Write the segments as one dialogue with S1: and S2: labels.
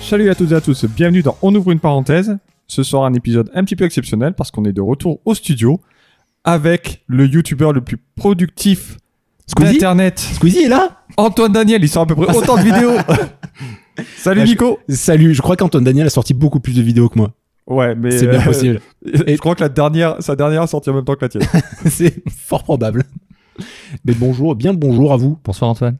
S1: Salut à toutes et à tous, bienvenue dans On ouvre une parenthèse. Ce sera un épisode un petit peu exceptionnel parce qu'on est de retour au studio avec le youtubeur le plus productif
S2: Squeezie
S1: d'Internet,
S2: Bah, Squeezie est là
S1: Antoine Daniel. Il sort à peu près autant de vidéos. Salut
S2: Ah, je-
S1: Nico.
S2: Salut, je crois qu'Antoine Daniel a sorti beaucoup plus de vidéos que moi.
S1: Ouais, mais
S2: C'est bien
S1: euh,
S2: possible.
S1: Je crois que la dernière, sa dernière est sortie en même temps que la tienne.
S2: C'est fort probable. Mais bonjour, bien le bonjour à vous.
S3: Bonsoir Antoine.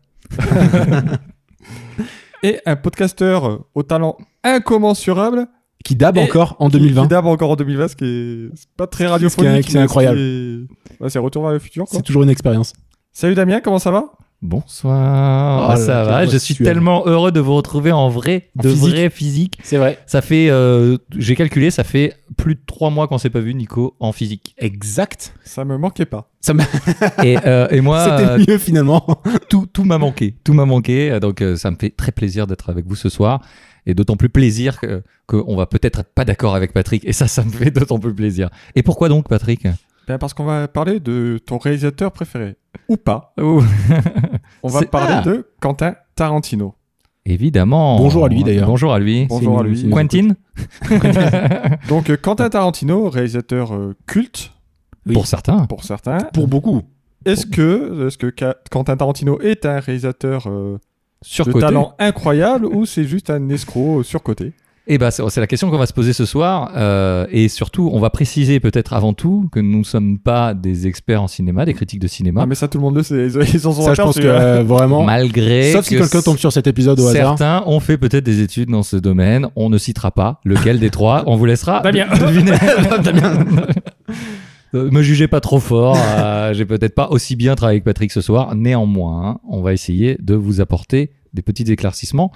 S1: Et un podcasteur au talent incommensurable
S2: Qui dab
S1: Et-
S2: encore en
S1: qui-
S2: 2020.
S1: Qui dab encore en 2020, ce qui est c'est pas très
S2: Ce
S1: radiophonique.
S2: qui est- c'est
S1: mais
S2: incroyable.
S1: ce qui est- Ouais, c'est retour vers le futur. Quoi.
S2: C'est toujours une expérience.
S1: Salut Damien, comment ça va
S3: Bonsoir.
S2: Oh là là,
S3: Ah, ça va,
S2: quelle
S3: je suis
S2: postuelle.
S3: tellement heureux de vous retrouver en vrai,
S2: En
S3: de
S2: physique.
S3: vrai physique.
S2: C'est vrai.
S3: Ça fait, euh, j'ai calculé, ça fait plus de trois mois qu'on s'est pas vu Nico en physique.
S2: Exact.
S1: Ça me manquait pas.
S3: Et, euh, et moi, euh,
S2: C'était mieux finalement.
S3: tout, tout m'a manqué, tout m'a manqué. Euh, Donc euh, ça me fait très plaisir d'être avec vous ce soir, et d'autant plus plaisir que qu'on va peut-être être pas d'accord avec Patrick. Et ça, ça me fait d'autant plus plaisir. Et pourquoi donc Patrick
S1: Ben, parce qu'on va parler de ton réalisateur préféré. Ou pas.
S3: Ouh.
S1: On va
S3: C'est-
S1: parler
S2: Ah.
S1: de Quentin Tarantino.
S3: Évidemment.
S2: Bonjour à lui, d'ailleurs.
S3: Bonjour à lui.
S1: Bonjour
S2: une-
S1: à lui.
S2: c'est une-
S3: Quentin.
S1: Donc euh, Quentin Tarantino, réalisateur euh, culte
S2: Oui.
S3: Pour certains.
S1: pour certains.
S2: Pour beaucoup.
S1: Est-ce que, est-ce que Ca- Quentin Tarantino est un réalisateur euh, de
S3: Surcoté.
S1: talent incroyable ou c'est juste un escroc euh, surcoté
S3: Eh ben, c'est c'est la question qu'on va se poser ce soir. euh, et surtout, on va préciser peut-être avant tout que nous ne sommes pas des experts en cinéma, des critiques de cinéma.
S1: Ah mais ça tout le monde le sait, ils, ils en sont
S2: Ça, je pense
S1: aperçus,
S2: que
S1: hein.
S2: euh, vraiment.
S3: Malgré
S2: Sauf si
S3: que
S2: quelqu'un tombe sur cet épisode au hasard.
S3: certains ont fait peut-être des études dans ce domaine. On ne citera pas lequel des trois. On vous laissera
S1: Damien.
S3: de- deviner. Euh, Me jugez pas trop fort. euh, J'ai peut-être pas aussi bien travaillé avec Patrick ce soir. Néanmoins, hein, on va essayer de vous apporter des petits éclaircissements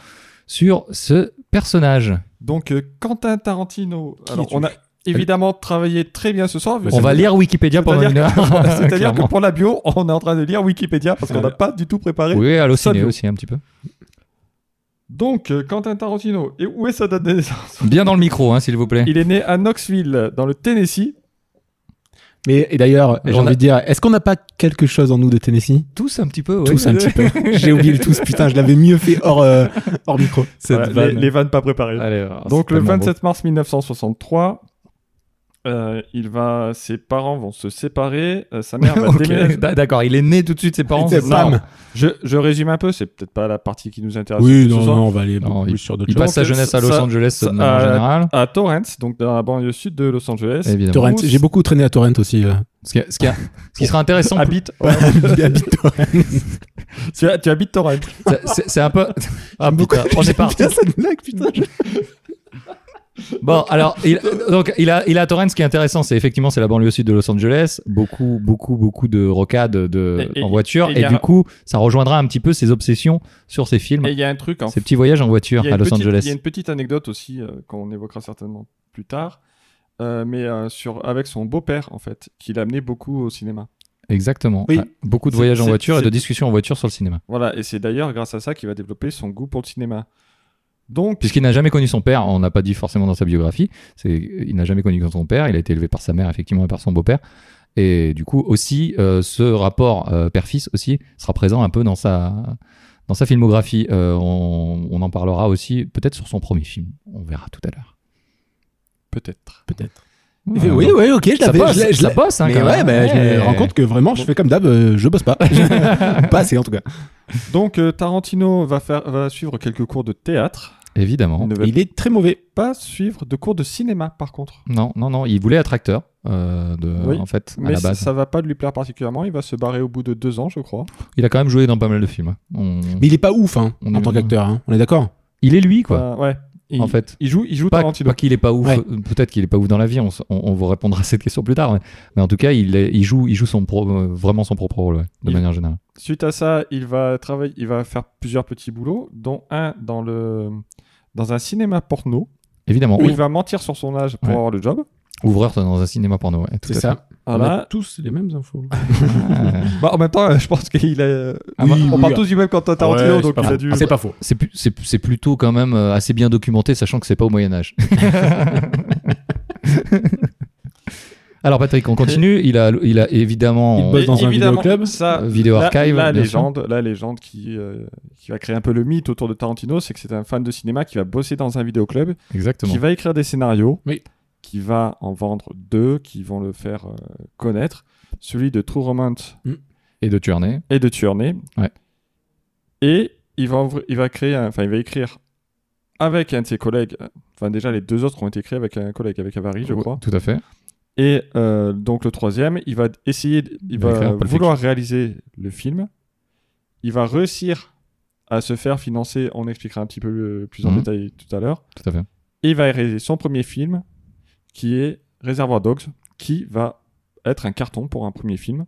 S3: sur ce personnage.
S1: Donc euh, Quentin Tarantino, alors,
S2: es-tu
S1: on a évidemment travaillé très bien ce soir. mais
S3: On
S1: ça
S3: va
S1: veut
S3: lire Wikipédia pendant une
S1: C'est-à-dire
S3: heure.
S1: C'est-à-dire que
S3: clairement.
S1: pour la bio, on est en train de lire Wikipédia parce qu'on n'a pas du tout préparé.
S3: Oui, à
S1: Ça,
S3: l'ociné
S1: nous-
S3: aussi, un petit peu.
S1: Donc, euh, Quentin Tarantino, et où est sa date de naissance
S3: Bien dans le micro, hein, s'il vous plaît.
S1: Il est né à Knoxville, dans le Tennessee.
S2: Mais et d'ailleurs, j'ai
S3: On a-
S2: envie de dire, est-ce qu'on n'a pas quelque chose en nous de Tennessee
S3: Tous un petit peu, ouais.
S2: Tous un petit peu. j'ai oublié le tous. Putain, je l'avais mieux fait hors, euh, hors micro.
S3: Cette
S1: Voilà, les,
S3: vanne.
S1: les vannes pas préparées.
S3: Allez, alors,
S1: Donc,
S3: oh, c'est
S1: le
S3: tellement
S1: 27 mars 1963, euh, il va, ses parents vont se séparer. euh, sa mère
S3: beau.
S1: va
S3: Ok,
S1: déménager.
S3: d- D'accord, il est né tout de suite, ses parents.
S2: C'est
S3: c'est ça
S2: Pam.
S1: Je, je résume un peu, c'est peut-être pas la partie qui nous intéresse.
S2: Oui,
S1: ce
S2: non,
S1: soir.
S2: non, on va aller
S3: Non,
S2: beaucoup plus sur d'autres
S3: Il
S2: choses.
S3: passe sa
S1: Donc,
S3: jeunesse à
S1: ça-
S3: Los Angeles
S1: ça-
S3: de manière
S1: euh,
S3: générale.
S1: À Torrance, donc dans la banlieue sud de Los Angeles.
S3: Évidemment.
S2: Torrent,
S1: Bruce-
S2: j'ai beaucoup traîné à Torrent aussi. euh.
S3: Ce, qui, ce qui- ce qui sera intéressant,
S1: Habite,
S2: Habite Torrent.
S1: tu, tu habites Torrance.
S3: c'est- c'est c'est un peu. Ah, putain, on est parti.
S2: Bien cette blague, putain.
S3: Bon, alors, il, donc, il a, il a Torrance, ce qui est intéressant, c'est effectivement, c'est la banlieue sud de Los Angeles. Beaucoup, beaucoup, beaucoup de rocades de,
S1: Et- et-
S3: en voiture.
S1: et il
S3: Et,
S1: y a-
S3: du coup, ça rejoindra un petit peu ses obsessions sur ses films,
S1: Et il y a un truc en
S3: ses petits voyages en voiture
S1: Il y a
S3: à Los
S1: une petite-
S3: Angeles.
S1: Il y a une petite anecdote aussi euh, qu'on évoquera certainement plus tard, euh, mais euh, sur, avec son beau-père, en fait, qui l'a amené beaucoup au cinéma.
S3: Exactement.
S2: Oui.
S3: Ah, Beaucoup de
S1: C'est-
S3: voyages en
S1: c'est-
S3: voiture et
S1: c'est-
S3: de discussions en voiture sur le cinéma.
S1: Voilà, et c'est d'ailleurs grâce à ça qu'il va développer son goût pour le cinéma. Donc,
S3: Puisqu'il n'a jamais connu son père, on n'a pas dit forcément dans sa biographie, c'est il n'a jamais connu son père, il a été élevé par sa mère effectivement et par son beau-père. Et du coup aussi euh, ce rapport euh, père-fils aussi sera présent un peu dans sa dans sa filmographie. Euh, on, on en parlera aussi peut-être sur son premier film. On verra tout à l'heure.
S1: peut-être.
S2: Peut-être.
S3: Ouais,
S2: Eh ben, oui,
S3: donc,
S2: oui, ok, je
S3: ça
S2: l'avais.
S3: bosse,
S2: je l'ai- je
S3: ça
S2: l'ai-
S3: bosse, hein,
S2: Mais
S3: quand
S2: ouais,
S3: même.
S2: bah, je
S3: Ouais.
S2: me rends compte que vraiment, je fais comme d'hab, euh, je bosse pas. pas assez en tout cas.
S1: Donc, euh, Tarantino va, faire, va suivre quelques cours de théâtre.
S3: évidemment.
S1: Il ne va
S2: Il est très mauvais.
S1: pas suivre de cours de cinéma, par contre.
S3: Non, non, non, il voulait être acteur euh, de,
S1: Oui,
S3: en fait à
S1: Mais
S3: la
S1: ça,
S3: base.
S1: ça va pas lui plaire particulièrement. Il va se barrer au bout de deux ans, je crois.
S3: Il a quand même joué dans pas mal de films. hein. On-
S2: Mais il est pas ouf hein,
S3: On
S2: en
S3: est-
S2: tant qu'acteur. hein. On est d'accord
S3: Il est lui quoi.
S1: Euh, ouais. Il,
S3: en fait.
S1: il joue, il joue
S3: pas,
S1: Tarantino.
S3: pas qu'il est pas ouf,
S2: Ouais.
S3: euh, peut-être qu'il est pas ouf dans la vie, on, s- on- on vous répondra à cette question plus tard, mais, mais en tout cas, il, est- il joue, il joue son pro- euh, vraiment son propre rôle, ouais, de
S1: Il-
S3: manière générale.
S1: Suite à ça, il va travailler, il va faire plusieurs petits boulots, dont un dans le dans un cinéma porno
S3: Évidemment,
S1: où
S3: ou-
S1: il va mentir sur son âge pour
S3: Ouais.
S1: avoir le job.
S3: ouvreur dans un cinéma porno, ouais, tout
S2: C'est
S3: à
S2: ça. On a
S1: Voilà.
S2: tous les mêmes infos.
S3: fait. Ah,
S1: Ah Bah, en même temps, euh, je pense qu'il a. euh,
S2: Ah, bah,
S1: on
S2: oui,
S1: part
S2: oui.
S1: tous du même quand Tarantino,
S2: Ouais,
S1: donc
S2: c'est
S1: il
S2: pas
S1: a dû.
S2: faux. Ah, C'est pas faux.
S3: c'est pu- c'est c'est plutôt quand même euh, assez bien documenté, sachant que c'est pas au Moyen Âge. Alors Patrick, on continue. Il a, il a évidemment
S2: Il bosse dans un
S1: évidemment,
S2: vidéoclub
S3: euh,
S1: ça,
S3: vidéo
S1: la-
S3: archive.
S1: La,
S3: bien sûr.
S1: légende, la légende qui, euh, qui va créer un peu le mythe autour de Tarantino, c'est que c'est un fan de cinéma qui va bosser dans un vidéoclub,
S3: Exactement.
S1: qui va écrire des scénarios,
S2: Oui.
S1: qui va en vendre deux, qui vont le faire euh, connaître. Celui de True Romance
S3: Et de Tuernay.
S1: et de Tuernay.
S3: Ouais.
S1: Et il va, ouvri- il va créer, un- enfin, il va écrire avec un de ses collègues. Enfin, déjà, les deux autres ont été créés avec un collègue, avec Avary, je
S3: Ouais,
S1: crois.
S3: Tout à fait.
S1: Et euh, donc le troisième, il va essayer, de- il
S3: Il va écrire
S1: va
S3: Pulp
S1: vouloir réaliser le film. Il va réussir à se faire financer. On expliquera un petit peu euh, plus en
S3: Mhm.
S1: détail tout à l'heure.
S3: Tout à fait.
S1: Et il va réaliser son premier film, qui est Reservoir Dogs, qui va être un carton pour un premier film.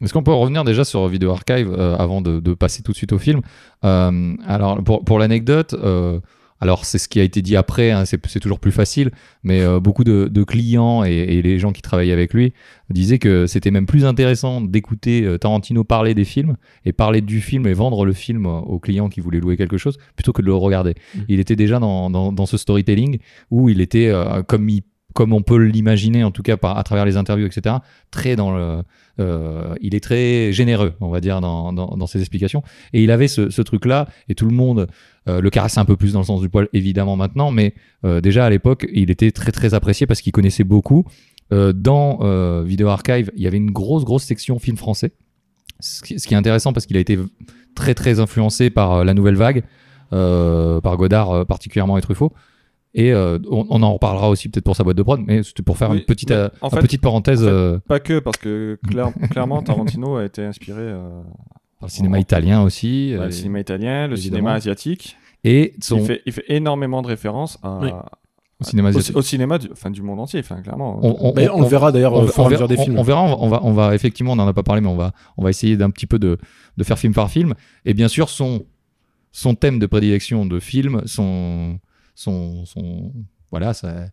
S3: Est-ce qu'on peut revenir déjà sur Video Archive euh, avant de, de passer tout de suite au film Euh, Alors, pour, pour l'anecdote, euh, alors c'est ce qui a été dit après, hein, c'est c'est toujours plus facile, mais euh, beaucoup de, de clients et, et les gens qui travaillaient avec lui disaient que c'était même plus intéressant d'écouter euh, Tarantino parler des films et parler du film et vendre le film euh, aux clients qui voulaient louer quelque chose plutôt que de le regarder.
S2: Mhm.
S3: Il était déjà dans, dans- dans ce storytelling où il était, euh, comme, il- comme on peut l'imaginer en tout cas par, à travers les interviews, etc., très dans le euh, il est très généreux, on va dire, dans, dans- dans ses explications. Et il avait ce, ce truc-là, et tout le monde euh, le caresse un peu plus dans le sens du poil, évidemment, maintenant, mais euh, déjà à l'époque, il était très très apprécié parce qu'il connaissait beaucoup. Euh, dans euh, Video Archive, il y avait une grosse grosse section film français, ce qui, ce qui est intéressant parce qu'il a été v- très très influencé par euh, la nouvelle vague, euh, par Godard euh, particulièrement et Truffaut. Et euh, on, on en reparlera aussi peut-être pour sa boîte de prod, mais c'était pour faire
S1: Oui,
S3: une petite,
S1: mais
S3: euh,
S1: en
S3: une
S1: fait-
S3: petite parenthèse
S1: en fait,
S3: euh,
S1: Pas que, parce que clair- clairement Tarantino a été inspiré euh,
S3: par le cinéma
S1: en-
S3: italien aussi.
S1: par
S3: euh,
S1: le cinéma italien, le
S3: évidemment.
S1: cinéma asiatique.
S3: Et son
S1: Il, fait, il fait énormément de références à-
S2: Oui.
S3: au cinéma
S1: au,
S3: asiatique.
S1: au cinéma du, enfin, du monde entier, enfin, clairement.
S3: On, on-
S2: Mais
S3: on-
S2: on, le verra d'ailleurs
S3: on- on
S2: au fur et à
S3: verra-
S2: mesure des
S3: on-
S2: films.
S3: on verra, on va, on va, on va effectivement, on n'en a pas parlé, mais on va, on va essayer d'un petit peu de, de faire film par film. Et bien sûr, son, son thème de prédilection de film, son, son, son voilà, sa,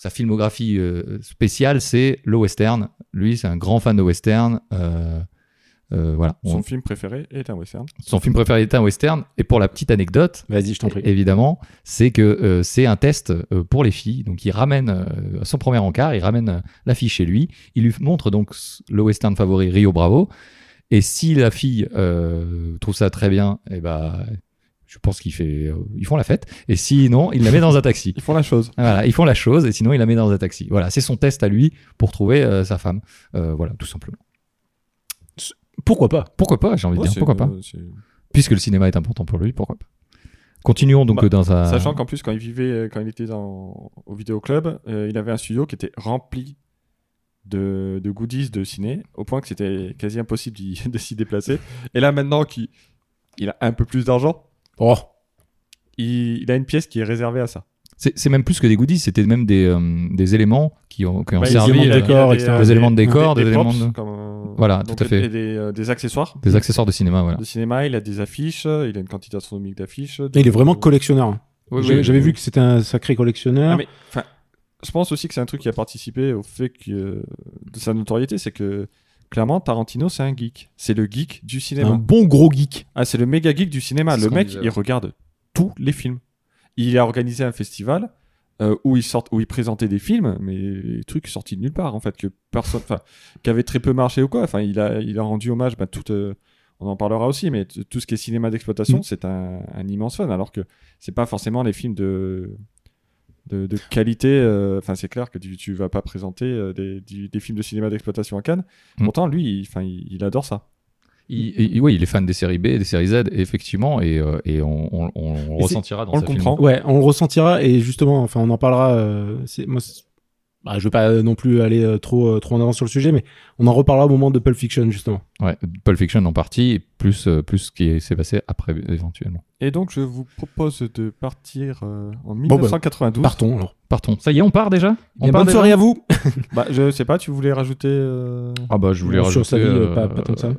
S3: sa filmographie euh, spéciale, c'est le western. Lui, c'est un grand fan de western. euh, euh, voilà. On-
S1: Son
S3: Son...
S1: film préféré est un western.
S3: film préféré est un western. Et pour la petite anecdote,
S2: Vas-y, je t'en prie.
S3: évidemment, c'est que euh, c'est un test euh, pour les filles. Donc, il ramène euh, son premier encart, il ramène euh, la fille chez lui. Il lui montre donc s- le western favori Rio Bravo. Et si la fille euh, trouve ça très bien, eh ben, je pense qu'ils fait, euh, ils font la fête. Et sinon, il la met dans un taxi.
S1: Ils font la chose.
S3: Voilà, ils font la chose et sinon, il la met dans un taxi. Voilà, c'est son test à lui pour trouver euh, sa femme. Euh, voilà, tout simplement.
S2: Pourquoi pas
S3: Pourquoi pas, j'ai envie de
S1: Ouais,
S3: dire.
S1: c'est-
S3: Eh Pourquoi pas
S1: euh, c'est-
S3: Puisque le cinéma est important pour lui, pourquoi pas Continuons donc
S1: Bah,
S3: euh, dans sa...
S1: Sachant qu'en plus, quand il vivait, euh, quand il était dans, au vidéoclub, euh, il avait un studio qui était rempli de, de goodies de ciné, au point que c'était quasi impossible d'y- de s'y déplacer. Et là, maintenant qu'il il a un peu plus d'argent,
S2: Oh,
S1: il, il a une pièce qui est réservée à ça.
S3: C'est c'est même plus que des goodies, c'était même des, euh, des éléments qui ont, qui ont
S1: Bah, il
S3: servi,
S2: éléments de
S3: euh,
S2: décor, etc.
S3: des éléments de décor, des, éléments
S1: props,
S3: de-
S1: comme, euh,
S3: Voilà,
S1: donc,
S3: tout à fait.
S1: Et des, euh, des accessoires
S3: des accessoires de cinéma. Voilà.
S1: de cinéma, il a des affiches, il a une quantité astronomique d'affiches.
S2: il est vraiment collectionneur. hein. J'ai- J'avais
S1: oui.
S2: vu que c'était un sacré collectionneur.
S1: Ah, mais, enfin, je pense aussi que c'est un truc qui a participé au fait que, euh, de sa notoriété, c'est que clairement Tarantino c'est un geek. C'est le geek du
S2: un
S1: cinéma.
S2: bon gros geek.
S1: Ah, c'est le méga geek du cinéma.
S3: C'est ce
S1: Le
S3: qu'on
S1: mec,
S3: disait,
S1: il
S3: ouais.
S1: regarde tous les films. Il a organisé un festival euh, où il sortent, où il présentait des films, mais des trucs sortis de nulle part en fait, que personne, enfin, qui avait très peu marché ou quoi. Enfin, il a, il a rendu hommage, bah, tout. euh, on en parlera aussi, mais t- tout ce qui est cinéma d'exploitation,
S2: Mm.
S1: c'est un, un immense fun. Alors que c'est pas forcément les films de de, de qualité. euh, Enfin, c'est clair que tu, tu vas pas présenter euh, des, du- des films de cinéma d'exploitation à Cannes.
S3: Mm.
S1: Pourtant, lui, il, enfin, il, il adore ça.
S3: Il, il- oui, il est fan des séries B, des séries Z, effectivement, et, euh, et on, on- on le
S2: c'est-
S3: ressentira dans sa
S1: on le
S3: film.
S1: comprend.
S2: Ouais, on le ressentira et justement, enfin, on en parlera. euh, c'est- moi, c'est- bah, je veux pas non plus aller euh, trop, euh, trop en avant sur le sujet, mais on en reparlera au moment de Pulp Fiction justement.
S3: Ouais, Pulp Fiction en partie, plus, euh, plus ce qui est- s'est passé après éventuellement.
S1: Et donc, je vous propose de partir euh, en
S2: bah,
S1: 1992.
S2: Partons alors.
S3: Partons. Ça y est, on part déjà on
S2: Bien,
S3: part
S2: bonne
S3: déjà
S2: soirée à vous.
S1: Bah, je sais pas, tu voulais rajouter. euh,
S3: Ah bah je voulais
S2: Sur
S3: rajouter.
S2: sa vie,
S3: euh,
S2: pas- pas tant que ça.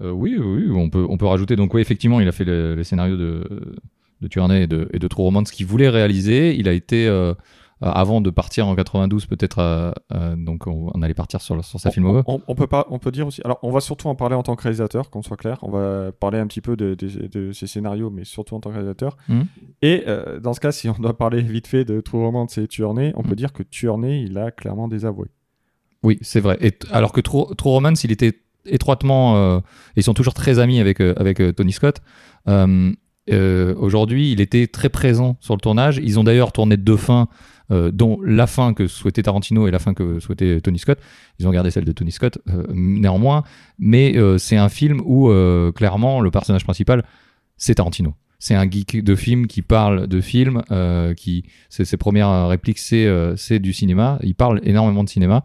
S3: euh, oui, oui, on peut, on peut rajouter. Donc oui, effectivement, il a fait le, le scénario de, de Tuernay et de, et de True Romance qu'il voulait réaliser. Il a été euh, avant de partir en 92 peut-être. euh, euh, donc on, on allait partir sur, sur sa
S1: on-
S3: filmographie.
S1: on, on peut pas, on peut dire aussi. Alors, on va surtout en parler en tant que réalisateur, qu'on soit clair. On va parler un petit peu de, de- de ces scénarios, mais surtout en tant que réalisateur.
S3: Mhm.
S1: Et euh, dans ce cas, si on doit parler vite fait de True Romance et Tuernay, on peut dire que Tuernay, il a clairement désavoué.
S3: Oui, c'est vrai. Et t- alors que True, True Romance, il était étroitement. euh, ils sont toujours très amis avec, euh, avec euh, Tony Scott. Euh, euh, Aujourd'hui, il était très présent sur le tournage. Ils ont d'ailleurs tourné deux fins, euh, dont la fin que souhaitait Tarantino et la fin que souhaitait Tony Scott. Ils ont gardé celle de Tony Scott, euh, néanmoins. Mais euh, c'est un film où, euh, clairement, le personnage principal, c'est Tarantino. C'est un geek de film qui parle de film, euh, qui ses, ses premières répliques, c'est euh, c'est du cinéma. Il parle énormément de cinéma.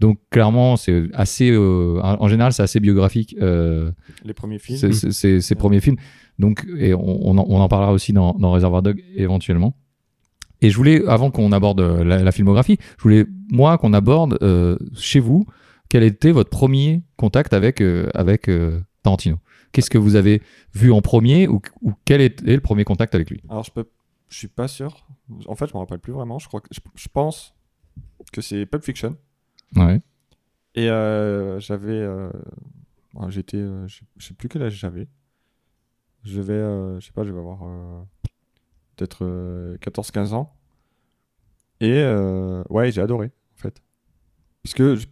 S3: Donc clairement, c'est assez. euh, en en général, c'est assez biographique. euh,
S1: Les premiers films.
S3: c'est- c'est- c'est- Ses premiers films. Donc, et on, on en, on en parlera aussi dans, dans Reservoir Dog éventuellement. Et je voulais, avant qu'on aborde euh, la, la filmographie, je voulais, moi, qu'on aborde euh, chez vous, quel était votre premier contact avec, euh, avec euh, Tarantino Qu'est-ce que vous avez vu en premier ou, ou quel était le premier contact avec lui
S1: Alors, je peux. Je suis pas sûr. En fait, je me rappelle plus vraiment. Je crois que je, je pense que c'est Pulp Fiction.
S3: Ouais.
S1: Et euh, j'avais, euh, ouais, j'étais, euh, je je sais plus quel âge j'avais. Je vais, euh, je sais pas, je vais avoir euh, peut-être 14-15 ans. Et euh, ouais, j'ai adoré en fait, parce que je,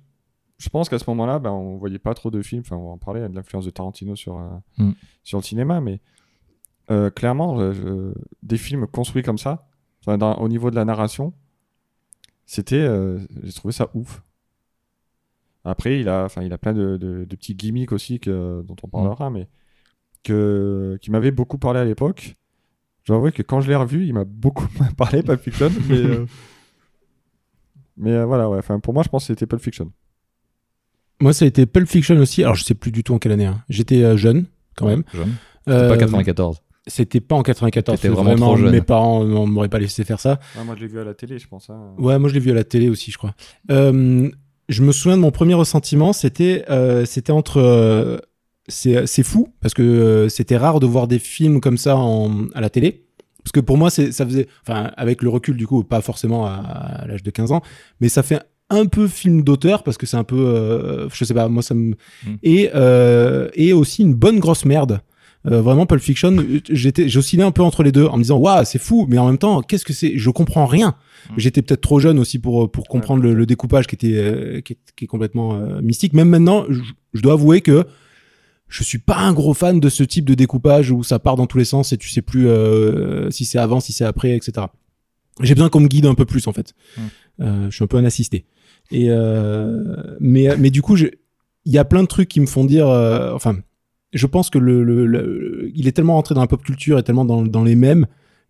S1: je pense qu'à ce moment-là, ben, on voyait pas trop de films. Enfin, on va en parler, il y a de l'influence de Tarantino sur euh,
S3: Mm.
S1: sur le cinéma, mais euh, clairement, je- je- des films construits comme ça, enfin, dans- au niveau de la narration, c'était, euh, j'ai trouvé ça ouf. Après, il a, enfin, il a plein de, de- de petits gimmicks aussi que, dont
S2: Mm.
S1: on parlera, mais que, qui m'avait beaucoup parlé à l'époque. Je dois avouer que quand je l'ai revu, il m'a beaucoup moins parlé, Pulp Fiction. Mais, euh, mais, euh, voilà, ouais, enfin, pour moi, je pense que c'était Pulp Fiction.
S2: Moi, ça a été Pulp Fiction aussi. Alors, je sais plus du tout en quelle année. hein. J'étais euh, jeune, quand même.
S3: Jeune.
S2: Euh,
S3: Pas 94.
S2: C'était pas en 94.
S3: T'étais
S2: c'est
S3: vraiment trop jeune.
S2: Mes parents euh, m'auraient pas laissé faire ça.
S1: moi, je l'ai vu à la télé, je pense. hein.
S2: Ouais, moi, je l'ai vu à la télé aussi, je crois. Euh, je me souviens de mon premier ressentiment. C'était, euh, c'était entre. euh, c'est, c'est fou parce que euh, c'était rare de voir des films comme ça en, à la télé. Parce que pour moi, c'est, ça faisait, enfin, avec le recul du coup, pas forcément à, à l'âge de 15 ans, mais ça fait un peu film d'auteur parce que c'est un peu, euh, je sais pas, moi ça me
S3: Mm.
S2: et euh, et aussi une bonne grosse merde. Euh, vraiment Pulp Fiction, j'étais, j'oscillais un peu entre les deux en me disant waouh c'est fou, mais en même temps qu'est-ce que c'est, je comprends rien.
S3: Mm.
S2: J'étais peut-être trop jeune aussi pour pour comprendre le, le découpage qui était euh, qui, est, qui est complètement euh, mystique. Même maintenant, je, je dois avouer que je suis pas un gros fan de ce type de découpage où ça part dans tous les sens et tu sais plus euh, si c'est avant, si c'est après, etc. J'ai besoin qu'on me guide un peu plus en fait.
S1: Hmm.
S3: Mm.
S2: Euh, je suis un peu un assisté. Et euh, mais mais du coup, je- il y a plein de trucs qui me font dire. euh, enfin, je pense que le, le- le- il est tellement rentré dans la pop culture et tellement dans, dans les mêmes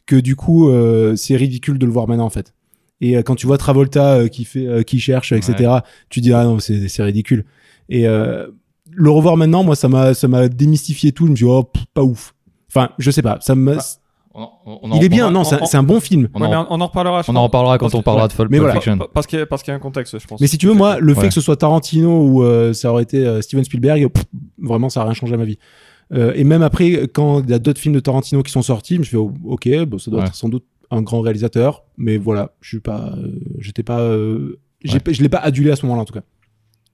S2: que du coup, euh, c'est ridicule de le voir maintenant en fait. Et euh, quand tu vois Travolta euh, qui fait, euh, qui cherche, etc., tu dis ah non, c'est c'est ridicule. Et euh, le revoir maintenant, moi, ça m'a, ça m'a démystifié tout. Je me suis dit, oh, pff, pas ouf. Enfin, je sais pas. Ça me.
S1: Bah,
S3: On- on- on en-
S2: il est bien.
S1: on-
S2: non,
S1: on-
S2: c'est, un-
S1: on-
S2: c'est un bon film.
S3: On, en,
S1: on en reparlera, je
S3: on en reparlera quand
S1: parce
S3: on
S1: que-
S3: parlera
S1: ouais.
S3: de Pul-
S2: Mais
S3: Pulp
S2: voilà.
S3: Fiction.
S1: Parce qu'il y a- parce qu'il y a un contexte, je pense.
S2: Mais si tu veux, moi, le fait
S3: Ouais.
S2: que ce soit Tarantino ou euh, ça aurait été euh, Steven Spielberg, pff, vraiment, ça a rien changé à ma vie. Euh, et même après, quand il y a d'autres films de Tarantino qui sont sortis, je me suis fait, oh, ok, bon, ça doit
S3: Ouais.
S2: être sans doute un grand réalisateur, mais voilà, je suis pas, euh, j'étais pas, euh, j'ai
S3: Ouais.
S2: pas- je l'ai pas adulé à ce moment-là en tout cas.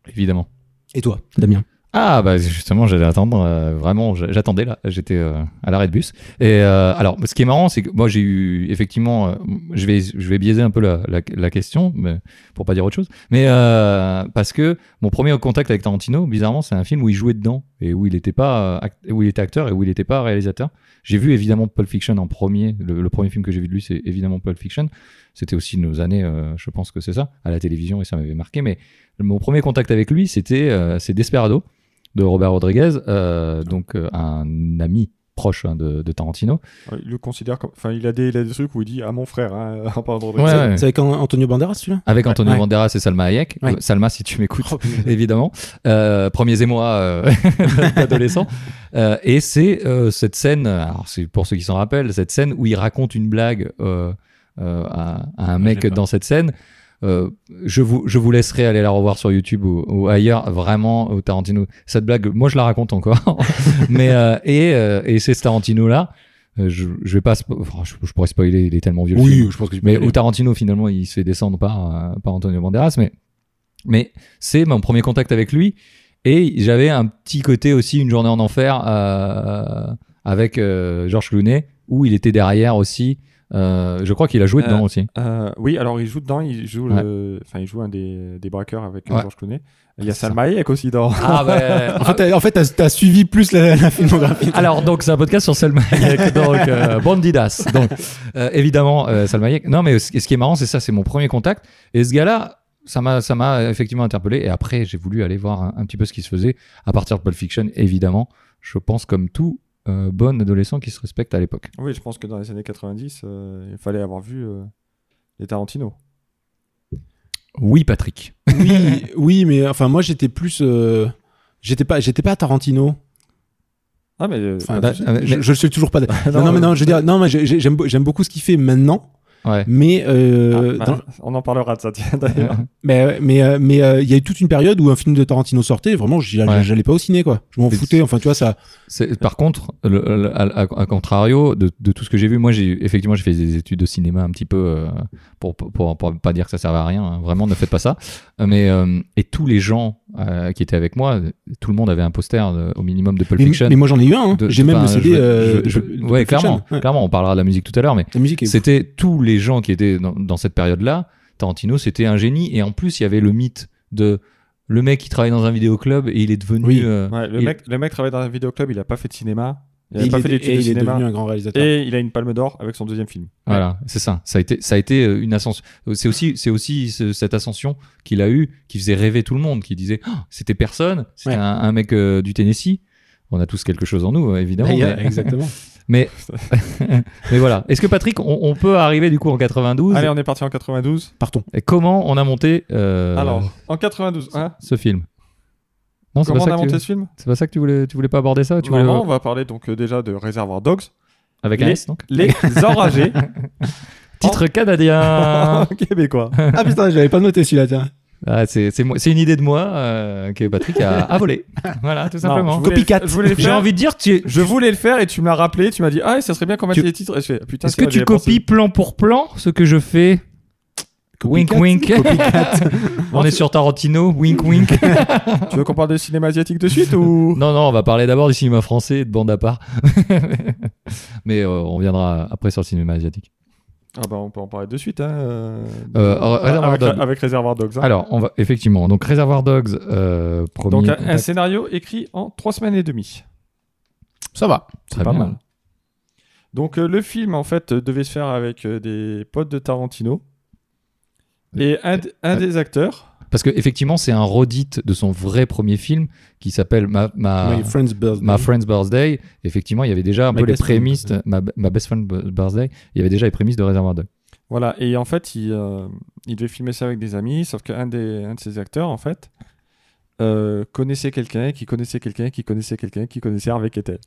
S3: Évidemment.
S2: Et toi, Damien
S3: Ah bah justement j'allais attendre euh, vraiment j'a- j'attendais là j'étais euh, à l'arrêt de bus et euh, alors ce qui est marrant c'est que moi j'ai eu effectivement euh, je vais je vais biaiser un peu la, la, la question mais pour pas dire autre chose mais euh, parce que mon premier contact avec Tarantino bizarrement c'est un film où il jouait dedans et où il était pas euh, act- où il était acteur et où il n'était pas réalisateur j'ai vu évidemment Pulp Fiction en premier le, le premier film que j'ai vu de lui c'est évidemment Pulp Fiction c'était aussi nos années euh, je pense que c'est ça à la télévision et ça m'avait marqué mais mon premier contact avec lui c'était euh, c'est Desperado de Robert Rodriguez, euh, donc euh, un ami proche hein, de, de Tarantino.
S1: Ouais, Il le considère comme. Enfin, il a des, il a des trucs où il dit à mon frère, hein, en parlant de Rodrigue.
S3: Ouais,
S2: C'est-
S3: ouais.
S2: C'est avec An- Antonio Banderas celui-là
S3: Avec Antonio
S2: Ouais.
S3: Banderas et Salma Hayek.
S2: Ouais.
S3: Euh, Salma, si tu m'écoutes,
S2: Oh, punaise.
S3: évidemment. Euh, premiers émois euh, d'adolescent. Euh, et c'est euh, cette scène, alors c'est pour ceux qui s'en rappellent, cette scène où il raconte une blague euh, euh, à, à un mec
S2: l'ai Ah, pas.
S3: dans cette scène. Euh, je, vous, je vous laisserai aller la revoir sur YouTube ou, ou ailleurs, vraiment, au Tarantino. Cette blague, moi je la raconte encore. Mais, euh, et, euh, et c'est ce Tarantino-là. euh, Je, je vais pas, spo- enfin, je, je pourrais spoiler, il est tellement vieux. le film.
S2: Oui, je pense que tu peux y
S3: Mais
S2: aller.
S3: où Tarantino, finalement, il se fait descendre par, euh, par Antonio Banderas. Mais, mais c'est mon premier contact avec lui. Et j'avais un petit côté aussi, une journée en enfer, euh, avec euh, Georges Clooney, où il était derrière aussi. Euh, je crois qu'il a joué
S1: Euh,
S3: dedans aussi.
S1: Euh, oui, alors il joue dedans, il joue,
S3: Ouais.
S1: le... enfin, il joue un des, des braqueurs avec
S3: Ouais.
S1: Georges George Clooney. Il y a
S3: C'est ça.
S1: Salma Hayek aussi dans.
S3: Ah ouais.
S2: En fait, t'as- en fait, t'as t'as suivi plus la, la filmographie.
S3: Alors donc c'est un podcast sur Salma Hayek, donc euh, Bandidas. Donc euh, évidemment euh, Salma Hayek. Non mais ce qui ce qui est marrant c'est ça, c'est mon premier contact. Et ce gars-là, ça m'a ça m'a effectivement interpellé. Et après j'ai voulu aller voir un, un petit peu ce qui se faisait à partir de Pulp Fiction. Évidemment, je pense comme tout euh, bon adolescent qui se respecte à l'époque.
S1: Oui, je pense que dans les années 90, euh, il fallait avoir vu euh, les Tarantino.
S3: Oui Patrick.
S2: oui, oui, mais enfin, moi, j'étais plus. euh, J'étais pas, j'étais pas Tarantino.
S1: Ah, mais. euh,
S2: Enfin,
S3: bah,
S2: je,
S3: mais-
S2: je- je le suis toujours pas. Non,
S1: non,
S2: mais
S1: euh,
S2: non, je veux dire, non, mais j'ai- j'ai- j'aime, j'aime beaucoup ce qu'il fait maintenant,
S3: Ouais.
S2: mais euh,
S1: ah,
S2: dans-
S1: bah, On en parlera de ça, tiens, d'ailleurs.
S2: Mais mais euh, mais euh, il y a eu toute une période où un film de Tarantino sortait, vraiment j'y-
S3: Ouais.
S2: j'allais pas au ciné quoi. Je m'en
S3: Mais
S2: foutais, enfin tu vois ça.
S3: C'est- Par contre, le- le- à, à- à contrario de, de tout ce que j'ai vu, moi, j'ai effectivement, j'ai fait des études de cinéma un petit peu euh, pour, pour, pour, pour pas dire que ça servait à rien. hein. Vraiment, ne faites pas ça. Euh, Mais euh, et tous les gens euh, qui étaient avec moi, tout le monde avait un poster euh, au minimum de Pulp
S2: Mais,
S3: Fiction.
S2: mais moi j'en ai eu un, hein.
S3: De-
S2: j'ai même
S3: enfin,
S2: le CD.
S3: je-
S2: euh,
S3: je- je-
S2: de- de
S3: ouais,
S2: Pulp Fiction.
S3: clairement,
S2: Ouais.
S3: clairement, on parlera de la musique tout à l'heure, mais
S2: La musique est.
S3: c'était tous les gens qui étaient dans, dans cette période-là. Tarantino, c'était un génie, et en plus, il y avait le mythe de le mec qui travaille dans un vidéoclub et il est devenu.
S2: Oui.
S3: euh,
S1: Ouais, le,
S3: il-
S1: mec, le mec travaille dans un vidéoclub, il a pas fait de cinéma. Il a
S2: Et
S1: pas
S2: il
S1: fait
S2: est,
S1: d'études
S2: et
S1: de
S2: il est
S1: cinéma.
S2: devenu un grand réalisateur.
S1: Et il a une palme d'or avec son deuxième film.
S3: Voilà, c'est ça. Ça a été, ça a été euh, une ascension. Euh, C'est aussi, c'est aussi ce- cette ascension qu'il a eue qui faisait rêver tout le monde, qui disait Ah, c'était personne, c'était
S2: Ouais.
S3: un, un mec euh, du Tennessee. On a tous quelque chose en nous, euh, évidemment.
S2: Ouais,
S3: mais,
S2: Exactement.
S3: mais, mais voilà. Est-ce que Patrick, on, on peut arriver du coup en 92
S1: Allez, on est parti en 92.
S2: Partons.
S3: Et Comment on a monté euh,
S1: Alors, en 92, hein,
S3: ce film Non, c'est pas,
S1: comment on
S3: ça
S1: a
S3: que tu-
S1: monté ce film
S3: c'est pas ça que tu voulais, tu voulais pas aborder ça. Tu
S1: Non,
S3: voulais
S1: non, on va parler donc euh, déjà de Reservoir Dogs,
S3: avec un
S1: les-
S3: S, donc.
S1: Les Enragés,
S3: Titre canadien.
S1: québécois.
S2: Ah putain, j'avais pas noté celui-là. Tiens.
S3: Ah, c'est c'est moi- c'est une idée de moi euh, que Patrick a, a volé. Voilà, tout
S1: Non,
S3: simplement.
S1: je voulais-
S2: Copycat.
S1: Je voulais le
S3: J'ai
S1: faire.
S3: envie de dire, tu es-
S1: Je voulais le faire et tu me l'as rappelé. Tu m'as dit ah ça serait bien qu'on mette
S3: Tu-
S1: les titres. Et je fais, Ah, putain,
S3: est-ce
S1: c'est
S3: que
S1: vrai,
S3: tu
S1: j'avais pensé.
S3: copies plan pour plan ce que je fais Wink
S2: Copycat.
S3: wink. Ah. on est sur Tarantino, wink wink.
S1: Tu veux qu'on parle de cinéma asiatique de suite ou
S3: non, non, on va parler d'abord du cinéma français et de bande à part. Mais euh, on viendra après sur le cinéma asiatique.
S1: Ah bah on peut en parler de suite. Hein, euh,
S3: Euh, alors,
S1: avec-
S3: Reservoir
S1: avec,
S3: Dogs.
S1: avec Reservoir Dogs. hein.
S3: Alors, on va effectivement. Donc, Reservoir Dogs, euh, premier.
S1: Donc un, un
S3: contact.
S1: scénario écrit en trois semaines et demie.
S2: Ça va.
S1: C'est
S3: Très
S1: pas
S3: bien.
S1: mal. Donc euh, le film en fait euh, devait se faire avec euh, des potes de Tarantino et un, d-
S3: euh,
S1: un des acteurs.
S3: Parce que effectivement, c'est un redite de son vrai premier film qui s'appelle Ma, Ma-
S2: My Ah, friend's birthday.
S3: Ma Friend's Birthday, effectivement, il y avait déjà un
S2: My
S3: peu les
S2: best friend
S3: prémices, de- ma, ma Best Friend's b- Birthday, il y avait déjà les prémices de Reservoir Dogs.
S1: Voilà et en fait il, euh, il devait filmer ça avec des amis sauf qu'un des un de ses acteurs en fait euh, connaissait quelqu'un qui connaissait quelqu'un qui connaissait quelqu'un qui connaissait Harvey Keitel.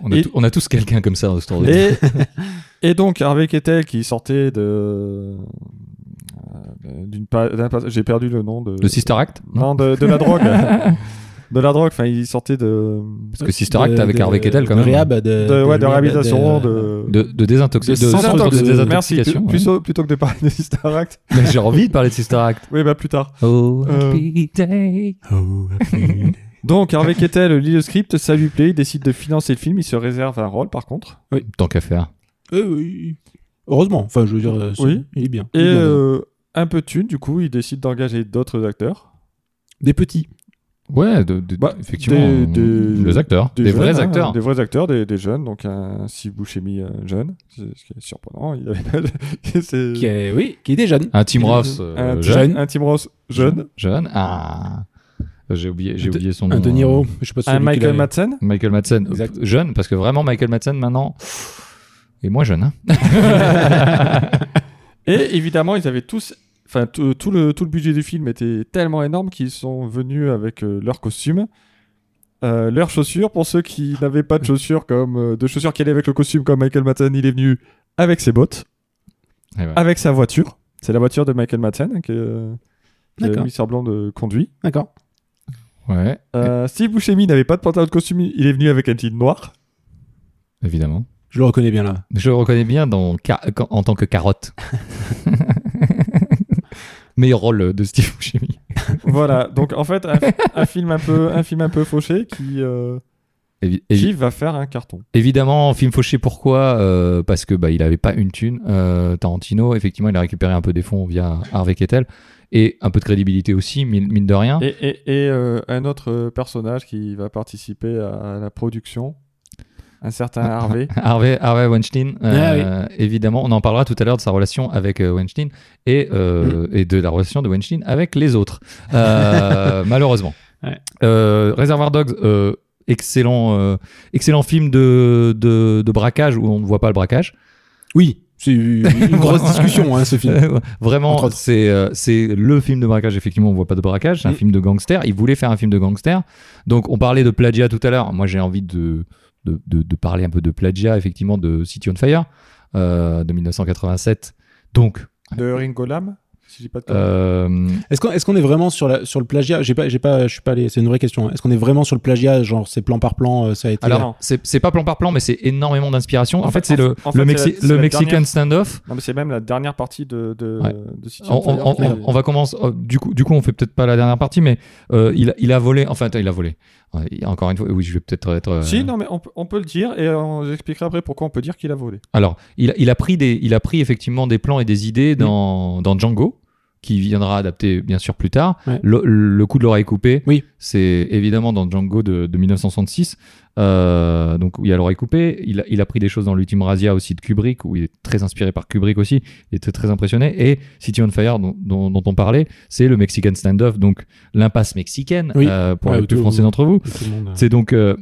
S3: On a,
S1: Et-
S3: tou- on a tous quelqu'un comme ça dans Star Wars.
S1: Et, et donc, Harvey Kettel qui sortait de. euh, d'une pa- d'un pas- J'ai perdu le nom de.
S3: Le Sister Act non
S1: Non, de, de la drogue. de la drogue, enfin, il sortait de.
S3: Parce que Sister Act avec Harvey Keitel, quand
S2: de
S3: même.
S2: Réhab, de, de
S1: de, ouais, de
S2: réhab,
S1: réhabilitation, de.
S3: De, de désintoxi- de
S1: sans-
S3: centre de
S1: de- Merci.
S3: désintoxication.
S1: Plus-
S3: ouais.
S1: Plutôt, plutôt que de parler de Sister Act.
S3: Mais J'ai envie de parler de Sister Act.
S1: Oui, bah plus tard.
S3: Oh,
S1: Euh.
S3: happy day.
S2: Oh,
S1: Donc, Harvey Kettel lit le script, ça lui plaît, il décide de financer le film, il se réserve un rôle par contre.
S3: Tant qu'à faire.
S2: Euh, oui. Heureusement. Enfin, je veux dire, euh, c'est-
S1: Oui.
S2: il est bien.
S1: Et
S2: Il est bien.
S1: euh, un peu de thune, du coup, il décide d'engager d'autres acteurs.
S2: Des petits.
S3: Ouais, de- de-
S1: Bah,
S3: effectivement.
S1: des-
S3: euh,
S1: des-
S3: les acteurs, des,
S1: jeunes,
S3: vrais
S1: hein,
S3: acteurs.
S1: Des vrais acteurs, des, des jeunes. Donc un Steve Buscemi euh, jeune, c'est- ce qui est surprenant. Il avait pas de- c'est-
S2: Qui est, oui, qui est déjà jeune.
S3: Un Tim Ross euh,
S1: un,
S3: jeune.
S1: un Tim Ross jeune.
S3: Jeune. Ah. J'ai oublié, j'ai
S2: Un
S3: oublié son nom. euh,
S2: Un De Niro. Je sais pas si
S1: Un
S2: celui qui
S1: Michael
S2: l'a-
S1: Madsen.
S3: Michael Madsen, euh,
S2: Exact.
S3: jeune, parce que vraiment Michael Madsen maintenant est moins jeune. hein.
S1: Et évidemment, ils avaient tous. Enfin, tout tout le, tout le budget du film était tellement énorme qu'ils sont venus avec euh, leurs costumes, euh, leurs chaussures. Pour ceux qui n'avaient pas de chaussures, comme euh, de chaussures qui allaient avec le costume, comme Michael Madsen, il est venu avec ses bottes,
S3: Et voilà.
S1: avec sa voiture. C'est la voiture de Michael Madsen hein, que, euh, que
S2: D'accord.
S1: Mister Blanc de conduit.
S2: D'accord.
S3: Ouais,
S1: Euh, Steve Buscemi n'avait pas de pantalon de costume, il est venu avec un jean noir.
S3: évidemment.
S2: Je le reconnais bien là.
S3: Je le reconnais bien dans, Ca- quand- en tant que carotte. Meilleur rôle de Steve Buscemi.
S1: voilà, donc en fait un, un film un peu un film un peu fauché qui euh,
S3: Évi- évi-
S1: Chief va faire un carton.
S3: Évidemment, film fauché pourquoi Euh, Parce que bah il avait pas une thune. Euh, Tarantino, effectivement, il a récupéré un peu des fonds via Harvey Keitel et un peu de crédibilité aussi, mine mine de rien.
S1: Et, et- et, euh, un autre euh, personnage qui va participer à la production, un certain
S3: Ah,
S1: Harvey.
S3: Harvey, Harvey Weinstein, euh, évidemment, on en parlera tout à l'heure de sa relation avec euh, Weinstein et, euh, et de la relation de Weinstein avec les autres, Euh, malheureusement.
S2: Ouais.
S3: Euh, Reservoir Dogs, euh, excellent, euh, excellent film de, de, de braquage où on ne voit pas le braquage.
S2: Oui, c'est une grosse discussion, hein, ce film. Entre
S3: Vraiment,
S2: autres.
S3: c'est euh, c'est le film de braquage. Effectivement, on voit pas de braquage. C'est un
S2: Mm.
S3: film de gangster. Il voulait faire un film de gangster. Donc, on parlait de plagiat tout à l'heure. Moi, j'ai envie de, de, de- de parler un peu de plagiat, effectivement, de City on Fire euh, de 1987. Donc,
S1: De Ringo Lam, si je dis pas de conneries.
S3: ah. euh,
S2: Est-ce qu'on est, qu'on est vraiment sur, la, sur le plagiat J'ai pas, j'ai pas, je suis pas allé. C'est une vraie question. hein. Est-ce qu'on est vraiment sur le plagiat Genre, c'est plan par plan, euh, ça a été.
S1: Non.
S3: alors, c'est c'est pas plan par plan, mais c'est énormément d'inspiration. En,
S1: En
S3: fait,
S1: fait,
S3: c'est le,
S1: en fait,
S3: le,
S1: c'est la-
S3: Mexi-
S1: c'est
S3: le
S1: la
S3: Mexican
S1: dernière-
S3: standoff.
S1: Non, mais c'est même la dernière partie de, de,
S3: Ouais.
S1: de City
S3: On,
S1: of Fire
S3: on-
S1: qui
S3: on-
S1: est-
S3: on va commencer. euh, du coup, du coup, on fait peut-être pas la dernière partie, mais euh, il, a- il a volé. Enfin, il a volé. Ouais, il- Encore une fois, oui, je vais peut-être être. euh,
S1: Si, non, mais on, peut- on peut le dire et on vous expliquera après pourquoi on peut dire qu'il a volé.
S3: Alors, il, a- il a pris des, il a pris effectivement des plans et des idées
S2: Mm.
S3: dans, dans Django, qui viendra adapter bien sûr plus tard.
S2: Ouais.
S3: Le, le coup de l'oreille coupée,
S2: Oui.
S3: c'est évidemment dans Django de, de 1966. Euh, donc où il y a l'oreille coupée. Il a, il a pris des choses dans l'ultime Razia aussi de Kubrick, où il est très inspiré par Kubrick aussi. Il était très impressionné. Et City on Fire, dont, dont- dont on parlait, c'est le Mexican Standoff, donc l'impasse mexicaine
S2: Oui.
S3: euh, pour
S2: Ouais,
S3: les plus
S2: tout-
S3: français d'entre vous.
S2: Et tout le monde, euh,
S3: C'est donc, euh,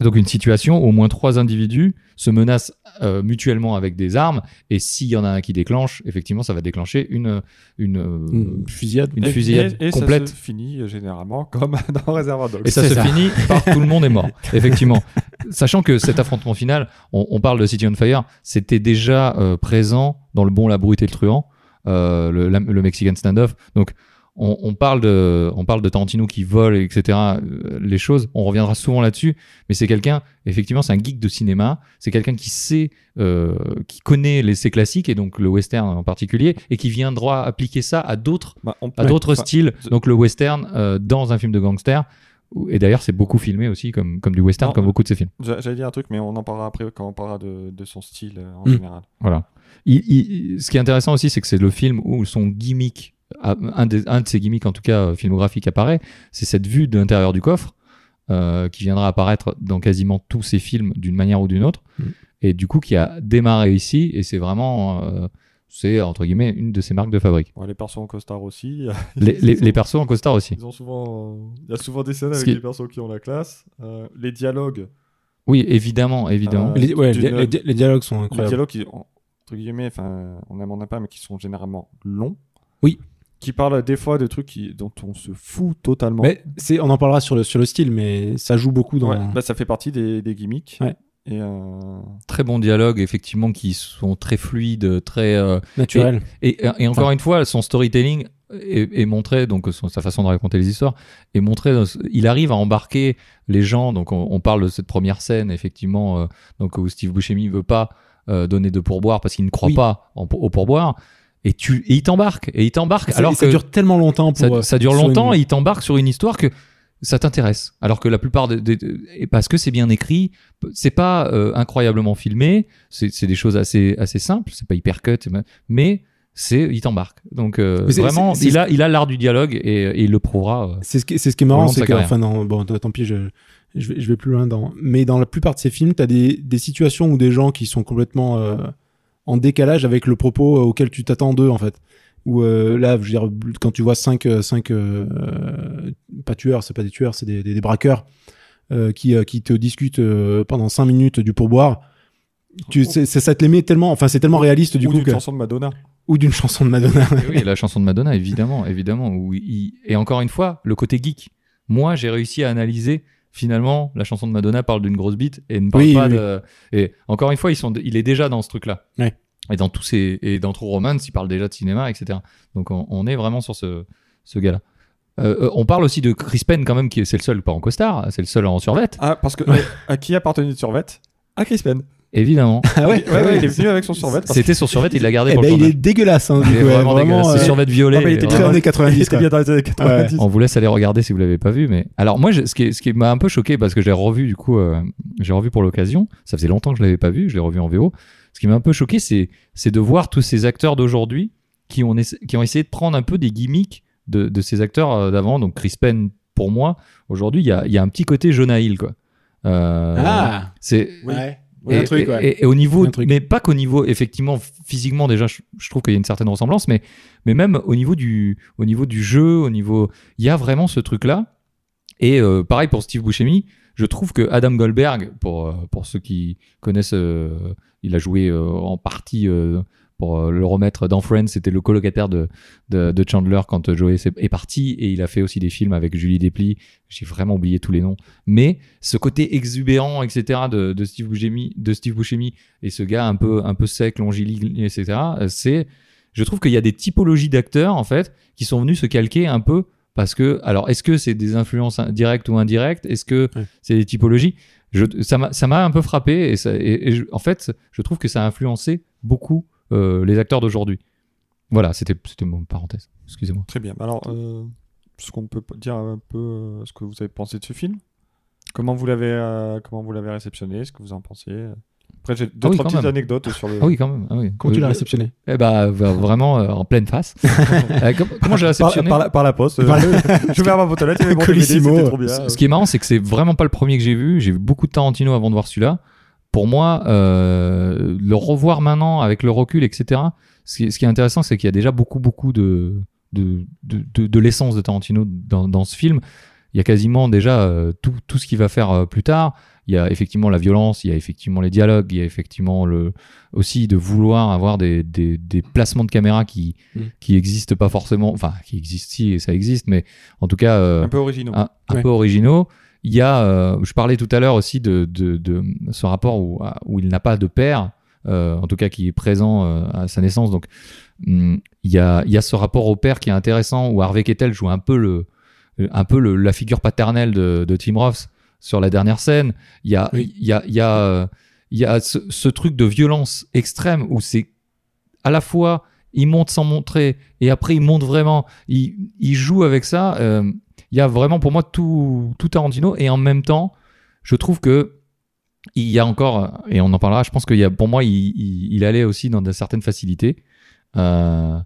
S3: donc une situation où au moins trois individus se menacent euh, mutuellement avec des armes, et s'il y en a un qui déclenche, effectivement, ça va déclencher une, une, euh,
S2: une fusillade.
S3: une
S1: Mm. Et-
S3: fusillade
S1: et, et
S3: complète.
S1: ça se finit euh, généralement comme dans Reservoir Dogs.
S3: Et ça
S2: C'est
S3: se
S2: ça.
S3: finit par tout le monde est mort, effectivement. Sachant que cet affrontement final, on, on parle de City on Fire, c'était déjà euh, présent dans le bon, la brute et le truand, euh, le, la- le Mexican standoff. Donc on, on parle de, on parle de Tarantino qui vole, etc. euh, les choses, on reviendra souvent là-dessus. Mais c'est quelqu'un, effectivement, c'est un geek de cinéma. C'est quelqu'un qui sait, euh, qui connaît l'essai classique et donc le western en particulier, et qui viendra appliquer ça à d'autres
S1: Bah, on peut-
S3: à d'autres
S1: enfin,
S3: styles,
S1: je-
S3: donc le western euh, dans un film de gangster. Ou- Et d'ailleurs, c'est beaucoup filmé aussi comme, comme du western,
S1: Non.
S3: comme beaucoup de ces films.
S1: j'a- J'allais dire un truc, mais on en parlera après quand on parlera de, de son style euh, en
S2: Mm.
S1: général.
S3: Voilà. Il- il- ce qui est intéressant aussi, c'est que c'est le film où son gimmick, ah, un, des- un de ses gimmicks en tout cas euh, filmographique apparaît, c'est cette vue de l'intérieur du coffre euh, qui viendra apparaître dans quasiment tous ses films d'une manière ou d'une autre,
S1: Mm.
S2: Mhm.
S3: et du coup qui a démarré ici, et c'est vraiment, euh, c'est entre guillemets une de ses marques de fabrique.
S1: Bon, les persos en costard aussi.
S3: Les, les, les persos en costard aussi.
S1: Ils ont souvent, euh, il y a souvent des scènes
S3: Ce
S1: avec
S3: qui-
S1: des persos qui ont la classe. Euh, les dialogues,
S3: Oui, évidemment, évidemment.
S1: Euh,
S2: Les, ouais,
S1: d'une-
S2: les- les di- les dialogues sont
S1: les
S2: incroyables.
S1: dialogues qui, en- entre guillemets, enfin, on aime on n'aime pas, mais qui sont généralement longs.
S2: Oui.
S1: Qui parlent des fois de trucs qui, dont on se fout totalement.
S2: Mais c'est, on en parlera sur le, sur le style, mais ça joue beaucoup dans.
S1: Ouais, bah, ça fait partie des, des gimmicks.
S2: Ouais.
S1: Et euh,
S3: très bons dialogues, effectivement, qui sont très fluides, très. euh,
S2: naturel.
S3: et, et encore une fois, son storytelling est, est montré, donc son- sa façon de raconter les histoires, est montré. dans ce- il arrive à embarquer les gens. Donc, on, on parle de cette première scène, effectivement, euh, donc où Steve Buscemi veut pas euh, donner de pourboire parce qu'il ne croit
S2: Oui.
S3: pas en- au pourboire. Et, tu, et il t'embarque. Et il t'embarque.
S2: Alors
S3: Alors
S2: ça
S3: que
S2: dure tellement longtemps pour.
S3: ça,
S2: euh,
S3: ça dure
S2: sur une-
S3: longtemps et il t'embarque sur une histoire que ça t'intéresse. Alors que la plupart des, des- et parce que c'est bien écrit, c'est pas euh, incroyablement filmé, c'est c'est des choses assez assez simples, c'est pas hyper cut, mais- mais c'est il t'embarque. Donc euh,
S2: Mais c'est-
S3: vraiment,
S2: c'est- c'est-
S3: il a il a l'art du dialogue et, et il le prouvera. euh.
S2: C'est ce qui, c'est ce qui est
S3: Au long
S2: marrant,
S3: de
S2: c'est
S3: sa
S2: que,
S3: carrière.
S2: enfin, non, bon, t- tant pis, je, je, vais, je vais plus loin dans. Mais dans la plupart de ces films, t'as des, des situations où des gens qui sont complètement euh, en décalage avec le propos euh, auquel tu t'attends d'eux, en fait. Ou euh, là, je veux dire, quand tu vois cinq, euh, cinq, euh, euh, pas tueurs, c'est pas des tueurs, c'est des, des, des braqueurs euh, qui, euh, qui te discutent euh, pendant cinq minutes du pourboire. Tu, c'est, c'est- ça te les met tellement, enfin, c'est tellement réaliste du
S1: ou
S2: coup
S1: d'une
S2: que,
S1: chanson de Madonna.
S2: ou d'une chanson de Madonna.
S3: Et oui, la chanson de Madonna, évidemment, évidemment. Où il- Et encore une fois, le côté geek. Moi, j'ai réussi à analyser. Finalement, la chanson de Madonna parle d'une grosse bite et ne parle
S2: Oui,
S3: pas
S2: oui,
S3: de. Et encore une fois, ils sont... il est déjà dans ce truc-là.
S2: Ouais.
S3: Et dans tous ces et dans True Romance, il parle déjà de cinéma, etc. Donc on, on est vraiment sur ce, ce gars-là. Euh, euh, on parle aussi de Chris Penn quand même, qui est- c'est le seul pas en costard, c'est le seul en survette.
S1: Ah, parce que à qui appartenait de Survette À Chris Penn.
S3: Évidemment.
S2: Ah ouais.
S1: Ouais, ouais, il est venu avec son survêt. parce que-
S3: C'était son survêt, il l'a gardé
S2: Eh
S3: pour
S2: ben,
S3: le
S2: il est
S3: tournage.
S2: dégueulasse. Hein, du
S3: Il est
S2: coup, ouais,
S3: vraiment dégueulasse.
S2: euh,
S3: C'est survêt violet.
S1: Ah, mais il
S3: il est
S1: était
S2: très
S3: vraiment-
S2: années
S1: Il
S2: 90.
S1: était
S2: quoi.
S1: bien dans les années 90.
S3: On vous laisse aller regarder si vous l'avez pas vu, mais alors moi, je- ce qui, ce qui m'a un peu choqué parce que j'ai revu du coup, euh, j'ai revu pour l'occasion. Ça faisait longtemps que je l'avais pas vu, je l'ai revu en VO. Ce qui m'a un peu choqué, c'est c'est de voir tous ces acteurs d'aujourd'hui qui ont essa- qui ont essayé de prendre un peu des gimmicks de, de ces acteurs euh, d'avant. Donc Chris Penn, pour moi, aujourd'hui, il y a, il y a un petit côté Jonah Hill quoi. Euh,
S2: Ah,
S3: c'est
S1: Oui.
S2: ouais.
S3: et,
S2: un truc,
S3: et-
S2: ouais.
S3: et- et au niveau,
S2: Un truc.
S3: mais pas qu'au niveau, effectivement, physiquement déjà, je, je trouve qu'il y a une certaine ressemblance, mais, mais même au niveau du, au niveau du jeu, au niveau, il y a vraiment ce truc-là. Et euh, pareil pour Steve Buscemi, je trouve que Adam Goldberg, pour, euh, pour ceux qui connaissent, euh, il a joué euh, en partie euh, pour euh, le remettre dans Friends, c'était le colocataire de, de, de Chandler quand euh, Joey s'est- est parti, et il a fait aussi des films avec Julie Desplis. J'ai vraiment oublié tous les noms, mais ce côté exubérant, etc., de, de Steve Buscemi, de Steve Buscemi, et ce gars un peu, un peu sec, longiligne, etc., euh, c'est, je trouve qu'il y a des typologies d'acteurs, en fait, qui sont venus se calquer un peu parce que, alors, est-ce que c'est des influences in- directes ou indirectes? Est-ce que
S2: Ouais.
S3: c'est des typologies? Je, ça m'a ça m'a un peu frappé et, ça- et- et je- en fait, je trouve que ça a influencé beaucoup euh, les acteurs d'aujourd'hui. Voilà, c'était c'était mon parenthèse. Excusez-moi.
S1: Très bien. Alors, euh, ce qu'on peut dire un peu, euh, ce que vous avez pensé de ce film Comment vous l'avez, euh, comment vous l'avez réceptionné Ce que vous en pensez Après, j'ai deux
S3: Ah oui,
S1: trois
S3: quand
S1: petites
S3: même.
S1: anecdotes sur le.
S3: Ah oui, quand même. ah oui.
S2: Comment tu
S3: Euh,
S2: l'as réceptionné
S3: Eh ben, v- vraiment euh, en pleine face. Euh, com- comment j'ai
S1: par,
S3: réceptionné
S1: par la, par la poste.
S2: Par
S1: euh, je vais à ma boîte aux lettres. il y avait mon DVD,
S2: Colissimo.
S1: c'était trop bien.
S3: euh, Ce ce qui est marrant, c'est que c'est vraiment pas le premier que j'ai vu. J'ai vu beaucoup de Tarantino avant de voir celui-là. Pour moi, euh, le revoir maintenant avec le recul, etc. Ce qui, ce qui est intéressant, c'est qu'il y a déjà beaucoup, beaucoup de de, de, de- de l'essence de Tarantino dans, dans ce film. Il y a quasiment déjà euh, tout, tout ce qu'il va faire euh, plus tard. Il y a effectivement la violence, il y a effectivement les dialogues, il y a effectivement le, aussi de vouloir avoir des, des, des placements de caméra qui
S2: Mm.
S3: qui existent pas forcément, enfin qui existent si ça existe, mais en tout cas euh,
S1: un peu originaux.
S3: un, un
S2: Ouais.
S3: peu originaux. Il y a, euh, je parlais tout à l'heure aussi de, de, de ce rapport où, à- où il n'a pas de père, euh, en tout cas qui est présent euh, à sa naissance. Donc hum, il y, a, il y a ce rapport au père qui est intéressant où Harvey Keitel joue un peu le, euh, un peu le- la figure paternelle de, de Tim Roth sur la dernière scène. Il y a,
S2: Oui.
S3: il y a, il y a, euh, il y a ce, ce truc de violence extrême où c'est à la fois il monte sans montrer et après il monte vraiment. Il, il joue avec ça. euh, il y a vraiment pour moi tout, tout Tarantino et en même temps, je trouve que il y a encore et on en parlera. Je pense qu'il y a pour moi il, il- il allait aussi dans de certaines facilités. euh,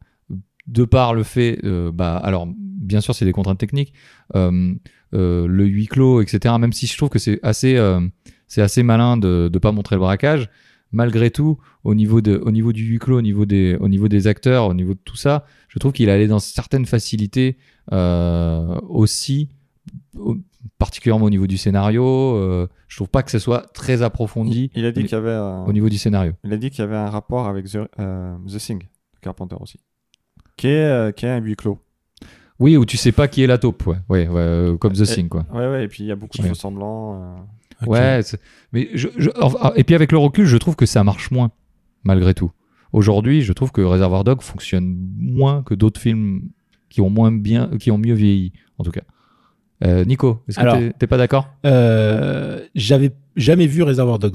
S3: de par le fait, euh, bah, alors bien sûr c'est des contraintes techniques, euh, euh, le huis clos, etc. Même si je trouve que c'est assez, euh, c'est assez malin de ne pas montrer le braquage, malgré tout, au niveau, de, au niveau du huis clos, au niveau, des, au niveau des acteurs, au niveau de tout ça, je trouve qu'il allait dans certaines facilités euh, aussi, au- particulièrement au niveau du scénario. euh, je trouve pas que ce soit très approfondi
S1: Il a dit
S3: mais-
S1: qu'il y avait, un,
S3: au niveau du scénario.
S1: il a dit qu'il y avait un rapport avec The, euh, The Thing, de Carpenter aussi, qui est, euh, qui est un huis clos.
S3: Oui, où tu sais pas qui est la taupe, ouais, ouais, ouais, euh, comme The
S1: Et-
S3: Thing, quoi.
S1: Ouais, ouais. Et puis il y a beaucoup de
S3: Ouais.
S1: faux semblants. euh.
S3: Ouais, c'est- mais je, je- enfin, ah, et puis avec le recul, je trouve que ça marche moins, malgré tout. Aujourd'hui, je trouve que Reservoir Dog fonctionne moins que d'autres films qui ont moins bien, qui ont mieux vieilli, en tout cas. Euh, Nico, est-ce
S2: Alors-
S3: que t'es- t'es pas d'accord
S2: Euh, J'avais jamais vu Reservoir Dogs.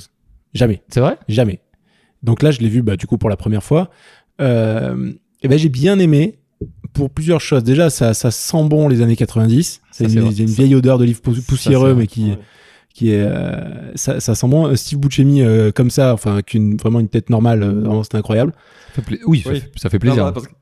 S2: Jamais.
S3: C'est vrai
S2: Jamais. Donc là, je l'ai vu bah, du coup pour la première fois. Euh, et ben, j'ai bien aimé pour plusieurs choses. Déjà, ça, ça sent bon les années 90. C'est
S3: Ça, c'est
S2: une,
S3: vrai.
S2: c'est une
S3: Ça-
S2: vieille odeur de livre pou- poussiéreux,
S3: vrai.
S2: mais qui,
S1: Ouais.
S2: qui est, euh, ça, ça sent bon. Euh, Steve Buscemi euh, comme ça, enfin, avec une, vraiment une tête normale, euh, vraiment, c'était incroyable.
S3: Ça fait pla- Oui, ça,
S1: Oui.
S3: fait- ça fait
S1: Non,
S3: plaisir.
S1: non, parce que-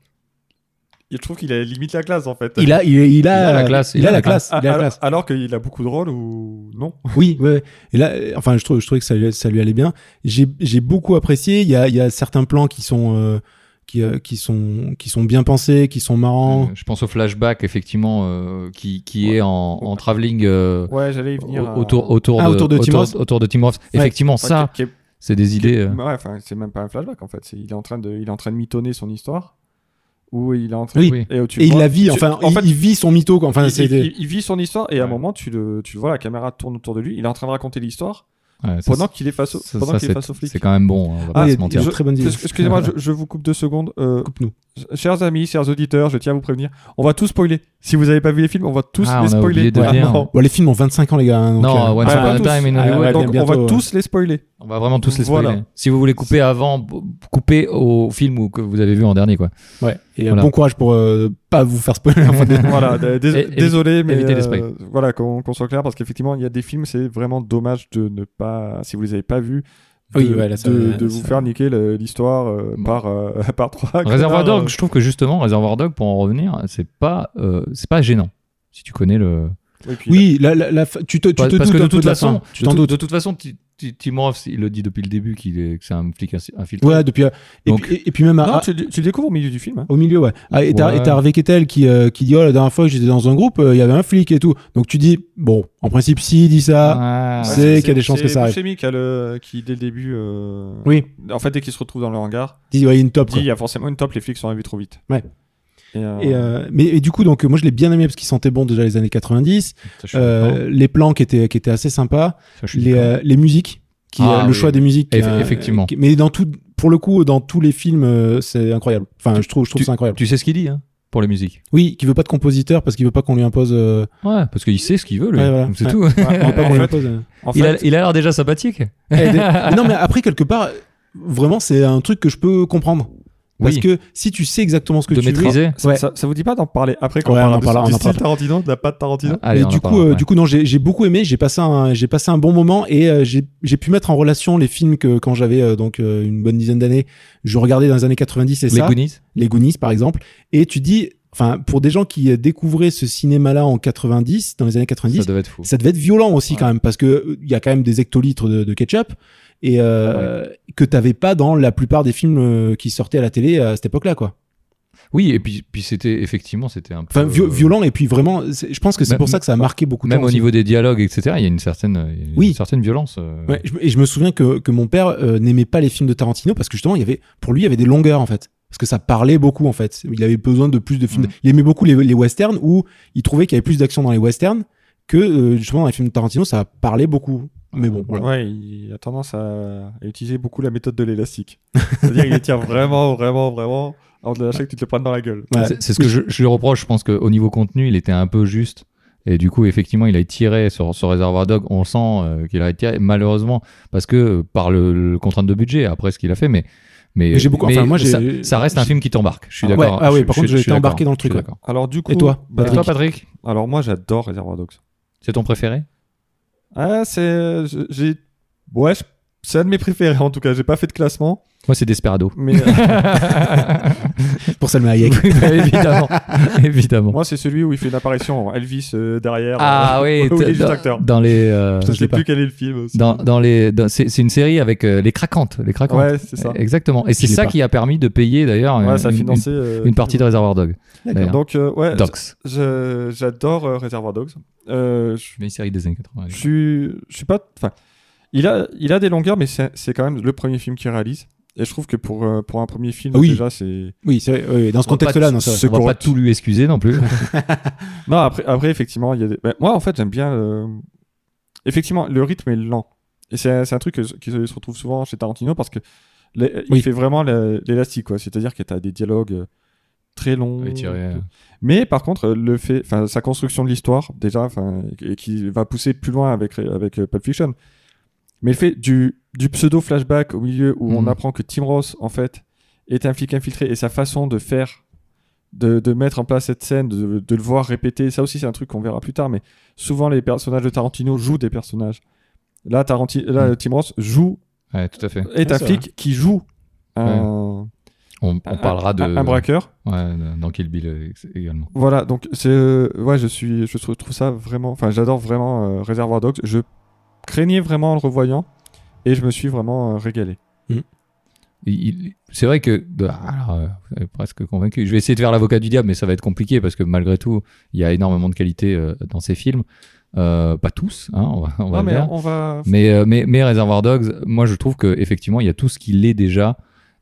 S1: Je trouve qu'il a limite la classe en fait.
S2: Il a, il, il a,
S3: Il a la classe,
S2: Il a la classe.
S1: Ah,
S2: Il a la
S1: alors-
S2: classe.
S1: Alors qu'il a beaucoup de rôles ou non
S2: Oui, ouais, ouais. Et là, euh, enfin, je trouve, je trouvais que ça lui, ça lui allait bien. J'ai, j'ai beaucoup apprécié. Il y a, il y a certains plans qui sont, euh, qui, euh, qui sont, qui sont bien pensés, qui sont marrants.
S3: Euh, je pense au flashback, effectivement, euh, qui, qui est en, en travelling euh,
S1: Ouais, j'allais y
S3: au-
S1: venir. euh,
S3: autour, autour,
S2: Ah,
S3: de,
S2: autour de Tim Roth.
S3: autour de Tim Roth.
S2: Ouais.
S3: Effectivement,
S1: enfin,
S3: ça,
S1: qui est- qui est-
S3: c'est des idées. euh,
S1: Ouais, enfin, c'est même pas un flashback en fait. C'est- il est en train de, il est en train de mitonner son histoire. Ou il est en train.
S2: Oui.
S1: Et, où tu
S2: Et
S1: le
S2: il
S1: vois-
S2: la vit,
S1: tu-
S2: enfin,
S1: en
S2: il,
S1: fait,
S2: il vit son mytho, quoi. Enfin,
S1: il-
S2: c'est
S1: il,
S2: des-
S1: il- il vit son histoire et à un
S3: Ouais.
S1: moment tu le, tu le vois, la caméra tourne autour de lui. Il est en train de raconter l'histoire
S3: ouais, ça,
S1: pendant qu'il est face au,
S3: ça-
S1: pendant
S3: ça,
S1: qu'il est
S3: c'est-
S1: face au flic.
S3: c'est quand même bon, hein, on va
S2: Ah,
S3: pas
S2: il
S3: se
S2: y a- il y
S3: mentir.
S2: a une très bonne idée.
S1: Ex- Excusez-moi, je, je vous coupe deux secondes. Euh,
S2: Coupe-nous.
S1: chers amis, chers auditeurs, je tiens à vous prévenir, on va tout spoiler. Si vous avez pas vu les films, on va tous
S3: Ah, on
S1: les
S3: a oublié
S1: spoiler.
S3: de
S1: Ouais,
S3: dire.
S1: non.
S2: Bon, les films ont 25 ans, les gars. hein, donc,
S3: non,
S2: euh,
S3: Once
S1: ah,
S3: Upon a
S1: pas tous.
S3: Time in
S2: Ah,
S3: Hollywood.
S2: ouais,
S1: Donc,
S2: bien
S1: on va
S2: bientôt,
S1: tous les spoiler.
S3: On va vraiment tous les spoiler.
S1: Voilà.
S3: Si vous voulez couper avant, b- coupez au film ou que vous avez vu en dernier, quoi.
S2: ouais. Et euh,
S3: Voilà.
S2: bon courage pour euh, pas vous faire spoiler. en fait.
S1: voilà, d- dés-
S3: Et- évi-
S1: désolé, mais
S3: éviter
S1: euh,
S3: l'esprit.
S1: voilà, qu'on qu'on soit clair, parce qu'effectivement, il y a des films, c'est vraiment dommage de ne pas, si vous les avez pas vus, de,
S2: Oui, ouais, là, ça-
S1: de-
S2: là,
S1: de vous
S2: ça-
S1: faire niquer le- l'histoire euh,
S3: Bon.
S1: par euh, par trois.
S3: Réservoir
S1: connards,
S3: Dog, je trouve que justement, Réservoir Dog, pour en revenir, c'est pas, euh, c'est pas gênant. Si tu connais le.
S1: euh, et puis-
S2: Oui, la, la- la fa- tu te, tu
S3: Parce
S2: te
S3: parce
S2: doutes
S3: que de
S2: un peu
S3: toute
S2: de la
S3: façon,
S2: fin.
S3: de
S2: Tu t'en
S3: tout-
S2: doutes.
S3: de toute façon, Ti- Ti- Tim Roth, il le dit depuis le début qu'il est, que c'est un flic insi- infiltré.
S2: Ouais, depuis. euh, et,
S3: Donc-
S2: puis, et- et puis même à-
S1: Non,
S2: à-
S1: tu, le- tu le découvres au milieu du film. hein.
S2: au milieu, ouais. Ah, et t'as
S3: Ouais.
S2: et t'as Harvey Kettel qui, euh, qui dit Oh, la dernière fois que j'étais dans un groupe, euh, il y avait un flic et tout. Donc tu dis Bon, en principe, si, il dit ça.
S3: Ah.
S2: c'est- qu'il y a des chances que ça arrive.
S1: C'est Buscemi qui, a le- qui, dès le début, euh,
S2: Oui,
S1: en fait, dès qu'il se retrouve dans le hangar,
S2: il dit Ouais, il y a une top.
S1: dit
S2: quoi.
S1: il y a forcément une top, les flics sont arrivés trop vite.
S2: Ouais.
S1: Et, euh,
S2: Et, euh, mais et du coup, donc, euh, moi je l'ai bien aimé parce qu'il sentait bon déjà les années 90.
S3: Ça, je suis
S2: Euh,
S3: d'accord.
S2: les plans qui étaient, qui étaient assez sympas.
S3: Ça, je suis
S2: Les,
S3: d'accord.
S2: euh, les musiques, qui,
S3: Ah,
S2: euh, le
S3: oui,
S2: choix
S3: oui.
S2: des musiques. qui,
S3: Eff-
S2: euh,
S3: effectivement.
S2: qui- mais dans tout, pour le coup, dans tous les films, euh, c'est incroyable. Enfin, je trouve, je trouve ça incroyable.
S3: Tu sais ce qu'il dit, hein, pour les musiques.
S2: Oui, qui veut pas de compositeur parce qu'il veut pas qu'on lui impose. euh,
S3: Ouais, parce qu'il sait ce qu'il veut, lui.
S2: Ouais, voilà.
S3: Donc, C'est
S2: Ouais.
S3: tout.
S1: ouais,
S2: on veut pas
S1: en
S2: qu'on lui
S1: fait-
S2: impose, euh.
S1: en
S3: Il a
S1: fait,
S3: il a l'air déjà sympathique.
S2: Eh, des- Mais non, mais après quelque part, vraiment, c'est un truc que je peux comprendre parce
S3: Oui.
S2: que si tu sais exactement ce que
S3: de
S2: tu veux.
S3: maîtriser.
S1: ça-
S2: ouais.
S1: ça, ça vous dit pas d'en parler après quand
S2: Ouais, on en
S1: on
S2: parlera,
S1: parle
S2: on
S1: de- du
S2: en
S1: style
S2: parlera.
S1: Tarantino, de la patte Tarantino
S3: Allez,
S2: mais
S3: on en
S2: du coup,
S3: parlera
S2: euh,
S3: après.
S2: du coup, non, j'ai j'ai beaucoup aimé. J'ai passé un, j'ai passé un bon moment et euh, j'ai j'ai pu mettre en relation les films que quand j'avais euh, donc euh, une bonne dizaine d'années, je regardais dans les années 90 et
S3: les
S2: ça,
S3: Goonies.
S2: les Goonies par exemple. Et tu dis, enfin, pour des gens qui euh, découvraient ce cinéma-là en 90, dans les années 90,
S3: Ça devait être fou.
S2: ça devait être violent aussi
S3: Ouais.
S2: quand même parce que euh, il y a quand même des hectolitres de, de ketchup et euh, que t'avais pas dans la plupart des films euh, qui sortaient à la télé à cette époque-là quoi.
S3: Oui, et puis, puis c'était effectivement, c'était un peu.
S2: Enfin vi-
S3: euh,
S2: violent et puis vraiment c'est- je pense que c'est
S3: même-
S2: pour ça que ça a marqué beaucoup de
S3: Même
S2: gens
S3: au
S2: aussi.
S3: niveau des dialogues, etc., il y a une certaine, il y a
S2: Oui.
S3: une certaine violence. euh.
S2: Ouais, je me- et je me souviens que, que mon père euh, n'aimait pas les films de Tarantino parce que justement il y avait pour lui il y avait des longueurs en fait parce que ça parlait beaucoup en fait. Il avait besoin de plus de films.
S3: Mhm.
S2: Il aimait beaucoup les, les westerns où il trouvait qu'il y avait plus d'action dans les westerns que euh, justement dans les films de Tarantino ça parlait beaucoup. Mais bon voilà.
S1: Ouais, il a tendance à, à utiliser beaucoup la méthode de l'élastique. C'est-à-dire il les tire vraiment, vraiment, vraiment, avant de lâcher que tu te le prennes dans la gueule.
S2: Ouais.
S3: C'est c'est ce que je, je lui reproche. Je pense qu'au niveau contenu, il était un peu juste. Et du coup, effectivement, il a tiré sur, sur Reservoir Dog. On sent euh, qu'il a tiré, malheureusement, parce que euh, par le, le contrainte de budget, après ce qu'il a fait, mais. Mais,
S2: Mais j'ai beaucoup- enfin, moi, j'ai-
S3: ça, ça reste un film qui t'embarque, je suis
S2: Ah,
S3: d'accord.
S2: ouais, ah oui,
S3: Je-
S2: par
S3: je-
S2: contre,
S3: je
S2: j'ai
S3: suis
S2: été embarqué
S3: d'accord,
S2: dans le truc,
S3: je suis d'accord.
S1: Alors du coup,
S2: Et toi,
S1: bah,
S3: Et toi, Patrick,
S1: Alors moi j'adore Reservoir Dogs.
S3: c'est ton préféré
S1: Ah c'est je- j'ai ouais je- c'est un de mes préférés en tout cas. J'ai pas fait de classement,
S3: Moi, c'est Desperado.
S1: mais euh,
S2: Pour Salma Hayek.
S3: évidemment, évidemment.
S1: moi c'est celui où il fait une apparition en Elvis euh, derrière.
S3: Ah
S1: euh,
S3: oui,
S1: où
S3: t-
S1: il est juste
S3: dans-
S1: acteur.
S3: Dans les, euh,
S1: Je
S2: je l'ai
S1: sais
S2: pas.
S1: plus quel est le film. aussi.
S3: dans, dans les, dans- c'est c'est une série avec euh, les craquantes, les craquantes.
S1: Ouais c'est ça.
S3: Exactement. Et c'est
S2: Je l'ai
S3: ça
S2: pas.
S3: qui a permis de payer d'ailleurs
S1: Ouais,
S3: une,
S1: ça a
S3: une-
S1: financé euh,
S3: une- une partie de Reservoir Dog.
S2: D'accord.
S3: D'ailleurs.
S1: Donc euh, ouais,
S3: Dogs.
S1: je- j'adore euh, Reservoir Dogs. Euh, je-
S3: Mais une série des années 80.
S1: Je suis, je suis pas. Enfin, il a, il a des longueurs, mais c'est c'est quand même le premier film qu'il réalise. Et je trouve que pour, euh, pour un premier film,
S2: Ah oui.
S1: déjà, c'est.
S2: Oui, c'est vrai, oui, dans ce
S3: On va pas
S2: contexte-là,
S3: t-
S2: non, ça. va.
S1: se-
S3: On va pas
S1: correct.
S3: tout lui excuser non plus.
S1: Non, après, après effectivement, il y a des- ben, moi, en fait, j'aime bien. euh, Effectivement, le rythme est lent. Et c'est c'est un truc que- qui se retrouve souvent chez Tarantino parce que les-
S2: Oui.
S1: il fait vraiment le- l'élastique, quoi. C'est-à-dire que t'as des dialogues euh, très longs.
S2: euh,
S3: euh,
S1: Mais par contre, euh, le fait, enfin, sa construction de l'histoire, déjà, enfin, et qui va pousser plus loin avec, avec euh, Pulp Fiction. Mais le fait du, du pseudo flashback au milieu où on
S3: Mhm.
S1: apprend que Tim Ross, en fait, est un flic infiltré et sa façon de faire, de, de mettre en place cette scène, de, de le voir répéter, ça aussi, c'est un truc qu'on verra plus tard. Mais souvent, les personnages de Tarantino jouent des personnages. Là, Tarantino, là
S3: Mhm.
S1: Tim Ross joue,
S3: Ouais, tout à fait.
S1: est
S2: Ouais,
S1: un
S2: c'est
S1: flic qui joue un,
S3: On, on parlera de.
S1: un- un braqueur.
S3: Ouais, de- dans Kill Bill euh, ex- également.
S1: Voilà, donc c'est euh, ouais, je suis je trou- trouve ça vraiment enfin j'adore vraiment euh, Reservoir Dogs, je craignais vraiment en le revoyant et je me suis vraiment euh, régalé.
S3: Il- il- C'est vrai que. de- alors, euh, vous avez presque convaincu. Je vais essayer de faire l'avocat du diable, mais ça va être compliqué parce que malgré tout, il y a énormément de qualité euh, dans ces films. Euh, pas tous, hein, on va, on va
S1: Non
S3: le
S1: mais
S3: dire.
S1: on va
S3: Mais, euh, mais, mais Reservoir Dogs, moi je trouve que effectivement il y a tout ce qu'il est déjà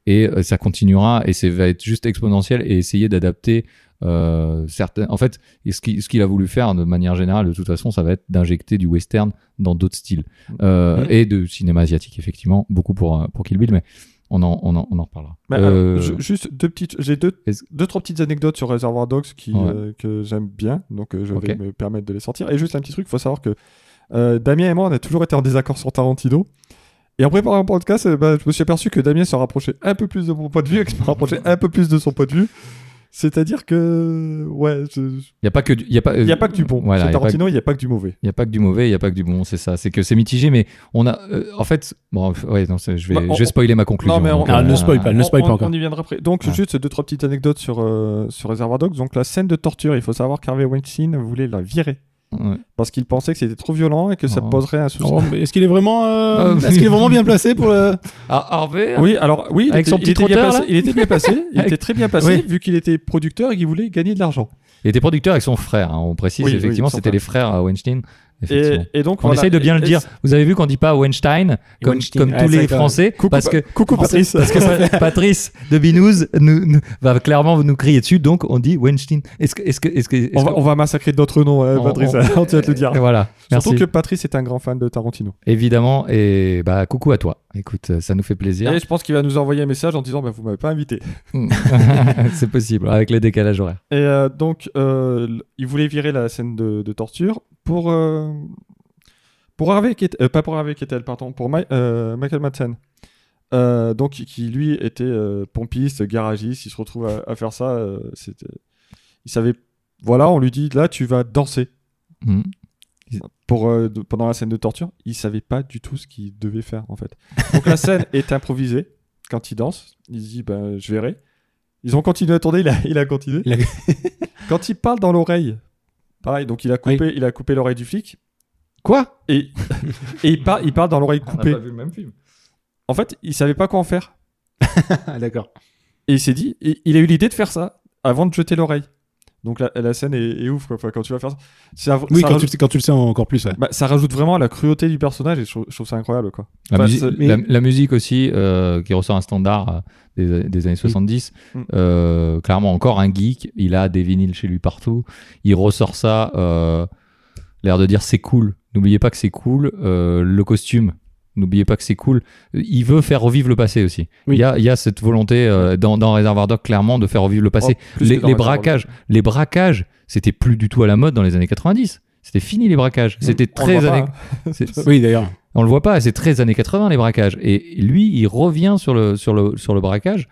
S3: et euh, ça continuera et ça va être juste exponentiel et essayer d'adapter euh, certains. En fait, et ce qu'il ce qu'il a voulu faire de manière générale, de toute façon, ça va être d'injecter du western dans d'autres styles Euh,
S2: Mhm.
S1: Mm-hmm.
S3: et de cinéma asiatique effectivement, beaucoup pour euh, pour Kill Bill, mais On en, on en, on en reparlera.
S1: Mais
S3: Euh,
S1: Bah, alors, ju- juste deux petites, j'ai deux,
S3: est-ce-
S1: deux trois petites anecdotes sur Reservoir Dogs qui,
S3: Ouais.
S1: euh, que j'aime bien, donc euh, je vais
S3: Ok.
S1: me permettre de les sortir. Et juste un petit truc, il faut savoir que euh, Damien et moi, on a toujours été en désaccord sur Tarantino. Et en préparant le podcast, euh, bah, je me suis aperçu que Damien se rapprochait un peu plus de mon point de vue et que je me rapprochais un peu plus de son point de vue. C'est-à dire que, ouais, je-
S3: Il n'y a pas que du, il y a pas,
S1: il n'y a pas que du bon.
S3: Voilà, il
S1: Chez
S3: y a pas
S1: Tarantino, Euh, il n'y a pas que du mauvais.
S3: Il n'y a pas que du mauvais, il n'y a pas que du bon, c'est ça. C'est que c'est mitigé, mais on a. euh, en fait, bon, f- ouais, non, c'est- je, vais,
S1: Bah, on-
S3: je vais spoiler ma conclusion.
S1: Non, mais on-
S3: donc, euh,
S1: Ah, ne
S2: spoil pas. Ah, ne
S1: On-
S2: spoil
S1: on-
S2: encore.
S1: On y viendra après. Donc,
S3: Ah.
S1: juste deux, trois petites anecdotes sur, euh, sur Reservoir Dogs. Donc, la scène de torture, il faut savoir qu'Harvey Weinstein voulait la virer.
S3: Ouais.
S1: parce qu'il pensait que c'était trop violent et que ça
S3: Oh.
S1: poserait un souci.
S2: Oh, mais Est-ce qu'il est vraiment, euh,
S3: Ah, oui.
S2: est-ce qu'il est vraiment bien placé pour le...
S3: Ah, Harvey
S1: Oui, alors oui, il
S3: Avec
S1: était-
S3: son
S1: il
S3: petit
S1: était bien
S3: trotteur,
S1: placé,
S3: là
S1: il était bien placé, il
S3: Avec-
S1: était très bien placé
S2: Oui.
S1: vu qu'il était producteur et qu'il voulait gagner de l'argent.
S3: Il était producteur avec son frère, hein, on précise,
S1: Oui, oui,
S3: effectivement,
S1: ils sont
S3: c'était les frères euh, Weinstein.
S1: Et,
S3: Effectivement.
S1: et donc
S3: on
S1: voilà.
S3: essaye de bien
S1: Et-
S3: le
S1: et-
S3: dire. Vous avez vu qu'on dit pas Weinstein, comme,
S2: Weinstein.
S3: comme
S2: Ah,
S3: tous
S2: ça,
S3: les
S2: quand même.
S3: Français,
S1: Coucou,
S3: parce
S1: Pa-
S3: que
S1: coucou
S3: parce-
S1: Patrice.
S3: Parce que Pa- Patrice de Binous nous, nous- va clairement nous crier dessus, donc on dit Weinstein. Est-ce que, est-ce que, est-ce que, est-ce
S1: on va,
S3: que-
S1: on va massacrer d'autres noms, hein,
S3: on-
S1: Patrice.
S3: on-
S1: On, tu vas te le dire.
S3: Et Voilà. Merci.
S1: Surtout que Patrice est un grand fan de Tarantino.
S3: Évidemment, et bah coucou à toi. Écoute, euh, ça nous fait plaisir.
S1: Et je pense qu'il va nous envoyer un message en disant bah, Vous m'avez pas invité.
S3: c'est possible, avec le décalage horaire.
S1: Et euh, donc, euh, l- il voulait virer la scène de, de torture pour. euh, pour Harvey Keitel- euh, pas pour Harvey Keitel, pardon, pour Mi- euh, Michael Madsen. Euh, donc, qui lui était euh, pompiste, garagiste, il se retrouve à, à faire ça. euh, c'était- il savait. Voilà, on lui dit là, tu vas danser
S3: Mm.
S1: pour, euh, de- pendant la scène de torture. Il savait pas du tout ce qu'il devait faire, en fait. Donc, la scène est improvisée quand il danse. Il se dit, ben, je verrai. Ils ont continué à tourner, il a, il a continué.
S2: Il a-
S1: Quand il parle dans l'oreille, pareil, donc il a coupé, il a coupé l'oreille du flic
S3: Quoi
S1: et, et il, par- il parle dans l'oreille coupée.
S2: bah.
S3: vu le même film.
S1: En fait, il savait pas quoi en faire
S2: Ah, D'accord.
S1: et il s'est dit, et il a eu l'idée de faire ça avant de jeter l'oreille. Donc la, la scène est, est ouf quoi. Enfin, quand tu vas faire ça. ça
S2: Oui,
S1: ça,
S2: quand tu,
S1: rajoute,
S2: le sais- quand tu le sais encore plus. ouais.
S1: bah, ça rajoute vraiment à la cruauté du personnage et je trouve, je trouve ça incroyable quoi.
S3: La,
S1: Enfin,
S3: musi-
S1: c'est-
S3: la- la musique aussi, euh, qui ressort un standard euh, des, des années 70.
S1: Mm.
S3: Euh, clairement, encore un geek. Il a des vinyles chez lui partout. Il ressort ça. euh, L'air de dire c'est cool. N'oubliez pas que c'est cool. Euh, le costume. N'oubliez pas que c'est cool. Il veut faire revivre le passé aussi.
S2: Oui.
S3: Il, y a, il y a cette volonté euh, dans, dans Reservoir Dogs, clairement, de faire revivre le passé.
S1: Oh, plus
S3: les,
S1: que dans
S3: les
S1: Reservoir
S3: braquages, les braquages, c'était plus du tout à la mode dans les années 90. C'était fini les braquages. C'était
S1: Mm. On le
S3: très
S1: voit pas,
S3: années.
S1: hein.
S3: c'est-
S2: Oui, d'ailleurs.
S3: on le voit pas, c'est très années 80 les braquages. Et lui, il revient sur le, sur le, sur le braquage.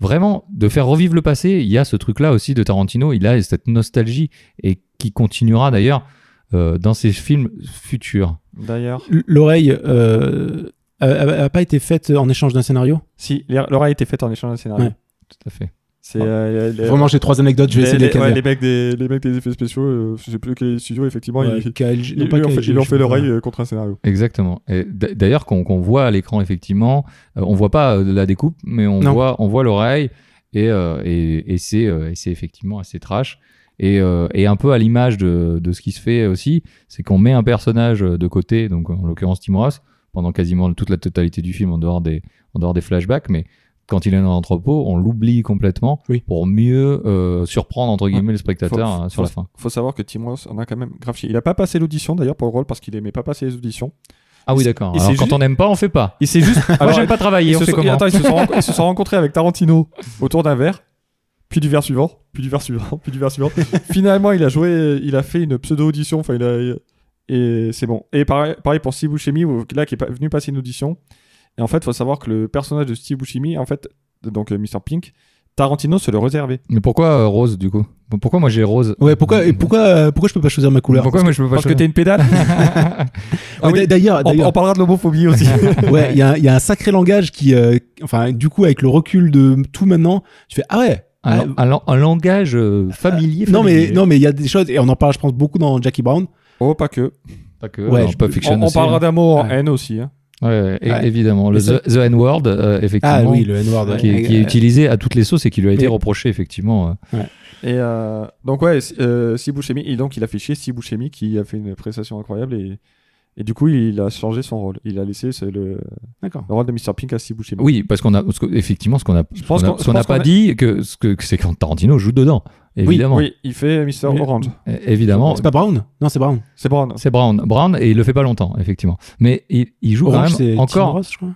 S3: Vraiment, de faire revivre le passé, il y a ce truc-là aussi de Tarantino, il a cette nostalgie et qui continuera d'ailleurs euh, dans ses films futurs.
S1: D'ailleurs,
S2: L'oreille euh, a, a- a pas été faite en échange d'un scénario.
S1: si l'er- l'oreille était faite en échange d'un scénario.
S2: Ouais.
S3: Tout à fait.
S1: C'est euh, les-
S2: Vraiment, j'ai trois anecdotes. Je vais
S1: les,
S2: essayer de les
S1: les- ouais,
S2: caser.
S1: les mecs des les mecs des effets spéciaux, euh, je sais plus quel studio effectivement.
S2: Ouais,
S1: ils-
S2: KLG, non,
S1: Ils
S2: pas
S1: lui ont fait,
S2: KLG,
S1: ils lui ont
S2: je
S1: fait
S2: sais pas.
S1: l'oreille euh, contre un scénario.
S3: Exactement. Et d- d'ailleurs, qu'on qu'on voit à l'écran, effectivement, euh, on voit pas euh, la découpe, mais on
S2: Non.
S3: voit, on voit l'oreille et, euh, et, et c'est euh, et c'est effectivement assez trash. Et, euh, et un peu à l'image de, de ce qui se fait aussi, c'est qu'on met un personnage euh, de côté, donc en l'occurrence Tim Ross, pendant quasiment toute la totalité du film, en dehors des, en dehors des flashbacks, mais quand il est dans l'entrepôt, on l'oublie complètement
S2: Oui.
S3: pour mieux euh, surprendre, entre guillemets, le spectateur
S1: Faut-
S3: hein, sur la
S1: faut-
S3: fin.
S1: Faut savoir que Tim Ross en a quand même grave chier. Il a pas passé l'audition d'ailleurs pour le rôle parce qu'il aimait pas passer les auditions.
S3: Ah oui,
S1: c'est-
S3: d'accord.
S1: et c'est
S3: Alors quand
S1: juste-
S3: on n'aime pas, on fait pas.
S1: Il s'est juste.
S3: Moi,
S1: Alors,
S3: j'aime pas travailler,
S1: ils,
S3: on
S1: se
S3: fait
S1: sont...
S3: comment hein.
S1: attends, ils se sont renco- ils se sont rencontrés avec Tarantino autour d'un verre, puis du verre suivant, puis du verre suivant, puis du verre suivant. Finalement, il a joué, il a fait une pseudo audition. Enfin, il a et c'est bon. Et pareil, pareil pour Steve Buscemi, où- là qui est pas- venu passer une audition. Et en fait, faut savoir que le personnage de Steve Buscemi, en fait, donc euh, Mr Pink, Tarantino se le réservait.
S3: Mais pourquoi euh, rose du coup Pourquoi moi j'ai rose
S2: Ouais, pourquoi, et pourquoi, euh, pourquoi je peux pas choisir ma couleur
S3: Pourquoi moi je peux pas
S1: Parce que t'es une pédale. Ah
S2: Ouais,
S1: oui.
S2: d'a- D'ailleurs,
S1: on,
S2: d'ailleurs,
S1: on parlera de l'homophobie aussi.
S2: ouais, il y a, un- il y a un sacré langage qui, euh, enfin, du coup, avec le recul de tout maintenant, tu fais ah ouais.
S3: un, un lan- un langage euh, familier,
S2: Non mais
S3: familier.
S2: non mais il y a des choses et on en parle je pense beaucoup dans Jackie Brown.
S1: oh, pas que.
S3: Pas que,
S2: Ouais,
S3: dans
S2: je-
S3: Pulp Fiction
S1: On, on
S3: aussi,
S1: parlera
S3: hein.
S1: d'un mot en
S2: Ouais.
S1: haine aussi. hein.
S3: Ouais, é-
S2: Ouais.
S3: évidemment. Le
S2: Mais ça-
S3: the, the N-word, euh,
S2: Ah
S3: effectivement,
S2: oui le N word.
S3: qui, est, qui est utilisé à toutes les sauces et qui lui a été
S2: Oui.
S3: reproché, effectivement. euh.
S1: Et euh, donc ouais, c- euh, Sibouchemi, et donc il a fait chier Sibouchemi qui a fait une prestation incroyable et, et du coup il a changé son rôle. Il a laissé ce- le,
S2: D'accord.
S1: le rôle de Mr Pink à Sibouchemi.
S3: Oui, parce qu'on a, parce que, effectivement, ce qu'on a, ce
S1: pense
S3: qu'on a-
S1: qu'on-
S3: ce
S1: je
S3: qu'on n'a
S1: pense
S3: pas
S1: qu'on a-
S3: dit, que, ce que, que c'est quand Tarantino joue dedans, évidemment.
S1: Oui, il fait Mr
S2: Oui.
S1: Orange.
S3: É- Évidemment.
S2: C'est pas Brown Non c'est Brown.
S1: C'est Brown.
S3: C'est Brown. Brown, et il le fait pas longtemps, effectivement. Mais il, il joue
S2: Orange
S3: quand même
S2: c'est
S3: encore. Ah,
S2: Tim Ross je crois.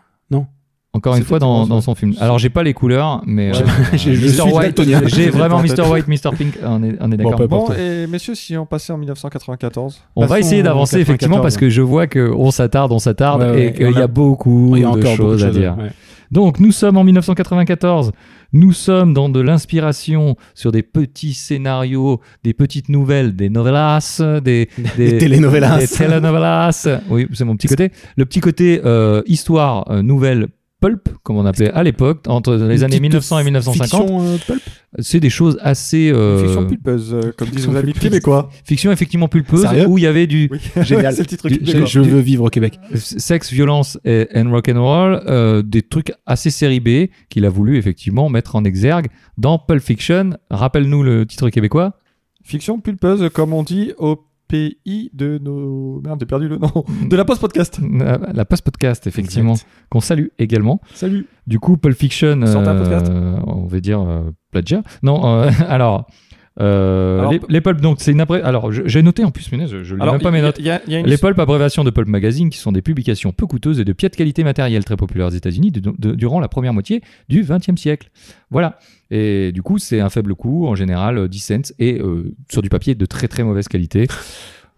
S3: Encore une
S2: C'était
S3: fois dans,
S2: Terrence,
S3: dans
S2: ouais.
S3: son film. Alors j'ai pas les couleurs, mais
S2: Ouais, j'ai- je
S3: Mr.
S2: suis
S3: White,
S2: daltonien.
S3: j'ai
S2: J'ai
S3: vraiment
S2: pas en
S3: Mr.
S2: tête.
S3: White, Mr. Pink. On est, on est
S2: Bon,
S3: d'accord.
S2: peu
S1: Bon,
S2: importe.
S1: et messieurs, si on passait en 1994
S3: on va
S2: Passons
S3: essayer
S2: au
S3: d'avancer
S2: 94.
S3: effectivement parce que je vois que on s'attarde, on s'attarde
S2: Ouais, ouais,
S3: et
S2: et
S3: qu'il
S2: on
S3: y a
S2: a-
S3: beaucoup
S2: Il y
S3: de
S2: a encore beaucoup
S3: choses
S2: de
S3: à dire.
S2: ouais.
S3: Donc nous sommes en 1994, nous sommes dans de l'inspiration sur des petits scénarios, des petites nouvelles, des novelas, des, des,
S2: Des telenovelas.
S3: des telenovelas. Oui, c'est mon petit côté. Le petit côté euh, histoire euh, nouvelle pulp, comme on appelait à l'époque, entre les
S2: Une
S3: années
S2: petite
S3: 1900 et 1950.
S2: Fiction, euh, pulp
S3: C'est des choses assez... euh,
S1: Fiction pulpeuse, euh, comme disent
S2: Fiction
S1: nos amis
S2: pulpeuse. québécois.
S3: fiction effectivement pulpeuse,
S2: Sérieux
S3: où il y avait du...
S1: Oui,
S2: Génial.
S1: c'est le titre
S2: Je-
S1: québécois.
S2: Je veux vivre au Québec.
S3: sexe, violence et, and rock and roll, euh, des trucs assez série B qu'il a voulu effectivement mettre en exergue dans Pulp Fiction. Rappelle-nous le titre québécois.
S1: Fiction pulpeuse, comme on dit au pays de nos. Merde, j'ai perdu le nom. De la post-podcast.
S3: La, la Post Podcast effectivement
S2: Exact.
S3: qu'on salue également.
S1: Salut.
S3: Du coup, Pulp Fiction,
S1: Sortez un
S3: euh,
S1: podcast.
S3: on va dire euh, plagiat. Non, euh, alors. euh,
S1: Alors,
S3: les, les pulps, donc c'est une après. Alors je- j'ai noté en plus, mais je, je lis même pas mes
S1: il y a-
S3: notes.
S1: il y a- il y a une-
S3: Les pulps, abréviation de Pulp Magazine, qui sont des publications peu coûteuses et de piètre qualité matérielle très populaires aux États-Unis du- de- durant la première moitié du XXe siècle. Voilà. Et du coup, c'est un faible coût, en général euh, 10 cents, et euh, sur du papier de très très mauvaise qualité.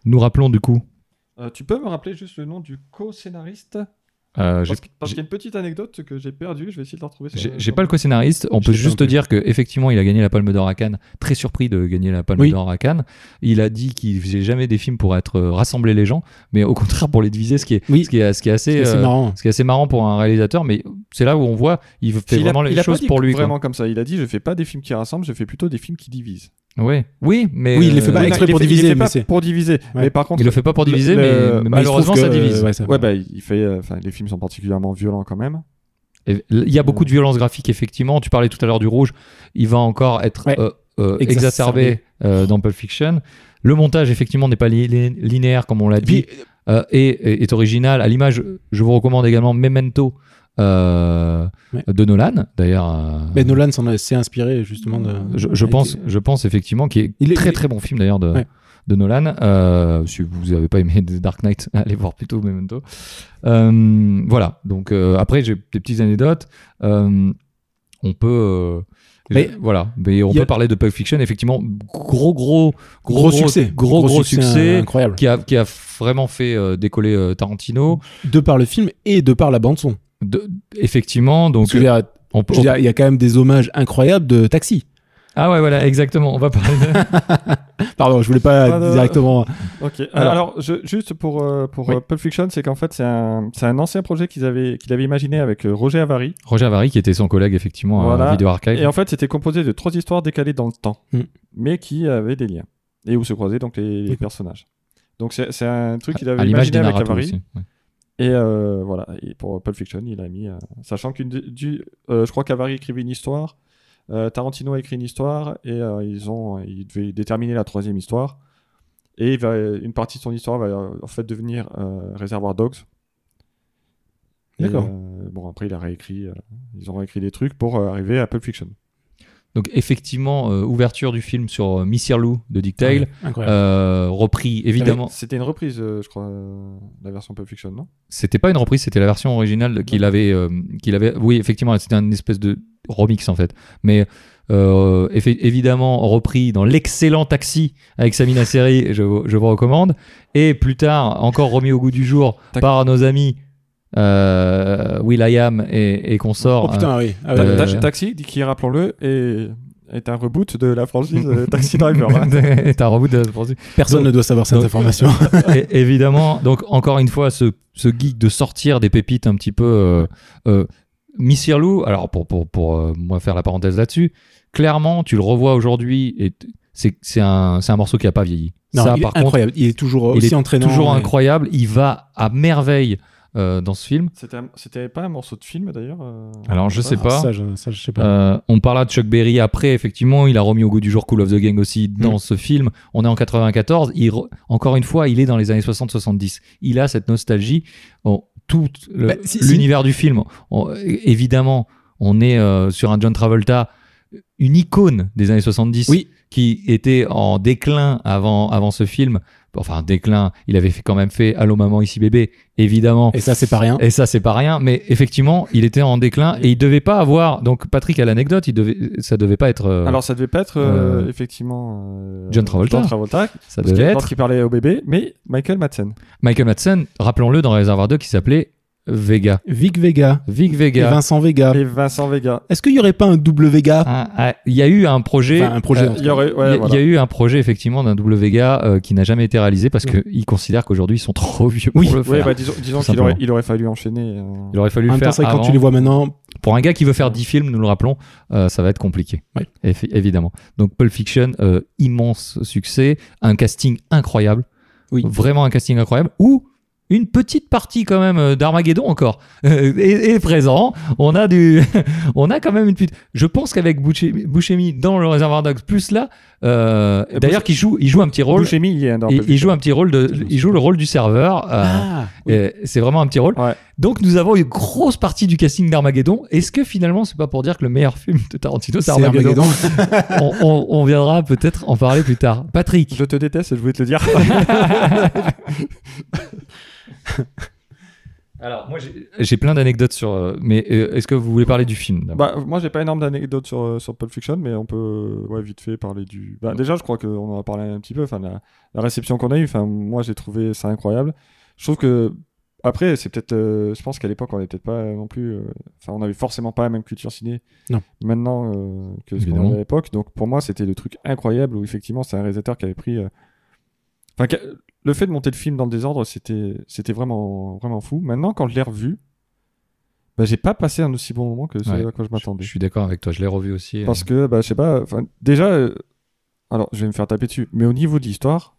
S3: Nous rappelons du coup.
S1: Euh, tu peux me rappeler juste le nom du co-scénariste
S3: euh, j'ai-
S1: Parce, parce qu'il y a une petite anecdote que j'ai perdue, je vais essayer de la retrouver. sur-
S3: j'ai j'ai
S1: sur-
S3: pas le co-scénariste, on
S2: Je
S3: peut
S2: l'ai pas
S3: juste
S2: non plus.
S3: dire que effectivement il a gagné la Palme d'Or à Cannes, très surpris de gagner la Palme
S2: Oui.
S3: d'Or à Cannes. Il a dit qu'il faisait jamais des films pour être euh, rassembler les gens, mais au contraire pour les diviser, ce qui est,
S2: Oui.
S3: ce qui est, ce qui est assez
S2: C'est
S3: euh,
S2: marrant.
S3: Ce qui est assez marrant pour un réalisateur, mais c'est là où on voit, il fait
S1: Il a-
S3: vraiment les
S1: il a pas
S3: choses
S1: dit
S3: pour lui. quoi.
S1: Vraiment comme ça. Il a dit je fais pas des films qui rassemblent, je fais plutôt des films qui divisent.
S3: Ouais. Oui, mais.
S2: Oui, il les fait
S3: euh,
S2: pas
S1: Oui, non,
S2: exprès
S1: il les
S2: pour
S1: fait- il les
S2: diviser,
S1: fait
S2: mais
S1: pas
S2: c'est-
S1: pour diviser.
S2: Ouais.
S1: Mais par contre,
S3: Il le fait pas pour
S1: Le-
S3: diviser,
S1: le-
S3: mais-
S1: bah, il se
S3: mais,
S1: trouve
S3: malheureusement,
S2: que,
S3: ça divise.
S2: euh, ouais, ça-
S1: ouais, bah, il fait. euh, Enfin, les films sont particulièrement violents quand même.
S3: Et Il y a beaucoup de violence graphique, effectivement. Tu parlais tout à l'heure du rouge. Il va encore être
S2: Ouais.
S3: euh, euh,
S2: Exacerbé.
S3: exacerbé euh, dans Pulp Fiction. Le montage, effectivement, n'est pas li- li- linéaire, comme on l'a
S2: Et puis,
S3: dit, euh, et, et est original. À l'image, je vous recommande également Memento euh,
S2: Ouais.
S3: de Nolan. D'ailleurs, euh,
S2: mais Ben Nolan s'en s'est inspiré justement de.
S3: je, je
S2: avec-
S3: pense, je pense effectivement qu'il est,
S2: Mmh. Il est-
S3: très
S2: il est-
S3: très bon film d'ailleurs de,
S2: Ouais.
S3: de Nolan. Euh, si vous n'avez pas aimé The Dark Knight, allez voir plutôt Memento. Euh, voilà. Donc euh, après j'ai des petites anecdotes. Euh, on peut. euh,
S2: Mais-
S3: je- voilà. Mais on
S2: il y a-
S3: peut parler de Pulp Fiction. Effectivement, gros gros
S2: Gros, succès.
S3: gros gros, succès.
S2: euh, Incroyable.
S3: qui a, qui a vraiment fait euh, décoller euh, Tarantino.
S2: De par le film et de par la bande-son.
S3: De- effectivement, donc
S2: Parce que je veux dire,
S3: on peut-
S2: je veux dire, il y a quand même des hommages incroyables de Taxi.
S3: ah ouais voilà exactement. On va parler. de-
S2: Pardon, je voulais
S3: Ah,
S2: pas
S1: Pas de-
S2: directement.
S1: Ok. euh, Alors,
S2: Alors-
S1: je- juste pour, euh, pour
S3: Oui.
S1: euh, Pulp Fiction, c'est qu'en fait, c'est un, c'est un ancien projet qu'ils avaient, qu'il avait imaginé avec euh, Roger Avary.
S3: Roger Avary qui était son collègue effectivement à
S1: Voilà.
S3: Video Archive.
S1: Et en fait, c'était composé de trois histoires décalées dans le temps,
S2: Hmm.
S1: mais qui avaient des liens et où se croisaient donc les, les
S2: Oui.
S1: personnages. Donc, c'est c'est un truc qu'il
S3: à
S1: avait
S3: l'image
S1: imaginé
S3: des
S1: avec
S3: narrateurs
S1: Avary.
S3: aussi. ouais.
S1: Et euh, voilà, et pour Pulp Fiction, il a mis. euh, sachant qu'une de- du. euh, je crois qu'Avary écrivait une histoire, euh, Tarantino a écrit une histoire, et euh, ils ont, ils devaient déterminer la troisième histoire. Et il va, une partie de son histoire va euh, en fait devenir euh, Reservoir Dogs. Et,
S2: D'accord.
S1: euh, bon, après, il a réécrit. euh, ils ont réécrit des trucs pour euh, arriver à Pulp Fiction.
S3: Donc effectivement, euh, ouverture du film sur euh, Miss Lou de Dick Dale,
S2: Incroyable.
S3: euh, repris évidemment.
S1: C'était une reprise, euh, je crois, euh, la version Pulp Fiction, non
S3: C'était pas une reprise, c'était la version originale qu'il avait, euh, qu'il avait. Oui, effectivement, c'était une espèce de remix en fait. Mais euh, effe- évidemment repris dans l'excellent Taxi avec Samina Seri, je, vous- je vous recommande. Et plus tard, encore remis au goût du jour
S1: Tac.
S3: par nos amis euh, Will I Am et, et consorts.
S2: Oh putain, ah oui. Ah ouais,
S3: t'as-
S2: ouais.
S3: t'as-
S1: Ta- Taxi, qui rappelons-le, est, est un reboot de la franchise euh, Taxi Driver. hein.
S3: Euh, T'as un reboot de-
S2: Personne
S3: donc-
S2: ne doit savoir cette
S3: donc-
S2: information.
S3: Et- évidemment. Donc, encore une fois, ce, ce geek de sortir des pépites un petit peu. Euh, euh, Miss Irlou, alors pour, pour, pour euh, moi faire la parenthèse là-dessus, clairement, tu le revois aujourd'hui et t- c'est c'est un, c'est un morceau qui a pas vieilli.
S2: Non,
S3: Ça,
S2: il est
S3: par contre,
S2: incroyable. il est toujours
S3: il est
S2: aussi entraînant.
S3: toujours
S2: ouais.
S3: incroyable. Il va à merveille euh, dans ce film.
S1: C'était un- C'était pas un morceau de film d'ailleurs euh,
S3: Alors, je
S1: ouais.
S3: sais pas.
S2: Ah, Ça, je, ça, je sais pas.
S3: Euh, on parla de Chuck Berry après, effectivement, il a remis au goût du jour Cool of the Gang aussi dans
S2: Mm.
S3: ce film. On est en 94, il re- encore une fois, il est dans les années 60-70. Il a cette nostalgie, en tout le-
S2: Bah, si- si-
S3: l'univers du film. On- évidemment, on est euh, sur un John Travolta une icône des années 70
S2: Oui.
S3: qui était en déclin avant, avant ce film. Enfin, déclin, il avait fait, quand même fait Allô maman, ici bébé, évidemment.
S2: Et ça, c'est pas rien.
S3: Et ça, c'est pas rien. Mais effectivement, il était en déclin et il devait pas avoir. Donc, Patrick a l'anecdote. Il devait, ça devait pas être. euh,
S1: Alors ça devait pas être euh,
S3: euh,
S1: effectivement euh,
S3: John Travolta.
S1: John Travolta
S3: ça
S1: parce
S3: devait
S1: que-
S3: être
S1: parce qu'il parlait au bébé, mais Michael Madsen.
S3: Michael Madsen. Rappelons-le dans Réservoir 2 qui s'appelait Vega,
S2: Vic Vega
S3: Vic
S2: et
S3: Vega.
S2: Vincent Vega.
S3: Ah.
S1: Et Vincent Vega.
S2: Est-ce qu'il y aurait pas un double Vega
S3: Un- un- Ah, Il y a eu un projet.
S2: Enfin, un projet, en tout
S1: Il y aurait, ouais,
S3: Il y a- il
S1: voilà.
S3: y a eu un projet effectivement d'un double Vega euh, qui n'a jamais été réalisé parce qu'ils considèrent qu'aujourd'hui ils sont trop vieux pour
S2: Oui.
S3: le
S1: Ouais,
S3: faire.
S1: bah, disons, disons
S3: Tout
S1: qu'il aurait,
S3: simplement.
S1: il aurait fallu enchaîner. euh,
S3: Il aurait fallu
S2: En
S3: le
S2: même temps,
S3: faire
S2: c'est vrai que quand
S3: avant.
S2: tu les vois maintenant,
S3: Pour un gars qui veut faire 10 films, nous le rappelons, euh, ça va être compliqué.
S2: Oui.
S3: Effi- évidemment. Donc Pulp Fiction, euh, immense succès, un casting incroyable.
S2: Oui.
S3: Vraiment un casting incroyable. Ou une petite partie quand même euh, d'Armageddon encore euh, est, est présent. On a du, on a quand même une petite. Je pense qu'avec Buscemi- Buscemi dans le Réservoir Dogs plus là, euh,
S1: Et
S3: d'ailleurs qui joue, il joue un petit rôle.
S1: Buscemi, il y a dans
S3: Il,
S1: Pulp
S3: il
S1: Fiction.
S3: joue un petit rôle de, il joue le rôle du serveur. euh,
S2: Ah.
S3: et C'est vraiment un petit rôle.
S1: Ouais.
S3: Donc nous avons une grosse partie du casting d'Armageddon. Est-ce que finalement c'est pas pour dire que le meilleur film de Tarantino c'est
S2: c'est
S3: Armageddon,
S2: Armageddon.
S3: on, on- on viendra peut-être en parler plus tard. Patrick,
S1: Je te déteste, je voulais te le dire.
S3: alors moi j'ai plein d'anecdotes sur, euh, mais euh, est-ce que vous voulez parler du film d'abord
S1: bah, moi, j'ai pas énorme d'anecdotes sur, euh, sur Pulp Fiction, mais on peut euh, ouais, vite fait parler du. Bah, déjà, je crois qu'on en a parlé un petit peu. Enfin, la, la réception qu'on a eue, enfin, moi, j'ai trouvé ça incroyable. Je trouve que. Après, c'est peut-être. euh, je pense qu'à l'époque, on n'avait peut-être pas euh, non plus. euh, Enfin, on n'avait forcément pas la même culture ciné
S2: Non.
S1: maintenant euh, que ce qu'on
S3: Évidemment.
S1: avait à l'époque. Donc, pour moi, c'était le truc incroyable où, effectivement, c'est un réalisateur qui avait pris. euh, Enfin, qu'a- le fait de monter le film dans le désordre, c'était c'était vraiment, vraiment fou. Maintenant, quand je l'ai revu, bah, j'ai pas passé un aussi bon moment que celui
S3: Ouais.
S1: à quoi je
S3: je,
S1: m'attendais.
S3: suis d'accord avec toi, je l'ai revu aussi.
S1: bah, Parce que, bah, je sais pas, enfin, déjà, euh, alors je vais me faire taper dessus, mais au niveau de l'histoire,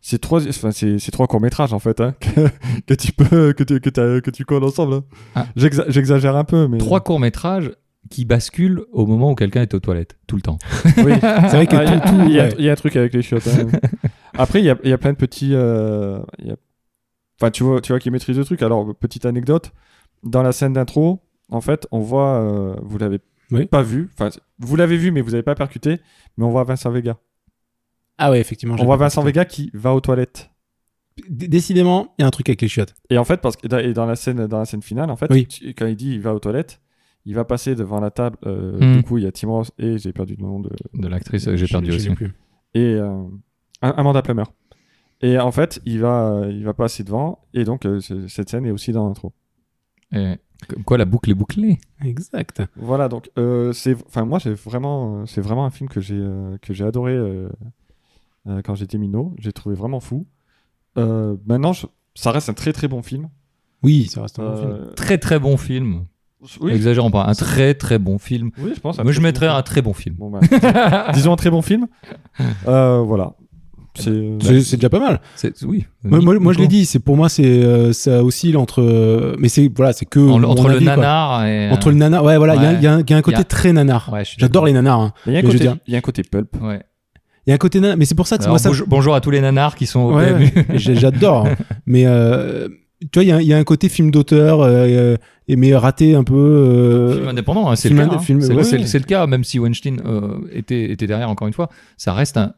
S1: c'est trois, enfin, c'est c'est trois courts-métrages en fait, hein, que, que tu peux, que tu, que t'as- que tu colles ensemble. hein.
S3: Ah.
S1: J'exa- J'exagère un peu, mais.
S3: Euh, Trois courts métrages qui basculent au moment où quelqu'un est aux toilettes tout le temps.
S1: Oui.
S2: C'est vrai que
S1: Ah, il y a-
S2: tout, tout-
S1: il y a-
S2: ouais.
S1: il y a un truc avec les chiottes. hein. Après, il y a, il y a plein de petits. euh, il y a- Enfin, tu vois, tu vois qui maîtrise le truc. Alors, petite anecdote. Dans la scène d'intro, en fait, on voit. euh, vous l'avez
S2: Oui.
S1: pas vu. Enfin, vous l'avez vu, mais vous n'avez pas percuté. Mais on voit Vincent Vega.
S2: Ah ouais, effectivement. j'ai
S1: On voit
S2: pas
S1: Vincent
S2: compris.
S1: Vega qui va aux toilettes.
S2: D- Décidément, il y a un truc avec les chiottes.
S1: Et en fait, parce que et dans- et dans la scène, dans la scène finale, en fait,
S2: Oui.
S1: tu- quand il dit il va aux toilettes, il va passer devant la table. euh,
S3: Mm.
S1: Du coup, il y a Tim Ross et j'ai perdu le nom de,
S3: De l'actrice, euh, j'ai
S2: Je-
S3: perdu
S2: je
S3: aussi.
S2: l'ai plus.
S1: et euh, Amanda Plummer. Et en fait, il va, euh, il va passer devant, et donc euh, ce- cette scène est aussi dans l'intro.
S3: Et comme quoi la boucle est bouclée.
S2: Exact.
S1: Voilà, donc euh, c'est, enfin moi j'ai vraiment, euh, c'est vraiment un film que j'ai, euh, que j'ai adoré euh, euh, quand j'étais minot. J'ai trouvé vraiment fou. Euh, maintenant, je- ça reste un très très bon film.
S2: Oui, ça reste un bon film.
S1: Euh,
S3: Très très bon film.
S1: oui,
S3: Exagérons pas, un très très bon film.
S1: oui, je pense. un
S3: Moi
S1: très
S3: je
S1: bon
S3: mettrais
S1: film.
S3: un très bon film.
S1: Bon, bah, disons un très bon film. Euh, voilà. C'est, euh,
S2: C'est- C'est déjà pas mal.
S3: C'est- Oui.
S2: Moi, moi, moi, je l'ai
S3: Nico.
S2: dit, c'est pour moi, c'est euh, ça oscille entre. euh, mais c'est voilà, c'est que
S3: En-
S2: mon
S3: entre le
S2: avis, quoi.
S3: nanar et.
S2: Entre le nanar, ouais, voilà, il y a-
S3: Euh, Ouais.
S2: il y, a un- il y a un côté
S3: Il y a-
S2: très nanar.
S3: Ouais, je suis
S2: J'adore les nanars. hein.
S1: Il y, a un
S2: Mais je veux
S1: côté-
S2: dire-
S1: il y a un côté pulp.
S3: d'accord. Ouais.
S2: Il y a un côté nanar, mais c'est pour ça que
S3: Alors,
S2: moi ça.
S3: bonjour, bonjour à tous les nanars qui sont au
S2: Ouais,
S3: PMU.
S2: ouais. J'ai- J'adore. hein. mais euh, tu vois, il y a un- il y, a un côté film d'auteur, euh, et- mais raté un peu. euh,
S3: Film indépendant, hein, c'est le
S2: film
S3: cas.
S2: indé-
S3: hein.
S2: film-
S3: C'est
S2: ouais,
S3: c'est-
S2: ouais.
S3: c'est le cas, même si Weinstein euh, était, était derrière, encore une fois. Ça reste un.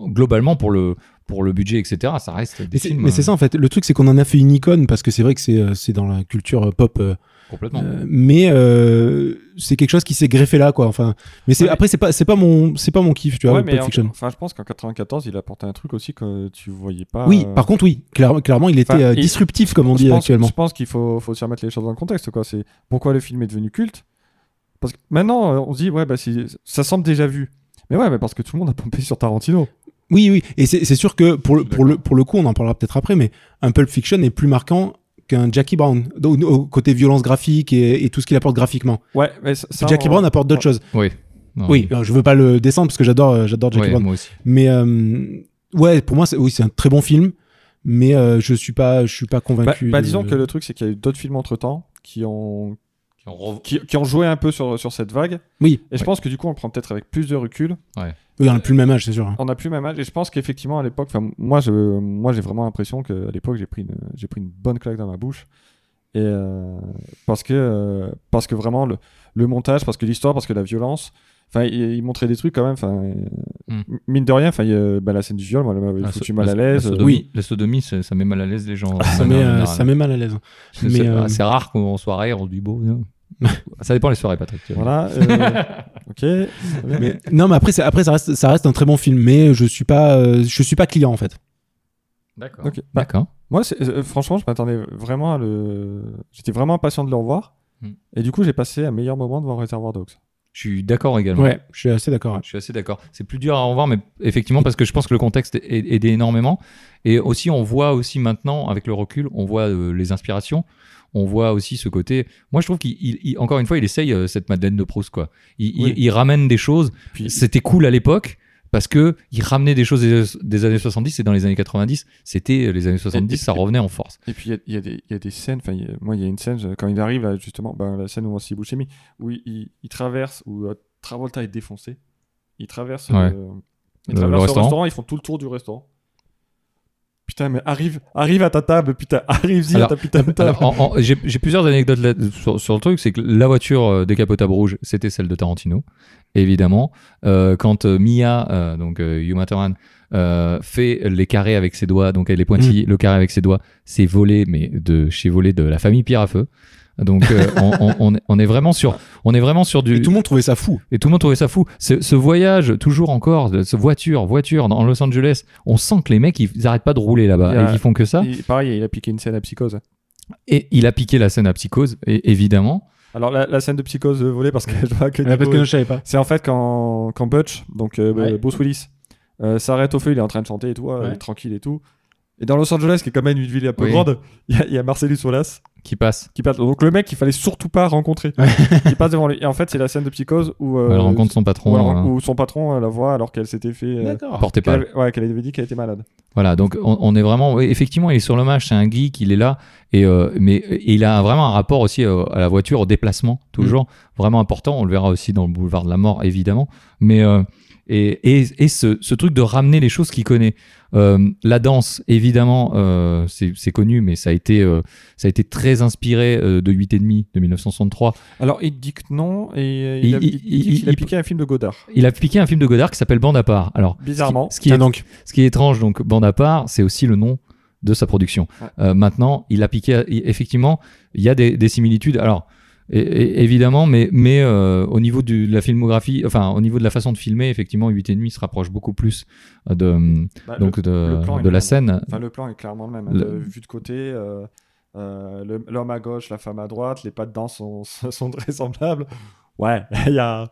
S3: Globalement, pour le, pour le budget, etc., ça reste des
S2: mais c'est-
S3: films.
S2: mais c'est
S3: euh,
S2: ça en fait. Le truc, c'est qu'on en a fait une icône parce que c'est vrai que c'est euh, c'est dans la culture euh, pop. euh,
S3: Complètement.
S2: Euh, mais euh, c'est quelque chose qui s'est greffé là quoi enfin mais c'est
S1: Ouais, mais-
S2: après c'est pas c'est pas mon c'est pas mon kiff tu vois
S1: Ouais,
S2: Pulp
S1: en-
S2: Fiction
S1: enfin, je pense qu'en 94, il a apporté un truc aussi que tu voyais pas.
S2: oui
S1: euh,
S2: par contre oui clairement clairement il était
S1: enfin,
S2: euh,
S1: il-
S2: disruptif comme on
S1: je
S2: dit
S1: pense-
S2: actuellement
S1: Je pense qu'il faut, faut se remettre les choses dans le contexte. Quoi. C'est pourquoi le film est devenu culte. Parce que maintenant, euh, on se dit, ouais, bah, c'est- ça semble déjà vu. Mais ouais, mais parce que tout le monde a pompé sur Tarantino.
S2: oui oui et c'est c'est sûr que pour le
S3: Je suis
S2: pour le pour le coup on en parlera peut-être après mais un Pulp Fiction est plus marquant qu'un Jackie Brown donc, au côté violence graphique et, et tout ce qu'il apporte graphiquement
S1: Ouais, mais ça, ça,
S2: Jackie
S1: on- Bah,
S2: Brown apporte d'autres
S1: ouais.
S2: choses
S3: Oui. Non,
S2: oui euh, je veux pas le descendre parce que j'adore euh, j'adore Jackie
S3: ouais,
S2: Brown
S3: moi aussi.
S2: mais euh, ouais pour moi c'est oui c'est un très bon film mais euh, je suis pas je suis pas
S1: Bah,
S2: convaincu
S1: bah,
S2: de-
S1: disons que le truc, c'est qu'il y a eu d'autres films entre temps qui ont,
S3: On rev-
S1: qui, qui ont joué un peu sur, sur cette vague.
S2: oui
S1: Et je
S3: Ouais.
S1: pense que du coup, on prend peut-être avec plus de recul.
S2: oui on a plus le même âge c'est sûr hein.
S1: On n'a plus le même âge. Et je pense qu'effectivement, à l'époque, enfin, moi, je, moi, j'ai vraiment l'impression qu'à l'époque, j'ai pris, une, j'ai pris une bonne claque dans ma bouche. Et euh, parce que, euh, parce que vraiment le, le montage, parce que l'histoire, parce que la violence, Enfin, il, il montrait des trucs quand même. Enfin,
S3: Hmm.
S1: euh, mine de rien, enfin, il y a- bah, la scène du viol, moi, elle m'avait
S3: La
S1: foutu
S3: so-
S1: mal
S3: la-
S1: à l'aise. euh,
S3: La sodomie, la sodomie, ça, ça met mal à l'aise les gens.
S2: Ça
S3: de
S2: met,
S3: manière
S2: euh,
S3: générale.
S2: ça met mal à l'aise.
S3: C'est-
S2: mais,
S3: c'est-
S2: euh,
S3: C'est rare qu'en soirée, on se dit beau. non ça dépend les soirées, Patrick. tu vois.
S1: Voilà. euh, ok. Très bien.
S2: Mais- non, mais après, c'est- après ça, reste, ça reste un très bon film, mais je suis pas, euh, je suis pas client en fait.
S3: D'accord.
S1: Ok. Bah,
S3: D'accord.
S1: Moi, c'est- euh, franchement, je m'attendais vraiment à le. J'étais vraiment impatient de le revoir.
S3: Hmm.
S1: Et du coup, j'ai passé un meilleur moment devant Reservoir Dogs.
S3: Je suis d'accord également.
S2: Ouais, je suis assez d'accord. ouais.
S3: Je suis assez d'accord. C'est plus dur à revoir, mais effectivement, parce que je pense que le contexte est- est- aidait énormément. Et aussi, on voit aussi maintenant, avec le recul, on voit euh, les inspirations. On voit aussi ce côté. Moi, je trouve qu'il, il- il- encore une fois, il essaye euh, cette Madeleine de Proust, quoi. Il, il-
S1: Oui.
S3: il ramène des choses.
S1: Puis-
S3: C'était cool à l'époque. Parce que il ramenait des choses des, des années 70 et dans les années 90, c'était euh, les années 70, ça revenait en force.
S1: Et puis il y a- il y, a des- il y a des scènes, enfin il y a- moi il y a une scène, je- quand il arrive là, justement, ben, la scène où on s'y Buscemi, où il, il- il traverse, où euh, Travolta est défoncé, il traverse,
S3: Ouais.
S1: le, il
S3: Le-
S1: traverse
S3: le
S1: le
S3: restaurant.
S1: restaurant, ils font tout le tour du restaurant. Putain, mais arrive, arrive à ta table, putain, arrive-y à
S3: Alors,
S1: ta putain de table.
S3: Alors, en- en- J'ai j'ai plusieurs anecdotes là- sur, sur le truc. C'est que la voiture euh, décapotable rouge, c'était celle de Tarantino, évidemment. Euh, quand euh, Mia, euh, donc euh, Uma Thurman, euh, fait les carrés avec ses doigts, donc elle les pointille,
S1: Mm.
S3: le carré avec ses doigts, c'est volé, mais de chez volé de la famille Pierre à feu. Donc euh, on, on- on est- on est vraiment sur, on est vraiment sur du.
S2: Et tout le monde trouvait ça fou.
S3: Et tout le monde trouvait ça fou. Ce, ce voyage, toujours encore, ce voiture, voiture dans Los Angeles, on sent que les mecs, ils arrêtent pas de rouler
S1: Il y a-
S3: là-bas et qu'ils font que ça.
S1: Et pareil, il a piqué une scène à Psychose.
S3: Et il a piqué la scène à psychose, et, évidemment.
S1: Alors la, la scène de Psychose euh, volée parce que je vois que Nico-
S2: parce que je savais pas.
S1: C'est en fait quand, quand Butch, donc euh,
S2: Ouais.
S1: Bruce Willis, euh, s'arrête au feu, il est en train de chanter et tout, euh,
S2: Ouais.
S1: tranquille et tout. Et dans Los Angeles, qui est quand même une ville un peu
S3: Oui.
S1: grande, il y a- il y, a Marcellus Wallace
S3: qui passe.
S1: qui passe. Donc le mec qu'il fallait surtout pas rencontrer, qui passe devant lui. Et en fait, c'est la scène de Psychose où, euh,
S3: elle rencontre son patron.
S1: où, elle-
S3: voilà.
S1: où son patron euh, la voit alors qu'elle s'était fait. euh,
S2: D'accord.
S3: Portez pas.
S1: qu'elle- ouais, qu'elle avait dit qu'elle était malade.
S3: Voilà, donc on, on est vraiment. oui, Effectivement, il est sur le match, c'est un geek, il est là. Et, euh, mais et il a vraiment un rapport aussi euh, à la voiture, au déplacement,
S1: Mm.
S3: toujours. Vraiment important. On le verra aussi dans le boulevard de la mort, évidemment. Mais. euh, et, et, et ce, ce truc de ramener les choses qu'il connaît. Euh, la danse, évidemment, euh, c'est c'est connu, mais ça a été, euh, ça a été très inspiré euh, de 8 et demi de 1963.
S1: Alors il dit que non et euh, il,
S3: Il-
S1: a, il- il dit
S3: il-
S1: qu'il a
S3: il-
S1: piqué un film de Godard.
S3: Il a piqué un film de Godard qui s'appelle Bande à part. Alors,
S1: Bizarrement.
S3: ce qui
S2: Tiens
S3: est
S2: Ah, donc.
S3: Ce qui est étrange, donc, bande à part, c'est aussi le nom de sa production.
S1: Ouais.
S3: Euh, maintenant, il a piqué, il- effectivement, il y a des, des similitudes. Alors, é- é- évidemment, mais, mais euh, au niveau du- de la filmographie, enfin, au niveau de la façon de filmer, effectivement, 8,5 se rapproche beaucoup plus euh, de,
S1: Bah, le-
S3: donc, de,
S1: le plan est
S3: de la
S1: même.
S3: scène.
S1: Enfin, le plan est clairement le même. hein,
S3: Le-
S1: de- vu de côté, euh, euh, le- l'homme à gauche, la femme à droite, les pas dedans sont, sont très semblables. Ouais, il y a.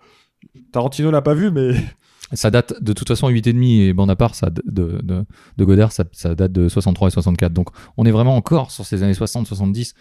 S1: Tarantino l'a pas vu, mais.
S3: Ça date, de toute façon, 8,5 et bande à part, ça, d- de, de, de Godard, ça, ça date de 63 et 64. Donc, on est vraiment encore sur ces années 60, 70.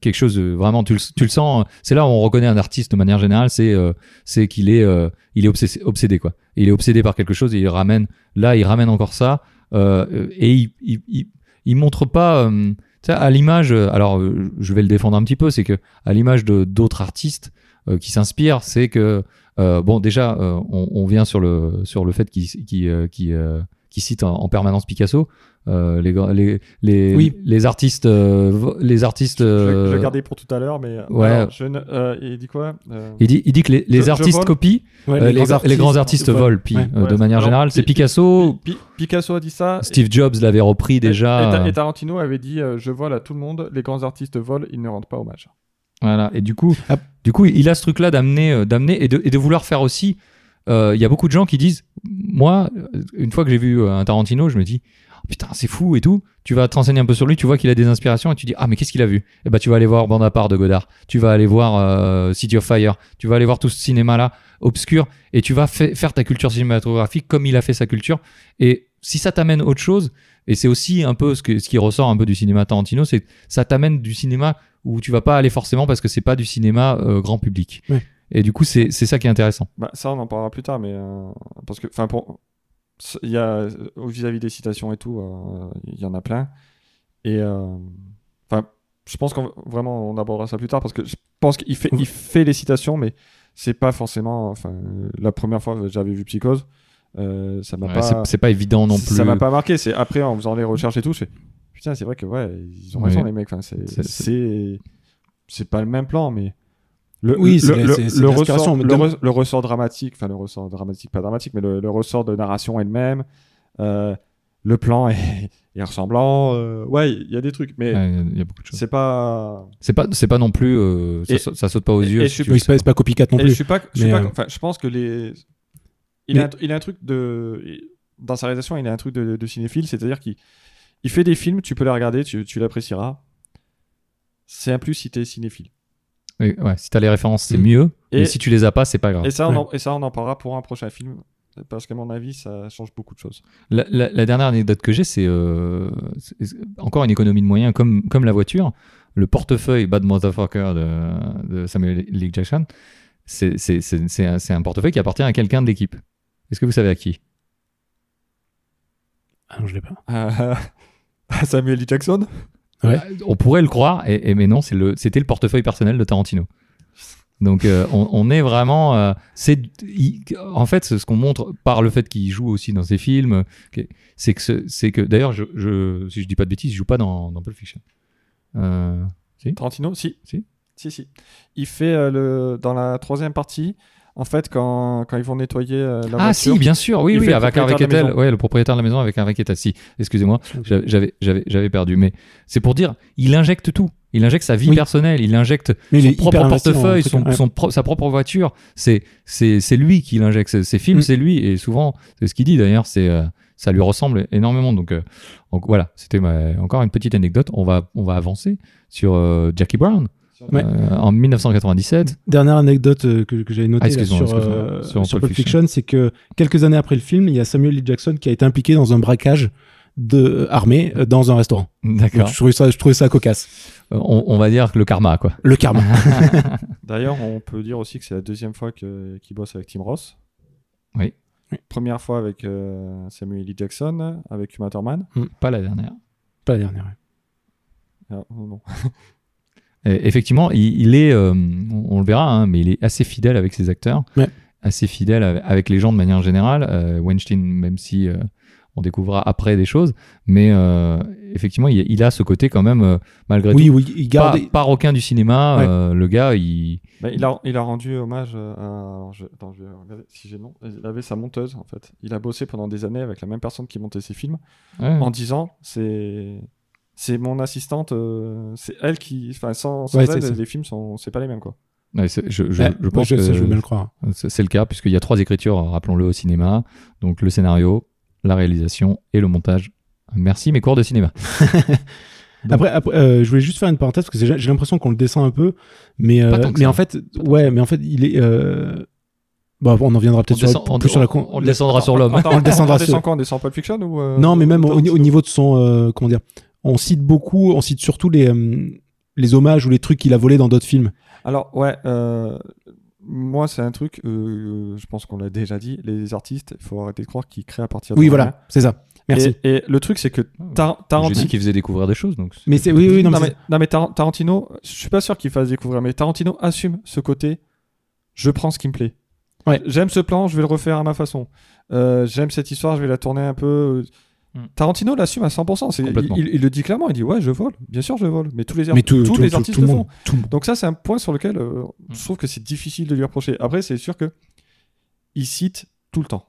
S3: Quelque chose de vraiment, tu le, tu le sens. euh, C'est là où on reconnaît un artiste de manière générale, c'est euh, c'est qu'il est, euh, il est obsessé- obsédé, quoi. Il est obsédé par quelque chose et il ramène, là, il ramène encore ça. euh, euh, et il, il, il, il montre pas, euh, tu sais, à l'image, euh, alors euh, je vais le défendre un petit peu, c'est que à l'image de d'autres artistes euh, qui s'inspirent, c'est que euh, bon, déjà, euh, on, on vient sur le, sur le fait qu'il qu'il, euh, qu'il, euh, qu'il cite en, en permanence Picasso. Euh, les, gra- les, les,
S2: Oui.
S3: les artistes, euh, vo- les artistes.
S1: Je, je
S3: euh,
S1: l'ai gardé pour tout à l'heure, mais.
S3: ouais.
S1: alors, je ne- euh, il dit quoi Euh,
S3: il dit, il dit que les, les
S1: Je- je
S3: artistes
S1: vole.
S3: copient,
S2: Ouais,
S3: euh, les, grands les grands artistes
S2: volent.
S3: volent. Puis,
S2: Ouais,
S3: euh, de
S1: ouais.
S3: manière
S1: Alors,
S3: générale, c'est
S1: Pi-
S3: Picasso.
S1: Pi- Picasso a dit ça. et-
S3: Steve Jobs l'avait repris
S1: Et,
S3: déjà.
S1: Ta-
S3: euh,
S1: et Tarantino avait dit euh, Je vole à tout le monde, les grands artistes volent, ils ne rendent pas hommage.
S3: Voilà. Et du coup,
S2: Ah.
S3: du coup, il a ce truc-là d'amener, euh, d'amener et de, et de vouloir faire aussi. euh, Il y a beaucoup de gens qui disent, moi, euh, une fois que j'ai vu euh, un Tarantino, je me dis, Oh, putain, c'est fou et tout. Tu vas te renseigner un peu sur lui, tu vois qu'il a des inspirations et tu dis, ah mais qu'est-ce qu'il a vu Et ben tu vas aller voir Bande à part de Godard, tu vas aller voir euh, City of Fire, tu vas aller voir tout ce cinéma-là obscur et tu vas fa- faire ta culture cinématographique comme il a fait sa culture. Et si ça t'amène autre chose, et c'est aussi un peu ce, que, ce qui ressort un peu du cinéma Tarantino, c'est que ça t'amène du cinéma où tu vas pas aller forcément parce que c'est pas du cinéma euh, grand public.
S2: Ouais.
S3: Et du coup, c'est c'est ça qui est intéressant.
S1: Bah, ça, on en parlera plus tard, mais. euh, parce que. Enfin, pour. c'est- Il y a. euh, Vis-à-vis des citations et tout, euh, il y en a plein. Et. euh, Enfin, je pense qu'on. Vraiment, on abordera ça plus tard parce que je pense qu'il fait, il fait les citations, mais c'est pas forcément. Enfin, euh, la première fois que j'avais vu Psychose, euh, ça m'a
S3: Ouais, c'est-
S1: pas.
S3: C'est pas évident non plus.
S1: Ça m'a pas marqué. C'est après, en faisant les recherches et tout, je fais. Putain, c'est vrai que, ouais, ils ont raison,
S3: Ouais.
S1: les mecs. Enfin, c'est.
S3: C'est-
S1: C'est. C'est pas le même plan, mais. Le,
S2: Oui, c'est
S1: le,
S2: la-
S1: le-
S2: c'est- c'est
S1: le
S2: l'inspiration,
S1: ressort,
S2: mais
S1: le,
S2: donne-
S1: re- le ressort dramatique, enfin le ressort dramatique, pas dramatique, mais le, le ressort de narration elle-même, euh, le plan est, est ressemblant. euh, ouais, il y a des trucs, mais
S3: Ouais, Il y a beaucoup de choses.
S1: c'est pas.
S3: C'est pas, c'est pas non plus. euh, ça,
S1: Et-
S3: sa- ça saute pas aux yeux.
S1: et
S3: si
S1: je-
S3: tu
S2: Oui,
S3: veux.
S2: c'est pas, c'est pas copycat non
S1: Et je
S2: plus.
S1: suis pas, je, suis
S2: Mais,
S1: pas-
S2: euh,
S1: enfin, je pense que les. Il, a,
S2: mais-
S1: un tru- il a un truc de. Dans sa réalisation, il a un truc de, de cinéphile, c'est-à-dire qu'il il fait des films, tu peux les regarder, tu, tu l'apprécieras. C'est un plus si t'es cinéphile.
S3: Oui, ouais, si t'as les références, c'est
S2: Mm.
S3: mieux.
S1: Et-
S3: mais si tu les as pas, c'est
S2: Ah,
S3: pas grave.
S1: Et ça, on en, et ça, on en parlera pour un prochain film, parce qu'à mon avis, ça change beaucoup de choses.
S3: La, la- la dernière anecdote que j'ai, c'est euh, c'est- c'est encore une économie de moyens comme, comme la voiture. Le portefeuille Bad Motherfucker de, de Samuel L. Jackson, c'est- c'est c'est- c'est un, c'est un portefeuille qui appartient à quelqu'un de l'équipe. Est-ce que vous savez à qui
S2: Ah non, je l'ai pas.
S1: Euh, Samuel L. Jackson
S2: Ouais.
S3: Euh, On pourrait le croire, et, et- mais non, c'est le- c'était le, portefeuille personnel de Tarantino. Donc euh, on, on est vraiment... euh, c'est il- en fait, ce ce qu'on montre par le fait qu'il joue aussi dans ses films, euh, que- c'est que... ce- c'est que D'ailleurs, je, je- si je dis pas de bêtises, il joue pas dans, dans Pulp Fiction. Euh,
S1: Tarantino Si.
S3: Si.
S1: Si, si. Il fait euh, le, dans la troisième partie, en fait, quand, quand ils vont nettoyer euh,
S3: Ah
S1: la voiture.
S3: si, bien sûr, oui,
S1: Il
S3: oui,
S1: fait le
S3: avec un
S1: propriétaire de la
S3: Vaquetel,
S1: maison.
S3: ouais, le propriétaire de la maison avec un Vaquetel. Si, excusez-moi, j'avais- j'avais, j'avais, j'avais perdu, mais c'est pour dire, il injecte tout, il injecte sa vie
S2: Oui.
S3: personnelle, il injecte
S2: Mais il
S3: son
S2: est hyper
S3: propre
S2: investi dans le
S3: portefeuille,
S2: truc,
S3: son,
S2: ouais.
S3: son pro- sa propre voiture, c'est, c'est, c'est lui qui l'injecte, ses, ses films,
S2: Mm.
S3: c'est lui, et souvent, c'est ce qu'il dit d'ailleurs, c'est, euh, ça lui ressemble énormément, donc, euh, donc voilà, c'était ma- encore une petite anecdote, on va, on va avancer sur euh, Jackie Brown
S2: Ouais.
S3: euh, en 1997.
S2: Dernière anecdote euh, que, que j'avais notée
S3: Ah,
S2: là,
S3: excuse-moi,
S2: sur,
S3: excuse-moi.
S2: euh,
S3: Sur
S2: sur,
S3: Pulp
S2: Pulp Fiction, c'est que quelques années après le film, il y a Samuel L. Jackson qui a été impliqué dans un braquage de armée euh, dans un restaurant. Donc,
S3: D'accord.
S2: je trouvais ça, je trouvais ça cocasse.
S3: Euh, On, on va dire que le karma, quoi.
S2: Le karma.
S3: Ah.
S1: D'ailleurs, on peut dire aussi que c'est la deuxième fois que- qu'il bosse avec Tim Ross.
S3: Oui.
S2: Oui.
S1: Première fois avec euh, Samuel L. Jackson, avec Uma Thurman.
S3: Pas la dernière.
S2: Pas la dernière. ouais.
S1: Ah, non.
S3: Et Euh, effectivement, il, il est, euh, on, on le verra, hein, mais il est assez fidèle avec ses acteurs,
S2: Ouais.
S3: assez fidèle avec, avec les gens de manière générale. Euh, Weinstein, même si euh, on découvrira après des choses, mais euh, effectivement, il, il a ce côté quand même, euh, malgré
S2: Oui,
S3: tout,
S2: oui, il
S3: pas,
S2: garde.
S3: pas requin du cinéma.
S2: Ouais.
S3: euh, le gars, il,
S1: Bah, il, a, il a rendu hommage euh, à. alors, je- attends, je vais regarder si j'ai le nom. Il avait sa monteuse, en fait. Il a bossé pendant des années avec la même personne qui montait ses films,
S2: Mm.
S3: ouais.
S1: en disant c'est. C'est mon assistante, euh, c'est elle qui. Enfin, sans, sans
S2: Ouais, c'est ça.
S1: elle, les films sont. C'est pas les mêmes, quoi.
S3: Ouais, c'est- je, je-
S2: Ouais,
S3: je pense
S2: je,
S3: que
S2: ça, je veux bien le croire.
S3: c'est c'est le cas puisqu'il y a trois écritures, rappelons-le, au cinéma. Donc le scénario, la réalisation et le montage. Merci mes cours de cinéma. Donc-
S2: Après, après, euh, je voulais juste faire une parenthèse parce que j'ai j'ai l'impression qu'on le descend un peu, mais euh,
S3: Pas tant que
S2: mais
S3: ça.
S2: en fait, ouais, mais en fait, il est. euh, Bah, on en viendra peut-être
S3: On
S2: sur,
S3: descend- on-
S2: plus sur la. con-
S3: on- on descendra sur l'homme.
S1: Attends,
S2: On le descendra
S1: On descend
S2: sur-
S1: quoi On descend Pulp Fiction ou. euh,
S2: Non, mais même au,
S1: Tarantino
S2: au niveau de son. euh, comment dire On cite beaucoup, on cite surtout les, euh, les hommages ou les trucs qu'il a volés dans d'autres films.
S1: Alors, ouais, euh, moi, c'est un truc, euh, je pense qu'on l'a déjà dit, les artistes, il faut arrêter de croire qu'ils créent à partir de
S2: Oui,
S1: rien.
S2: voilà, c'est ça. Merci.
S1: Et, et le truc, c'est que Tar-
S3: Ah J'ai dit
S1: Tarantino.
S3: qu'il faisait découvrir des choses, donc
S2: Mais c'est. Oui, oui, non,
S1: Non,
S2: mais
S1: mais, non, mais Tar- Tarantino, je suis pas sûr qu'il fasse découvrir, mais Tarantino assume ce côté je prends ce qui me plaît.
S2: Ouais.
S1: J'aime ce plan, je vais le refaire à ma façon. Euh, J'aime cette histoire, je vais la tourner un peu. euh,
S3: Hmm.
S1: Tarantino l'assume à 100%. c'est-
S3: Complètement.
S1: Il, il le dit clairement, il dit ouais, je vole, bien sûr, je vole. Mais tous les, ar-
S2: mais tout,
S1: tous
S2: tout-
S1: les
S2: tout-
S1: artistes
S2: tout le
S1: le
S2: monde.
S1: font.
S2: Tout le monde.
S1: Donc ça, c'est un point sur lequel euh,
S3: Mm.
S1: je trouve que c'est difficile de lui reprocher. Après, c'est sûr que il cite tout le temps,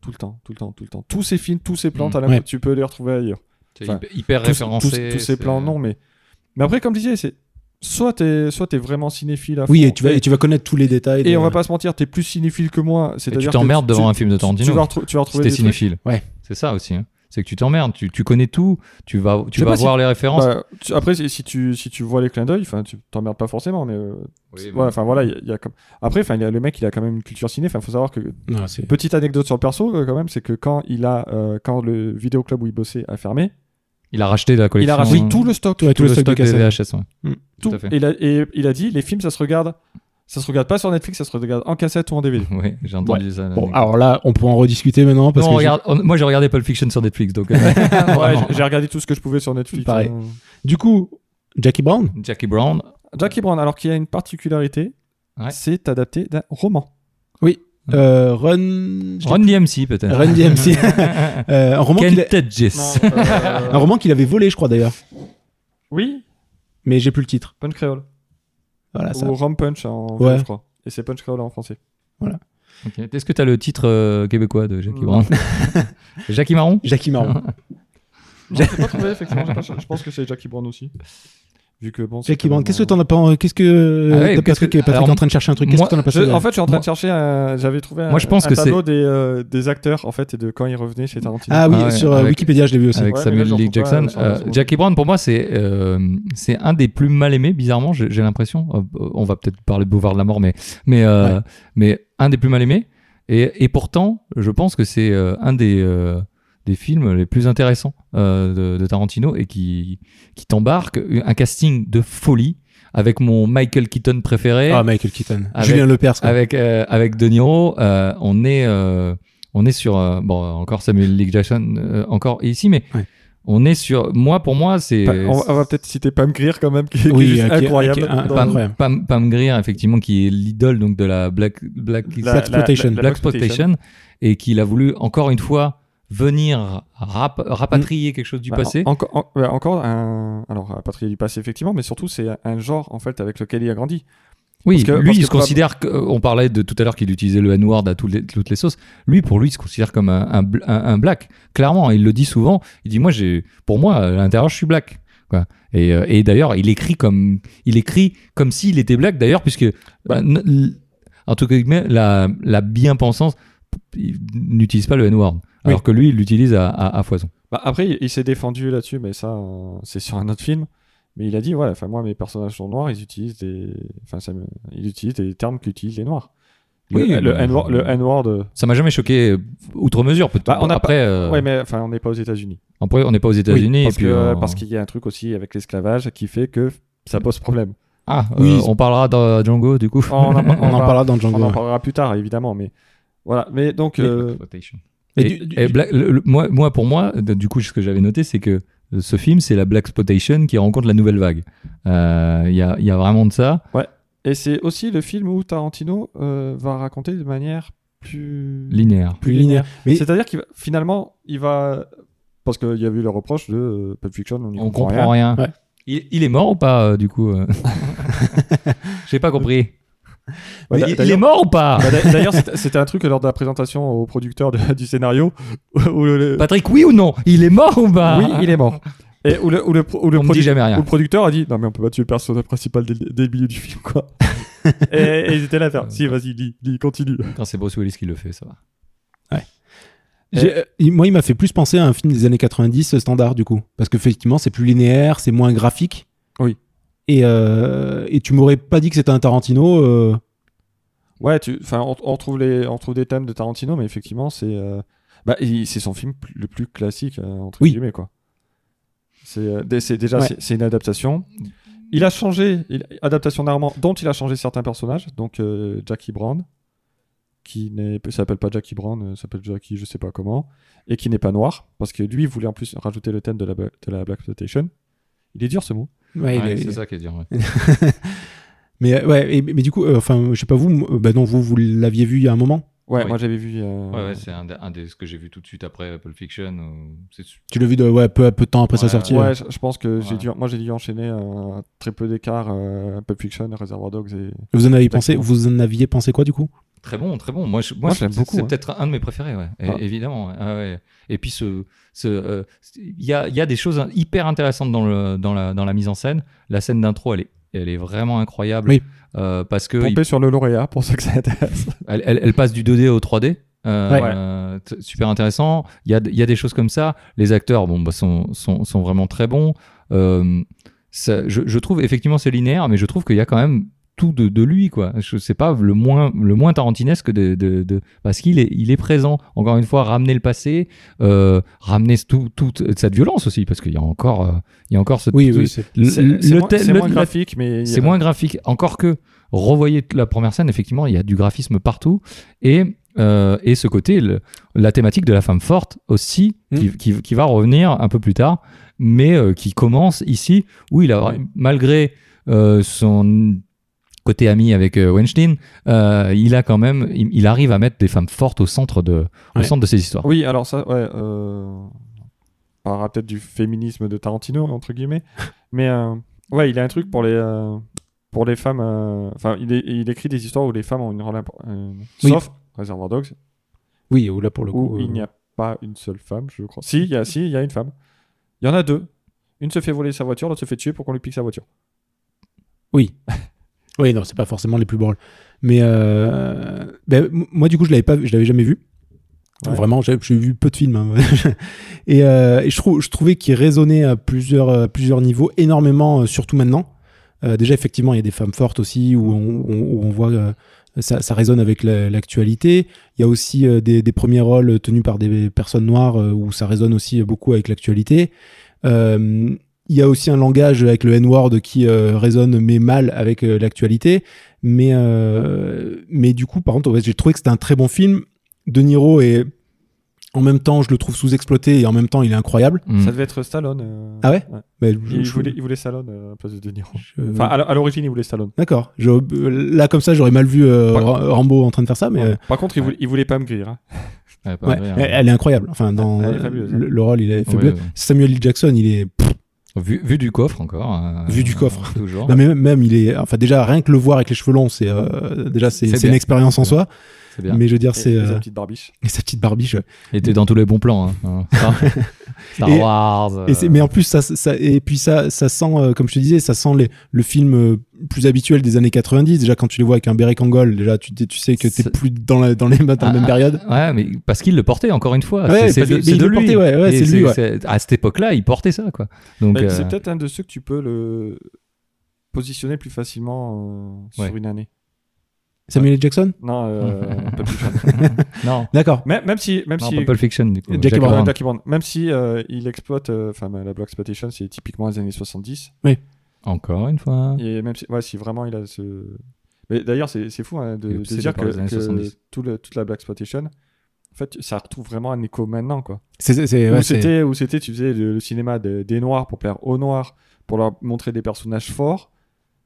S1: tout le temps, tout le temps, tout le temps. Tous ses films, tous ses plans,
S3: Mm.
S1: t'as l'impression
S2: Ouais.
S1: que tu peux les retrouver ailleurs.
S3: C'est
S1: Enfin,
S3: hyper- hyper
S1: Tous,
S3: référencé.
S1: tous- tous
S3: c'est- euh,
S1: ses plans, non, mais mais après, comme je disais, c'est soit t'es soit t'es vraiment cinéphile à fond.
S2: Oui, et tu, vas, et tu vas connaître tous les détails.
S1: et
S2: de-
S1: on va pas se mentir, t'es plus cinéphile que moi.
S3: Et
S1: C'est-à-dire
S3: tu
S1: que
S3: t'emmerdes
S1: tu-
S3: devant un film de
S1: tu, tu vas
S3: Tarantino
S1: retru- tu vas
S3: si
S1: retrouver
S3: t'es
S1: des trucs.
S3: cinéphile.
S2: Ouais.
S3: C'est ça aussi. hein. C'est que tu t'emmerdes, tu, tu connais tout, tu vas,
S1: Je
S3: tu
S1: sais
S3: vas
S1: pas si-
S3: voir les références.
S1: Bah, tu- après, si si tu si tu vois les clins d'œil, enfin, tu t'emmerdes pas forcément, mais euh,
S3: Oui,
S1: ouais, enfin voilà, il y a- il y, a comme après, enfin, il y a- le mec, il a quand même une culture ciné. Enfin, faut savoir que
S2: Non, c'est-
S1: Petite anecdote sur le perso, euh, quand même, c'est que quand il a, euh, quand le vidéoclub où il bossait a fermé,
S3: Il a racheté la
S1: il
S3: collection.
S1: a racheté
S3: hein,
S1: tout le stock,
S2: tout, ouais,
S3: tout le stock
S2: de
S3: des
S2: cassette.
S3: VHS. hein. ouais.
S2: Mm.
S3: Tout
S1: tout.
S3: à fait.
S1: Et il a, et il a dit, les films, ça se regarde, ça se regarde pas sur Netflix, ça se regarde en cassette ou en DVD.
S3: Ouais, j'ai entendu ça.
S2: Bon,
S1: ah,
S2: alors là, on peut en rediscuter maintenant parce
S3: Non, on
S2: que
S3: regarde- on- moi j'ai regardé Pulp Fiction sur Netflix, donc euh,
S1: Ouais,
S3: vraiment.
S1: j'ai- j'ai regardé tout ce que je pouvais sur Netflix.
S2: Pareil.
S1: hein.
S2: j'ai- du coup, Jackie Brown.
S3: Jackie Brown.
S1: Jackie Brown, alors qu'il y a une particularité,
S3: Ouais.
S1: c'est adapté d'un roman.
S2: euh, Run.
S3: Run DMC peut-être.
S2: Run DMC. Euh, un, roman qu'il a-
S3: Ken Jess.
S2: un roman qu'il avait volé, je crois d'ailleurs.
S1: oui,
S2: Mais j'ai plus le titre.
S1: bonne créole.
S2: Voilà, Ah, ça.
S1: Ou Rum Punch en
S2: Ouais.
S1: je crois. Et c'est Punch Crawl en français.
S3: Ok. Est-ce que tu as le titre euh, québécois de Jackie
S1: Non.
S3: Brown Jackie Marron
S2: Jackie Marron.
S1: Non, j'ai pas trouvé, effectivement. j'ai pas cherché. je pense que c'est Jackie Brown aussi. Vu que bon. c'est
S2: Jackie
S1: quand
S2: Brown,
S1: même,
S2: qu'est-ce que
S1: euh,
S2: t'en as pas Qu'est-ce que.
S3: Ah ouais,
S2: t'as pas
S3: qu'est-ce
S2: truc
S3: que-
S2: Patrick
S3: alors,
S2: est en train de chercher un truc. Qu'est-ce
S3: moi,
S2: que t'en as pas
S1: Je-
S2: trouvé
S1: en fait, je suis en train
S3: Moi-
S1: de chercher. un- J'avais trouvé un,
S3: Moi, je pense
S1: un
S3: que
S1: tableau des, euh, des acteurs en fait et de quand ils revenaient chez Tarantino.
S2: Ah oui,
S3: Ah ouais,
S2: sur euh,
S3: avec- Ah
S2: Wikipédia, je l'ai vu aussi.
S3: avec
S1: Ouais, mais là,
S3: Samuel
S1: j'en
S3: L.
S1: trouve pas,
S3: Jackson.
S1: euh,
S3: Euh,
S1: sur le-
S3: Jackie Brown, pour moi, c'est euh, c'est un des plus mal aimés, bizarrement, j'ai j'ai l'impression. Euh, on va peut-être parler de Bouvard de la mort, mais, mais, euh, mais un des plus mal aimés. Et, et pourtant, je pense que c'est euh, un des, euh, des films les plus intéressants euh, de, de Tarantino et qui, qui t'embarque. Un casting de folie avec mon Michael Keaton préféré.
S2: Ah, Michael Keaton.
S3: Avec-
S2: Julien Lepers. quoi.
S3: avec euh, avec De Niro euh, on est euh, on est sur euh, bon encore Samuel L. Jackson euh, encore ici mais
S2: Ouais.
S3: on est sur moi pour moi c'est
S1: Pa- on, va- on va peut-être citer Pam Grier quand même, qui, est- qui
S2: Oui,
S1: est juste
S2: euh, qui est-
S1: incroyable.
S2: qui est un-
S1: dans-
S2: pas
S1: dans-
S2: mal.
S3: Pam, Pam, Pam Grier effectivement qui est l'idole donc de la black black
S1: la-
S2: Black Exploitation.
S1: la- la- la
S3: black exploitation et qu'il a voulu encore une fois venir rap- rapatrier quelque chose du
S1: Bah,
S3: passé
S1: en- encore- en- ouais, encore un. Alors, un patriarche du passé, effectivement, mais surtout, c'est un genre, en fait, avec lequel il a grandi.
S3: oui
S1: parce que-
S3: lui
S1: parce
S3: il
S1: que
S3: se
S1: Pam-
S3: considère que- euh, on parlait de tout à l'heure qu'il utilisait le n-word à toutes les, toutes les sauces lui pour lui il se considère comme un, un bl- un- un black clairement il le dit souvent il dit moi j'ai pour moi à l'intérieur je suis black quoi. et, euh, et d'ailleurs il écrit comme il écrit comme s'il était black d'ailleurs puisque
S1: Bah.
S3: euh, n- l- en tout cas la, la bien pensance il n'utilise pas le n-word alors que lui il l'utilise à, à- à foison
S1: Bah, après, il, il s'est défendu là-dessus, mais ça, euh, c'est sur un autre film. Mais il a dit, voilà, enfin, moi, mes personnages sont noirs, ils utilisent des. Enfin, ça me- ils utilisent des termes qu'utilisent les noirs. Le,
S3: Oui, bah,
S1: le
S3: mais-
S1: N-word- le N-word. euh,
S3: ça m'a jamais choqué euh, outre mesure peut-être
S1: Bah, on a
S3: après euh,
S1: Ouais, mais enfin, on n'est pas aux États-unis.
S3: après, on n'est pas aux États-Unis
S1: parce
S3: et puis
S1: que-
S3: euh,
S1: parce qu'il y a un truc aussi avec l'esclavage qui fait que ça pose problème.
S3: ah,
S2: Oui.
S3: euh, on parlera de Django du coup
S1: On en, par-
S2: On en
S1: va-
S2: parlera dans
S1: on en
S2: Django. ouais.
S1: parlera plus tard, évidemment, mais. Voilà, mais donc. euh,
S2: Mais
S3: Et-
S2: du- du-
S3: et Black- le- le- moi, moi, pour moi, d- du coup, ce que j'avais noté, c'est que euh, ce film, c'est la Black Spotation qui rencontre la nouvelle vague. Euh, Il y, a, il y a vraiment de ça.
S1: Et c'est aussi le film où Tarantino euh, va raconter de manière plus
S3: Linéaire.
S2: Plus linéaire. Mais-
S1: C'est-à-dire qu'il va- finalement, il va parce qu'il y a eu le reproche de euh, Pulp Fiction, on n'y
S3: On
S1: comprend,
S3: comprend
S1: rien.
S3: rien.
S2: Ouais.
S3: Il, il est mort ou pas, euh, du coup euh J'ai pas compris.
S1: Ouais,
S3: Mais
S1: d'a-
S3: il, il est
S1: d'ailleurs-
S3: mort ou pas
S1: bah, d'a- D'ailleurs, c'était- c'était un truc lors de la présentation au producteur de- du scénario où le-
S3: Patrick, oui ou non Il est mort ou pas
S1: oui, il est mort. Et où le, où le, pro- où le
S3: On me dit
S1: produ-
S3: jamais
S1: où le
S3: rien.
S1: producteur a dit non mais on peut pas tuer le personnage principal dès, le- dès le milieu du film quoi. et, et ils étaient là à faire si vas-y lis, lis, continue.
S3: Quand c'est Bruce Willis qui le fait, ça va.
S2: J'ai- euh, il- moi, il m'a fait plus penser à un film des années 90 euh, standard, du coup. Parce qu'effectivement, c'est plus linéaire, c'est moins graphique.
S1: Oui.
S2: Et, euh, et tu m'aurais pas dit que c'était un Tarantino. euh,
S1: Ouais, tu, enfin, on, on trouve les, on trouve des thèmes de Tarantino, mais effectivement, c'est, euh, bah, il- c'est son film pl- le plus classique euh, entre
S2: Oui.
S1: guillemets, quoi. C'est, euh, dé- c'est déjà,
S2: Ouais.
S1: c'est, c'est une adaptation. Il a changé, il- adaptation d'Armand, dont il a changé certains personnages, donc euh, Jackie Brown, qui n'est, s'appelle pas Jackie Brown, euh, s'appelle Jackie, je sais pas comment, et qui n'est pas noir, parce que lui voulait en plus rajouter le thème de la, ba- de la Black Plantation. Il est dur ce mot.
S2: ouais, il
S3: Ouais,
S2: est-
S3: c'est ça qui est dur. ouais.
S2: mais euh, ouais, et- mais du coup, euh, enfin, je sais pas vous, m- euh, bah non, vous, vous l'aviez vu il y a un moment.
S1: Ouais,
S3: Oui.
S1: moi j'avais vu. euh,
S3: Ouais, ouais, c'est un, des- un des ce que j'ai vu tout de suite après Pulp Fiction. où c'est su-
S2: Tu l'as vu de, ouais, peu à peu de temps après sa
S3: Ouais,
S2: sortie.
S1: Ah
S2: euh.
S1: Ouais,
S2: ouais.
S1: je, je pense que j'ai
S3: Ouais.
S1: dû, moi j'ai dû enchaîner euh, très peu d'écart, euh, Pulp Fiction, Reservoir Dogs et.
S2: Vous en avez pensé,
S1: Exactement.
S2: vous en aviez pensé quoi du coup
S3: Très bon, très bon. Moi, je, moi,
S1: Moi,
S3: je-
S1: j'aime
S3: c'est-
S1: beaucoup,
S3: C'est
S1: hein.
S3: peut-être un de mes préférés, ouais. Et-
S1: Ah.
S3: évidemment. ouais. Ah ouais. Et puis, ce, ce, euh, il y, a, il y a des choses hyper intéressantes dans, le, dans, la, dans la mise en scène. La scène d'intro, elle est, elle est vraiment incroyable.
S2: Oui.
S3: Euh, parce que il-
S1: Pompé sur le lauréat pour ceux que ça intéresse.
S3: elle, elle- elle passe du 2D au 3D. Euh,
S2: Ouais.
S3: euh, t- super intéressant. Il y a, il y a des choses comme ça. Les acteurs bon, bah, sont, sont, sont vraiment très bons. Euh, ça- je, je trouve effectivement c'est linéaire, mais je trouve qu'il y a quand même tout de, de lui. quoi. Je sais pas, le moins, le moins tarantinesque de, de, de- parce qu'il est, il est présent. Encore une fois, ramener le passé, euh, ramener tout, toute cette violence aussi, parce qu'il y a encore, euh, il y a encore ce,
S2: Oui,
S3: ce-
S2: oui, c'est-
S3: le-
S1: C'est
S3: le-
S1: c'est
S3: le
S1: moins,
S3: thé-
S1: c'est
S3: le-
S1: moins
S3: la-
S1: graphique, mais.
S2: Euh,
S3: c'est moins graphique. Encore que, revoyez la première scène, effectivement, il y a du graphisme partout. Et, euh, et ce côté, le- la thématique de la femme forte aussi,
S2: Mm.
S3: qui, qui- qui va revenir un peu plus tard, mais euh, qui commence ici, où il a,
S1: Ouais.
S3: malgré euh, son côté ami avec euh, Weinstein, euh, il a quand même, il, il arrive à mettre des femmes fortes au centre de, au
S2: Ouais.
S3: centre de ses histoires.
S1: Oui, alors ça, ouais. Euh... On parlera peut-être du féminisme de Tarantino, entre guillemets. mais, euh, ouais, il a un truc pour les. euh, pour les femmes. euh, Enfin, il, est- il écrit des histoires où les femmes ont une rôle impor- euh,
S2: Oui.
S1: Sauf Reservoir Dogs,
S2: Oui, ou là pour le
S1: où
S2: coup. euh,
S1: il n'y a pas une seule femme, je crois. euh, Si, il y a, si, il y a une femme. Il y en a deux. Une se fait voler sa voiture, l'autre se fait tuer pour qu'on lui pique sa voiture.
S2: Oui. oui, non, c'est pas forcément les plus branles. Mais euh, ben, m- moi, du coup, je l'avais pas, vu- je l'avais jamais vu.
S1: Ouais.
S2: Vraiment, j'ai j'ai vu peu de films. hein. et euh, et je, trou- je trouvais qu'il résonnait à plusieurs, à plusieurs niveaux, énormément, euh, surtout maintenant. Euh, déjà, effectivement, il y a des femmes fortes aussi, où on, où on- où on voit euh, ça, ça résonne avec la- l'actualité. Il y a aussi euh, des, des premiers rôles tenus par des personnes noires, euh, où ça résonne aussi beaucoup avec l'actualité. Euh, il y a aussi un langage avec le N-word qui euh, résonne mais mal avec euh, l'actualité. Mais, euh, mais du coup, par contre, ouais, j'ai trouvé que c'était un très bon film. De Niro est en même temps, je le trouve sous-exploité et en même temps, il est incroyable.
S3: Mm.
S1: Ça devait être Stallone. euh,
S2: Ah ouais Mais je-
S1: Il,
S2: je-
S1: voulait, il voulait Stallone euh, à la place de De Niro.
S2: je-
S1: Enfin, à, l- à l'origine, il voulait Stallone.
S2: D'accord. Je- euh, Là, comme ça, j'aurais mal vu euh,
S1: Par-
S2: Ra- Rambo en train de faire ça, mais euh,
S1: Ouais. Par contre, il, voulait, il voulait pas me griller. hein.
S3: Ouais, pas
S2: ouais,
S3: vrai, hein.
S2: elle, elle est incroyable. Enfin, dans
S1: Elle est
S2: euh,
S1: fabuleuse, hein.
S2: le, le rôle, il est
S3: Ouais,
S2: fabuleux.
S3: ouais.
S2: Samuel L. Jackson, il est
S3: Vu, vu du coffre encore. euh,
S2: Vu du coffre.
S3: Toujours.
S2: Non, mais même, même, il est. Enfin, déjà, rien que le voir avec les cheveux longs, c'est euh, déjà c'est
S3: C'est
S2: c'est
S3: bien.
S2: une expérience en
S3: C'est
S2: soi.
S3: C'est bien.
S2: Mais je veux dire,
S1: Et-
S2: c'est
S1: et
S2: euh,
S1: sa petite barbiche.
S2: et sa petite barbiche. ouais.
S3: Il était dans tous les bons plans. hein, hein. Star, Star
S2: Et-
S3: Wars. euh,
S2: Et c'est- mais en plus, ça, ça- et puis ça, ça sent, euh, comme je te disais, ça sent les, le film euh, plus habituel des années 90. Déjà, quand tu les vois avec un béret Kangol, déjà, tu, tu sais que t'es
S3: C'est-
S2: plus dans la, dans les, dans la
S3: Ah,
S2: même période.
S3: Ouais, mais parce qu'il le portait encore une fois.
S2: Ouais,
S3: C'est- c'est
S2: parce-
S3: de,
S2: mais
S3: c'est
S2: il
S3: de
S2: le
S3: lui.
S2: portait, ouais, ouais,
S3: Et
S2: c'est lui, ouais. Bah,
S3: c'est- À cette époque-là, il portait ça, quoi. Donc,
S1: Mais
S3: euh,
S1: C'est peut-être un de ceux que tu peux le positionner plus facilement euh, sur
S3: Ouais.
S1: une année.
S2: Samuel L. Jackson
S1: Non, euh, Pulp Fiction.
S3: non,
S2: D'accord.
S1: même, même si, même
S3: non,
S1: si,
S3: Pulp Fiction, du coup.
S2: Jackie
S3: Jackie
S1: Ouais,
S2: Brown.
S3: Brown.
S1: Jackie Brown. Même si euh, il exploite, euh, enfin bah, la black exploitation, c'est typiquement les années 70.
S3: Encore une fois.
S2: Hein
S1: Et même si, ouais, si vraiment il a ce, mais d'ailleurs c'est c'est fou hein, de,
S3: Il est
S1: de
S3: obsédé
S1: dire
S3: par
S1: que,
S3: les années
S1: que
S3: 70.
S1: tout le- toute la black exploitation, en fait, ça retrouve vraiment un écho maintenant quoi.
S2: C'est- c'est- c'est-
S1: Où
S2: ouais, c'est-
S1: c'était, où c'était, tu faisais le, le cinéma de- des noirs pour plaire aux noirs, pour leur montrer des personnages forts.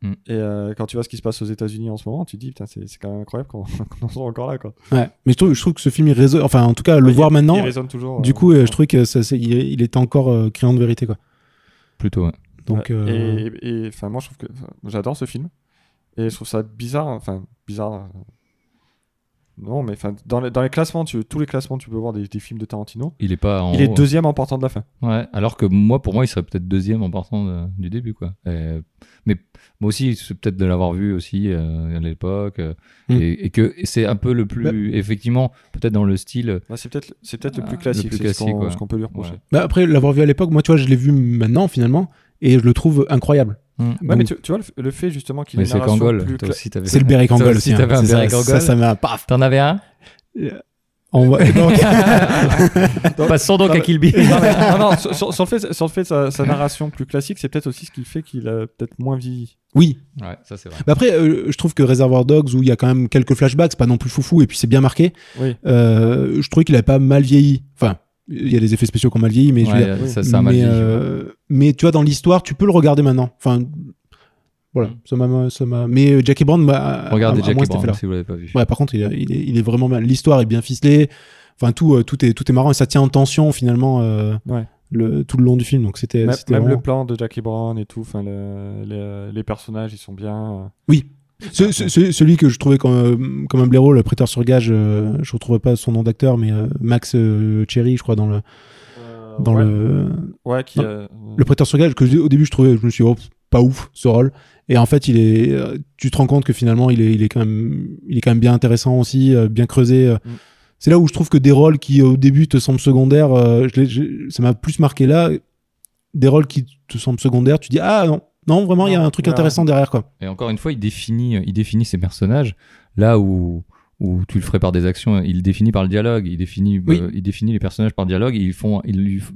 S3: Mm.
S1: Et euh, quand tu vois ce qui se passe aux États-Unis en ce moment, tu te dis putain c'est c'est quand même incroyable qu'on qu'on en soit encore là quoi.
S2: ouais. Mais je trouve, je trouve que ce film, il résonne. Enfin, en tout cas, le
S1: Ouais,
S2: voir
S1: il- il
S2: maintenant,
S1: résonne toujours.
S2: du
S1: euh,
S2: coup, euh,
S1: ouais.
S2: je trouvais que ça, c'est- il, il était encore euh, criant de vérité, quoi.
S3: Plutôt, ouais.
S2: Donc,
S1: Ouais.
S2: euh,
S1: Et et- enfin, moi, je trouve que enfin, j'adore ce film. Et je trouve ça bizarre. Enfin, bizarre. euh, Non, mais enfin, dans, les, dans les classements, tu, tous les classements, tu peux voir des, des films de Tarantino.
S3: Il est pas en
S1: il est
S3: haut, hein.
S1: deuxième en partant de la fin.
S3: Ouais, alors que moi, pour moi, il serait peut-être deuxième en partant de- du début, quoi. Euh, mais moi aussi, c'est peut-être de l'avoir vu aussi euh, à l'époque, euh,
S2: Mm.
S3: et, et que et c'est un peu le
S2: Bah
S3: plus, effectivement, peut-être dans le style.
S1: Là, Bah, c'est peut-être c'est peut-être le
S3: Ah,
S1: plus classique,
S3: le plus
S1: c'est ce
S3: classique,
S1: qu'on
S3: ouais.
S1: ce qu'on peut lui reprocher.
S3: Ouais.
S1: Ouais.
S2: bah, après l'avoir vu à l'époque, moi, tu vois, je l'ai vu maintenant, finalement, et je le trouve incroyable.
S3: Mm.
S2: Donc,
S1: mais tu, tu vois, le, le fait justement qu'il ait
S3: Mais
S1: une
S3: c'est
S1: narration
S3: Kangol.
S1: plus
S3: Toi
S1: cla-
S3: aussi, t'avais-
S2: C'est le béret
S3: Toi aussi,
S2: Kangol aussi. hein.
S3: t'avais un
S2: C'est
S3: béret
S2: ça-
S3: Kangol.
S2: Ça, ça m'a. Paf
S3: T'en avais un
S2: On voit- donc-
S3: Passons donc
S1: Non,
S3: à
S1: mais-
S3: Kill Bill.
S1: non, mais- non, non, sur, sur- sur le fait, sur le fait de sa, sa narration plus classique, c'est peut-être aussi ce qui fait qu'il a peut-être moins vieilli.
S2: oui,
S3: ouais, ça c'est vrai.
S2: Mais après, euh, je trouve que Reservoir Dogs, où il y a quand même quelques flashbacks, c'est pas non plus foufou, et puis c'est bien marqué,
S1: Oui.
S2: euh, je trouvais qu'il avait pas mal vieilli. Enfin, il y a des effets spéciaux qui ont mal vieilli, mais je veux
S3: Ouais,
S2: dire-
S1: oui.
S3: ça, ça a
S2: mais,
S3: mal vieilli.
S2: euh, mais tu vois, dans l'histoire, tu peux le regarder maintenant. Enfin, voilà,
S3: Mm.
S2: ça m'a- ça m'a. Mais euh, Jackie Brown m'a.
S3: Regardez
S2: à- à moi,
S3: Jackie
S2: cet
S3: Brown
S2: effet-là.
S3: si vous l'avez pas vu.
S2: Ouais, par contre, il, est- il est, il est vraiment mal. L'histoire est bien ficelée. Enfin, tout, euh, tout, est, tout est marrant et ça tient en tension finalement euh,
S1: Ouais.
S2: le, tout le long du film. Donc c'était.
S1: Même,
S2: c'était
S1: même
S2: vraiment-
S1: le plan de Jackie Brown et tout, enfin, le- le- les personnages, ils sont bien. euh,
S2: Ce- ce- ce- celui que je trouvais comme, euh, comme un blaireau, le prêteur sur gage, euh, je retrouverai pas son nom d'acteur, mais euh, Max euh, Cherry, je crois, dans le
S1: euh,
S2: dans
S1: ouais.
S2: le,
S1: Ouais, qui.
S2: Non.
S1: euh,
S2: le prêteur sur gage que je- au début je trouvais, je me suis dit, oh, pff, pas ouf ce rôle. Et en fait, il est, euh, tu te rends compte que finalement, il est, il est quand même, il est quand même bien intéressant aussi, euh, bien creusé. euh.
S1: Mm.
S2: C'est là où je trouve que des rôles qui au début te semblent secondaires, euh, je l'ai- je- ça m'a plus marqué là. Des rôles qui te semblent secondaires, tu dis ah non, non vraiment, il y a
S1: Non, euh,
S2: un truc
S1: ouais.
S2: intéressant derrière quoi.
S3: Et encore une fois, il définit, euh, il définit ses personnages là où, où tu le ferais par des actions. Il le définit par le dialogue. Il définit,
S2: Oui.
S3: euh, il définit les personnages par dialogue. Ils font, ils lui f-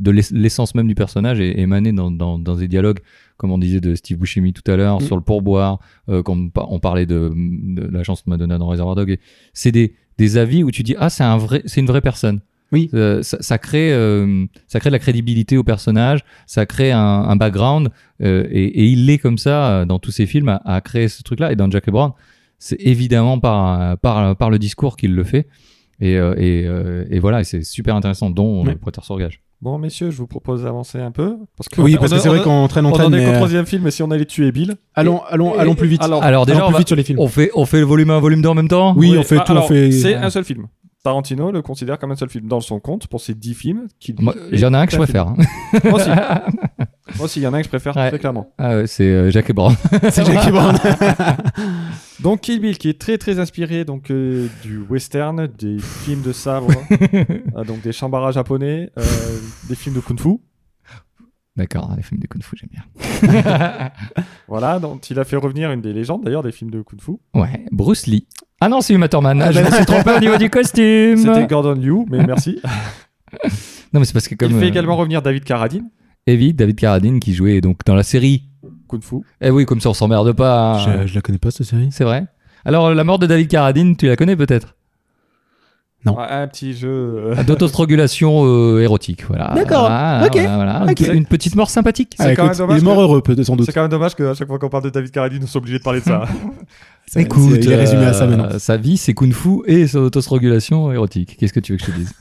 S3: de l'ess- l'essence même du personnage est émanée dans, dans, dans des dialogues, comme on disait de Steve Buscemi tout à l'heure
S2: Mm.
S3: sur le pourboire. euh, quand on par- on parlait de, de la chanson de Madonna dans Reservoir Dog. Et C'est des, des avis où tu dis ah c'est un vrai, c'est une vraie personne.
S2: Oui.
S3: Euh, ça, ça crée, euh, ça crée de la crédibilité au personnage. Ça crée un, un background. Euh, et, et il est comme ça euh, dans tous ses films à, à créer ce truc-là. Et dans Jack Brown, c'est évidemment par, euh, par, par le discours qu'il le fait. Et, euh, et, euh, et voilà, et c'est super intéressant, dont
S2: Ouais.
S3: le prêteur sur gage.
S1: Bon, messieurs, je vous propose d'avancer un peu. Parce que
S2: Oui,
S1: on
S2: parce
S1: a-
S2: que c'est
S1: on
S2: vrai
S1: a-
S2: qu'on traîne, on
S1: On en
S2: traîne.
S1: est
S2: mais,
S1: qu'au
S2: euh,
S1: troisième film, et si on allait tuer Bill
S2: Allons, allons, allons plus vite.
S1: Alors,
S3: Alors déjà,
S2: allons
S3: on,
S2: plus
S3: va-
S2: vite sur les
S1: Oh,
S2: films.
S3: on fait, on fait le volume 1, volume 2 en même temps
S2: Oui,
S1: Ouais,
S2: on fait
S1: bah,
S2: tout, on
S1: alors,
S2: fait.
S1: C'est un seul film. Tarantino le considère comme un seul film dans son compte pour ses 10 films. Qui...
S3: Moi, J'en ai un que je
S1: Tout à
S3: préfère. hein.
S1: fait. Moi aussi. Moi aussi, il y en a un que je préfère
S3: Ouais.
S1: très clairement.
S3: Ah ouais, c'est euh, Jack et Brown.
S2: C'est Jackie Brown.
S1: Donc Kill Bill, qui est très très inspiré donc euh, du western, des films de sabre, euh, donc des chambaras japonais, euh, des films de kung-fu.
S3: D'accord, les films de Kung Fu, j'aime bien.
S1: Voilà, dont il a fait revenir une des légendes d'ailleurs des films de kung-fu.
S3: Ouais, Bruce Lee. Ah non, c'est Matterman.
S2: Ah,
S3: je me suis trompé au niveau du costume.
S1: C'était Gordon Liu, mais merci.
S3: Non, mais c'est parce que comme
S1: il fait
S3: euh,
S1: également revenir David Carradine,
S3: Evie, David Carradine qui jouait donc dans la série.
S1: kung-fu.
S3: Eh oui, comme ça on s'emmerde pas.
S1: Ah,
S3: hein.
S2: Je, je la connais pas cette série.
S3: C'est vrai. Alors euh, la mort de David Carradine, tu la connais peut-être
S2: Non.
S1: Ouais, un petit jeu. euh,
S3: D'autostrangulation euh, érotique, voilà.
S2: D'accord.
S3: Voilà,
S2: Ok.
S3: voilà, voilà.
S2: Ok.
S3: Une petite mort sympathique.
S1: Ah,
S2: Ah,
S1: quand même
S2: écoute,
S1: dommage
S2: il est mort
S1: que-
S2: heureux, peut sans doute.
S1: C'est quand même dommage qu'à chaque fois qu'on parle de David Carradine, on soit obligé de parler de ça.
S2: C'est- c'est- il est résumé à ça
S3: euh,
S2: maintenant.
S3: Sa vie, c'est kung-fu et son autostrangulation érotique. Qu'est-ce que tu veux que je te dise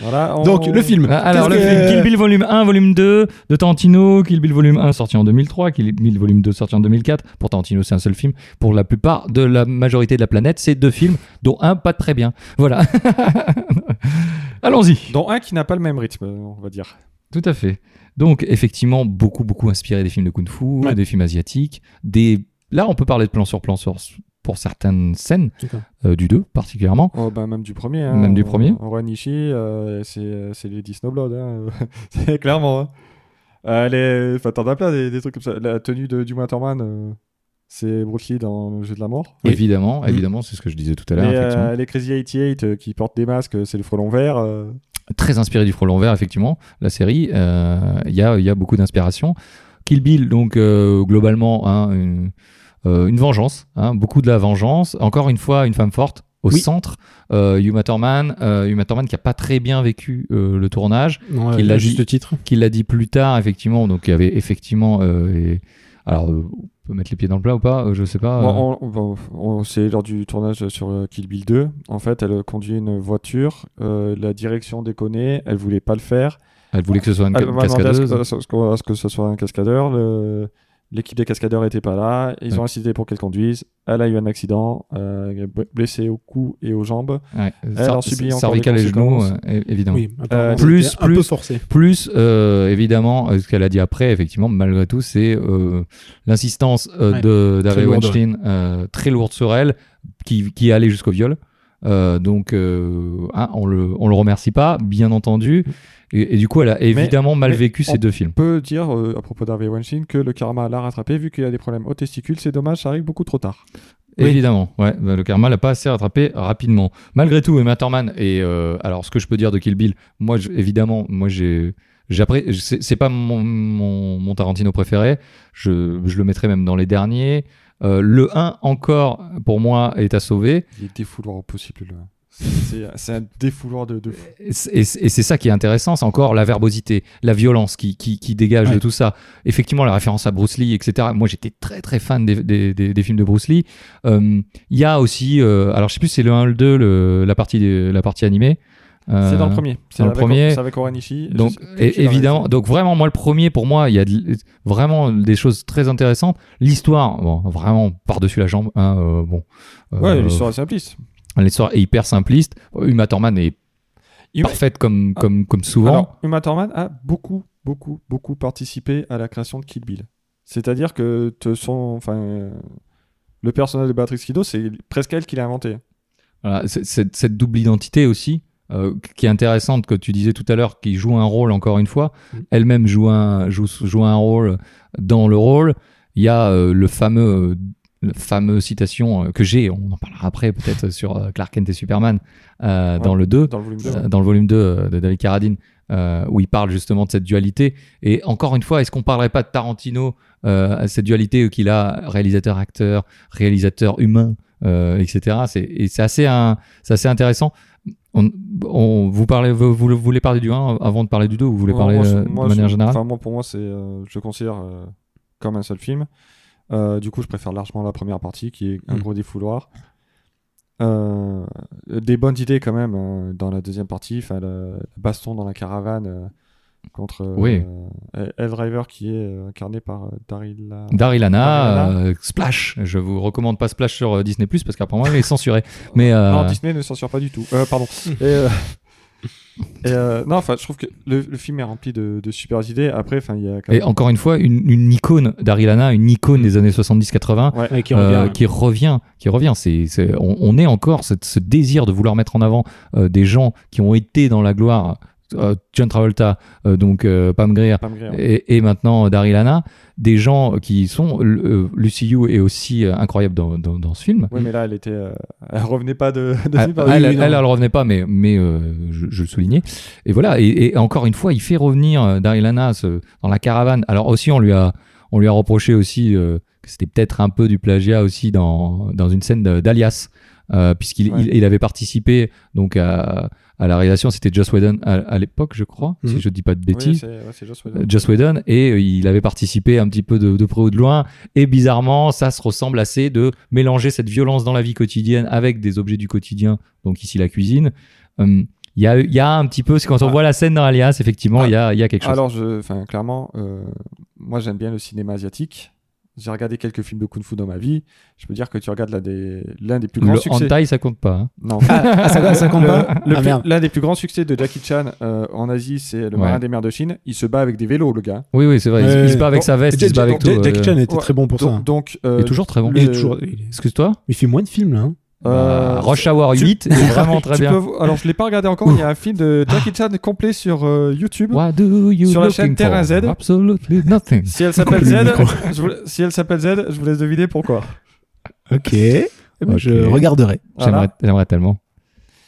S1: Voilà, on-
S2: Donc, le film.
S3: Ah, Alors, le
S2: Qu'est-ce
S3: film
S2: que-
S3: Kill Bill volume 1, volume 2 de Tarantino, Kill Bill volume 1 sorti en 2003, Kill Bill volume 2 sorti en 2004. Pour Tarantino, c'est un seul film. Pour la plupart de la majorité de la planète, c'est deux films, dont un pas très bien. Voilà. Allons-y.
S1: Dont un qui n'a pas le même rythme, on va dire.
S3: Tout à fait. Donc, effectivement, beaucoup, beaucoup inspiré des films de kung-fu,
S2: Ouais.
S3: des films asiatiques, des... Là, on peut parler de plan sur plan sur... pour certaines scènes,
S2: D'accord.
S3: euh, du 2 particulièrement.
S1: Oh, bah, même du premier. hein.
S3: Même du
S1: On-
S3: premier.
S1: on voit Nishi, euh, c'est euh, c'est Lady Snowblood. hein. C'est clairement. hein. Euh, les- enfin, t'en as plein des, des trucs comme ça. La tenue de, du Matterman, euh, c'est Bruce Lee dans Le Jeu de la Mort.
S2: Oui.
S3: Évidemment,
S2: Mhm.
S3: évidemment, c'est ce que je disais tout à
S1: Et,
S3: l'heure.
S1: euh,
S3: effectivement.
S1: les Crazy 88 euh, qui portent des masques, c'est le frelon vert. euh.
S3: très inspiré du frelon vert, effectivement, la série. Euh, Il y, a, il y a beaucoup d'inspiration. Kill Bill, donc euh, globalement, hein, une, euh, une vengeance, hein, beaucoup de la vengeance. Encore une fois, une femme forte au
S2: Oui.
S3: centre. Euh, Uma Thurman, euh, Uma Thurman qui a pas très bien vécu euh, le tournage,
S2: Non,
S3: Qu'il
S2: euh,
S3: l'a
S2: juste
S3: dit.
S2: titre.
S3: qui l'a dit plus tard, effectivement. Donc il y avait effectivement. euh, et- alors, euh, on peut mettre les pieds dans le plat ou pas euh, Je sais pas. euh.
S1: Bon, on- bon, on- c'est lors du tournage sur euh, Kill Bill 2. En fait, elle euh, conduit une voiture. euh, la direction déconnait. Elle voulait pas le faire.
S3: Elle voulait que ce soit une
S1: Ah,
S3: ca-
S1: on m'a demandé à ce
S3: cascadeuse.
S1: que- à ce que- à ce que ce soit un cascadeur. le- L'équipe des cascadeurs n'était pas là. Ils ont
S3: Ouais.
S1: insisté pour qu'elle conduise. Elle a eu un accident, euh, blessée au cou et aux jambes.
S3: Ouais,
S1: Elle en subit encore
S3: cervicale
S1: des
S3: et genoux,
S1: conséquences.
S3: euh, é- évidemment.
S2: Oui, apparemment,
S3: plus,
S2: c'était un
S3: plus.
S2: peu forcé.
S3: Plus, euh, évidemment, euh, ce qu'elle a dit après, effectivement, malgré tout, c'est euh, l'insistance euh,
S2: Ouais,
S3: de d'Harvey
S2: très lourde.
S3: Weinstein, euh, très lourde sur elle, qui, qui est allée jusqu'au viol. Euh, donc, euh, hein, on le, on le remercie pas, bien entendu. Et, et du coup, elle a évidemment mal
S1: mais
S3: vécu
S1: on-
S3: ces deux films.
S1: On peut dire, euh, à propos d'Harvey Weinstein, que le karma l'a rattrapé vu qu'il a des problèmes aux testicules. C'est dommage, ça arrive beaucoup trop tard.
S2: Oui.
S3: Évidemment, ouais, bah, le karma l'a pas assez rattrapé rapidement. Malgré tout, Emma Thurman et euh, alors ce que je peux dire de Kill Bill, moi je- évidemment, moi j'ai j'appré- c'est c'est pas mon, mon, mon Tarantino préféré, je, je le mettrais même dans les derniers. Euh, le 1 encore pour moi est à sauver
S1: Il est défouloir au possible. le- C'est c'est un défouloir de, de fou.
S3: et c'est et c'est ça qui est intéressant, c'est encore la verbosité, la violence qui, qui, qui dégage
S2: Ouais.
S3: de tout ça. Effectivement, la référence à Bruce Lee, etc. Moi j'étais très très fan des, des, des- des films de Bruce Lee. Euh, Il y a aussi, euh, alors je sais plus si c'est le 1 ou le 2, le- la, partie, des- la partie animée.
S1: C'est dans
S3: Euh,
S1: le premier. C'est
S3: dans le
S1: avec-
S3: premier.
S1: C'est avec Oranishi. Je
S3: Donc
S1: sais plus qui
S3: é-
S1: l'a
S3: évidemment,
S1: réalisé.
S3: donc vraiment moi le premier pour moi il y a de- vraiment des choses très intéressantes. L'histoire, bon, vraiment par dessus la jambe, hein, euh, bon. Euh,
S1: Ouais, l'histoire est simpliste.
S3: l'histoire est hyper simpliste. Uma Thurman est
S1: Uma-
S3: parfaite comme
S1: Ah.
S3: comme comme souvent.
S1: Alors, Uma Thurman a beaucoup, beaucoup, beaucoup participé à la création de Kill Bill. C'est-à-dire que te son, enfin, euh, le personnage de Beatrix Kiddo, c'est presque elle qui l'a inventé.
S3: Voilà, c'est- cette, cette double identité aussi, euh, qui est intéressante, que tu disais tout à l'heure, qui joue un rôle encore une fois.
S2: Mhm.
S3: Elle-même joue un, joue, joue un rôle dans le rôle. Il y a euh, le fameux, la fameuse citation euh, que j'ai, on en parlera après peut-être sur euh, Clark Kent et Superman, euh, dans le 2,
S1: Dans le volume 2.
S3: euh, dans le volume 2 euh, de David Carradine, euh, où il parle justement de cette dualité. Et encore une fois, est-ce qu'on parlerait pas de Tarantino, euh, à cette dualité qu'il a réalisateur-acteur, réalisateur-humain, euh, etc. C'est et c'est assez, un- c'est assez intéressant. On, on- vous, parlez, vous, vous voulez parler du 1 avant de parler du 2 ou vous voulez
S1: Ouais,
S3: parler
S1: moi, je-
S3: euh, de
S1: moi,
S3: manière
S1: je-
S3: générale
S1: enfin, moi, pour moi, c'est, euh, je le considère euh, comme un seul film. Euh, du coup, je préfère largement la première partie, qui est un
S3: Mm.
S1: gros défouloir. Euh, des bonnes idées quand même euh, dans la deuxième partie, enfin le, le baston dans la caravane euh, contre euh,
S3: Oui.
S1: euh, El Driver qui est euh, incarné par euh, Daryl.
S3: Darilana,
S1: Daryl
S3: euh, Splash. Je vous recommande pas Splash sur euh, Disney Plus parce qu'apparemment il est censuré. Mais euh,
S1: Non, Disney ne censure pas du tout. Euh, pardon. Et, euh, et, euh, non, enfin, je trouve que le, le film est rempli de, de super idées. Après, enfin, il y a quand
S3: et
S1: même.
S3: encore une fois, une, une icône Darilana, une icône des années 70-80.
S1: Ouais.
S2: Ouais, qui
S3: euh,
S2: revient.
S3: qui revient, qui revient. C'est, c'est- on, on est encore cette- ce désir de vouloir mettre en avant euh, des gens qui ont été dans la gloire. Euh, John Travolta, euh, donc euh, Pam Grier,
S1: Pam Grier.
S3: et, et maintenant Daryl Hannah, des gens qui sont. euh, Lucy Liu est aussi euh, incroyable dans, dans- dans ce film.
S1: Ouais, mais là, elle était, euh, elle revenait pas de. de
S3: Elle,
S1: Zimbabwe.
S3: Ah, elle,
S2: oui, non.
S3: elle, elle revenait pas, mais, mais euh, je, je le soulignais. Et voilà, et, et encore une fois, il fait revenir euh, Daryl Hannah ce- dans la caravane. Alors aussi, on lui a, on lui a reproché aussi euh, que c'était peut-être un peu du plagiat aussi dans, dans une scène de- d'Alias, euh, puisqu'il
S1: Ouais.
S3: il, il avait participé donc à, à la réalisation, c'était Joss Whedon à, à l'époque, je crois, si
S2: Mhm.
S3: je dis pas de
S1: Oui,
S3: bêtises.
S1: c'est ouais, c'est Joss
S3: Euh,
S1: Whedon.
S3: Joss Whedon et euh, il avait participé un petit peu de, de près ou de loin et bizarrement ça se ressemble assez de mélanger cette violence dans la vie quotidienne avec des objets du quotidien donc ici la cuisine Hum, il y a, il y a un petit peu c'est quand on
S1: Ah.
S3: voit la scène dans Alias effectivement il y a, il y a quelque chose
S1: Alors, je, enfin, clairement, euh, moi j'aime bien le cinéma asiatique. J'ai regardé quelques films de kung-fu dans ma vie. Je peux dire que tu regardes l'un des, l'un des plus grands
S3: le
S1: succès.
S3: hentai ça compte pas hein.
S1: Non.
S2: Ah, ça, ça compte
S1: Le-
S2: pas
S1: le
S2: Ah,
S1: plus-
S2: merde.
S1: L'un des plus grands succès de Jackie Chan euh, en Asie, c'est
S3: Ouais.
S1: le marin des mers de Chine. Il se bat avec des vélos, le gars.
S3: oui oui c'est vrai il se-
S2: Ouais.
S3: il se bat avec sa veste il se bat avec tout
S2: Ja- Jackie
S3: euh,
S2: Chan était
S1: ouais,
S2: très bon pour
S1: donc,
S2: ça. hein.
S1: donc, euh,
S3: il est toujours très bon
S1: le-
S2: Il est toujours- il est-
S3: excuse-toi
S2: il fait moins de films là. hein.
S1: euh,
S3: Euh, Rush Hour
S1: tu-
S3: 8 est vraiment très
S1: tu
S3: bien
S1: peux- alors, je l'ai pas regardé encore. Il y a un film de Jackie Chan complet sur euh, YouTube.
S3: What do you
S1: Sur la
S3: looking
S1: chaîne Terre
S3: for?
S1: à Z.
S3: Absolutely nothing.
S1: Si elle s'appelle
S2: Coupe le
S1: Z,
S2: micro.
S1: je vous, si elle s'appelle Z, je vous laisse deviner pourquoi.
S2: Ok. Eh ben,
S3: Ok.
S2: Je regarderai.
S1: Voilà.
S3: J'aimerais j'aimerais tellement.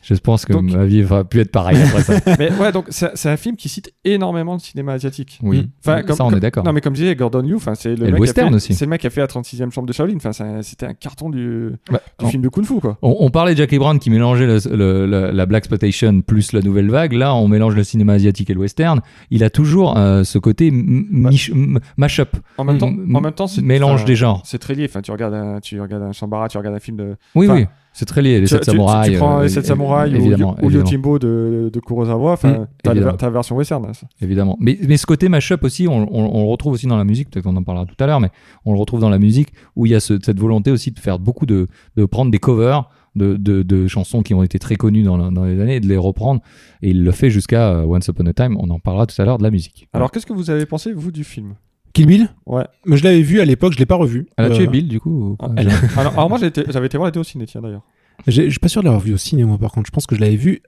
S3: Je pense que
S1: Donc-
S3: ma vie va plus être pareille après ça.
S1: Mais ouais, donc c'est c'est un film qui cite énormément de cinéma asiatique.
S3: Oui.
S1: Enfin,
S3: Mm. ça, on est d'accord.
S1: Non, mais comme je disais, Gordon Liu, enfin, c'est le,
S3: Et le
S1: mec qui a
S3: western
S1: fait-
S3: aussi.
S1: C'est le mec qui a fait la 36e chambre de Shaolin. Enfin, c'est un- c'était un carton du, du
S3: Bah, on,
S1: film de Kung Fu, quoi.
S3: on- on parlait de Jackie Brown qui mélangeait le- le- le- la Black Spotation plus la Nouvelle Vague. Là, on mélange le cinéma asiatique et le western. Il a toujours euh, ce côté m- m-
S1: Ouais.
S3: mich- m- mash-up,
S1: En même temps,
S3: Mm,
S1: en même temps c'est.
S3: mélange
S1: enfin,
S3: des genres.
S1: C'est très lié. Enfin, tu regardes un, tu regardes un Shambara, tu regardes un film de.
S3: Oui,
S1: enfin,
S3: oui. C'est très lié. Les
S1: tu-
S3: sept
S1: tu- tu-
S3: samouraïs.
S1: Tu prends
S3: euh,
S1: les 7
S3: euh,
S1: samouraïs ou,
S3: évidemment,
S1: ou
S3: évidemment.
S1: Yojimbo de, de Kurosawa. Enfin,
S3: Mm,
S1: t'as, la,
S3: évidemment.
S1: t'as la version western. là, ça.
S3: évidemment. Mais, mais ce côté mashup aussi, on, on- on le retrouve aussi dans la musique, peut-être qu'on en parlera tout à l'heure, mais on le retrouve dans la musique où il y a ce- cette volonté aussi de faire beaucoup de, de prendre des covers de, de- de chansons qui ont été très connues dans, la- dans les années et de les reprendre. Et il le fait jusqu'à euh, Once Upon a Time, on en parlera tout à l'heure de la musique.
S1: Alors, qu'est-ce que vous avez pensé, vous, du film
S2: Kill Bill
S1: Ouais.
S2: Mais je l'avais vu à l'époque, je l'ai pas revu.
S3: elle a tué
S2: Euh,
S3: Bill du coup ou quoi
S1: Ah, alors, alors moi, j'ai été- j'avais été voir les deux au ciné, tiens, d'ailleurs.
S2: j'ai- Je suis pas sûr de l'avoir vu au cinéma par contre. Je pense que je l'avais vu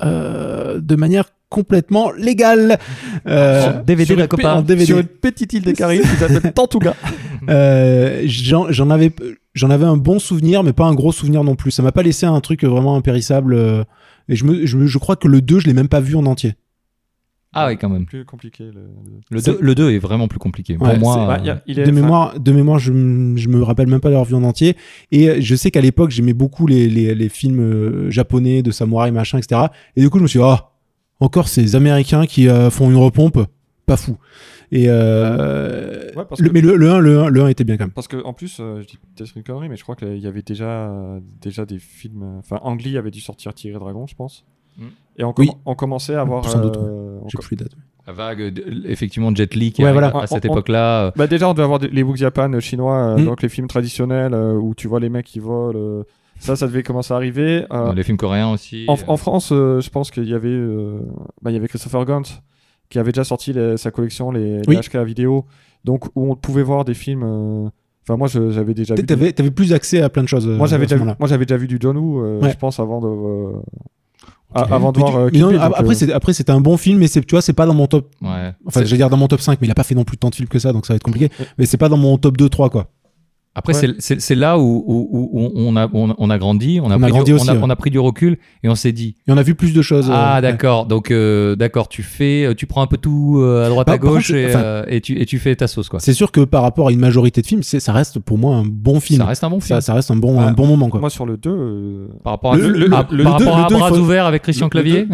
S2: euh, de manière complètement légale. Euh,
S3: En DVD
S2: sur une
S3: d'un
S2: p-
S3: copain.
S2: En DVD.
S1: Sur une petite île des Caraïbes qui s'appelle Tortuga.
S2: Euh, j'en j'en avais j'en avais un bon souvenir mais pas un gros souvenir non plus ça m'a pas laissé un truc vraiment impérissable euh, et je, me, je, me- je crois que le 2 je l'ai même pas vu en entier
S3: Ah ouais, quand même.
S1: Plus compliqué. Le, le-
S3: Le
S2: Ça-
S3: 2, le deux est vraiment plus compliqué. Pour
S2: Ouais,
S3: moi,
S2: c'est-
S1: Ouais, bah,
S3: euh,
S1: il y a- il est-
S2: de
S1: enfin,
S2: mémoire de mémoire je, m- je me rappelle même pas l'avoir vu en entier et euh, je sais qu'à l'époque j'aimais beaucoup les, les, les films euh, japonais de samouraï machin etc et du coup je me suis dit, ah encore ces américains qui euh, font une repompe pas fou et euh,
S1: Ouais, parce
S2: le-
S1: que-
S2: mais le, le 1 le 1 le 1 était bien quand même
S1: Parce que en plus, euh, je dis peut-être une connerie, mais je crois qu'il y avait déjà, euh, déjà des films. euh, Enfin, Ang Lee avait dû sortir Tigre et Dragon, je pense.
S3: Mm.
S1: Et on,
S2: Oui.
S1: comm- on commençait à avoir.
S2: Sans doute,
S1: euh, on
S2: j'ai
S1: com-
S2: plus les dates
S3: la vague, de- effectivement, Jet Li qui
S2: Ouais,
S3: arrive
S2: voilà.
S3: à cette
S1: On- on-
S3: époque-là. euh,
S1: Bah déjà, on devait avoir des- les books japan euh, chinois, euh,
S2: Mm.
S1: donc les films traditionnels euh, où tu vois les mecs qui volent. euh, ça, ça devait commencer à arriver. Euh,
S3: Dans les films coréens aussi.
S1: en, en France, euh, je pense qu'il y avait, euh, bah, il y avait Christopher Gant qui avait déjà sorti les- sa collection les, les
S2: Oui.
S1: HK vidéo, donc où on pouvait voir des films. euh, Enfin, moi, je- j'avais déjà vu. des-
S2: T'avais- t'avais t'avais plus accès à plein de choses euh,
S1: Moi j'avais
S2: à ce
S1: déjà, vu-
S2: moment-là.
S1: moi j'avais déjà vu du John Woo, euh,
S2: Ouais.
S1: je pense avant de euh, a- avant de
S2: Mais
S1: voir.
S2: tu-
S1: euh,
S2: mais
S1: Kill
S2: non,
S1: Bill,
S2: ap-
S1: donc, euh,
S2: après, c'est- après c'était un bon film, mais c'est, tu vois, c'est pas dans mon top.
S3: euh, Ouais.
S2: Enfin,
S3: C'est-
S2: j'allais dire dans mon top 5, mais il a pas fait non plus tant de films que ça, donc ça va être compliqué.
S1: Ouais.
S2: Mais c'est pas dans mon top 2-3, quoi.
S3: Après,
S1: Ouais.
S3: c'est- c'est c'est là où, où- où- où on, a, on, on a grandi, on a,
S2: On a
S3: pris,
S2: grandi
S3: du,
S2: aussi,
S3: on, a,
S2: ouais.
S3: on a pris du recul et on s'est dit
S2: Et on a vu plus de choses. euh,
S3: Ah,
S2: ouais.
S3: d'accord, donc euh, d'accord, tu fais, tu prends un peu tout euh, à droite
S2: Par-
S3: à
S2: par
S3: gauche
S2: contre,
S3: et,
S2: enfin-
S3: euh, et tu, et tu fais ta sauce, quoi.
S2: C'est sûr que par rapport à une majorité de films, c'est, ça reste pour moi un bon film.
S3: Ça reste un bon film.
S2: Ça, ça reste un bon,
S1: Ouais.
S2: un bon moment, quoi.
S1: Moi sur le 2, euh,
S3: Par rapport à,
S2: Le- le-
S3: à-
S2: le-
S3: par
S2: le
S3: rapport
S2: deux-
S3: à
S2: le deux,
S3: Bras
S2: il faut-
S3: ouverts avec Christian
S1: le- le
S3: Clavier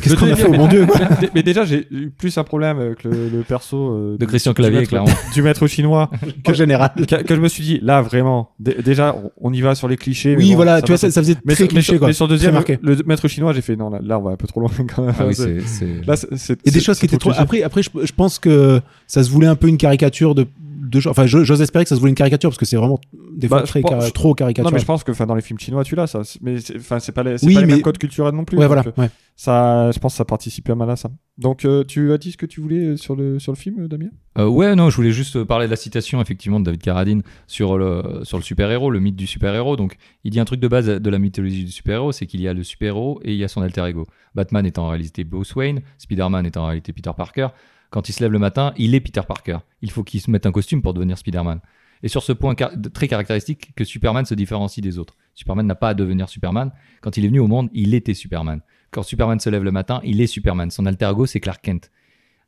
S2: Qu'est-ce
S1: Je
S2: qu'on
S1: te
S2: a
S1: dis,
S2: fait au
S1: mais-
S2: bon Dieu quoi
S1: mais, mais déjà, j'ai eu plus un problème avec le, le perso euh,
S3: de
S1: du-
S3: Christian
S1: du
S3: Clavier,
S1: maître-
S3: clairement.
S1: du maître chinois
S2: en général.
S1: que, que je me suis dit là vraiment dé- déjà on- on y va sur les clichés mais
S2: Oui,
S1: bon,
S2: voilà,
S1: ça
S2: tu vois,
S1: va-
S2: ça, ça faisait
S1: mais sur,
S2: très
S1: mais
S2: cliché
S1: sur-
S2: quoi.
S1: mais sur le deuxième
S2: Très marqué.
S1: le maître chinois j'ai fait non là, là, on va un peu trop loin quand même
S3: Ah oui,
S1: C'est-
S3: c'est- c'est-
S1: là c'est- c'est-
S2: Et des
S1: c'est-
S2: choses qui
S1: c'est
S2: étaient trop.
S1: cliché.
S2: Après, après, je, je pense que ça se voulait un peu une caricature de. de enfin, je- j'ose espérer que ça se voulait une caricature parce que c'est vraiment des fois
S1: Bah, je
S2: très
S1: pense-
S2: cari-
S1: je-
S2: trop
S1: non
S2: caricature.
S1: mais je pense que enfin dans les films chinois tu l'as ça C'est- mais c'est- enfin c'est pas les, c'est
S2: Oui,
S1: pas les
S2: mais-
S1: mêmes codes culturels non plus
S2: ouais,
S1: donc,
S2: voilà.
S1: euh,
S2: ouais.
S1: ça je pense que ça participait mal à ça donc euh, tu as dit ce que tu voulais euh, sur le sur le film euh, Damien
S3: Euh, ouais, non, je voulais juste parler de la citation effectivement de David Carradine sur le, sur le super-héros, le mythe du super-héros. Donc, il dit un truc de base de la mythologie du super-héros, c'est qu'il y a le super-héros et il y a son alter ego. Batman est en réalité Bruce Wayne, Spider-Man est en réalité Peter Parker. Quand il se lève le matin, il est Peter Parker. Il faut qu'il se mette un costume pour devenir Spider-Man. Et sur ce point car- de- très caractéristique que Superman se différencie des autres. Superman n'a pas à devenir Superman. Quand il est venu au monde, il était Superman. Quand Superman se lève le matin, il est Superman. Son alter ego, c'est Clark Kent.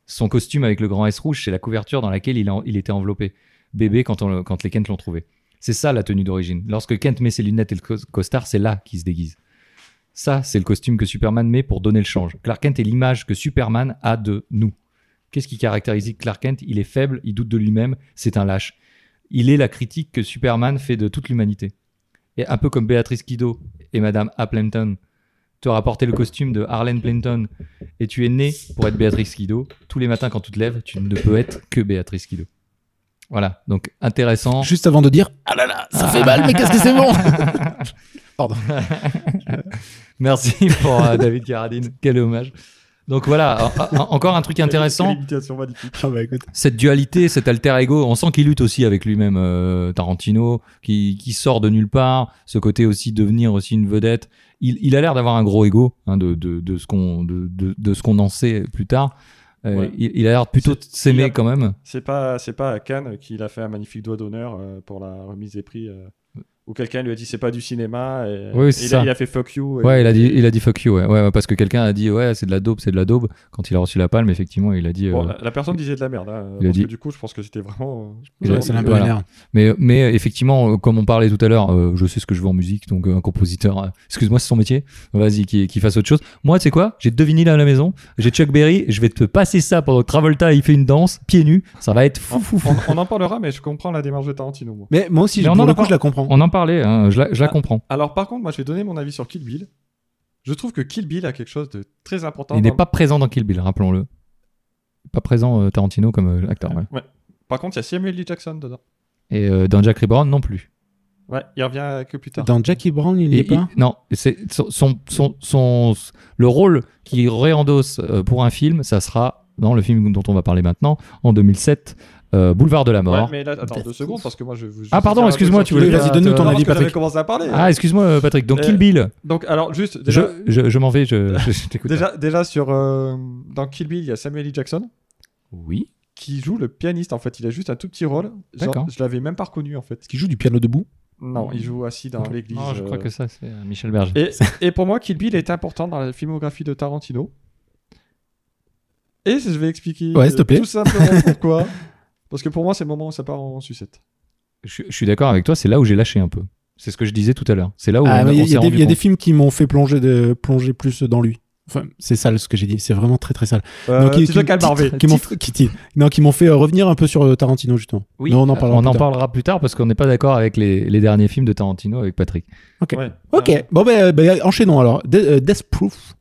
S3: Son costume avec le grand S rouge, c'est la couverture dans laquelle il, en- il était enveloppé. Bébé quand, on le- quand les Kent l'ont trouvé. C'est ça la tenue d'origine. Lorsque Kent met ses lunettes et le cos- costard, c'est là qu'il se déguise. Ça, c'est le costume que Superman met pour donner le change. Clark Kent est l'image que Superman a de nous. Qu'est-ce qui caractérise Clark Kent Il est faible, il doute de lui-même, c'est un lâche. Il est la critique que Superman fait de toute l'humanité. Et un peu comme Béatrice Kiddo et Madame Appleton te rapporter le costume de Harlan Planton et tu es né pour être Béatrice Kiddo, tous les matins quand tu te lèves, tu ne peux être que Béatrice Kiddo. Voilà, donc intéressant.
S2: Juste avant de dire, ah là là, ça fait mal, mais qu'est-ce que c'est bon
S3: Merci pour euh, David Carradine, quel hommage. Donc voilà, en- en- encore un truc intéressant.
S1: Quelle imitation magnifique.
S2: Ah bah écoute.
S3: cette dualité, cet alter ego, on sent qu'il lutte aussi avec lui-même, euh, Tarantino, qui, qui sort de nulle part, ce côté aussi devenir aussi une vedette. Il, il a l'air d'avoir un gros ego hein, de, de, de ce qu'on de, de, de ce qu'on en sait plus tard. Euh,
S1: Ouais.
S3: il, il a l'air plutôt de
S1: il
S3: s'aimer
S1: a-
S3: quand même.
S1: c'est pas c'est pas à Cannes qu'il a fait un magnifique doigt d'honneur euh, pour la remise des prix euh, où quelqu'un lui a dit c'est pas du cinéma et,
S3: Oui, c'est
S1: et il, a,
S3: ça.
S1: il a fait fuck you et-
S3: Ouais, il a dit il a dit fuck you, ouais, ouais, ouais, parce que quelqu'un a dit ouais c'est de la daube, c'est de la daube. Quand il a reçu la palme, effectivement, il a dit.
S1: Bon,
S3: euh,
S1: la, la personne disait de la merde. hein,
S3: Il a
S1: parce
S3: dit-
S1: que du coup, je pense que c'était vraiment.
S3: Il a-
S2: Ouais, ça l'a un peu
S3: voilà.
S2: vénère.
S3: Mais, mais euh, effectivement, euh, comme on parlait tout à l'heure, euh, je sais ce que je veux en musique, donc euh, un compositeur, euh, excuse-moi, c'est son métier, vas-y, qu'il qu'il fasse autre chose. Moi, tu sais quoi J'ai deux vinyles à la maison, j'ai Chuck Berry, je vais te passer ça pendant que Travolta il fait une danse, pieds nus, ça va être fou, fou, fou.
S1: On, on en parlera, mais je comprends la démarche de Tarantino. moi.
S2: Mais moi aussi,
S3: Mais on en
S2: pour
S3: a
S2: le coup,
S3: pas-
S2: je la comprends.
S3: On en parlait, hein, je, la, je la comprends.
S1: Alors, par contre, moi, je vais donner mon avis sur Kill Bill. Je trouve que Kill Bill a quelque chose de très important.
S3: Il
S1: dans-
S3: n'est pas présent dans Kill Bill, rappelons-le. Pas présent euh, Tarantino comme euh, acteur. ouais.
S1: Ouais. Par contre, il y a Samuel L. Jackson dedans.
S3: Et euh, dans Jack Reborn non plus.
S1: Ouais, il revient que plus tard.
S2: Dans Jackie Brown, il n'y est
S3: Et-
S2: pas.
S3: et- non, c'est son, son, son- son- le rôle qu'il réendosse euh, pour un film, ça sera dans le film dont on va parler maintenant, en 2007, euh, Boulevard de la
S1: Ouais,
S3: Mort.
S1: mais là, attends deux secondes, parce que moi, je. je-
S3: Ah,
S1: je-
S3: pardon,
S1: je-
S3: excuse-moi,
S1: je-
S3: tu voulais-
S1: je-
S2: Vas-y, donne-nous ton
S1: Non, parce
S2: avis,
S1: que
S2: Patrick.
S1: j'avais commencé à parler.
S3: Ah, excuse-moi euh, Patrick, donc
S1: Euh,
S3: Kill Bill,
S1: Donc, alors, juste, déjà,
S3: je, hein. je, je m'en vais, je, je- je t'écoute.
S1: déjà, déjà sur, euh, dans Kill Bill, il y a Samuel L. Jackson
S3: Oui,
S1: qui joue le pianiste. En fait, il a juste un tout petit rôle. Genre,
S3: D'accord. Hmm.
S1: je l'avais même pas reconnu, en fait.
S2: Est-ce qu'il joue du piano debout
S1: Non, il joue assis dans l'église.
S3: Non, je crois
S1: euh,
S3: que ça c'est euh, Michel Berger.
S1: Et, et pour moi, Kill Bill est important dans la filmographie de Tarantino. Et je vais expliquer
S2: Ouais, s'il te plaît.
S1: tout simplement pourquoi. Parce que pour moi, c'est le moment où ça part en sucette.
S3: Je, je suis d'accord avec toi, c'est là où j'ai lâché un peu. C'est ce que je disais tout à l'heure. C'est là où
S2: Ah,
S3: on,
S2: mais
S3: on
S2: Il y,
S3: s'est
S2: a des-
S3: rendu
S2: il y a des
S3: compte.
S2: films qui m'ont fait plonger, de, plonger plus dans lui. Enfin, c'est sale ce que j'ai dit. C'est vraiment très très sale.
S1: Euh,
S2: qui-
S1: tu
S2: qui-
S1: te calmes,
S2: titre-
S1: Harvey.
S2: qui m'ont qui titre. non qui m'ont fait euh, revenir un peu sur euh, Tarantino justement.
S3: Oui,
S2: Non, on en parlera
S3: on
S2: plus
S3: en
S2: tard.
S3: parlera plus tard parce qu'on n'est pas d'accord avec les, les derniers films de Tarantino avec Patrick.
S2: Ok.
S1: Ouais.
S2: Ok.
S1: Euh,
S2: Bon ben euh, ben, enchaînons alors. De- euh, Death Proof.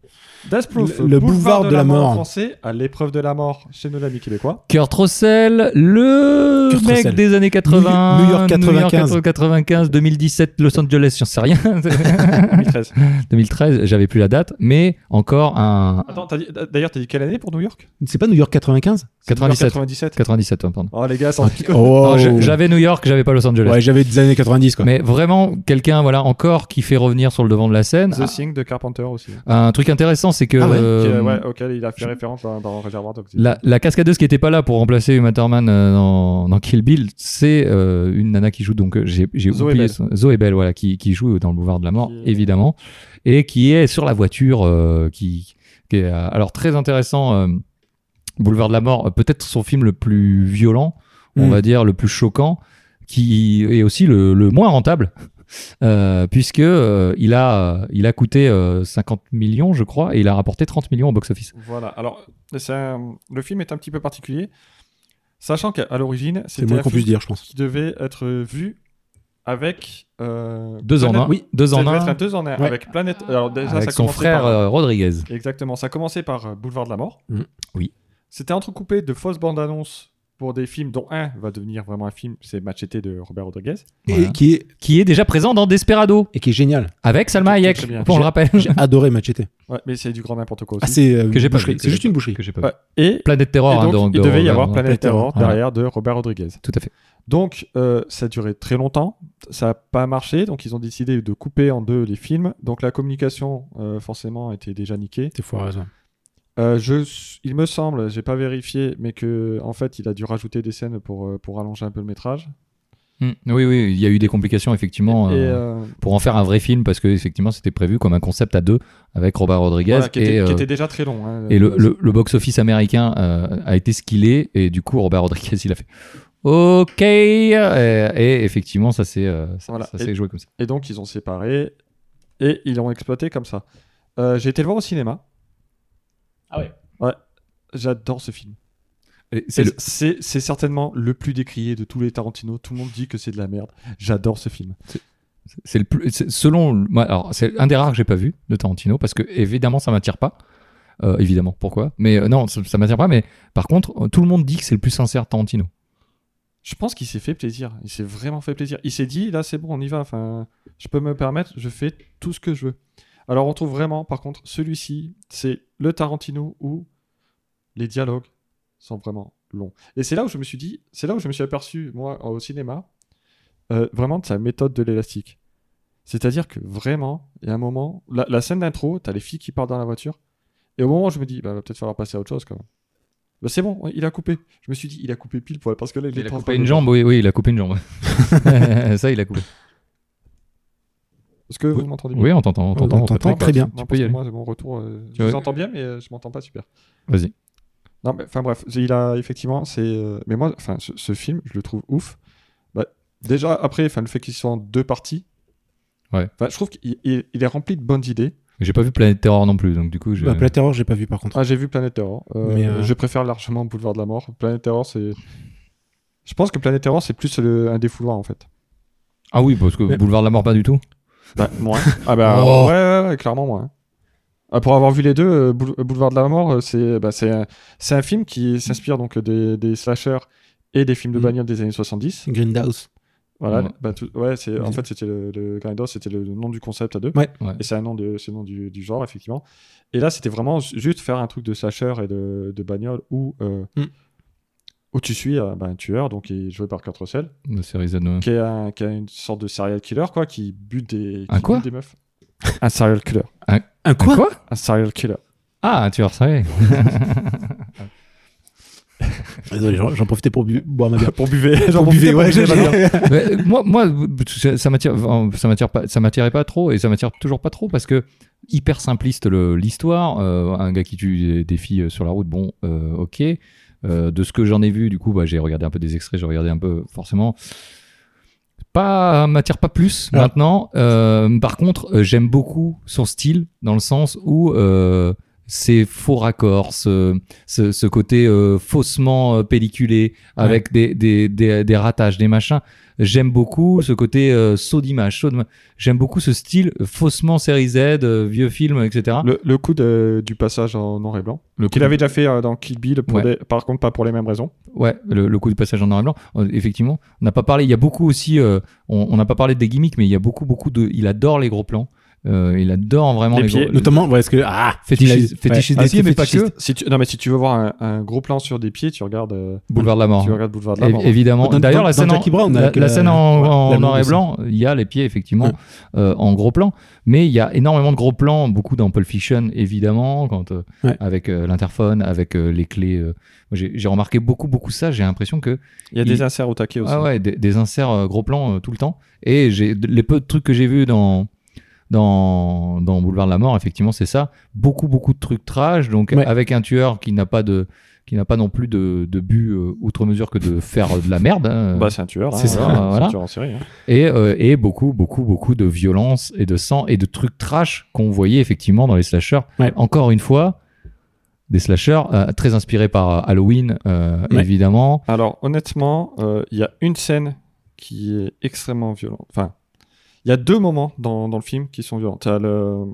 S1: Death Proof,
S2: Le- le boulevard de la mort.
S1: français à l'épreuve de la mort chez nos amis québécois.
S3: Kurt Russell, le
S2: Kurt
S3: mec
S2: Russell.
S3: des années 80,
S2: New- New York 95.
S3: 95, 2017, Los Angeles, j'en sais rien.
S1: 2013.
S3: 2013, j'avais plus la date, mais encore un
S1: Attends, t'as dit- d'ailleurs, t'as dit quelle année pour New York
S2: C'est pas New York 95
S1: C'est New York
S3: 97.
S1: 97.
S3: 97, ouais, hein, pardon.
S1: Oh les gars, sans...
S2: Oh.
S3: Non, je- J'avais New York, j'avais pas Los Angeles.
S2: Ouais, j'avais des années 90 quoi.
S3: mais vraiment, quelqu'un, voilà, encore qui fait revenir sur le devant de la scène.
S1: The Thing de Carpenter aussi.
S3: Un truc intéressant, c'est que
S2: Ah ouais,
S3: euh,
S1: Qui, euh, ouais, auquel il a fait référence dans, dans Reservoir Dogs.
S3: la, la cascadeuse qui était pas là pour remplacer Uma Thurman euh, dans, dans Kill Bill, c'est euh, une nana qui joue donc euh, j'ai j'ai
S1: Zoé
S3: oublié
S1: Bell.
S3: son- Zoé Bell, voilà, qui, qui joue dans le Boulevard de la Mort,
S1: Qui est-
S3: évidemment, et qui est sur la voiture, euh, qui, qui est euh, alors très intéressant. euh, Boulevard de la Mort, euh, peut-être son film le plus violent, on
S2: Mm.
S1: Hmm.
S3: va dire le plus choquant, qui est aussi le, le moins rentable. euh, puisque euh, il a, il a coûté euh, 50 millions, je crois, et il a rapporté 30 millions au box-office.
S1: Voilà. Alors, c'est un- le film est un petit peu particulier, sachant qu'à à l'origine,
S2: C'est
S1: c'était
S2: le moins
S1: un
S2: qu'on puisse
S1: film
S2: dire, je pense.
S1: qui devait être vu avec euh,
S3: Deux en
S1: Planet-
S3: un. Oui, deux
S1: Ça
S3: en
S1: devait
S3: un.
S1: être un deux en un
S2: Ouais.
S1: avec Planète. Alors déjà,
S3: avec
S1: ça
S3: son
S1: commençait
S3: frère
S1: par-
S3: euh, Rodriguez.
S1: Exactement. Ça commençait par euh, Boulevard de la Mort.
S2: Mhm.
S3: Oui.
S1: C'était entrecoupé de fausses bandes annonces pour des films dont un va devenir vraiment un film, c'est Machete de Robert Rodriguez.
S3: Voilà.
S2: Et, qui est,
S3: Qui est déjà présent dans Desperado,
S2: et qui est génial.
S3: avec Salma
S1: Très, très
S3: Hayek,
S1: bien.
S3: pour le rappel.
S2: J'ai adoré Machete.
S1: Ouais, mais c'est du grand n'importe quoi
S2: Ah,
S1: aussi.
S2: c'est euh,
S3: Que j'ai
S2: une
S3: pas
S2: boucherie.
S3: vu, que
S2: C'est juste
S3: j'ai-
S2: une boucherie.
S3: que j'ai pas vu.
S1: Ouais. Et,
S3: Planète
S1: et
S3: Terror, hein,
S1: donc,
S3: de-
S1: il
S3: de
S1: devait
S3: Robert-
S1: y
S3: Ah
S1: avoir Planète
S2: Planète
S1: Terror
S2: Terror,
S3: voilà.
S1: derrière de Robert Rodriguez.
S3: Tout à fait.
S1: Donc, euh, ça a duré très longtemps. Ça n'a pas marché. Donc, ils ont décidé de couper en deux les films. Donc, la communication, euh, forcément, était déjà niquée.
S2: T'es foiré, ça.
S1: Euh, je, il me semble, j'ai pas vérifié, mais que en fait, il a dû rajouter des scènes pour, euh, pour allonger un peu le métrage.
S3: Mm. Oui, oui, il y a eu des complications, effectivement.
S1: et
S3: euh,
S1: euh,
S3: Pour en faire un vrai film, parce que effectivement, c'était prévu comme un concept à deux avec Robert Rodriguez
S1: voilà, qui, était,
S3: et, euh,
S1: qui était déjà très long. hein.
S3: et le, le- le box-office américain euh, a été ce qu'il est, et du coup, Robert Rodriguez, il a fait OK, et, et effectivement, ça s'est euh, ça-
S1: Voilà.
S3: ça s'est
S1: Et-
S3: joué comme ça.
S1: Et donc, ils ont séparé et ils l'ont exploité comme ça. Euh, j'ai été le voir au cinéma.
S2: Ah ouais.
S1: Ouais, j'adore ce film.
S3: Et c'est
S1: C'est
S3: le-
S1: c'est- c'est certainement le plus décrié de tous les Tarantino. Tout le monde dit que c'est de la merde. J'adore ce film.
S3: C'est le plus, c'est- selon le- moi, alors c'est un des rares que j'ai pas vu de Tarantino parce que évidemment ça m'attire pas. Euh, évidemment, pourquoi Mais euh, non, ça, ça m'attire pas. Mais par contre, euh, tout le monde dit que c'est le plus sincère Tarantino.
S1: Je pense qu'il s'est fait plaisir. Il s'est vraiment fait plaisir. Il s'est dit, là, c'est bon, on y va. Enfin, je peux me permettre, je fais tout ce que je veux. Alors, on trouve vraiment, par contre, celui-ci, c'est le Tarantino où les dialogues sont vraiment longs. Et c'est là où je me suis dit, c'est là où je me suis aperçu, moi, au cinéma, euh, vraiment de sa méthode de l'élastique. C'est-à-dire que vraiment, il y a un moment, la, la scène d'intro, t'as les filles qui partent dans la voiture, et au moment où je me dis, bah, va peut-être falloir passer à autre chose quand même. Bah, c'est bon, ouais, il a coupé. Je me suis dit, il a coupé pile poil, parce que là, il,
S3: Il
S1: est
S3: a
S1: pas en
S3: coupé
S1: train de-
S3: une jambe. Oui, oui, il a coupé une jambe. ça, il a coupé.
S1: Est-ce que vous m'entendez bien
S3: Oui, on t'entend, on t'entend,
S2: On
S3: on
S2: t'entend.
S3: t'entend.
S1: Non,
S2: très bien.
S1: bah, non,
S3: Tu
S1: parce
S3: peux y
S1: que
S3: aller.
S1: Moi, j'ai mon retour. euh, je
S3: Ouais.
S1: vous entends bien, mais euh, je m'entends pas super.
S3: Vas-y.
S1: Non, mais enfin bref, il a effectivement, c'est. euh, mais moi, enfin, ce, ce film, je le trouve ouf. Bah, déjà, après, enfin, le fait qu'il soit en deux parties.
S3: Ouais.
S1: Enfin, je trouve qu'il il- il est rempli de bonnes idées.
S3: J'ai pas vu Planète Terror non plus, donc du coup, je...
S2: Bah, Planète Terror, j'ai pas vu par contre.
S1: Ah, j'ai vu Planète Terror. Euh,
S2: Mais, euh,
S1: Je préfère largement Boulevard de la Mort. Planète Terror, c'est. Je pense que Planète Terror, c'est plus le- un défouloir en fait.
S3: ah oui, parce que
S2: Mais-
S3: Boulevard de la Mort pas du tout.
S1: Bah, moins. Ah, bah,
S3: Oh.
S1: ouais, ouais, ouais, clairement moins. Ah, pour avoir vu les deux, euh, Boule- euh, Boulevard de la Mort, euh, c'est bah, c'est un, c'est un film qui s'inspire donc des, des slashers et des films de
S2: Mm.
S1: bagnole des années 70.
S2: Grindhouse.
S1: Voilà,
S3: Ouais.
S1: bah, tout- ouais, c'est en
S2: Mais-
S1: fait c'était le, le Grindhouse, c'était le nom du concept à deux.
S2: Ouais.
S3: Ouais.
S1: Et c'est un nom de c'est le nom du, du genre effectivement. Et là, c'était vraiment ju- juste faire un truc de slasher et de, de bagnole où euh,
S2: Mm.
S1: où tu suis euh, bah, un tueur donc qui est joué par Kurt Russell,
S3: La série Z. euh. ouais.
S1: qui est un- qui a une sorte de serial killer quoi, qui bute des
S3: Un
S1: qui
S3: quoi
S1: bute des meufs. un serial killer,
S2: Un quoi,
S1: un serial killer.
S3: Ah, tu as resserré.
S2: Ah, Désolé, j'en j'en profitais pour bu- boire ma bière.
S1: pour buvez,
S2: Pour buvez, ouais, j'ai-
S3: Ouais, euh, moi, moi, ça ça m'attire, euh, ça m'attire pas, ça m'attirait pas trop et ça m'attire toujours pas trop parce que hyper simpliste le- l'histoire, euh, un gars qui tue des, des filles sur la route, bon, euh, ok. Euh, de ce que j'en ai vu, du coup, bah, j'ai regardé un peu des extraits, j'ai regardé un peu, forcément. Pas m'attire pas plus
S2: Ah.
S3: maintenant. Euh, par contre, euh, j'aime beaucoup son style dans le sens où euh, ces faux raccords, ce, ce, ce côté euh, faussement euh, pelliculé avec des, des, des, des ratages, des machins. J'aime beaucoup ce côté euh, saut d'image. saut de- J'aime beaucoup ce style euh, faussement série Z, euh, vieux film, etc.
S1: Le, le coup de- du passage en noir et blanc,
S3: Le coup
S1: qu'il
S3: de-
S1: avait déjà fait euh, dans Kill Bill, pour
S3: Ouais.
S1: des- par contre pas pour les mêmes raisons.
S3: Ouais, le, le coup du passage en noir et blanc. euh, effectivement, on n'a pas parlé. Il y a beaucoup aussi. euh, on on n'a pas parlé des gimmicks, mais il y a beaucoup, beaucoup de. Il adore les gros plans. euh, il adore vraiment
S1: Les
S3: les,
S1: pieds,
S3: gros.
S2: Notamment, ouais, est-ce que. Ah
S3: Fétichise- fétichise des
S2: Ah,
S3: pieds,
S2: c'est
S3: mais pas que.
S2: fétichiste.
S1: Si tu, non mais si tu veux voir un, un gros plan sur des pieds, tu regardes, euh,
S3: Boulevard de la mort.
S1: tu regardes Boulevard de la
S3: É-
S1: Mort. hein.
S3: Évidemment.
S2: Dans-
S3: D'ailleurs,
S2: dans-
S3: la
S2: dans
S3: scène, en,
S2: Jackie Brown,
S3: la,
S2: avec
S3: la
S2: la-
S3: scène en,
S2: ouais,
S3: en
S2: la
S3: noir et
S2: blonde
S3: blanc, il y a les pieds effectivement
S2: Ouais.
S3: euh, en gros plan, mais il y a énormément de gros plans, beaucoup dans Pulp Fiction évidemment, quand euh,
S2: Ouais.
S3: avec euh, l'interphone, avec euh, les clés. euh, moi, j'ai j'ai remarqué beaucoup beaucoup ça. J'ai l'impression que
S1: Il y a des
S3: il-
S1: inserts au taquet aussi.
S3: ah ouais, des, des inserts euh, gros plans euh, tout le temps. Et j'ai les peu de trucs que j'ai vus dans dans, dans Boulevard de la Mort, effectivement, c'est ça. Beaucoup, beaucoup de trucs trash. Donc,
S2: Ouais.
S3: avec un tueur qui n'a pas de qui n'a pas non plus de, de but euh, outre mesure que de faire de la merde. hein.
S1: Bah, c'est un tueur. hein,
S2: c'est ça,
S1: voilà,
S3: voilà.
S1: un tueur en série. hein.
S3: Et, euh, et beaucoup, beaucoup, beaucoup de violence et de sang et de trucs trash qu'on voyait effectivement dans les slashers.
S2: Ouais.
S3: Encore une fois, des slashers euh, très inspirés par Halloween, euh,
S2: Ouais.
S3: évidemment.
S1: Alors, honnêtement, euh, il y a une scène qui est extrêmement violente. Enfin, il y a deux moments dans, dans le film qui sont violents. T'as le...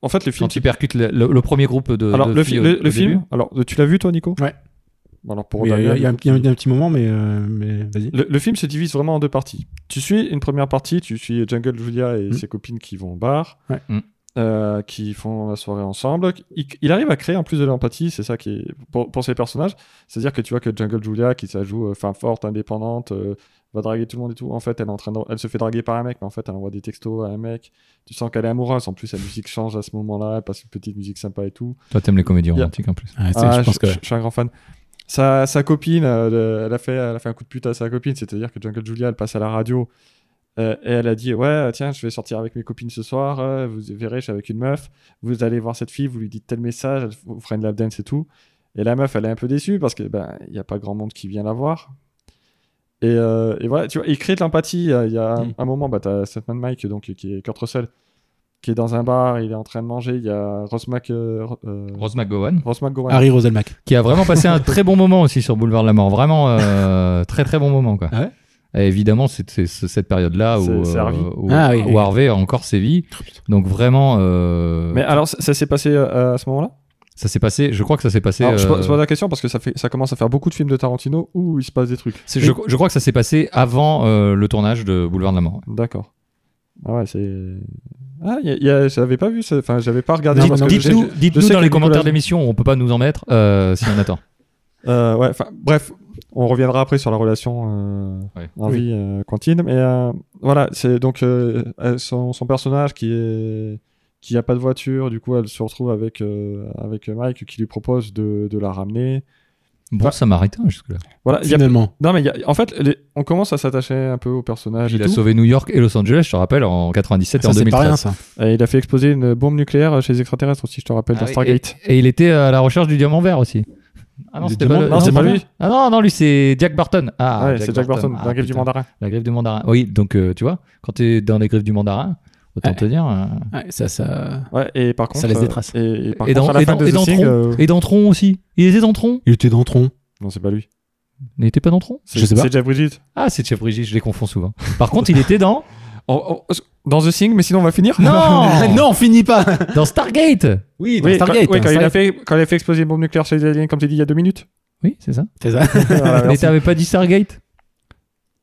S1: En fait, le film.
S3: Quand ils percutent le, le- le premier groupe de.
S1: alors,
S3: de
S1: le, fi-
S3: filles au-
S1: le-
S3: au début.
S1: le film. Alors, tu l'as vu, toi, Nico
S2: Ouais.
S1: Alors, pour
S2: Il y a,
S1: Damien,
S2: il y a un,
S1: du coup,
S2: petit- il y a un petit moment, mais, euh, mais vas-y.
S1: Le, le film se divise vraiment en deux parties. Tu suis une première partie, tu suis Jungle Julia et
S2: Mm.
S1: ses copines qui vont au bar,
S2: Ouais.
S3: Mm.
S1: euh, qui font la soirée ensemble. Il, il arrive à créer en plus de l'empathie, c'est ça qui est pour, pour ces personnages. C'est-à-dire que tu vois que Jungle Julia, qui ça joue euh, fin forte, indépendante, euh, va draguer tout le monde et tout. En fait, elle est en train de- elle se fait draguer par un mec, mais en fait, elle envoie des textos à un mec. Tu sens qu'elle est amoureuse. En plus, sa musique change à ce moment-là. Elle passe une petite musique sympa et tout.
S3: Toi, t'aimes les comédies
S1: Il y a-
S3: romantiques en plus.
S2: Ah, tu sais,
S1: Ah,
S2: je pense que.
S1: suis un grand fan. Sa, sa copine, euh, elle, a fait, elle a fait un coup de pute à sa copine, c'est-à-dire que Jungle Julia, elle passe à la radio euh, et elle a dit Ouais, tiens, je vais sortir avec mes copines ce soir, euh, vous verrez, je suis avec une meuf, vous allez voir cette fille, vous lui dites tel message, elle vous fera une lap dance et tout. Et la meuf, elle est un peu déçue parce qu'il n'y a pas grand monde qui vient la voir. Et, euh, et voilà, tu vois, il crée de l'empathie. Euh, Il y a un,
S2: Mm.
S1: un moment, bah, t'as Stuntman Mike, donc, qui est Kurt Russell, qui est dans un bar, il est en train de manger. Il y a Ross, Mac, euh, euh,
S3: Rose McGowan,
S1: Ross McGowan.
S2: Harry Roselmack.
S3: qui a vraiment passé un très bon moment aussi sur Boulevard de la Mort. Vraiment, euh, très très bon moment. Quoi.
S2: Ah
S3: Et évidemment, c'est c'est- c'est cette période-là où, euh,
S1: C'est- c'est Harvey.
S3: où-
S2: Ah oui,
S3: où
S2: oui.
S3: Harvey a encore sévi. Donc vraiment, euh,
S1: Mais alors, ça, ça s'est passé euh, à ce moment-là
S3: ça s'est passé, je crois que ça s'est passé.
S1: Alors, je, pose,
S3: euh,
S1: je pose la question parce que ça, fait, ça commence à faire beaucoup de films de Tarantino où il se passe des trucs.
S3: c'est- euh, je, je crois que ça s'est passé avant euh, le tournage de Boulevard de la Mort.
S1: D'accord. Ah ouais, c'est. Ah, y a- y a- j'avais pas vu ça. Enfin, j'avais pas regardé.
S2: Non,
S1: Ah parce
S2: non,
S1: que
S2: dites-
S1: j'ai-
S3: Dites-nous dites-nous
S1: sais
S3: dans
S1: que
S3: les
S1: Nicolas-
S3: commentaires de l'émission, on peut pas nous en mettre euh, si on attend.
S1: Euh, ouais, enfin, bref, on reviendra après sur la relation euh,
S3: Ouais.
S1: Harvey, euh, Quentin. Mais euh, voilà, c'est donc euh, elle- son, son personnage qui est qui a pas de voiture. Du coup, elle se retrouve avec euh, avec Mike qui lui propose de, de la ramener.
S3: Bon
S1: Bah-
S3: Samaritain jusque-là.
S1: Voilà. y a-
S2: Finalement.
S1: Non, mais y a- en fait, les- on commence à s'attacher un peu au personnage.
S3: Il
S1: et
S3: a
S1: Ah, tout.
S3: sauvé New York et Los Angeles, je te rappelle, en 97 et
S2: Ça,
S3: en
S2: c'est pas
S3: 2013.
S2: rien, ça.
S1: Et il a fait exploser une bombe nucléaire chez les extraterrestres aussi, je te rappelle,
S3: Ah
S1: dans
S3: oui,
S1: Stargate.
S3: Et, et il était à la recherche du diamant vert aussi. Ah non,
S2: Du
S3: c'était pas,
S2: diamant-
S3: le-
S1: non, c'est pas lui.
S3: Ah non, non, lui, c'est Jack Burton. Ah,
S1: ouais, c'est Jack Burton,
S3: Ah,
S1: la griffe du
S3: putain.
S1: mandarin.
S3: La griffe du mandarin. Oui, donc euh, tu vois, quand t'es dans les griffes du mandarin, autant
S1: Ah.
S2: Ouais.
S3: te dire. euh,
S2: Ouais, Ah, ça, ça.
S1: Ouais, et par contre.
S2: laisse des
S1: euh,
S2: traces.
S1: Et, et par
S3: Et
S1: contre,
S3: dans-
S1: à la
S3: et
S1: fin
S3: dans-
S1: de
S3: et
S1: The
S3: dans
S1: Thing,
S3: Tron.
S1: euh,
S3: Et Dantron aussi. Il était Dantron
S2: Il était dans Tron.
S1: Non, c'est pas lui.
S3: Il n'était pas Dantron
S1: C'est-
S2: Je sais pas.
S1: C'est Jeff Bridges.
S3: Ah, c'est Jeff Bridges, je les confonds souvent. Par contre, il était dans.
S1: En- en- Oh, Dans The Thing, mais sinon on va finir
S2: Oh.
S3: Non
S2: non, finis pas
S3: Dans Stargate
S2: Oui,
S1: Oui, quand,
S2: Stargate.
S1: oui, quand
S2: hein,
S1: il a
S2: Stargate.
S1: fait, quand il a fait exploser une bombe nucléaire chez les aliens, comme tu dit il y a deux minutes. Euh,
S3: Oui, c'est ça.
S2: C'est ça.
S1: Voilà,
S3: Mais
S1: merci.
S3: t'avais pas dit Stargate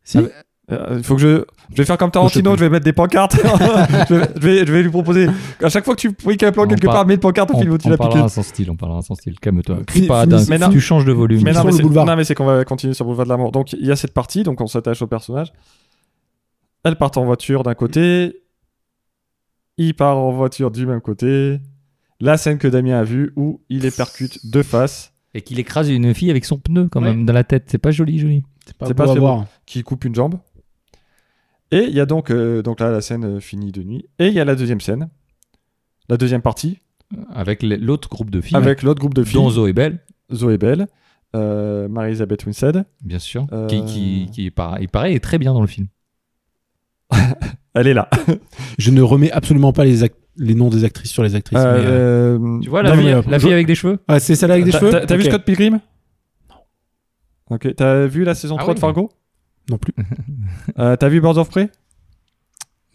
S2: Si.
S3: Ah,
S1: Euh, faut que je, je vais faire comme Tarantino, je vais mettre des pancartes. je, vais, je vais- je vais lui proposer. À chaque fois que tu briques un plan
S3: On
S1: quelque
S3: par-
S1: part, mets une pancarte au
S3: On,
S1: film où Ah, tu
S3: on
S1: l'as piqué.
S3: parlera sans style, on parlera sans style. Calme-toi. Crie
S2: Fini-
S3: pas,
S2: finis-
S3: dingue.
S1: Mais non.
S3: tu changes de volume.
S1: Mais non,
S2: sur
S1: mais
S2: le
S1: c'est-
S2: boulevard.
S1: non, mais c'est qu'on va continuer sur le boulevard de la mort. Donc il y a cette partie, donc on s'attache au personnage. Elle part en voiture d'un côté, il part en voiture du même côté. La scène que Damien a vue où il les percute de face,
S3: Et qu'il écrase une fille avec son pneu quand
S2: Ouais.
S3: même dans la tête. C'est pas joli, joli.
S1: c'est pas
S2: beau à
S1: très
S2: voir.
S1: qui coupe une jambe. Et il y a donc, euh, donc là la scène euh, finie de nuit. Et il y a la deuxième scène, la deuxième partie,
S3: Avec les- l'autre groupe de filles,
S1: avec l'autre groupe de filles,
S3: dont Zoé Bell,
S1: Zoé Bell, euh, Marie-Elisabeth Winstead.
S3: bien sûr,
S1: Euh,
S3: qui, qui, qui est par- il paraît est très bien dans le film.
S1: Elle est là.
S2: Je ne remets absolument pas les, act- les noms des actrices sur les actrices. mais, euh,
S1: Euh,
S3: Tu vois, la,
S2: Non,
S3: vie-
S2: mais, euh,
S3: la
S2: je-
S3: fille avec des cheveux
S2: Ah, c'est celle avec des
S1: T'as-
S2: cheveux
S1: T'as t'as vu
S2: Ok.
S1: Scott Pilgrim Non. Ok, t'as vu la saison
S3: Ah
S1: 3
S3: oui,
S1: de Fargo
S2: Non plus.
S1: Euh, T'as vu Birds of Prey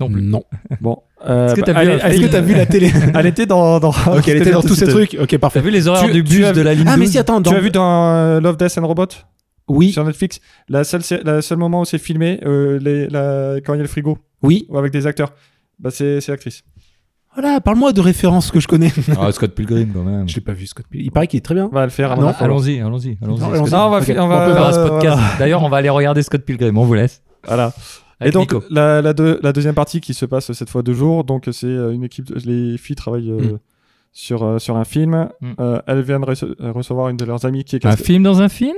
S3: Non plus.
S2: Non.
S1: Bon. euh,
S3: Est-ce que
S1: bah,
S3: t'as vu
S1: elle,
S3: un
S1: est-
S2: Est-ce
S1: elle
S2: que
S1: est-
S2: t'as vu la télé
S1: elle était dans. dans
S2: Ok, elle était Oh, dans tous ces trucs. Ok,
S3: T'as
S2: parfait.
S3: vu les horaires
S1: Tu-
S3: du
S1: tu
S3: bus
S1: as-
S3: de la ligne
S2: Ah, mais
S3: 12?
S2: si, attends.
S1: Tu
S2: dans-
S1: as vu dans euh, Love, Death and Robot
S2: Oui,
S1: sur Netflix La seule, sé- la seule moment où c'est filmé, euh, les, la- quand il y a le frigo,
S2: oui.
S1: ou avec des acteurs, bah, c'est c'est l'actrice.
S2: Voilà, parle-moi de références que je connais.
S3: Ah, Scott Pilgrim quand même. Ah,
S2: Je l'ai pas vu, Scott Pilgrim. Il paraît qu'il est très bien.
S1: On va le faire. à
S2: Non,
S1: mon avis.
S3: Allons-y, allons-y, allons-y.
S2: Non,
S3: Scott
S2: allons-y.
S1: Non, Ah, on va,
S2: Ok,
S1: fi- on
S3: On
S1: va-
S3: préparera ce
S1: euh,
S3: podcast. D'ailleurs, on va aller regarder Scott Pilgrim, on vous laisse.
S1: Voilà. Et
S3: Avec
S1: donc
S3: Nico.
S1: la, la, deux- la deuxième partie qui se passe cette fois deux jours, donc c'est euh, une équipe, de- les filles travaillent euh,
S2: Mm.
S1: sur, euh, sur un film,
S3: Mm.
S1: Euh, elles viennent rece- euh, recevoir une de leurs amies qui est
S3: un
S1: casse-
S3: film dans un film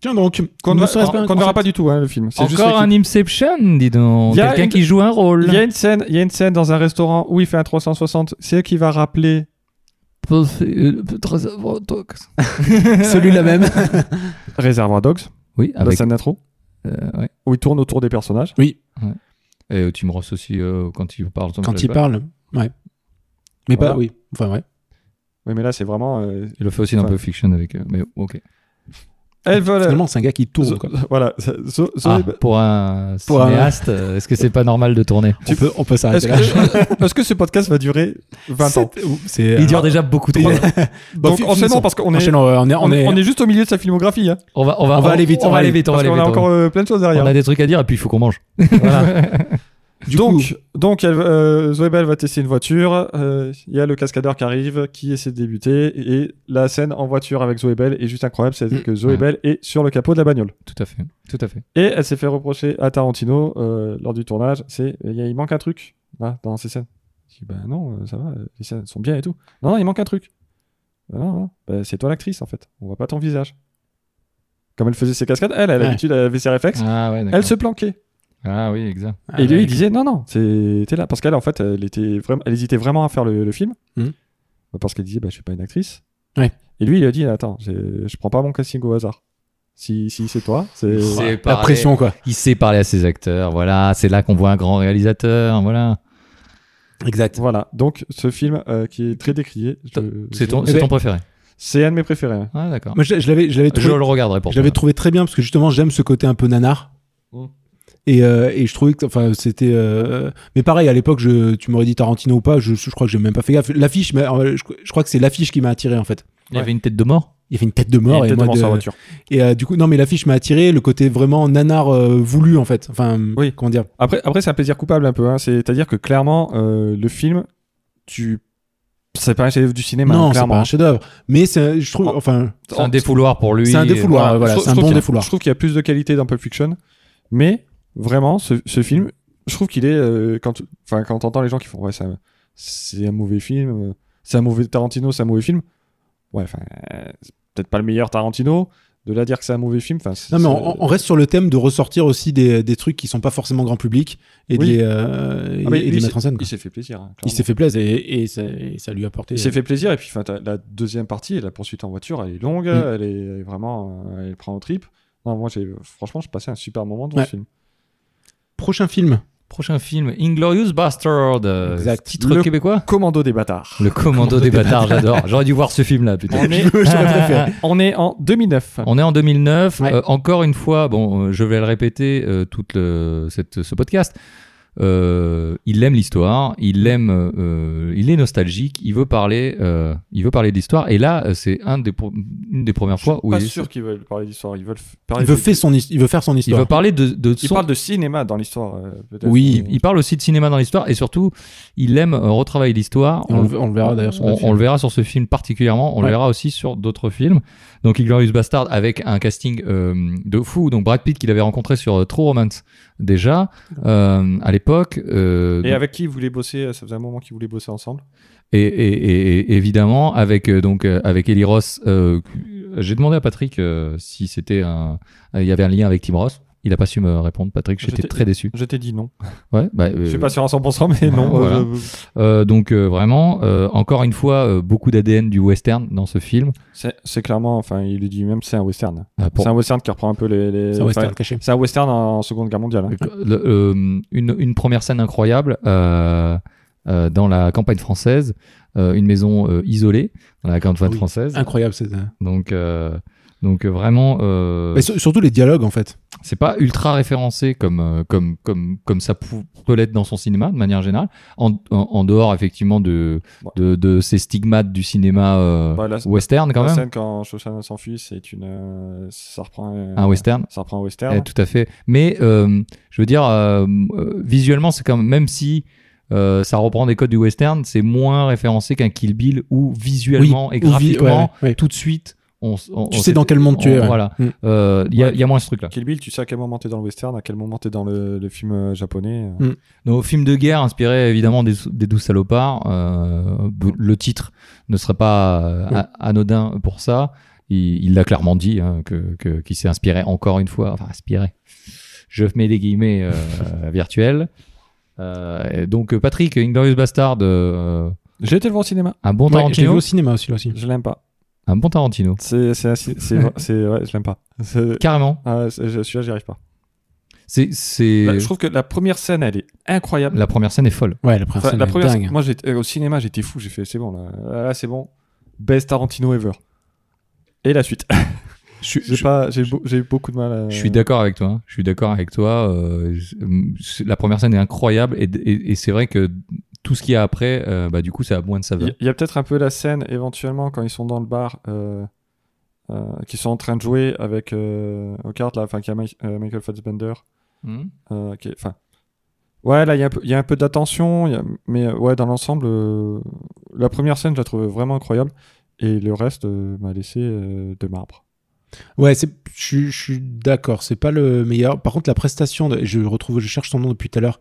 S2: Tiens donc,
S1: Qu'on
S2: ne
S1: ne
S2: serait-ce pas un
S1: qu'on ne verra
S2: concept.
S1: pas du tout, hein, le film. C'est juste
S3: Encore un Inception, dis donc.
S1: Il y a
S3: Quelqu'un
S1: une-
S3: qui joue un rôle.
S1: Il y, a une scène, il y a une scène dans un restaurant où il fait un 360. C'est qui va rappeler.
S2: Celui-là même.
S1: Réservoir Dogs,
S3: Oui,
S1: la
S3: avec.
S1: scène d'intro,
S3: euh, ouais.
S1: où il tourne autour des personnages.
S3: Et euh, Tim Ross aussi, euh, quand il parle. ça me
S2: Quand
S3: plaît
S2: il
S3: pas.
S2: parle. Ouais. Mais
S1: Voilà.
S2: pas, oui. Enfin, ouais.
S1: Oui, mais là, c'est vraiment. euh,
S3: Il le fait aussi dans
S1: Enfin.
S3: Pulp Fiction avec. euh, mais ok.
S1: Elles veulent.
S2: Finalement, c'est un gars qui tourne.
S1: Zo-
S2: quoi.
S1: voilà. Zo- Zo-
S3: Ah,
S1: Zoé-
S3: pour un
S2: Pour un-
S3: cinéaste, euh, est-ce que c'est pas normal de tourner
S2: On peut, on peut
S1: Est-ce
S2: s'arrêter là.
S1: que, est-ce que ce podcast va durer 20 ans
S2: Ah. C'est- c'est-
S3: Il dure déjà beaucoup trop.
S2: Il- Bon,
S1: Donc,
S2: fi-
S1: enchaînons
S2: finissons.
S1: parce qu'on est,
S2: Enchaînons, euh, on est, on est,
S1: Ah, on est juste au milieu de sa filmographie. hein.
S3: On va, on va,
S2: On va aller vite,
S3: On va aller vite. On va
S1: Parce
S3: aller
S1: qu'on a
S3: vite.
S1: encore euh, plein de choses derrière.
S3: On a des trucs à dire et puis il faut qu'on mange.
S2: du coup,
S1: donc, donc elle, euh, Zoé Bell va tester une voiture. euh, Il y a le cascadeur qui arrive, qui essaie de débuter. Et la scène en voiture avec Zoé Bell est juste incroyable. C'est
S2: Mm.
S1: que Zoé
S3: Ouais.
S1: Bell est sur le capot de la bagnole.
S3: Tout à fait. Tout à fait.
S1: Et elle s'est fait reprocher à Tarantino euh, lors du tournage. C'est il y a- il manque un truc là dans ces scènes. Je dis bah non, euh, ça va, euh, les scènes sont bien et tout. Non, non, il manque un truc. Bah non, non, bah, c'est toi l'actrice en fait. On voit pas ton visage. Comme elle faisait ses cascades, elle, elle a
S2: Ouais.
S1: l'habitude, elle avait ses réflexes.
S3: Ah ouais, d'accord.
S1: elle se planquait.
S3: Ah oui, exact.
S2: Ah,
S1: Et lui,
S2: ouais.
S1: il disait non, non, c'est- t'es là. Parce qu'elle, en fait, elle, était vraiment, elle hésitait vraiment à faire le, le film.
S2: Mhm.
S1: Bah, Parce qu'elle disait, bah, je suis pas une actrice.
S2: Ouais.
S1: Et lui, il a dit, attends, je je prends pas mon casting au hasard. Si, si c'est toi, c'est.
S3: C'est
S2: la
S3: parlé.
S2: pression, quoi.
S3: Il sait parler à ses acteurs. Voilà, c'est là qu'on voit un grand réalisateur. Voilà.
S2: Exact.
S1: Voilà. Donc, ce film euh, qui est très décrié. je-
S3: C'est ton,
S1: je-
S3: c'est
S2: ben-
S3: ton préféré.
S1: C'est un de mes préférés. hein.
S3: Ah d'accord.
S2: Moi, je, je l'avais, je l'avais
S3: Je
S2: trouvé,
S3: le regarderai pour
S2: je l'avais
S3: toi. Mmh.
S2: trouvé très bien parce que justement, j'aime ce côté un peu nanar.
S1: Mm.
S2: Et, euh, et je trouvais que enfin c'était euh, mais pareil à l'époque je tu m'aurais dit Tarantino ou pas je, je crois que j'ai même pas fait gaffe l'affiche mais, euh, je, je crois que c'est l'affiche qui m'a attiré en fait
S3: Il y avait une tête de mort.
S2: il y avait une tête de mort
S1: Il
S2: et,
S1: était
S2: moi
S1: devant
S2: de-
S1: sa voiture.
S2: et euh, du coup non mais l'affiche m'a attiré le côté vraiment nanar euh, voulu en fait enfin
S1: Oui.
S2: comment dire
S1: Après, après c'est un plaisir coupable un peu. hein. C'est-à-dire que clairement, euh, le film, tu. C'est pas un chef-d'œuvre du cinéma. hein,
S2: non c'est
S1: clairement.
S2: pas un chef d'œuvre mais c'est je trouve
S1: Oh.
S2: enfin
S3: C'est un défouloir pour lui.
S2: C'est un
S1: Voilà,
S2: défouloir. voilà,
S1: je-
S2: c'est
S1: je
S2: un
S1: trouve
S2: bon
S1: qu'il y a-
S2: défouloir.
S1: Je trouve qu'il y a plus de qualité dans Pulp Fiction, mais vraiment, ce, ce film, je trouve qu'il est. euh, quand enfin, quand t'entends les gens qui font Ouais, c'est un, c'est un mauvais film, euh, c'est un mauvais Tarantino, c'est un mauvais film. Ouais, enfin, euh, c'est peut-être pas le meilleur Tarantino. De là à dire que c'est un mauvais film, enfin. c'est-
S2: Non, mais
S1: c'est-
S2: on, on reste sur le thème de ressortir aussi des, des trucs qui sont pas forcément grand public et de
S1: Oui.
S2: les, euh, et-
S1: Ah, mais
S2: et de
S1: lui,
S2: les
S1: il
S2: mettre en scène.
S1: Il
S2: quoi.
S1: s'est fait plaisir. hein,
S2: Il
S1: clairement.
S2: s'est fait plaisir et, et ça, et ça lui a apporté. euh,
S1: Il s'est fait plaisir et puis enfin, t'as la deuxième partie, la poursuite en voiture, elle est longue,
S2: Mm.
S1: elle, est, elle est vraiment, euh, elle prend au trip. Non, moi, j'ai franchement, je passais un super moment dans
S2: Ouais.
S1: ce film.
S2: Prochain film.
S3: Prochain film, Inglorious Bastard. euh,
S2: Exact.
S3: Titre
S1: Le-
S3: québécois.
S1: Commando des bâtards.
S3: Le commando des bâtards, j'adore. J'aurais dû voir ce film-là, putain.
S1: On est-
S2: J'aurais préféré.
S1: On est en 2009.
S3: On est en 2009.
S2: Ouais.
S3: Euh, encore une fois, bon, euh, je vais le répéter euh, toute le- cette, ce podcast. Euh, il aime l'histoire, il aime, euh, il est nostalgique, il veut parler, euh, il veut parler de l'histoire. Et là, euh, c'est un des pro- une des premières fois où
S1: pas
S3: il,
S1: sûr qu'ils veulent parler d'histoire. Ils veulent f-
S2: Il
S1: parler
S2: veut,
S1: de-
S2: faire son, his- il veut faire son
S3: il
S2: histoire.
S3: veut parler de, de
S1: Ils
S3: son-
S1: parlent de cinéma dans l'histoire. euh, peut-être.
S2: Oui,
S1: Mais-
S3: Il parle aussi de cinéma dans l'histoire et surtout, il aime euh, retravailler l'histoire.
S2: Et on, le- on le verra d'ailleurs sur le
S3: on,
S2: film.
S3: on le verra sur ce film particulièrement, on
S2: Ouais.
S3: le verra aussi sur d'autres films. Donc Inglourious Bastard avec un casting euh, de fou. Donc Brad Pitt qu'il avait rencontré sur euh, True Romance déjà euh, à l'époque. euh,
S1: Et
S3: donc-
S1: avec qui ils voulaient bosser euh, Ça faisait un moment qu'ils voulaient bosser ensemble.
S3: et, et- et- et évidemment avec euh, donc euh, avec Eli Ross. euh, J'ai demandé à Patrick euh, si c'était un, euh, il y avait un lien avec Tim Ross. Il a pas su me répondre, Patrick. J'étais
S1: J'étais-
S3: très déçu.
S1: Je t'ai dit non.
S2: Euh,
S3: Ouais. bah,
S1: Ah, Je suis
S3: euh,
S1: pas sûr à 100%, mais
S3: ouais,
S1: non.
S3: voilà.
S1: euh, je-
S3: euh, donc euh, vraiment, euh, encore une fois, euh, beaucoup d'ADN du western dans ce film.
S1: c'est- C'est clairement, enfin, il le dit même, c'est un western.
S3: Euh, pour-
S1: C'est un western qui reprend un peu les. les-
S2: C'est un
S1: enfin,
S2: western caché.
S1: c'est un western en, en Seconde Guerre mondiale. hein.
S3: Le- euh, une, une première scène incroyable euh, euh, dans la campagne française, euh, une maison euh, isolée dans la campagne
S2: Oui.
S3: française.
S2: Incroyable. c'est-
S3: Donc, euh, donc euh, vraiment, euh,
S2: Mais sur- surtout les dialogues en fait.
S3: c'est pas ultra référencé comme, euh, comme, comme, comme ça pou- peut l'être dans son cinéma de manière générale, en, en, en dehors effectivement de,
S1: Ouais.
S3: de, de ces stigmates du cinéma euh,
S1: Bah, la,
S3: western quand
S1: la
S3: même.
S1: scène quand Shoshana s'enfuit, c'est une. euh, ça reprend. euh,
S3: Un western.
S1: Ça reprend un
S3: Eh,
S1: western.
S3: tout à fait. Mais euh, je veux dire, euh, euh, visuellement, c'est quand même, même si euh, ça reprend des codes du western, c'est moins référencé qu'un Kill Bill où visuellement et
S2: Ou vi-
S3: graphiquement,
S2: ouais, ouais, ouais.
S3: tout de suite, on, s- on-
S2: Tu
S3: on
S2: sais dans quel monde tu
S3: on-
S2: es. ouais.
S3: Voilà.
S2: Mm.
S3: Euh, Il y, a-
S1: Ouais.
S3: il y a moins ce truc-là.
S1: Kill Bill, tu sais à quel moment t'es dans le western, à quel moment t'es dans le, le film euh, japonais. euh.
S3: Nos films de guerre inspirés évidemment des, des douze salopards, euh, b- le titre ne serait pas euh, a- anodin pour ça. il il l'a clairement dit, hein, que, que- qu'il s'est inspiré encore une fois, enfin inspiré. Je mets des guillemets euh, euh, virtuels. Euh, et donc euh, Patrick, Inglorious Bastard, euh,
S1: J'ai été le voir au cinéma.
S3: un bon
S2: Ouais, je l'ai vu
S3: Tarantino,
S2: au cinéma aussi, là aussi.
S1: Je l'aime pas.
S3: un bon Tarantino,
S1: C'est, c'est, assi- c'est, vrai- c'est- ouais, je l'aime pas. C'est-
S3: carrément.
S1: Ah, c'est- je- celui-là, j'y arrive pas.
S3: C'est, c'est
S1: Là,
S2: Bah,
S1: Bah, je trouve que la première scène, elle est incroyable.
S3: la première scène est folle.
S2: Ouais, la première
S1: Enfin,
S2: scène
S1: la
S2: est
S1: première,
S2: dingue.
S1: moi, j'étais, euh, au cinéma, j'étais fou. J'ai fait, c'est bon, là, là, là, c'est bon. Best Tarantino ever. Et la suite.
S2: Je-
S1: j'ai
S2: je-
S1: pas, j'ai, beau- j'ai eu beaucoup de mal. à-
S3: Je suis d'accord avec toi. hein. Je suis d'accord avec toi. euh, c'est- la première scène est incroyable et, et- et c'est vrai que tout ce qu'il y a après, euh, bah, du coup, ça a moins de
S1: Il
S3: saveur.
S1: y- il y a peut-être un peu la scène, éventuellement, quand ils sont dans le bar, euh, euh, qu'ils sont en train de jouer avec euh, aux cartes, là, enfin, qu'il y a Mi- euh, Michael Fassbender.
S3: Hmm.
S1: Euh, ok, enfin. Ouais, là, il y, a un peu- il y a un peu d'attention, il y a- mais euh, ouais, dans l'ensemble, euh, la première scène, je la trouvais vraiment incroyable, et le reste euh, m'a laissé euh, de marbre.
S2: Ouais, c'est, je, suis- je suis d'accord, c'est pas le meilleur. Par contre, la prestation, de- je retrouve, je cherche son nom depuis tout à l'heure,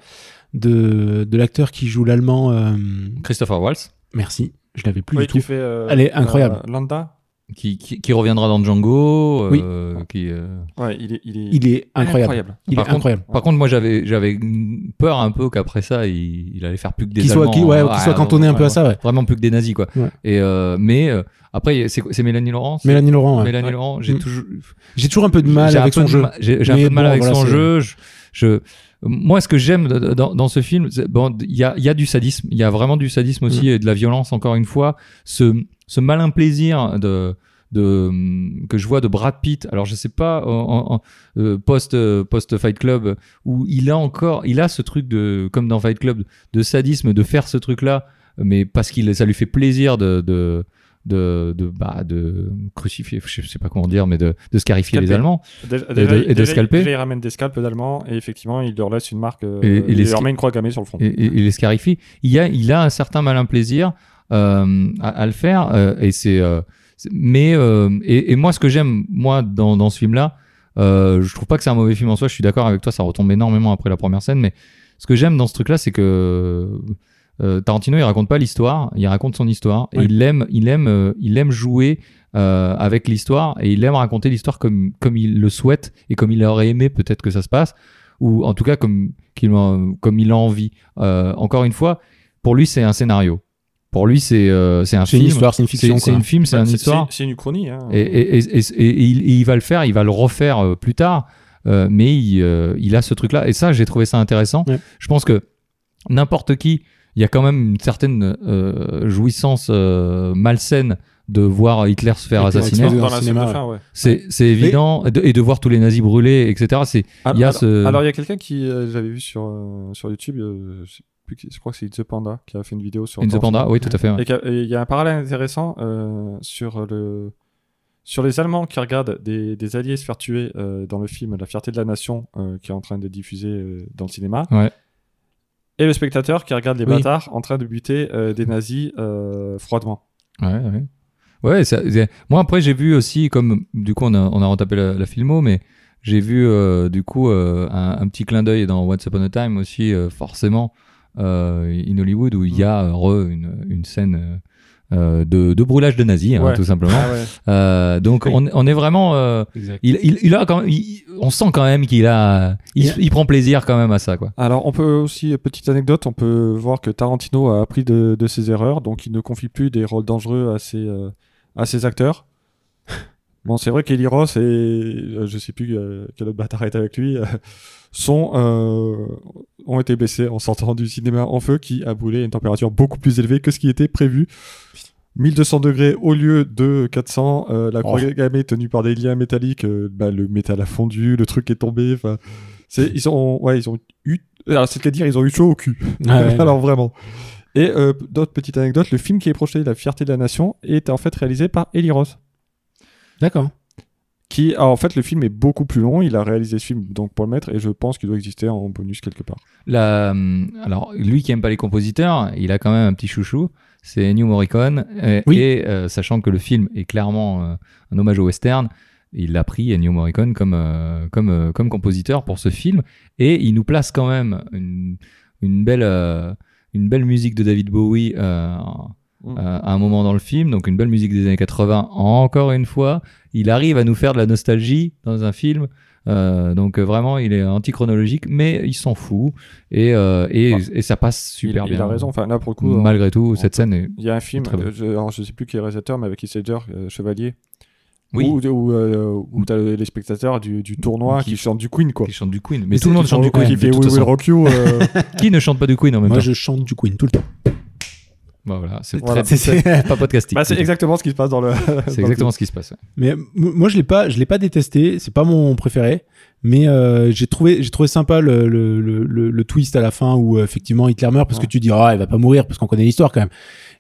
S2: de, de l'acteur qui joue l'allemand. euh,
S3: Christopher Waltz,
S2: merci, je l'avais plus
S1: Oui,
S2: du tout.
S1: qui fait, euh,
S2: Elle est incroyable.
S1: euh, Landa
S3: qui, qui- qui reviendra dans Django. euh, qui, euh,
S1: Ouais, il est, il est,
S2: Il est incroyable. Il
S3: Par
S2: est
S3: contre,
S2: incroyable.
S3: Par contre, moi, j'avais j'avais peur un peu qu'après ça, il, il allait faire plus que des
S2: Qu'il soit,
S3: Allemands. hein.
S2: qu'il- ouais, qu'il soit cantonné un peu à
S3: vraiment-
S2: ça, ouais.
S3: Vraiment plus que des nazis, quoi.
S2: Ouais.
S3: Et euh, mais euh, après, c'est c'est Mélanie Laurent. c'est-
S2: Mélanie Laurent, ouais.
S3: Mélanie
S1: Ouais.
S3: Laurent, j'ai
S2: Mm.
S3: toujours
S2: J'ai toujours un peu de mal
S3: J'ai un
S2: avec
S3: peu
S2: son
S3: de
S2: jeu.
S3: ma- J'ai j'ai un
S2: Mais
S3: peu de mal
S2: bon,
S3: avec
S2: voilà,
S3: son
S2: c'est-
S3: jeu. Je, je- moi, ce que j'aime de- de- dans, dans ce film, c'est- bon, il y a, il y a du sadisme. Il y a vraiment du sadisme aussi
S2: Mm.
S3: et de la violence, encore une fois. Ce, ce malin plaisir de, de, que je vois de Brad Pitt. Alors, je sais pas, en, en- en- euh, post, euh, post Fight Club, où il a encore, il a ce truc de, comme dans Fight Club, de sadisme, de faire ce truc-là, mais parce qu'il, ça lui fait plaisir de, de de, de, bah, de crucifier, je sais pas comment dire, mais de, de scarifier les
S1: Scalper.
S3: Allemands.
S1: Déjà,
S3: de-
S1: déjà,
S3: et de
S1: déjà,
S3: scalper.
S1: déjà, il ramène des scalpes d'allemands, et effectivement, il leur laisse une marque, euh,
S3: Et- et les
S1: il
S3: sca-
S1: leur met une croix gammée sur le front.
S3: et, et- et les scarifie. Il, y a, il a un certain malin plaisir euh, à, à le faire. euh, et c'est, euh, c'est- mais euh, et, et moi, ce que j'aime moi dans, dans ce film-là, euh, je trouve pas que c'est un mauvais film en soi. Je suis d'accord avec toi, ça retombe énormément après la première scène. Mais ce que j'aime dans ce truc-là, c'est que euh, Tarantino, il raconte pas l'histoire, il raconte son histoire. Et
S2: Oui.
S3: il aime, il aime, euh, il aime jouer. euh, avec l'histoire et il aime raconter l'histoire comme comme il le souhaite et comme il aurait aimé peut-être que ça se passe ou en tout cas comme qu'il en- comme il a envie euh, encore une fois, pour lui, c'est un scénario. Pour lui, c'est euh, c'est un
S2: C'est
S3: film.
S2: une histoire, c'est une
S3: C'est
S2: fiction.
S3: c'est
S2: quoi.
S3: une film, c'est
S1: Ouais,
S3: une histoire.
S1: Bah, C'est, c'est une uchronie. Hein.
S3: Et, et- et- et- et- et il, et il va le faire, il va le refaire euh, plus tard. euh, mais il, euh, il a ce truc-là. Et ça, j'ai trouvé ça intéressant.
S2: Ouais.
S3: Je pense que n'importe qui, il y a quand même une certaine euh, jouissance euh, malsaine de voir Hitler se faire
S2: Hitler
S1: dans,
S2: explosé
S3: assassiner.
S1: dans
S2: dans le
S1: la
S2: cinéma,
S1: scène de fin, ouais.
S3: C'est c'est évident. De- Et de voir tous les nazis brûler, etc. C'est
S1: Alors,
S3: Il y a
S1: Ah, alors-
S3: ce-
S1: alors, il y a quelqu'un qui, euh, j'avais vu sur, euh, sur YouTube, euh, je, sais plus qui- je crois que c'est It's the Panda, qui a fait une vidéo sur
S3: une
S1: Tarantino.
S3: Panda. Oui, tout à fait. ouais.
S1: Et qu'il y a- et il y a un parallèle intéressant euh, sur le sur les Allemands qui regardent des, des alliés se faire tuer euh, dans le film La fierté de la nation euh, qui est en train de diffuser euh, dans le cinéma.
S3: Ouais.
S1: Et le spectateur qui regarde les
S2: Oui.
S1: bâtards en train de buter euh, des nazis euh, froidement.
S3: Ouais, ouais. Ouais, ça- c'est- moi après j'ai vu aussi, comme du coup on a, on a retapé la, la filmo, mais j'ai vu euh, du coup euh, un, un petit clin d'œil dans Once Upon a Time aussi, euh, forcément, euh, in Hollywood, où il y a euh, re, une, une scène euh, euh, de, de brûlage de nazis, hein,
S1: Ouais.
S3: tout simplement.
S1: ouais.
S3: Euh, donc
S2: Oui.
S3: on, on est vraiment... euh,
S2: Exact.
S3: il, il, il a quand même- il- on sent quand même qu'il a... Il,
S2: Il a-
S3: il prend plaisir quand même à ça, quoi.
S1: Alors, on peut aussi, euh, petite anecdote, on peut voir que Tarantino a appris de, de ses erreurs, donc il ne confie plus des rôles dangereux à ses, euh, à ses acteurs. Bon, c'est vrai qu'Eli Ross et euh, je sais plus euh, quel autre bâtard est avec lui, euh, sont, euh, ont été blessés en sortant du cinéma en feu qui a brûlé à une température beaucoup plus élevée que ce qui était prévu. 1200 degrés au lieu de 400, euh, la croix gammée tenue par des liens métalliques, euh, bah, le métal a fondu, le truc est tombé, enfin, c'est, ils ont, ouais, ils ont eu, Euh, alors, c'est-à-dire, ils ont eu chaud au cul.
S2: Ah ouais,
S1: alors, vraiment. Et, euh, d'autres petites anecdotes, le film qui est projeté, La fierté de la nation, est en fait réalisé par Eli Roth
S2: D'accord.
S1: qui ah, en fait le film est beaucoup plus long il a réalisé ce film donc pour le mettre et je pense qu'il doit exister en bonus quelque part
S3: La, hum, alors, lui qui aime pas les compositeurs, il a quand même un petit chouchou, c'est New Morricone. Et,
S2: Oui.
S3: et, euh, sachant que le film est clairement euh, un hommage au western, il l'a pris New Morricone comme, euh, comme, euh, comme compositeur pour ce film. Et il nous place quand même une, une, belle, euh, une belle musique de David Bowie euh,
S1: Mm.
S3: euh, à un moment dans le film, donc une belle musique des années 80. Encore une fois, il arrive à nous faire de la nostalgie dans un film. Euh, donc euh, vraiment, il est antichronologique, mais il s'en fout et, euh, et,
S1: Ouais.
S3: et ça passe
S1: Il,
S3: super
S1: Bah, il
S3: bien.
S1: a raison. Enfin, là, pour le coup, on-
S3: Malgré tout, cette
S1: peut-
S3: scène est
S1: il y a un film,
S3: Très bon.
S1: euh, je, alors, je sais plus qui est le réalisateur, mais avec Isager, euh, Chevalier.
S3: Oui.
S1: Où, où, euh, où t'as les spectateurs du, du tournoi
S3: Qui-
S1: qui, chantent du Queen, quoi.
S3: qui chante du Queen. Mais,
S2: Mais
S3: tout le
S2: c'est-
S3: monde chante du
S2: qui font-
S3: Queen.
S1: Qui
S3: de
S1: fait
S3: toute
S1: We Will
S3: façon.
S1: Rock You. euh,
S3: Qui ne chante pas du Queen en même
S2: Moi,
S3: temps
S2: je chante du Queen tout le temps.
S3: Bah, voilà, c'est
S1: Voilà.
S3: très-
S2: Ah, C'est-
S3: c'est pas podcastique.
S1: bah, c'est
S3: du tout.
S1: exactement ce qui se passe dans le.
S3: C'est exactement ce qui se passe. ouais.
S2: Mais m- moi, je l'ai pas, je l'ai pas détesté. C'est pas mon préféré, mais euh, j'ai trouvé, j'ai trouvé sympa le, le, le, le- le twist à la fin où euh, effectivement Hitler meurt parce
S1: Ouais.
S2: que tu dis ah il va pas mourir parce qu'on connaît l'histoire quand même.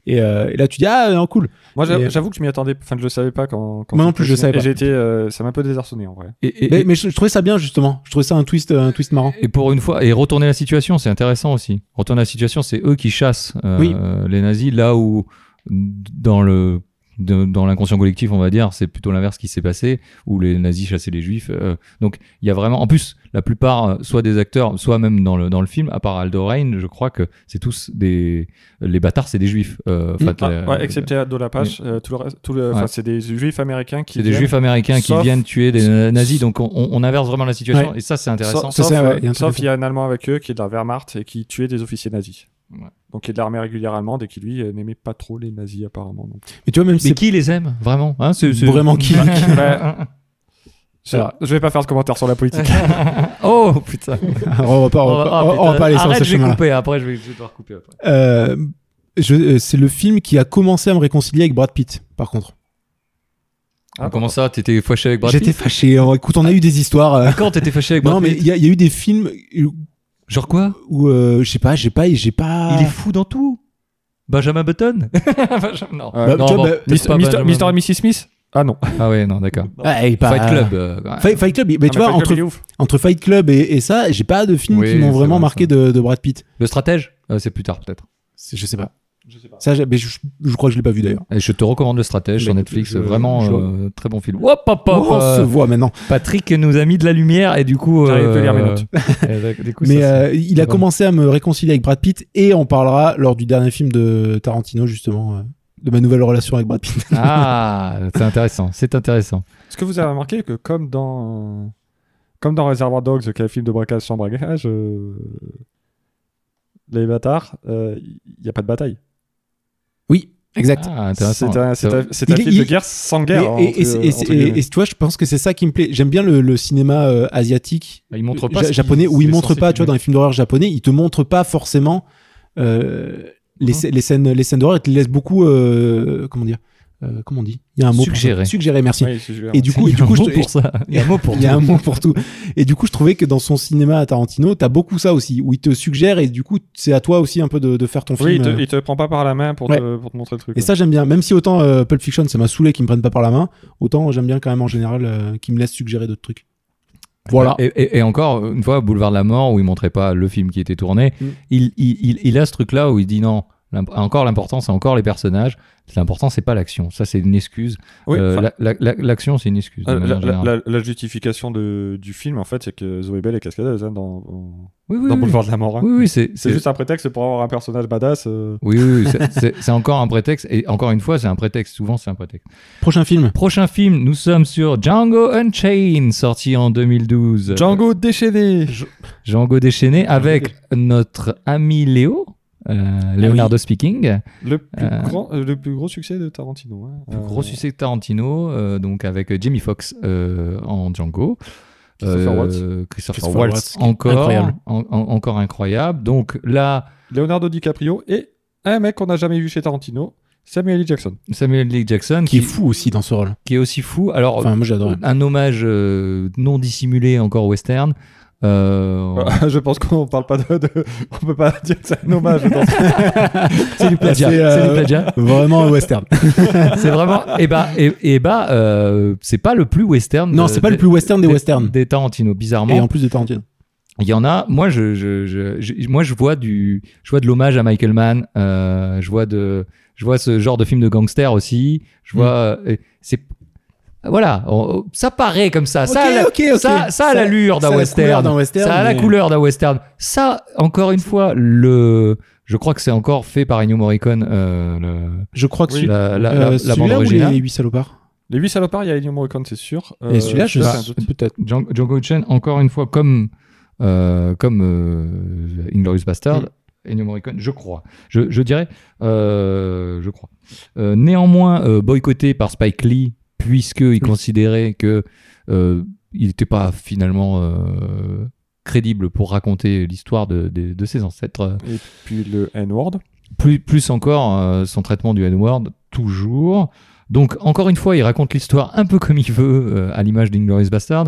S2: Et, euh, et là, tu dis ah non, cool.
S1: Moi, j'a-
S2: Et-
S1: j'avoue que je m'y attendais. Enfin, je le savais pas quand. quand
S2: Moi non
S1: j'ai
S2: plus,
S1: fait
S2: je
S1: le
S2: le savais
S1: film.
S2: pas.
S1: Et j'ai été, euh, ça m'a un peu désarçonné en vrai.
S3: Et- et-
S2: Mais,
S3: et-
S2: mais je, je trouvais ça bien justement. Je trouvais ça un twist, euh, un twist marrant.
S3: Et pour une fois, et retourner la situation, c'est intéressant aussi. Retourner la situation, c'est eux qui chassent euh,
S2: Oui.
S3: les nazis, là où dans le de- dans l'inconscient collectif, on va dire, c'est plutôt l'inverse qui s'est passé, où les nazis chassaient les juifs. euh, donc il y a vraiment, en plus, la plupart, euh, soit des acteurs, soit même dans le dans le film, à part Aldo Rain, je crois que c'est tous des les bâtards, c'est des juifs. euh, en
S2: Mm.
S3: fait,
S1: Ah,
S3: euh,
S1: ouais, excepté Aldo Lapache, euh, tout le reste, tout le, enfin,
S3: Ouais.
S1: c'est des juifs américains qui.
S3: c'est des
S1: viennent,
S3: juifs américains qui
S1: sauf-
S3: viennent tuer des na- nazis, donc on, on- on inverse vraiment la situation, et ça c'est intéressant.
S1: Sauf,
S2: Ça,
S1: sauf,
S2: c'est- ouais,
S1: euh,
S2: il y a un truc
S1: sauf
S2: comme
S1: il y a un Allemand avec eux qui est de la Wehrmacht et qui tuait des officiers nazis.
S3: Ouais.
S1: Donc qui est de l'armée régulière allemande et qui lui euh, n'aimait pas trop les nazis apparemment. Donc.
S2: Mais tu vois même si
S3: Mais
S2: c'est
S3: qui les aime vraiment hein, c'est- c'est-
S2: Vraiment qui
S1: Bah, Je,
S2: Alors-
S1: je vais pas faire de commentaire sur la politique.
S3: Oh putain. Oh,
S2: on va pas, on va pas- on va pas aller sur
S3: Arrête,
S2: ce
S3: je vais
S2: chemin-là.
S3: couper après, je vais, je vais devoir couper après.
S2: Euh, je- euh, c'est le film qui a commencé à me réconcilier avec Brad Pitt. Par contre,
S1: Ah,
S3: Comment ça T'étais fâché avec Brad
S2: j'étais
S3: Pitt
S2: fâché. Oh, écoute, on a eu des histoires. euh.
S3: Quand t'étais fâché avec Brad
S2: Non, mais
S3: Pitt
S2: il y, a- il y a eu des films
S3: Genre quoi
S2: où euh, je sais pas, j'ai pas, j'ai pas.
S3: Il est fou dans tout Benjamin Button Benjamin- Non,
S1: Ouais.
S2: Bah,
S3: non
S2: tu
S3: bon,
S2: vois, bah,
S3: peut-être
S1: Mister,
S3: pas
S1: Mister,
S3: Benjamin
S1: Mister et Mrs. Smith Ah non.
S3: Button. Ah ouais, non, d'accord.
S2: Ouais, il est pas-
S3: Fight Club. euh, ouais.
S2: bah, Fight, Fight Club, mais tu vois, entre, entre Fight Club et, et ça, j'ai pas de films
S3: Oui,
S2: qui m'ont
S3: c'est
S2: vraiment
S3: vrai,
S2: marqué de, de Brad Pitt.
S3: Le stratège Euh, C'est plus tard peut-être.
S2: C'est- Je sais pas. Ça, j'ai- mais je, je crois que je l'ai pas vu d'ailleurs.
S3: Et je te recommande le stratège sur
S2: Mais
S3: Netflix.
S2: je-
S3: vraiment
S2: je-
S3: euh, très bon film. Hop, hop, hop,
S2: Oh, on
S3: euh,
S2: se voit maintenant.
S3: Patrick nous a mis de la lumière et du coup.
S1: J'arrive plus à lire mes notes.
S3: euh, du coup,
S2: mais
S3: ça,
S2: euh, il a
S3: vraiment-
S2: commencé à me réconcilier avec Brad Pitt et on parlera lors du dernier film de Tarantino justement euh, de ma nouvelle relation avec Brad Pitt.
S3: c'est- Ah, c'est intéressant. C'est intéressant.
S1: Est-ce que vous avez remarqué que comme dans euh, comme dans Reservoir Dogs, qui est un film de braquage sans braquage, euh, les bâtards, il n'y a pas de bataille.
S2: Oui, exact.
S3: Ah, intéressant.
S1: C'est un, c'est un- c'est un
S2: hein. Il est-
S1: film de
S2: il-
S1: guerre sans
S2: Et,
S1: guerre. hein, entre-
S2: et- et- et-
S1: entre
S2: et-
S1: guillemets.
S2: et tu vois, je pense que c'est ça qui me plaît. J'aime bien le, le cinéma euh, asiatique
S3: Bah, Il montre pas.
S2: Euh, ja-
S3: ce qu'il-
S2: japonais où
S3: ce
S2: ils
S3: qu'il est
S2: montrent
S3: censé
S2: pas, tu vois, dans
S3: filmer.
S2: les films d'horreur japonais, ils te montrent pas forcément euh, les,
S3: Hein
S2: sc- les scènes, les scènes d'horreur, ils te laissent beaucoup, euh, comment dire, euh, comment on dit Il y a un mot pour ça.
S3: Suggérer.
S2: Suggérer, merci.
S1: Oui, c'est sûr.
S2: Et du coup,
S3: Il
S2: et
S3: y a
S2: du
S3: un
S2: coup, je
S3: mot
S2: te-
S3: pour ça. Il y a un mot pour
S2: il y a un mot pour tout. Et du coup, je trouvais que dans son cinéma à Tarantino, t'as beaucoup ça aussi, où il te suggère et du coup, c'est à toi aussi un peu de, de faire ton
S1: Oui, il
S2: film.
S1: te,
S2: euh.
S1: il te prend pas par la main pour,
S2: Ouais.
S1: te, pour te montrer le truc.
S2: Et
S1: ouais.
S2: ça, j'aime bien. Même si autant euh, Pulp Fiction, ça m'a saoulé qu'ils me prennent pas par la main, autant j'aime bien quand même en général euh, qu'ils me laissent suggérer d'autres trucs. Voilà.
S3: Et, et- et encore une fois, Boulevard de la Mort, où il montrait pas le film qui était tourné,
S2: Mm.
S3: il, il- il- il a ce truc-là où il dit non. l'imp- Encore l'important, c'est encore les personnages. L'important, c'est pas l'action. Ça, c'est une excuse.
S1: Oui,
S3: Euh,
S1: enfin,
S3: la- la- la- l'action, c'est une excuse. de
S1: euh,
S3: manière
S1: la, la-
S3: générale.
S1: la- la justification de, du film, en fait, c'est que Zoé Bell est cascadeuse hein, dans, en-
S3: Oui, oui,
S1: dans
S3: oui.
S1: Boulevard de la Mort. hein.
S3: Oui, oui, c'est
S1: C'est
S3: c'est-
S1: juste un prétexte pour avoir un personnage badass. euh.
S3: Oui, oui, oui, c'est- c'est c'est encore un prétexte. Et encore une fois, c'est un prétexte. Souvent, c'est un prétexte.
S2: Prochain film.
S3: Prochain film, nous sommes sur Django Unchained, sorti en 2012.
S2: Euh,
S1: Django déchaîné
S3: Django déchaîné avec notre ami Léo, euh, Leonardo Speaking.
S1: le plus,
S3: Euh.
S1: grand, euh, le plus gros succès de Tarantino. hein.
S3: Plus
S1: Euh,
S3: gros succès de Tarantino, euh, donc avec Jimmy Fox euh, en Django. Euh,
S1: Christopher Waltz.
S3: Christopher
S2: Christopher
S3: Waltz,
S2: Waltz, qui est
S3: encore
S2: incroyable.
S3: en- en- encore incroyable. Donc là,
S1: Leonardo DiCaprio et un mec qu'on n'a jamais vu chez Tarantino, Samuel L. Jackson.
S3: Samuel L. Jackson, qui,
S2: Qui est fou aussi dans ce rôle.
S3: qui est aussi fou. Alors,
S2: Enfin, moi j'adore.
S3: un hommage euh, non dissimulé encore western. Euh,
S1: Je pense qu'on parle pas de, de- On peut pas dire que c'est un hommage. dans ce-
S3: C'est du plagiat.
S2: C'est, euh,
S3: C'est du plagiat.
S2: Vraiment un western.
S3: C'est vraiment. Et bah, et, et bah, euh, c'est pas le plus western.
S2: Non,
S3: de-
S2: c'est pas le
S3: de-
S2: plus western des
S3: des-
S2: westerns.
S3: Des Tarantino, bizarrement.
S2: Et en plus de Tarantino.
S3: Il y en a. Moi, je, je, je- je- moi, je vois du, je vois de l'hommage à Michael Mann. euh, je vois de, je vois ce genre de film de gangster aussi. Je
S2: Hmm.
S3: vois, euh, et c'est, voilà, on- ça paraît comme ça. Ah, ça,
S2: Ok,
S3: a la-
S2: ok,
S3: ça,
S2: ok.
S3: ça a
S2: Ça-
S3: l'allure d'un
S2: ça a la
S3: western.
S2: couleur d'un western,
S3: Ça a la
S2: mais-
S3: couleur d'un western. Ça, encore une fois, le, Je crois que c'est encore fait par Ennio Morricone, euh, le-
S2: Je crois que
S1: Oui.
S2: celui-
S3: la, la- la-
S2: euh,
S3: la bande
S2: celui-là ou
S3: originale.
S2: les 8 salopards
S1: Les 8 salopards, il y a Ennio Morricone, c'est sûr. Euh,
S2: Et celui-là, je
S1: ça,
S3: sais-
S1: c'est un doute.
S2: peut-être.
S3: Django Django Chen, encore une fois, comme, euh, comme euh, Inglorious Bastard, Ennio Morricone, je crois. Je, je dirais, euh, je crois. Euh, néanmoins, euh, boycotté par Spike Lee, puisqu'il considérait que euh, il n'était pas finalement euh, crédible pour raconter l'histoire de, de- de ses ancêtres.
S1: Et puis le N-word.
S3: Plus, plus encore, euh, son traitement du N-word, toujours. Donc, encore une fois, il raconte l'histoire un peu comme il veut, euh, à l'image d'Inglorious Bastard,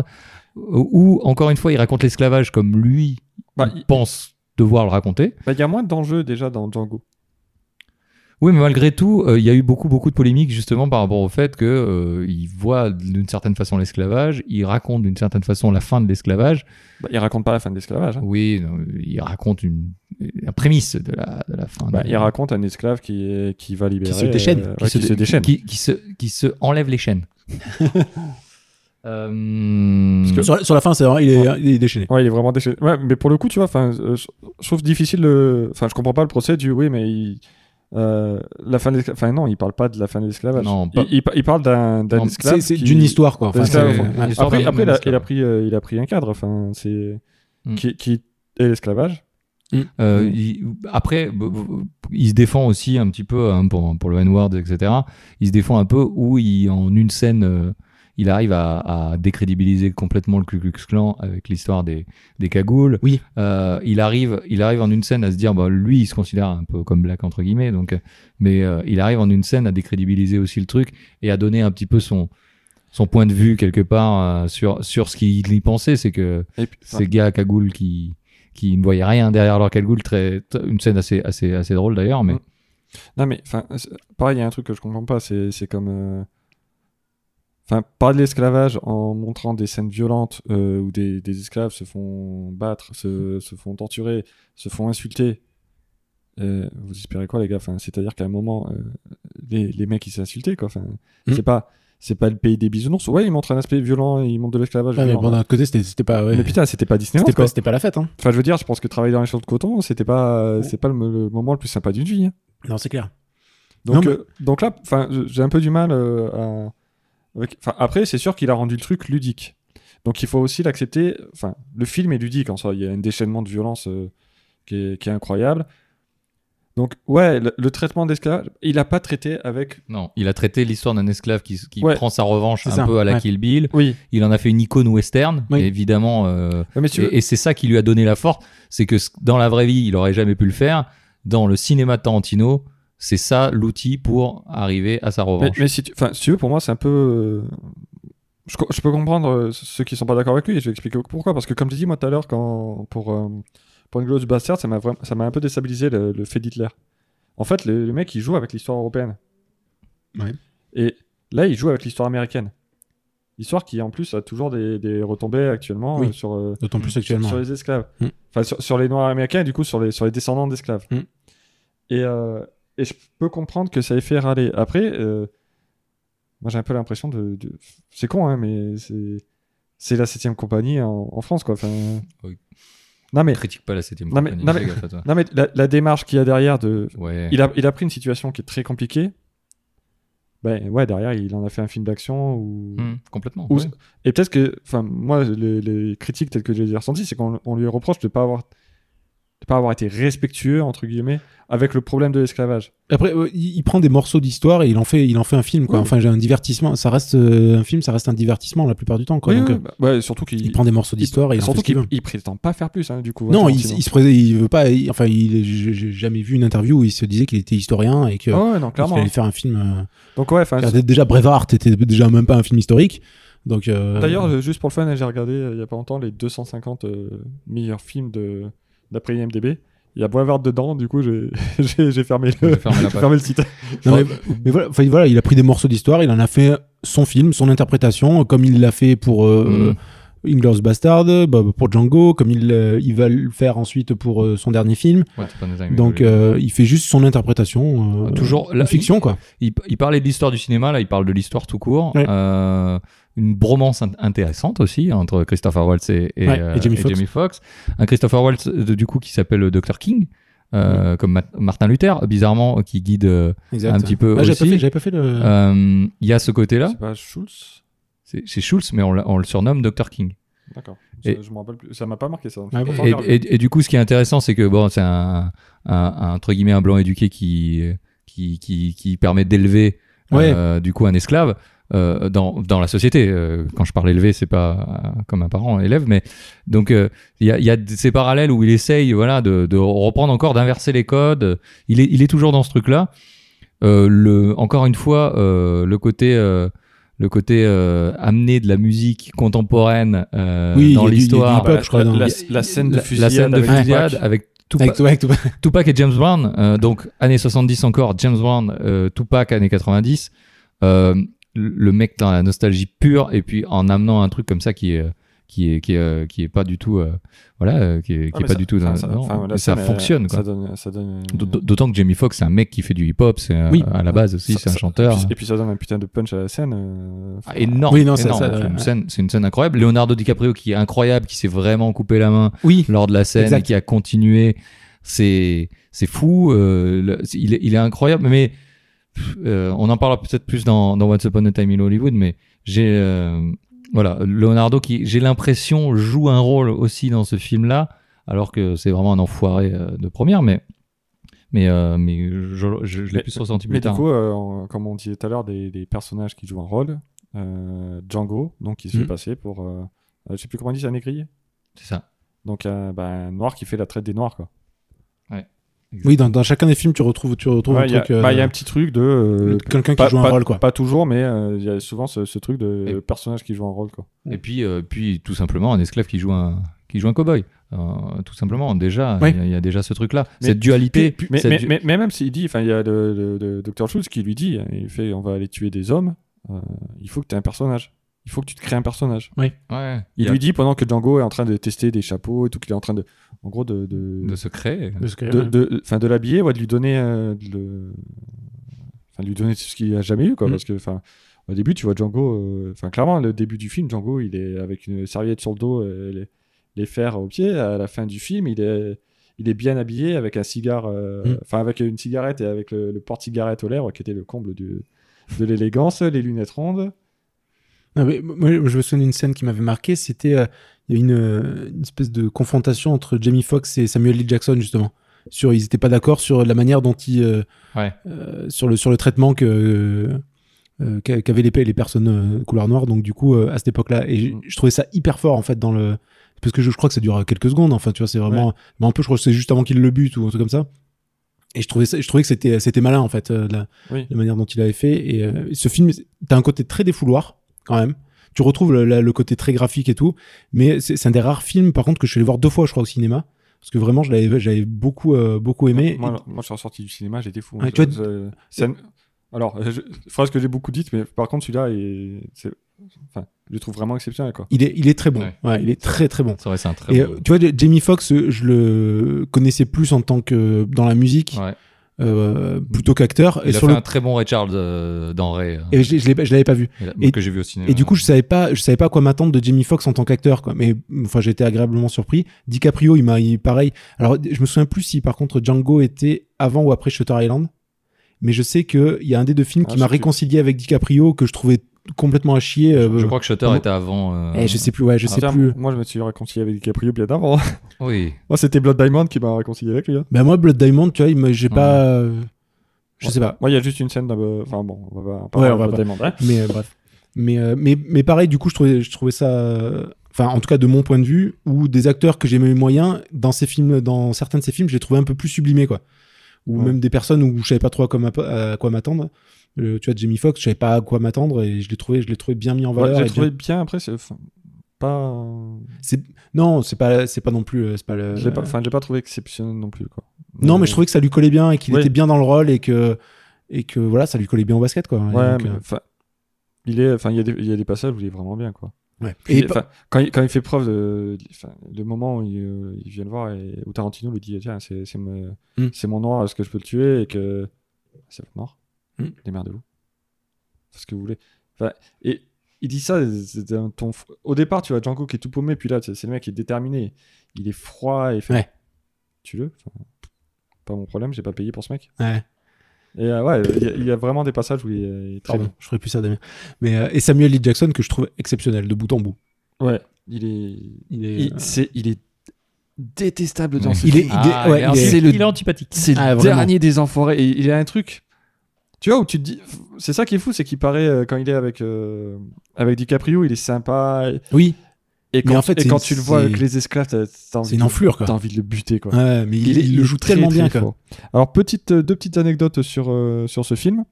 S3: ou encore une fois, il raconte l'esclavage comme lui
S1: Bah,
S3: il
S1: il
S3: pense devoir le raconter.
S1: bah, il y a moins d'enjeux déjà dans Django.
S3: Oui, mais malgré tout, euh, il y a eu beaucoup, beaucoup de polémiques justement par rapport au fait que euh, il voit d'une certaine façon l'esclavage, il raconte d'une certaine façon la fin de l'esclavage.
S1: Bah, il raconte pas la fin de l'esclavage. hein.
S3: Oui, non, il raconte une, la prémisse de la, de la fin.
S1: Bah,
S3: de-
S1: il raconte un esclave qui, est- qui va libérer.
S2: se déchaîne.
S1: euh, ouais,
S3: qui, se, dé-
S1: déchaîne.
S3: Qui, qui se, qui se enlève les chaînes. Euh,
S2: Sur, la- sur la fin, c'est vrai, il est, il est déchaîné.
S1: Ouais, il est vraiment déchaîné. Ouais, mais pour le coup, tu vois, enfin, euh, je je trouve difficile le. Enfin, je comprends pas le procès du oui, mais il- euh, la fin de l'esclavage. Enfin, non, il parle pas de la fin de l'esclavage.
S3: Non, pas-
S1: Il, il par- il parle d'un d'un
S3: Non,
S1: esclave.
S2: C'est- c'est
S1: qui-
S2: d'une histoire, quoi. Enfin,
S1: d'un
S2: c'est-
S1: esclave,
S2: ouais.
S3: une histoire
S1: Après,
S3: d'un-
S1: après,
S3: d'un
S1: il, a,
S3: esclave.
S1: il a pris, euh, il a pris un cadre. Enfin, c'est
S3: Mm.
S1: qui, qui est l'esclavage.
S3: Euh,
S1: Mm.
S3: il- après, b- b- il se défend aussi un petit peu hein, pour, pour le N-word, etc. Il se défend un peu où, il, en une scène, euh, il arrive à, à décrédibiliser complètement le Ku Klux Klan avec l'histoire des, des cagoules.
S2: Oui.
S3: Euh, il, arrive, il arrive en une scène à se dire, bah, lui, il se considère un peu comme black, entre guillemets, donc, euh, mais euh, il arrive en une scène à décrédibiliser aussi le truc et à donner un petit peu son, son point de vue quelque part euh, sur, sur ce qu'il y pensait. C'est que
S1: Et puis,
S3: ces gars à cagoule qui qui ne voyaient rien derrière leur cagoule très t- une scène assez assez assez drôle d'ailleurs mais
S1: Mm. Non, mais enfin, c'est- pareil, il y a un truc que je comprends pas. C'est c'est comme. euh, Enfin, parler de l'esclavage en montrant des scènes violentes euh, où des, des esclaves se font battre, se, se font torturer, se font insulter. Euh, vous espérez quoi, les gars enfin, C'est-à-dire qu'à un moment, euh, les, les mecs, ils s'insultaient, quoi. Enfin,
S2: Mm.
S1: c'est pas. C'est pas le pays des bisounours. Ouais, ils montrent un aspect violent, ils montrent de l'esclavage.
S2: Ouais, Ah, mais
S1: violent.
S2: bon, d'un côté, c'était c'était pas. ouais.
S1: Mais putain, c'était pas Disneyland.
S2: C'était
S1: quoi.
S2: pas, c'était pas Oh. la fête, hein.
S1: Enfin, je veux dire, je pense que travailler dans les champs de coton, c'était pas, euh, c'est pas le, mo- le moment le plus sympa d'une vie. hein.
S2: Non, c'est clair.
S1: Donc,
S2: Non,
S1: euh, donc là, enfin, je- j'ai un peu du mal euh, à- avec- enfin, Après, c'est sûr qu'il a rendu le truc ludique. Donc il faut aussi l'accepter. Enfin, le film est ludique en soi. Il y a un déchaînement de violence euh, qui, est, qui est incroyable. Donc ouais, le, le traitement d'esclavage, il a pas traité avec.
S3: non il a traité l'histoire d'un esclave qui, qui
S1: Ouais.
S3: prend sa revanche
S2: C'est
S3: un
S2: ça,
S3: peu à la
S2: ouais.
S3: Kill Bill
S1: Oui.
S3: il en a fait une icône western
S2: Oui.
S3: évidemment euh,
S1: Mais tu veux-
S3: et, et c'est ça qui lui a donné la force c'est que ce- dans la vraie vie il aurait jamais pu le faire dans le cinéma de Tarantino c'est ça l'outil pour arriver à sa
S1: Mais,
S3: revanche
S1: mais si, tu, enfin, si tu veux, pour moi, c'est un peu. euh, Je, co- je peux comprendre euh, ceux qui sont pas d'accord avec lui et je vais expliquer pourquoi. Parce que, comme je dis moi tout à l'heure, quand pour, euh, pour Inglorious Bastard, ça m'a vraiment- ça m'a un peu déstabilisé le, le fait d'Hitler. En fait, le, le mec, il joue avec l'histoire européenne.
S2: Ouais.
S1: Et là, il joue avec l'histoire américaine. Histoire qui, en plus, a toujours des, des retombées actuellement
S2: Oui.
S1: euh, sur, euh,
S2: D'autant plus actuellement.
S1: sur les esclaves.
S2: Mm.
S1: Enfin, sur, sur les Noirs américains, et du coup, sur les, sur les descendants d'esclaves.
S2: Mm.
S1: Et, euh, et je peux comprendre que ça ait fait râler. Après, euh, moi, j'ai un peu l'impression de. de- C'est con, hein, mais c'est. C'est la 7 compagnie en, en France, quoi. Enfin...
S3: Oui.
S1: Non, mais,
S3: critique pas la septième
S1: Non, mais-
S3: compagnie,
S1: non,
S3: fais
S1: mais-
S3: gaffe à toi.
S1: non, mais la, la démarche qu'il y a derrière de.
S3: ouais
S1: Il a, il a pris une situation qui est très compliquée. Ben ouais, derrière, il en a fait un film d'action ou.
S3: Mm, complètement
S1: Ou-
S3: ouais.
S1: Et peut-être que, enfin, moi, les, les critiques telles que je les ai ressenties, c'est qu'on on lui reproche de pas avoir de pas avoir été respectueux entre guillemets avec le problème de l'esclavage.
S2: Après, euh, il il prend des morceaux d'histoire et il en fait, il en fait un film, quoi.
S1: Oui.
S2: Enfin, j'ai un divertissement. Ça reste euh, un film, ça reste un divertissement la plupart du temps, quoi.
S1: Oui,
S2: Donc,
S1: oui,
S2: euh,
S1: bah, ouais, surtout qu'il
S2: il prend des morceaux d'histoire et il en fait
S1: surtout
S2: ce qu'il
S1: qu'il
S2: veut.
S1: il prétend pas faire plus, hein, du coup.
S2: Non,
S1: hein,
S2: il,
S1: Tarantino.
S2: il se pré- il veut pas. il- enfin, il, j'ai j'ai jamais vu une interview où il se disait qu'il était historien et que
S1: Ah ouais, non, clairement.
S2: il allait faire un film. euh,
S1: Donc ouais, enfin.
S2: car déjà Brevard était déjà même pas un film historique. Donc euh,
S1: D'ailleurs, euh, juste pour le fun, j'ai regardé euh, il y a pas longtemps les 250 euh, meilleurs films de d'après IMDb. Il y a Boivard dedans, du coup, j'ai j'ai j'ai fermé
S3: Je vais
S2: Ah,
S1: le
S3: fermer
S2: bah.
S3: la
S1: j'ai
S3: page.
S1: fermé le site.
S2: non, mais, mais voilà, enfin, voilà, il a pris des morceaux d'histoire, il en a fait son film, son interprétation, comme il l'a fait pour
S3: Mm.
S2: euh, Inglourious Bastard, bah, pour Django, comme il, euh, il va le faire ensuite pour euh, son dernier film.
S3: Ouais, t'es pas dans un-
S2: Donc euh, il fait juste son interprétation. euh,
S3: toujours
S2: la
S3: la-
S2: fiction quoi.
S3: Il, il parlait de l'histoire du cinéma, là, il parle de l'histoire tout court.
S2: Ouais.
S3: Euh, une bromance int- intéressante aussi hein, entre Christopher Waltz et, et,
S2: Ouais, et
S3: euh,
S2: Jamie Foxx.
S3: Foxx. Un Christopher Waltz, euh, du coup, qui s'appelle Dr. King. euh, comme Ma- Martin Luther, bizarrement, qui guide euh,
S2: Exact.
S3: un petit peu
S2: Ah, j'avais pas fait-
S3: aussi.
S2: j'avais pas fait le.
S3: Euh, Il y a ce côté-là.
S1: C'est pas Schulz
S3: C'est c'est Schultz, mais on, l'a- on le surnomme Dr. King.
S1: D'accord.
S3: Et-
S1: Je, je me rappelle plus. Ça m'a pas marqué ça.
S2: Ah bon
S1: Pourtant,
S3: Et,
S1: j'ai revu.
S3: et- et du coup, ce qui est intéressant, c'est que bon, c'est un, un- un, entre guillemets un blanc éduqué qui qui qui, qui permet d'élever euh, du coup un esclave euh, dans dans la société. Euh, quand je parle élevé, c'est pas euh, comme un parent élève, mais donc euh, il y a, il y a d- ces parallèles où il essaye voilà de, de reprendre encore d'inverser les codes. Il est il est toujours dans ce truc là. le encore une fois euh, le côté euh, le côté euh, amené de la musique contemporaine euh,
S2: Oui, il y
S3: dans
S2: a du- il y a du
S3: l'histoire
S2: hip-hop, je crois, dans-
S1: la,
S3: il y a-
S1: la scène de
S3: la-
S1: fusillade.
S3: La scène de
S1: avec
S3: fusillade
S1: Tupac.
S3: avec Tupac,
S2: Avec, ouais, avec Tupac.
S3: Tupac et James Brown. euh, donc, années 70 encore, James Brown, euh, Tupac, années 90. euh, le mec dans la nostalgie pure et puis en amenant un truc comme ça qui est qui est qui est, euh, qui est pas du tout euh, voilà euh, qui est, qui
S1: Ah,
S3: est
S1: mais
S3: pas
S1: ça-
S3: du tout
S1: enfin,
S3: dans-
S1: ça-
S3: non,
S1: enfin, la
S3: mais ça
S1: scène, elle-
S3: fonctionne quoi.
S1: Ça donne. Ça donne
S3: D'aut- D'autant que Jamie Foxx, c'est un mec qui fait du hip-hop, c'est un-
S2: Oui.
S3: à la base aussi,
S1: Ça-
S3: c'est un
S1: ça-
S3: chanteur.
S1: Et puis ça donne un putain de punch à la scène. euh,
S3: Ah, énorme,
S2: Oui, non, ça-
S3: énorme.
S2: ça-
S3: c'est une
S2: ouais.
S3: scène, c'est une scène incroyable. Leonardo DiCaprio qui est incroyable, qui s'est vraiment coupé la main
S2: Oui.
S3: lors de la scène
S2: Exact.
S3: et qui a continué. C'est c'est fou. euh, le- c'est- il, est, il est incroyable, mais pff, euh, on en parlera peut-être plus dans, dans Once Upon a Time in Hollywood. Mais j'ai euh, voilà Leonardo qui j'ai l'impression joue un rôle aussi dans ce film-là, alors que c'est vraiment un enfoiré euh, de première, mais mais euh, mais je, je- je l'ai
S1: Mais-
S3: plus ressenti plus
S1: Mais du
S3: tard.
S1: coup, euh, en- comme on disait tout à l'heure, des, des personnages qui jouent un rôle. euh, Django, donc qui se
S3: Mm.
S1: fait
S2: Mhm.
S1: passer pour. euh, euh, je sais plus comment on dit, c'est un négrier.
S3: c'est ça.
S1: Donc un, bah, un noir qui fait la traite des noirs. quoi.
S2: Oui, dans, dans chacun des films, tu retrouves, tu retrouves
S1: Ouais,
S2: un
S1: Il y, a-
S2: truc. euh,
S1: bah, il y a un petit truc de. euh,
S2: quelqu'un
S1: pas,
S2: qui joue un
S1: pas-
S2: rôle, quoi.
S1: pas toujours, mais euh, il y a souvent ce, ce truc de
S3: Et-
S1: personnage qui joue un rôle. Quoi.
S3: Et puis, euh, puis tout simplement, un esclave qui joue un, qui joue un cow-boy. Euh, tout simplement, déjà, il
S2: Oui.
S3: y a- il y, a déjà ce truc-là.
S1: Mais-
S3: Cette dualité.
S1: mais,
S3: cette
S1: mais-
S3: du-
S1: mais- mais même s'il dit, enfin, il y a le, le- le docteur Schultz qui lui dit, il fait, on va aller tuer des hommes. euh, il faut que tu aies un personnage. Il faut que tu te crées un personnage.
S3: Ouais,
S1: Il
S3: de-
S1: lui dit pendant que Django est en train de tester des chapeaux et tout, qu'il est en train de, en gros, de, de,
S3: de se créer.
S2: Parce que,
S1: de,
S2: euh,
S1: de- enfin, de l'habiller, ouais, de lui donner, euh, de le- enfin, de lui donner ce qu'il a jamais eu, quoi,
S2: Mm.
S1: parce que, enfin, au début, tu vois Django, euh, enfin, clairement, le début du film, Django, il est avec une serviette sur le dos, euh, les, les fers aux pieds. À la fin du film, il est, il est bien habillé avec un cigare, euh,
S2: Mm.
S1: enfin, avec une cigarette et avec le, le porte-cigarette aux lèvres, qui était le comble du, de l'élégance, les lunettes rondes.
S2: non, mais moi, je me souviens d'une scène qui m'avait marqué. C'était euh, il y a une, euh, une espèce de confrontation entre Jamie Foxx et Samuel L. Jackson justement. Sur, ils n'étaient pas d'accord sur la manière dont ils, euh,
S3: Ouais.
S2: euh, sur le sur le traitement que euh, qu'a- qu'avaient les, les personnes euh, couleur noire. Donc du coup, euh, à cette époque-là, et j-
S1: Mm.
S2: je trouvais ça hyper fort en fait dans le parce que je, je crois que ça dure euh, quelques secondes. Enfin, tu vois, c'est vraiment mais un peu. Je crois que c'est juste avant qu'il le bute ou un truc comme ça. Et je trouvais ça, je trouvais que c'était c'était malin en fait euh, de la,
S1: Oui.
S2: la manière dont il avait fait. Et euh, ce film, c'est- t'as un côté très défouloir quand même. Tu retrouves le, la- le côté très graphique et tout, mais c'est c'est un des rares films par contre que je suis allé voir deux fois, je crois, au cinéma. Parce que vraiment, je l'avais, j'avais beaucoup, euh, beaucoup aimé.
S1: moi, alors, moi, je suis ressorti du cinéma, j'étais fou.
S2: Ouais,
S1: Je-
S2: tu vois,
S1: je- scène- Alors, je- phrase que j'ai beaucoup dite, mais par contre, celui-là, est- c'est- enfin, je le trouve vraiment exceptionnel, quoi.
S2: Il est, il est très bon.
S3: Ouais.
S2: Ouais, il est très très bon.
S3: C'est vrai, c'est un très
S2: Et
S3: bon-
S2: euh, tu vois, Jamie Foxx, euh, je le connaissais plus en tant que dans la musique
S3: Ouais. Mm.
S2: euh, plutôt qu'acteur. Et
S3: Il a
S2: sur
S3: fait
S2: le,
S3: un très bon Ray Charles euh, dans Ray. euh,
S2: et je, je l'ai pas- je l'avais pas vu.
S3: et là-
S2: et-
S3: que j'ai vu au cinéma.
S2: Et du coup, je savais pas, je savais pas à quoi m'attendre de Jamie Foxx en tant qu'acteur, quoi. Mais enfin, j'ai été agréablement surpris. DiCaprio, il m'a, il- pareil. Alors, je me souviens plus si par contre Django était avant ou après Shutter Island, mais je sais que il y a un des deux films
S1: Ah,
S2: qui m'a
S1: je sais plus.
S2: réconcilié avec DiCaprio que je trouvais complètement à chier. euh,
S3: je crois que Shutter
S2: pardon.
S3: était avant. euh,
S2: eh, je sais plus, ouais, je
S1: Ah,
S2: sais
S1: tiens,
S2: plus.
S1: Moi, je me suis réconcilié avec DiCaprio bien avant.
S3: Oui.
S1: moi, c'était Blood Diamond qui m'a réconcilié avec lui. hein.
S2: Bah moi, Blood Diamond, tu vois, il m'a- j'ai
S3: Ouais.
S2: pas, euh, je sais pas.
S1: Moi, il y a juste une scène. d'un- Enfin, bon, on va pas
S2: Ouais,
S1: parler
S2: on va
S1: de Blood Diamond. hein.
S2: Mais euh, bref. Mais, euh, mais, mais pareil, du coup, je trouvais, je trouvais ça. euh, Enfin, en tout cas, de mon point de vue, ou des acteurs que j'aimais moyen, dans ces films, dans certains de ces films, je les trouvais un peu plus sublimés, quoi. Ou
S1: Ouais.
S2: même des personnes où je savais pas trop à quoi, m'app- à quoi m'attendre. Euh, tu vois, Jamie Foxx, je savais pas à quoi m'attendre et je l'ai trouvé, je l'ai trouvé bien mis en
S1: Ouais,
S2: valeur.
S1: j'ai
S2: et
S1: trouvé
S2: bien-
S1: bien après. c'est- enfin, Pas, euh,
S2: c'est- Non, c'est pas, c'est pas non plus, euh, c'est pas le.
S1: je l'ai pas, enfin, je l'ai pas trouvé exceptionnel non plus. Quoi.
S2: Non, mais je trouvais que ça lui collait bien et qu'il
S1: Ouais.
S2: était bien dans le rôle et que, et que voilà, ça lui collait bien au basket, quoi. Et
S1: Ouais,
S2: donc,
S1: mais,
S2: euh,
S1: enfin, il est. Enfin, il y, a des- il y a des passages où il est vraiment bien, quoi.
S2: euh, ouais.
S1: Puis,
S2: Et pa-
S1: enfin, quand, il, quand il fait preuve de. enfin, le moment où il, euh, il vient le voir et où Tarantino lui dit Eh, Tiens, c'est c'est me-
S2: Mm.
S1: c'est mon noir, est-ce que je peux le tuer Et que. C'est votre noir
S2: Mm.
S1: Démerdez-vous. C'est ce que vous voulez. Enfin, et il dit ça, c'est un ton. f- Au départ, tu vois Django qui est tout paumé, puis là, c'est c'est le mec qui est déterminé. Il est froid et fait.
S2: Ouais.
S1: Tu le pas mon problème, j'ai pas payé pour ce mec.
S2: Ouais.
S1: Et euh, ouais, il y a- il y, a vraiment des passages où il est, il est très
S2: Pardon, je ferai plus ça, Damien. Mais, euh, et Samuel L. Jackson, que je trouve exceptionnel, de bout en bout.
S1: bon. Ouais, il est.
S2: Il est, euh,
S1: Il, c'est- il est détestable dans
S3: Ouais.
S1: ce
S2: Il est-
S1: film.
S3: Ah,
S2: ouais,
S3: alors,
S2: il
S1: est-
S3: c'est le
S1: il est
S3: antipathique.
S1: C'est
S2: Ah,
S1: le
S2: vraiment.
S1: dernier des enfoirés. Et il a un truc. Tu vois, où tu te dis. C'est ça qui est fou, c'est qu'il paraît, euh, quand il est avec, euh, avec DiCaprio, il est sympa.
S2: Oui,
S1: Et quand,
S2: Mais en fait,
S1: et
S2: c'est-
S1: quand tu le vois
S2: c'est-
S1: avec les esclaves, t'as t'as
S2: c'est
S1: envie,
S2: une
S1: de-
S2: enflure,
S1: t'as
S2: quoi.
S1: envie de le buter, quoi.
S2: Ouais, mais il,
S1: est-
S2: il le
S1: est
S2: joue
S1: très,
S2: tellement
S1: très
S2: bien, quoi.
S1: fort. Alors, petite, euh, deux petites anecdotes sur, euh, sur ce film.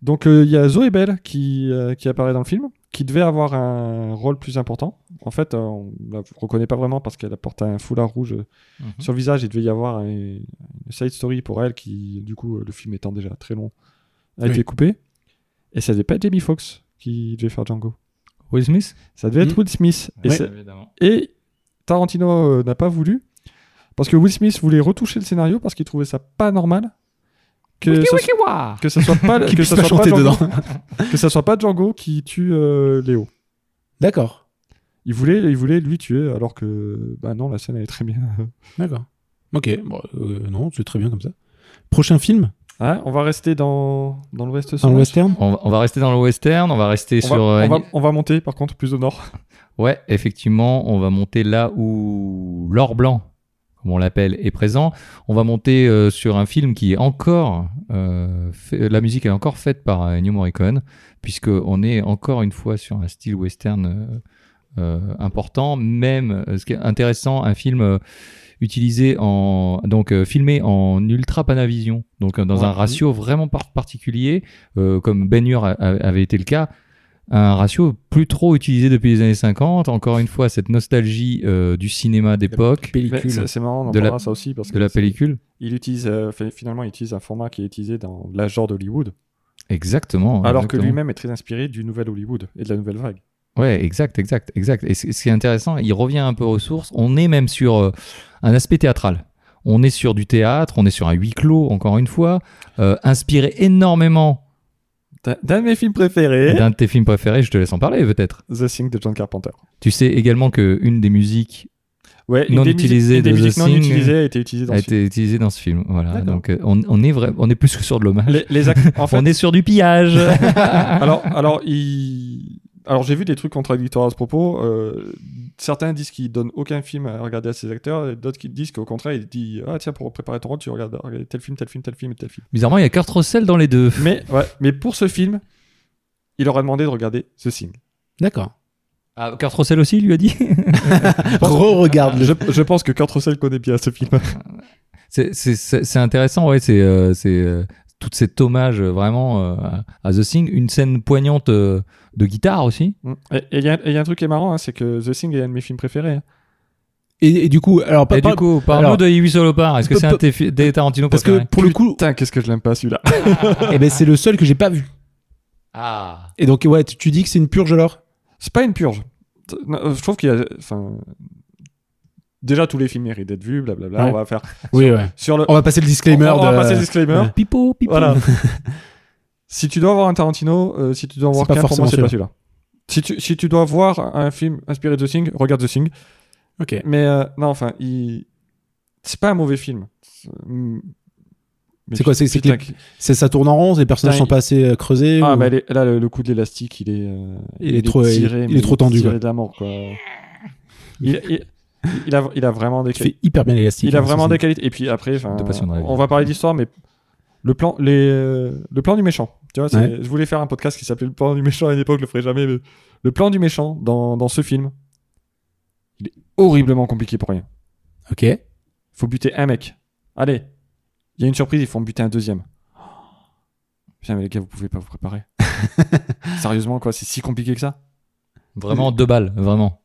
S1: Donc, euh, il y a Zoé Bell qui, euh, qui apparaît dans le film, qui devait avoir un rôle plus important. En fait, euh, on la reconnaît pas vraiment parce qu'elle porte un foulard rouge euh,
S3: Mhm.
S1: sur le visage. Il devait y avoir un- une side story pour elle qui, du coup, euh, le film étant déjà très long, a
S2: Oui.
S1: été coupé. Et ça devait pas être Jamie Foxx qui devait faire Django.
S3: Will Smith
S1: Ça devait être
S2: Mhm.
S1: Will Smith. Et
S2: Ouais.
S1: c'est- et Tarantino euh, n'a pas voulu parce que Will Smith voulait retoucher le scénario parce qu'il trouvait ça pas normal que ça, que ça soit pas
S2: Qu'il
S1: que
S2: puisse
S1: ça
S2: pas
S1: soit pas
S2: chanter
S1: Django,
S2: dedans.
S1: que ça soit pas Django qui tue euh, Léo.
S2: D'accord.
S1: Il voulait il voulait lui tuer alors que bah non la scène elle est très bien.
S2: D'accord. Ok, bon, euh, non, c'est très bien comme ça. Prochain film
S1: Hein, on va rester dans dans l'Ouest
S2: Dans
S1: sauvage.
S2: le western
S3: On, va- on va rester dans le western, on va rester
S1: On
S3: sur.
S1: va,
S3: euh,
S1: on va- on va monter par contre plus au nord.
S3: Ouais, effectivement, on va monter là où l'or blanc, comme on l'appelle, est présent. On va monter euh, sur un film qui est encore. euh, fait- la musique est encore faite par euh, Ennio Morricone, puisqu'on est encore une fois sur un style western euh, euh, important. Même, euh, ce qui est intéressant, un film. euh, utilisé en donc euh, filmé en ultra panavision donc euh, dans
S2: Ouais.
S3: un ratio vraiment par- particulier euh, comme Ben Hur a- a- avait été le cas un ratio plus trop utilisé depuis les années 50 encore une fois cette nostalgie euh, du cinéma d'époque
S1: Mais
S2: Pellicule.
S1: C'est c'est marrant on en
S3: De la-
S1: parlera ça aussi parce que
S3: de la
S1: c'est-
S3: pellicule
S1: il utilise euh, fi- finalement il utilise un format qui est utilisé dans l'âge d'or d'Hollywood
S3: exactement
S1: alors que
S3: exactement.
S1: lui-même est très inspiré du nouvel Hollywood et de la nouvelle vague.
S3: Ouais, exact, exact, exact. Et c- ce qui est intéressant, il revient un peu aux sources. On est même sur euh, un aspect théâtral. On est sur du théâtre, on est sur un huis clos, encore une fois, euh, inspiré énormément
S1: D'un- D'un de mes films préférés.
S3: d'un de tes films préférés. Je te laisse en parler, peut-être.
S1: The Thing de John Carpenter.
S3: Tu sais également que une des musiques
S1: Ouais,
S3: Non
S1: des musiques-
S3: utilisée
S1: une des
S3: de The
S1: musiques non
S3: Thing.
S1: utilisées a été utilisée dans
S3: a
S1: ce film.
S3: été utilisée dans ce film. Voilà.
S1: D'accord.
S3: Donc, euh, on, on est vrai, on est plus que sur de l'hommage.
S1: Les, les ac- en
S3: On
S1: fait,
S3: est sur du pillage.
S1: alors, alors, il- alors j'ai vu des trucs contradictoires à ce propos. Euh, certains disent qu'ils donnent aucun film à regarder à ses acteurs, et d'autres qui disent qu'au contraire, ils disent Ah, tiens, pour préparer ton rôle, tu regardes regardes tel film, tel film, tel film, et tel film.
S3: Bizarrement, il y a Kurt Russell dans les deux.
S1: Mais, ouais, mais pour ce film, il leur a demandé de regarder The Thing.
S2: D'accord.
S3: Ah, Kurt Russell aussi, il lui a dit.
S2: Re-regarde le
S1: Je, je pense que Kurt Russell connaît bien ce film.
S3: C'est- c'est- C'est c'est intéressant, ouais, c'est euh, c'est, euh, tout cet hommage euh, vraiment euh, à- à The Thing, une scène poignante euh, de guitare aussi.
S1: Mm. Et il y, a- et y a un truc qui est marrant, hein, c'est que The Thing est un de mes films préférés. hein.
S2: Et, et du coup, alors, pas,
S3: Et du coup, parle-nous
S2: alors-
S3: de Yves Solopar, est-ce que
S2: Pe-
S3: c'est un
S2: pe-
S3: de tes fi- des Tarantino
S2: parce que
S3: préférés
S2: pour le coup,
S1: Putain, qu'est-ce que je l'aime pas celui-là.
S2: eh ben, c'est le seul que j'ai pas vu.
S3: Ah
S2: Et donc, ouais, tu, tu dis que c'est une purge alors
S1: C'est pas une purge. T- non, euh, Je trouve qu'il y a. Enfin. Déjà, tous les films méritent d'être vus, blablabla.
S2: Ouais.
S1: On va faire.
S2: Oui, ouais.
S1: Sur le.
S2: On va passer le disclaimer.
S1: on va
S2: de-
S1: passer le disclaimer.
S2: ouais.
S3: Pipo, pipo.
S1: Voilà. si tu dois voir un Tarantino, euh, si tu dois en voir
S2: C'est pas
S1: qu'un, pour moi,
S2: forcément
S1: c'est pas celui-là. Si tu, si tu dois voir un film inspiré de The Thing, regarde The Thing.
S2: Ok.
S1: Mais euh, non, enfin, il... c'est pas un mauvais film. C'est hum, mais
S2: C'est quoi, c'est- c'est que les-
S1: putain,
S2: C'est ça tourne en rond, les personnages
S1: Non,
S2: sont
S1: il-
S2: pas assez euh, creusés.
S1: Ah,
S2: ou-
S1: bah, les- là, le, le coup de l'élastique, il est. euh,
S2: Il est trop- il- il est
S1: mais
S2: trop tendu,
S1: tiré
S2: quoi.
S1: de la mort, quoi. Il, il, il a, il a vraiment des
S2: Il fait hyper bien l'élastique.
S1: Il a
S2: hein,
S1: vraiment
S2: ça,
S1: des
S2: c'est-
S1: qualités. Et puis après, enfin,
S3: De passion dans la vie.
S1: on va parler d'histoire, mais le plan, les, euh, le plan du méchant. Tu vois, c'est-
S2: Ouais.
S1: je voulais faire un podcast qui s'appelait le plan du méchant à une époque, je le ferai jamais. Mais le plan du méchant dans, dans ce film, il est horriblement compliqué pour rien.
S2: Ok.
S1: Faut buter un mec. Allez, il y a une surprise, ils font buter un deuxième. Putain, mais les gars, vous pouvez pas vous préparer. Sérieusement, quoi, c'est si compliqué que ça
S3: Vraiment deux balles, vraiment.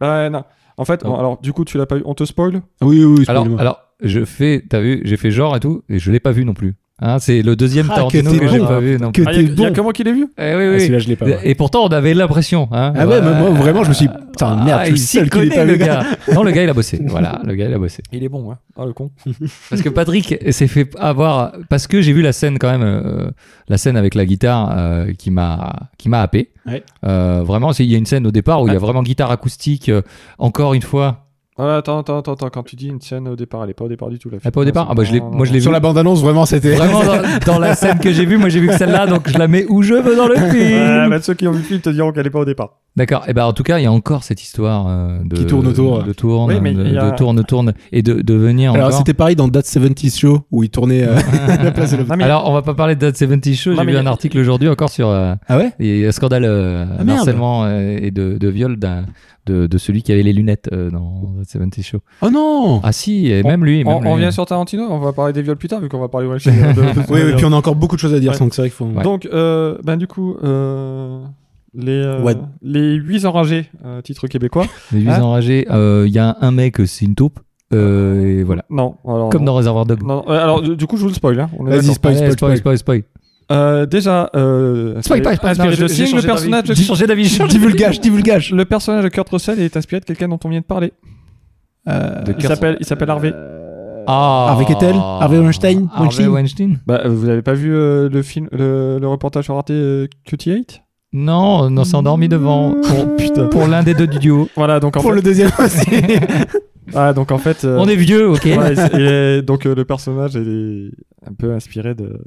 S1: Ouais, Ah, non. En fait,
S3: Ah.
S1: bon, alors du coup, tu l'as pas eu, on te spoil
S2: Oui, oui, oui.
S3: Alors,
S2: spoil-moi.
S3: alors, je fais, t'as vu, j'ai fait genre et tout, et je l'ai pas vu non plus. Hein, c'est le deuxième
S2: Ah,
S3: Tarantino
S2: que
S3: que,
S2: t'es
S3: j'ai
S2: bon.
S3: pas vu non
S2: Que
S3: plus.
S1: Ah,
S2: t'es
S1: il y, a- il y a
S2: bon.
S1: que moi qui l'ai vu
S3: Eh oui,
S2: Ah,
S3: oui.
S2: celui-là, je l'ai pas. ouais.
S3: Et pourtant, on avait l'impression. Hein,
S2: Ah ouais,
S3: Voilà.
S2: mais moi, vraiment, je me suis dit, putain, merde,
S3: Ah,
S2: je suis le
S3: il s'y
S2: seul qui l'ai
S3: connaît,
S2: pas
S3: le
S2: vu.
S3: gars. Non, le gars, il a bossé. Voilà, le gars, il a bossé.
S1: Il est bon, ouais. Ah, le con.
S3: Parce que Patrick s'est fait avoir parce que j'ai vu la scène quand même, euh, la scène avec la guitare euh, qui m'a qui m'a happé.
S2: Ouais. Ah.
S3: Euh, vraiment, c'est- il y a une scène au départ où il y a vraiment guitare acoustique. euh, encore une fois,
S1: Ah, attends, attends, attends, attends, quand tu dis une scène au départ, elle est pas au départ du tout. La
S3: Ah, pas au départ Ah, bah, je l'ai- moi, je l'ai
S2: Sur
S3: vu.
S2: la bande-annonce, vraiment, c'était.
S3: Vraiment, dans, dans la scène que j'ai vue, moi j'ai vu que celle-là, donc je la mets où je veux dans le
S1: Ouais,
S3: film.
S1: bah, ceux qui ont vu le film te diront qu'elle est pas au départ.
S3: D'accord. Et ben en tout cas, il y a encore cette histoire euh, de
S2: Qui tourne autour.
S3: de tourne,
S1: Oui, mais
S3: de,
S1: il y a-
S3: de tourne, tourne, et de, de venir
S2: Alors,
S3: encore.
S2: c'était pareil dans That 70 Show où il tournait. euh, la place de l'hôpital.
S1: Non, mais-
S3: Alors, on va pas parler de That 70 Show.
S1: Non,
S3: J'ai
S1: mais
S3: vu
S1: il y a-
S3: un article aujourd'hui encore sur euh,
S2: Ah ouais
S3: et un scandale euh,
S2: Ah, merde.
S3: d'harcèlement euh, et de, de viol d'un- de, de celui qui avait les lunettes euh, dans That 70 Show.
S2: Oh non
S3: Ah si, et
S1: On-
S3: même lui.
S1: on,
S3: même
S1: on
S3: lui. hein.
S1: vient sur Tarantino, on va parler des viols plus tard, vu qu'on va parler de, euh, de- de-
S2: Oui, oui, puis on a encore beaucoup de choses à dire,
S1: Ouais.
S2: donc c'est vrai qu'il faut.
S3: Ouais.
S1: Donc, euh, ben, du coup, euh, les, euh,
S2: Ouais.
S1: les 8 enragés, euh, titre québécois.
S3: Les huit
S1: Hein
S3: enragés. euh, Il y a un mec, c'est une taupe. euh, et voilà.
S1: Non, alors.
S3: Comme
S1: non.
S3: dans Reservoir Dog.
S1: Non, non, euh, alors, du du coup, je vous le spoil. hein, on est
S2: Vas-y,
S1: d'accord.
S2: spoil,
S3: Allez,
S2: spoil, spoil.
S3: spoil, spoil.
S1: Euh, déjà, euh,
S3: Spoil, spoil, spoil.
S1: inspiré
S3: Non,
S1: de
S3: j'ai-
S1: Sing,
S3: j'ai
S1: le
S3: changé d'avis.
S1: personnage de
S3: J'ai changé d'avis. j'ai changé d'avis.
S2: Divulgage, divulgage
S1: Le personnage de Kurt Russell est inspiré de quelqu'un dont on vient de parler.
S2: Euh,
S3: De
S1: Il
S3: Kurt-
S1: s'appelle, il s'appelle Harvey.
S3: Ah.
S2: Harvey Keitel, Harvey Weinstein,
S3: Harvey
S2: Weinstein.
S3: Weinstein
S1: Bah, euh, vous avez pas vu euh, le film, le, le reportage sur Arte euh, QT8
S3: Non, on s'est endormi devant. Pour,
S1: putain.
S3: pour l'un des deux du duo.
S1: Voilà, donc en
S2: Pour
S1: fait,
S2: le deuxième aussi
S1: ah, donc en fait, euh,
S3: On est vieux, ok.
S1: ouais, il est- donc euh, le personnage est un peu inspiré de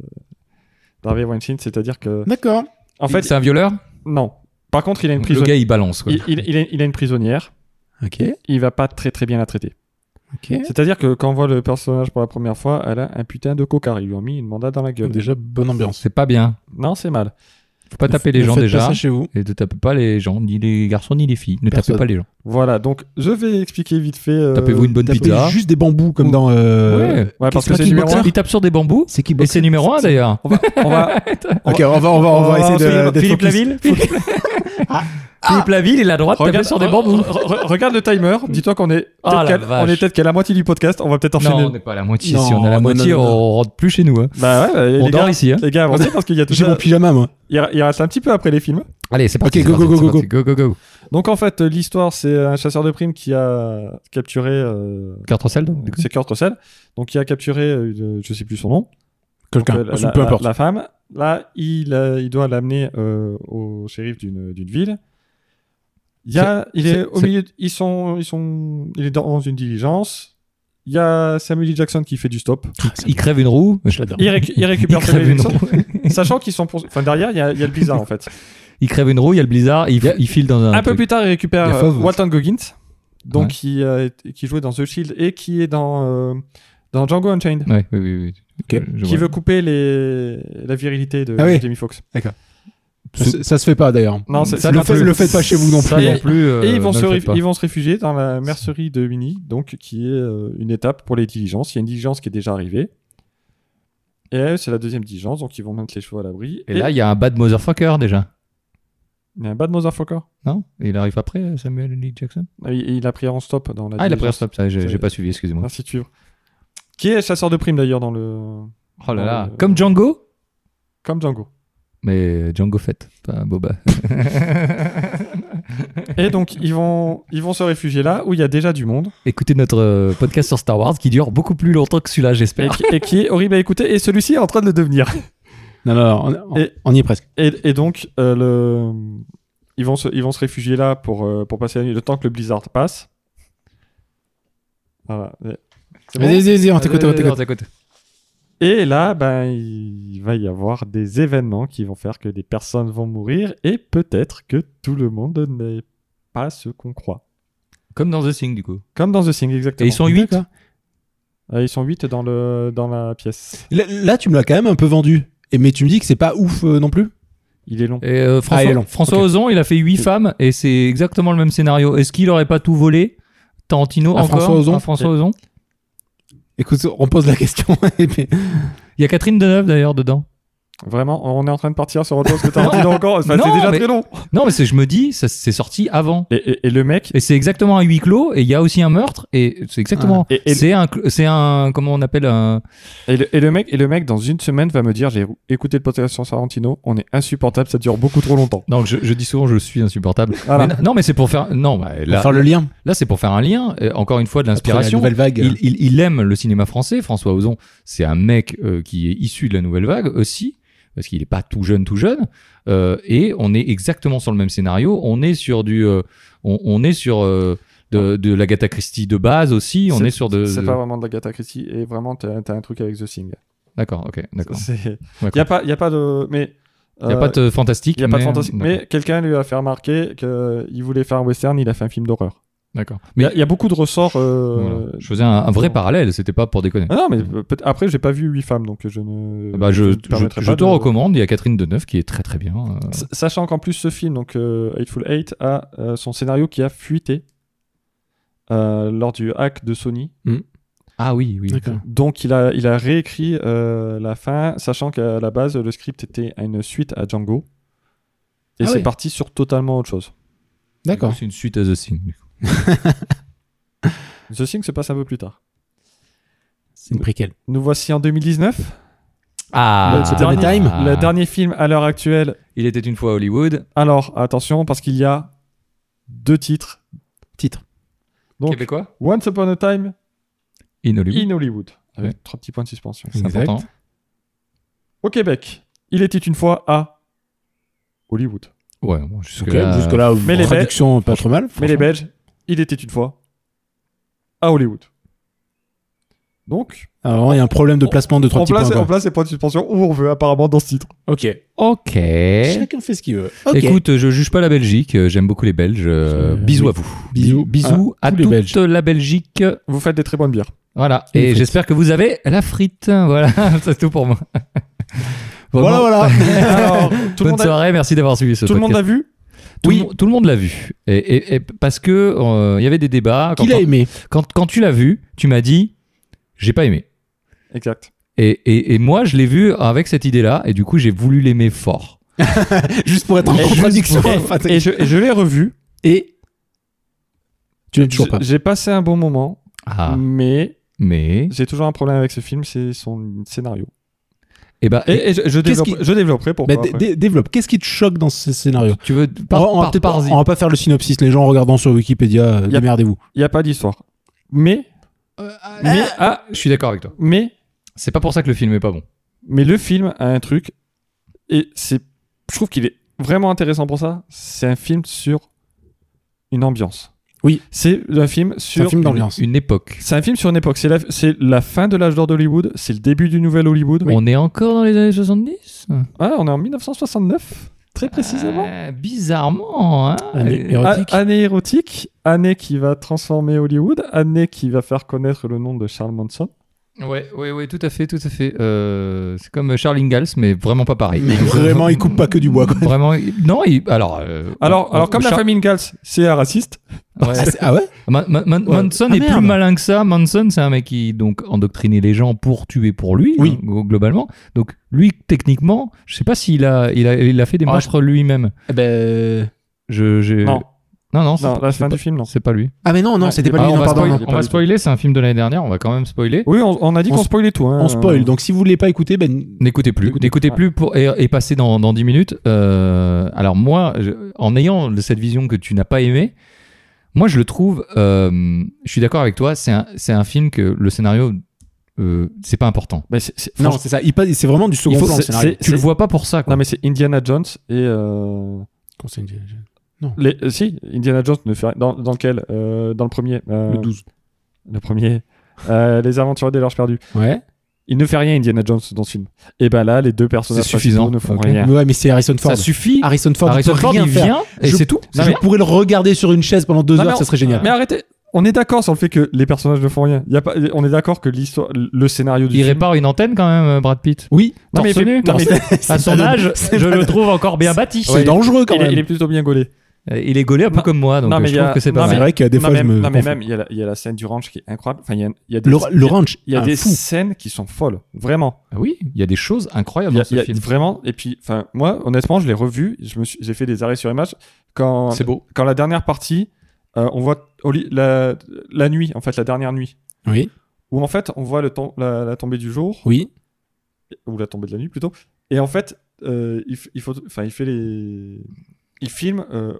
S1: d'Harvey Weinstein, c'est-à-dire que,
S2: D'accord.
S1: en fait,
S3: c'est un violeur.
S1: non. Par contre, il a une
S3: Le
S1: prisonnière.
S3: gars, il balance. Quoi.
S1: Il, il- il a- il a une prisonnière.
S2: Ok,
S1: Il va pas très très bien la traiter.
S2: ok.
S1: C'est-à-dire que quand on voit le personnage pour la première fois, elle a un putain de cocard. Ils lui ont mis une mandate dans la gueule.
S2: Euh, Déjà, bonne ambiance.
S3: C'est pas bien.
S1: Non, c'est mal.
S3: Faut pas taper les
S2: Ne
S3: gens
S2: faites
S3: déjà.
S2: Pas ça chez vous.
S3: Et ne tapez pas les gens, ni les garçons, ni les filles. Ne
S2: Personne.
S3: tapez pas les gens.
S1: Voilà, donc je vais expliquer vite fait. euh,
S3: Tapez-vous une bonne
S2: Tapez
S3: pizza.
S2: juste des bambous comme dans. euh,
S3: Ouais.
S1: Ouais, parce
S2: Qu'est-ce
S1: que c'est
S2: qu'il
S1: numéro
S2: boxe-
S1: un.
S3: Il tape sur des bambous.
S2: C'est qui
S3: Et c'est numéro 1 d'ailleurs.
S1: On va, on va,
S2: Ok, on va, on va, on va essayer de. d'être
S1: Philippe
S2: focus.
S1: Laville.
S3: Philippe Laville, il a droit de taper
S1: Regarde, oh,
S3: sur des
S1: re-
S3: bambous.
S1: re- re- regarde le timer. Dis-toi qu'on est
S3: Ah,
S1: peut-être
S3: la
S1: qu'à- on
S3: vache.
S1: est peut-être qu'à la moitié du podcast. On va peut-être
S3: Non,
S1: enchaîner.
S3: on n'est pas à la moitié.
S2: Non,
S3: si on est à la
S2: non,
S3: moitié,
S2: non, non.
S3: on rentre plus chez nous. hein.
S1: Bah ouais, bah, les,
S3: On dort
S1: gars,
S3: ici. hein.
S1: les gars, avancez parce qu'il y a tout
S2: J'ai
S1: ça.
S2: mon pyjama, moi.
S1: Il il reste un petit peu après les films.
S3: Allez, c'est parti.
S2: Ok,
S3: c'est
S2: go,
S3: parti,
S2: go,
S3: c'est
S2: go,
S3: parti. go, go, go.
S1: Donc en fait, l'histoire, c'est un chasseur de primes qui a capturé. euh,
S3: Kurt Russell, donc, du coup.
S1: c'est Kurt Russell. Donc il a capturé, euh, une- je sais plus son nom.
S2: Quelqu'un,
S1: Euh, la, la-
S2: peu importe.
S1: la femme. Là, il, euh, il doit l'amener euh, au shérif d'une d'une ville. Il, y a, il est,
S3: c'est-
S1: au
S3: c'est-
S1: milieu, de- ils sont, ils sont, il est dans une diligence. Il y a Samuel L. Jackson qui fait du stop.
S3: Il crève une roue.
S2: Je l'adore.
S1: Il, récu- il
S3: Il
S1: récupère
S3: crève
S1: Samuel
S3: une
S1: Jackson,
S3: roue.
S1: sachant qu'ils sont, pour- enfin derrière, il y, a, il y a le bizarre en fait.
S3: Il crève une roue, il y a le blizzard, il, il file dans Ah, un.
S1: Un peu
S3: truc.
S1: plus tard, il récupère
S2: Il y a
S1: euh,
S2: Fauve.
S1: Walton Goggins, donc
S3: Ouais.
S1: qui, euh, est- qui jouait dans The Shield et qui est dans euh, dans Django Unchained,
S3: Ouais, oui, oui, oui.
S2: Ok.
S3: Je- je
S1: qui
S3: vois.
S1: veut couper les la virilité de
S2: Ah oui.
S1: Jamie Foxx.
S2: Ça, ça se fait pas d'ailleurs.
S1: Non, c'est-
S3: Ça
S1: c'est
S2: le,
S3: non
S2: fait,
S3: plus.
S2: le faites pas chez vous non
S3: Ça
S2: plus.
S1: Et-
S3: non plus. euh,
S1: Et ils vont,
S3: ne
S1: se
S3: le
S1: ré-
S3: faites pas.
S1: ils vont se réfugier dans la mercerie de Mini, donc qui est euh, une étape pour les diligences. Il y a une diligence qui est déjà arrivée. Et euh, c'est la deuxième diligence, donc ils vont mettre les chevaux à l'abri.
S3: Et là, il y a un bad motherfucker déjà.
S1: il y a un bad motherfucker.
S3: Non Il arrive après, euh, Samuel L. Jackson
S1: Et et Ah, il a pris en stop dans la
S3: Ah, il a pris un
S1: diligence.
S3: stop. ça, J'ai
S1: Ça- Ah,
S3: j'ai pas suivi, excusez-moi.
S1: Ainsi de suivre. Qui est chasseur de primes d'ailleurs dans le.
S3: Oh là là.
S1: Euh,
S3: Comme Django
S1: Comme Django.
S3: Mais euh, Django Fett, pas Boba.
S1: Et donc ils vont, ils vont se réfugier là où il y a déjà du monde
S3: Écoutez notre euh, podcast sur Star Wars qui dure beaucoup plus longtemps que celui-là,
S1: et,
S3: j'espère.
S1: qui- et qui est horrible à écouter. Et celui-ci est en train de le devenir.
S2: Non, non, non, on,
S1: Et-
S2: on y est presque.
S1: Et, et donc, euh, le... ils, vont se, ils vont se réfugier là pour, euh, pour passer la nuit, le temps que le blizzard passe. Voilà. Et- c'est bon
S2: Vas-y, vas-y, vas-y, on t'écoute,
S1: euh,
S2: on t'écoute.
S1: Et là, ben, il il va y avoir des événements qui vont faire que des personnes vont mourir et peut-être que tout le monde n'est pas ce qu'on croit.
S3: Comme dans The Thing, du coup.
S1: Comme dans The Thing,
S3: Et
S1: exactement.
S3: ils sont 8
S2: D'accord.
S1: Euh, ils sont 8 dans, le, dans la pièce.
S2: Là, là, tu me l'as quand même un peu vendu. Et, mais tu me dis que c'est pas ouf euh, non plus
S1: Il est long.
S3: Et euh,
S2: Ah, il
S3: François,
S2: est long.
S3: François
S2: Ok.
S3: Ozon, il a fait 8 femmes et c'est exactement le même scénario. Est-ce qu'il aurait pas tout volé Tarantino
S2: À
S3: encore
S2: François Ozon
S3: À François Ozon
S2: Écoute, on pose la question. et puis-
S3: Il y a Catherine Deneuve d'ailleurs dedans.
S1: Vraiment, on est en train de partir sur autre chose que Tarantino encore. Enfin,
S3: Non,
S1: oh, c'est déjà
S3: mais-
S1: très long.
S3: Non, mais c'est- je me dis, ça- c'est sorti avant.
S1: Et, et- et le mec,
S3: Et c'est exactement un huis clos et il y a aussi un meurtre et c'est exactement.
S1: Ah. et- et-
S3: C'est un, cl- c'est un, comment on appelle un.
S1: Et le, et le mec, et le mec, dans une semaine, va me dire J'ai écouté le podcast sur Tarantino, on est insupportable, ça dure beaucoup trop longtemps.
S3: Non, je, je dis souvent, je suis insupportable.
S1: Voilà.
S3: Mais n- non, mais c'est pour faire. Non, bah,
S2: Pour
S3: là,
S2: faire le lien.
S3: là c'est pour faire un lien. euh, Encore une fois, de
S2: Après la
S3: l'inspiration.
S2: nouvelle vague.
S3: Il, il- il aime le cinéma français. François Ozon, c'est un mec euh, qui est issu de la nouvelle vague aussi, parce qu'il n'est pas tout jeune, tout jeune. Euh, et on est exactement sur le même scénario. On est sur du, euh, on, on est sur euh, de, de l'Agatha Christie de base aussi. On
S1: C'est-
S3: est, sur de.
S1: C'est
S3: de-
S1: pas vraiment de la Gata Christie et vraiment t'as t'as un truc avec The Thing.
S3: D'accord, ok, d'accord.
S1: Il y a pas, y a pas de, mais euh,
S3: Il n'y a pas de fantastique.
S1: y a pas de
S3: mais-
S1: fantastique.
S3: D'accord,
S1: Mais quelqu'un lui a fait remarquer qu'il voulait faire un western, il a fait un film d'horreur.
S3: D'accord.
S1: Il
S3: Mais
S1: y, a- y a beaucoup de ressorts. euh,
S3: voilà. je faisais un, un vrai parallèle, c'était pas pour déconner.
S1: Ah non, mais peut- peut- après, j'ai pas vu Huit femmes, donc je ne.
S3: bah, je,
S1: ne
S3: je,
S1: permettrai
S3: je
S1: pas
S3: te
S1: de-
S3: recommande, il y a Catherine Deneuve qui est très très bien. euh,
S1: S- Sachant qu'en plus, ce film, donc euh, Hateful Eight, a euh, son scénario qui a fuité euh, lors du hack de Sony.
S3: Ah oui, oui.
S2: D'accord.
S1: Donc, il a, il a réécrit euh, la fin, sachant qu'à la base, le script était une suite à Django. Et
S2: Ah
S1: c'est
S2: ouais.
S1: parti sur totalement autre chose.
S2: euh, D'accord.
S3: C'est une suite à The Thing.
S1: The Thing se passe un peu plus tard.
S2: C'est une préquelle.
S1: Nous voici en 2019.
S3: Ah,
S2: Le Summer Time.
S1: Le dernier film à l'heure actuelle.
S3: Il était une fois à Hollywood,
S1: Alors, attention, parce qu'il y a deux titres.
S2: Titre.
S1: Donc,
S3: québécois.
S1: Once Upon a Time
S3: In Hollywood.
S1: in Hollywood. Avec
S3: Ouais.
S1: trois petits points de suspension.
S3: C'est
S2: Exact.
S3: important.
S1: Au Québec, il était une fois à Hollywood.
S3: Ouais, bon, jusque
S2: Ok,
S3: là,
S2: jusque-là,
S1: euh, Mais les
S2: traduction pas trop mal.
S1: Mais les
S2: franchement.
S1: Belges, il était une fois à Hollywood. Donc,
S2: Alors, vraiment, il y a un problème de placement de trois
S1: on
S2: petits
S1: place,
S2: points.
S1: on
S2: quoi.
S1: place les points de suspension où on veut, apparemment, dans ce titre.
S2: Ok.
S3: Ok.
S2: Chacun fait ce qu'il veut. Ok.
S3: Écoute, je juge pas la Belgique, euh, j'aime beaucoup les Belges. euh,
S2: Euh,
S3: bisous
S2: oui.
S3: à vous.
S2: Bisous.
S3: Bisous à
S2: tous les
S3: toute
S2: Belges.
S3: la Belgique.
S1: Vous faites des très bonnes bières.
S3: Voilà.
S2: Et les
S3: Et
S2: frites.
S3: j'espère que vous avez la frite. Voilà, c'est tout pour moi.
S2: Voilà,
S3: Vraiment,
S2: voilà.
S1: Alors, tout le
S3: Bonne
S1: monde a,
S3: soirée, merci d'avoir suivi ce
S1: tout le monde
S3: podcast.
S1: a vu
S3: Tout,
S1: Oui.
S3: le, mo- tout le monde l'a vu. Et, et- et parce que euh, il y avait des débats. Quand,
S2: Qui l'a
S3: quand-
S2: aimé
S3: quand- quand tu l'as vu, tu m'as dit, j'ai pas aimé.
S1: Exact.
S3: Et, et- et moi, je l'ai vu avec cette idée-là, et du coup, j'ai voulu l'aimer fort.
S2: Juste pour être en
S1: Et juste-
S2: contradiction.
S1: et-
S2: Enfin,
S1: Et je, et je l'ai revu.
S2: et- tu l'as toujours
S1: Je-
S2: pas.
S1: J'ai passé un bon moment,
S3: Ah,
S1: Mm. mais
S3: mais
S1: j'ai toujours un problème avec ce film, c'est son scénario.
S3: eh ben,
S1: Et, et je, je,
S2: Qu'est-ce
S1: développe-
S2: qui-
S1: je développerai pourquoi.
S2: Bah, dé-
S1: après.
S2: dé- développe. Qu'est-ce qui te choque dans ce scénario
S3: tu veux par,
S2: on, va
S3: par,
S2: peut-être pas-
S3: par-y.
S2: on va pas faire le synopsis. Les gens en regardant sur Wikipédia, euh,
S1: Y a-
S2: démerdez-vous.
S1: Il n'y a pas d'histoire. Mais,
S3: Mais ah, je suis d'accord avec toi.
S1: mais,
S3: C'est pas pour ça que le film est pas bon.
S1: mais le film a un truc, et c'est, je trouve qu'il est vraiment intéressant pour ça. C'est un film sur une ambiance.
S2: Oui.
S1: C'est un film
S2: C'est
S1: sur.
S2: un film d'ambiance.
S3: Une époque.
S1: C'est un film sur une époque. C'est la, c'est la fin de l'âge d'or d'Hollywood. C'est le début du nouvel Hollywood.
S3: On est encore dans les années 70
S1: Ah, on est en 1969, très précisément.
S3: Ah, Bizarrement. hein.
S2: Année
S3: Ah,
S2: Euh, érotique.
S1: A- année érotique, année qui va transformer Hollywood, année qui va faire connaître le nom de Charles Manson.
S3: Ouais, ouais, ouais, tout à fait, tout à fait. Euh, c'est comme Charles Ingalls, mais vraiment pas pareil.
S2: Mais vraiment, il coupe pas que du bois. Quoi.
S3: Vraiment, il- non, il- alors. euh,
S1: Alors,
S3: on-
S1: alors comme la
S3: Char-
S1: famille Ingalls, c'est un raciste.
S3: ouais.
S2: Ah, c'est- ah ouais
S3: Ma- ma- ma-
S2: Ouais.
S3: Manson
S2: Ah,
S3: est
S2: merde.
S3: plus malin que ça. Manson, c'est un mec qui donc endoctrinait les gens pour tuer pour lui,
S2: Oui.
S3: hein, glo- globalement. Donc lui, techniquement, je sais pas s'il a, il a, il a fait des
S2: Ah,
S3: meurtres lui-même.
S2: ben...
S3: Je, j'ai-
S1: Non,
S3: non, non, c'est
S1: non,
S3: pas-
S1: la
S3: c'est
S1: fin
S3: pas-
S1: du film, non.
S3: C'est pas lui.
S2: Ah mais non, non,
S1: Ouais, il
S2: c'était
S1: est
S2: pas
S1: pas-
S2: lui,
S3: Ah, on
S2: non,
S3: va
S2: pardon.
S3: spoil-
S1: il est
S3: on
S1: pas
S3: va
S1: du tout.
S3: spoiler, c'est un film de l'année dernière. On va quand même spoiler.
S1: Oui, on, on a dit
S2: On
S1: qu'on
S2: s-
S1: spoilait tout. hein.
S2: On spoil, donc si vous voulez pas écouter, ben...
S3: N'écoutez plus,
S2: N'écoutez
S3: n'écoutez
S1: plus.
S3: plus pour, et, et passez dans, dans 10 minutes. Euh, alors moi, je- en ayant le- cette vision que tu n'as pas aimée, moi je le trouve, euh, je suis d'accord avec toi, c'est un, c'est un film que le scénario, euh, c'est pas important.
S1: Mais c'est- c'est-
S2: Non,
S1: franchement,
S2: Bah, c'est ça, il, passe- c'est vraiment du second
S1: Il faut-
S2: plan, le
S1: c'est-
S2: scénario.
S3: Tu le
S1: C'est-
S3: vois pas pour ça. Quoi.
S1: non, mais c'est Indiana Jones et. euh,
S2: Conseil de-
S1: les- euh, si, Indiana Jones ne fait rien. Dans, dans lequel Euh, Dans le premier. euh,
S2: Le 12.
S1: le premier. Euh, les aventuriers des l'âge perdu.
S2: Ouais.
S1: Il ne fait rien, Indiana Jones, dans ce film. Et ben là, les deux personnages
S3: C'est suffisant.
S1: principaux ne font
S3: Ok.
S1: rien.
S2: Ouais, mais c'est Harrison Ford.
S3: ça suffit.
S2: Harrison Ford,
S3: Harrison
S2: il peut
S3: Ford,
S2: rien
S3: il
S2: faire.
S3: vient et
S2: Je-
S3: c'est tout. C'est
S2: Je
S3: bien.
S2: pourrais le regarder sur une chaise pendant deux
S1: Non, mais
S2: heures,
S1: on-
S2: ça serait génial.
S1: Mais arrêtez On est d'accord sur le fait que les personnages ne font rien. Il Y a pas, on est d'accord que l'histoire, le scénario du
S3: Il
S1: film.
S3: répare une antenne quand même, euh, Brad Pitt.
S2: Oui,
S3: Non, mais il
S1: torse
S3: fait-
S1: nu.
S3: non,
S1: Non, mais
S3: mais à son
S2: pas-
S3: âge,
S2: c'est
S3: je
S2: pas-
S3: le trouve encore bien bâti.
S2: c'est
S3: Ouais.
S2: dangereux quand
S1: il, est,
S2: même.
S1: il est plutôt bien gaulé.
S3: Euh, Il est gaulé un peu
S1: Non.
S3: comme moi, donc
S1: Non,
S3: euh,
S1: mais
S3: je
S1: il y a-
S3: trouve que c'est pas
S1: non,
S2: C'est
S3: mal.
S1: mais-
S2: vrai que des
S1: non,
S2: fois,
S1: mais,
S2: je me.
S1: non, mais
S2: confonds.
S1: même, il y, a la- il y a la scène du ranch qui est incroyable. Enfin, il y a, il y a des,
S2: Le, le ranch,
S1: il y a
S2: un
S1: des
S2: fou.
S1: scènes qui sont folles. Vraiment.
S3: Ah Oui, il y a des choses incroyables
S1: Il y a-
S3: dans ce
S1: il y a
S3: film.
S1: Vraiment. Et puis, enfin, moi, honnêtement, je l'ai revu. Je me suis- j'ai fait des arrêts sur image quand
S3: C'est beau.
S1: quand la dernière partie, euh, on voit Oli- la, la nuit, en fait, la dernière nuit,
S2: Oui,
S1: où en fait, on voit le tom- la, la tombée du jour
S2: oui.
S1: ou la tombée de la nuit plutôt. Et en fait, euh, il, f- il faut, enfin, il fait les, il filme euh,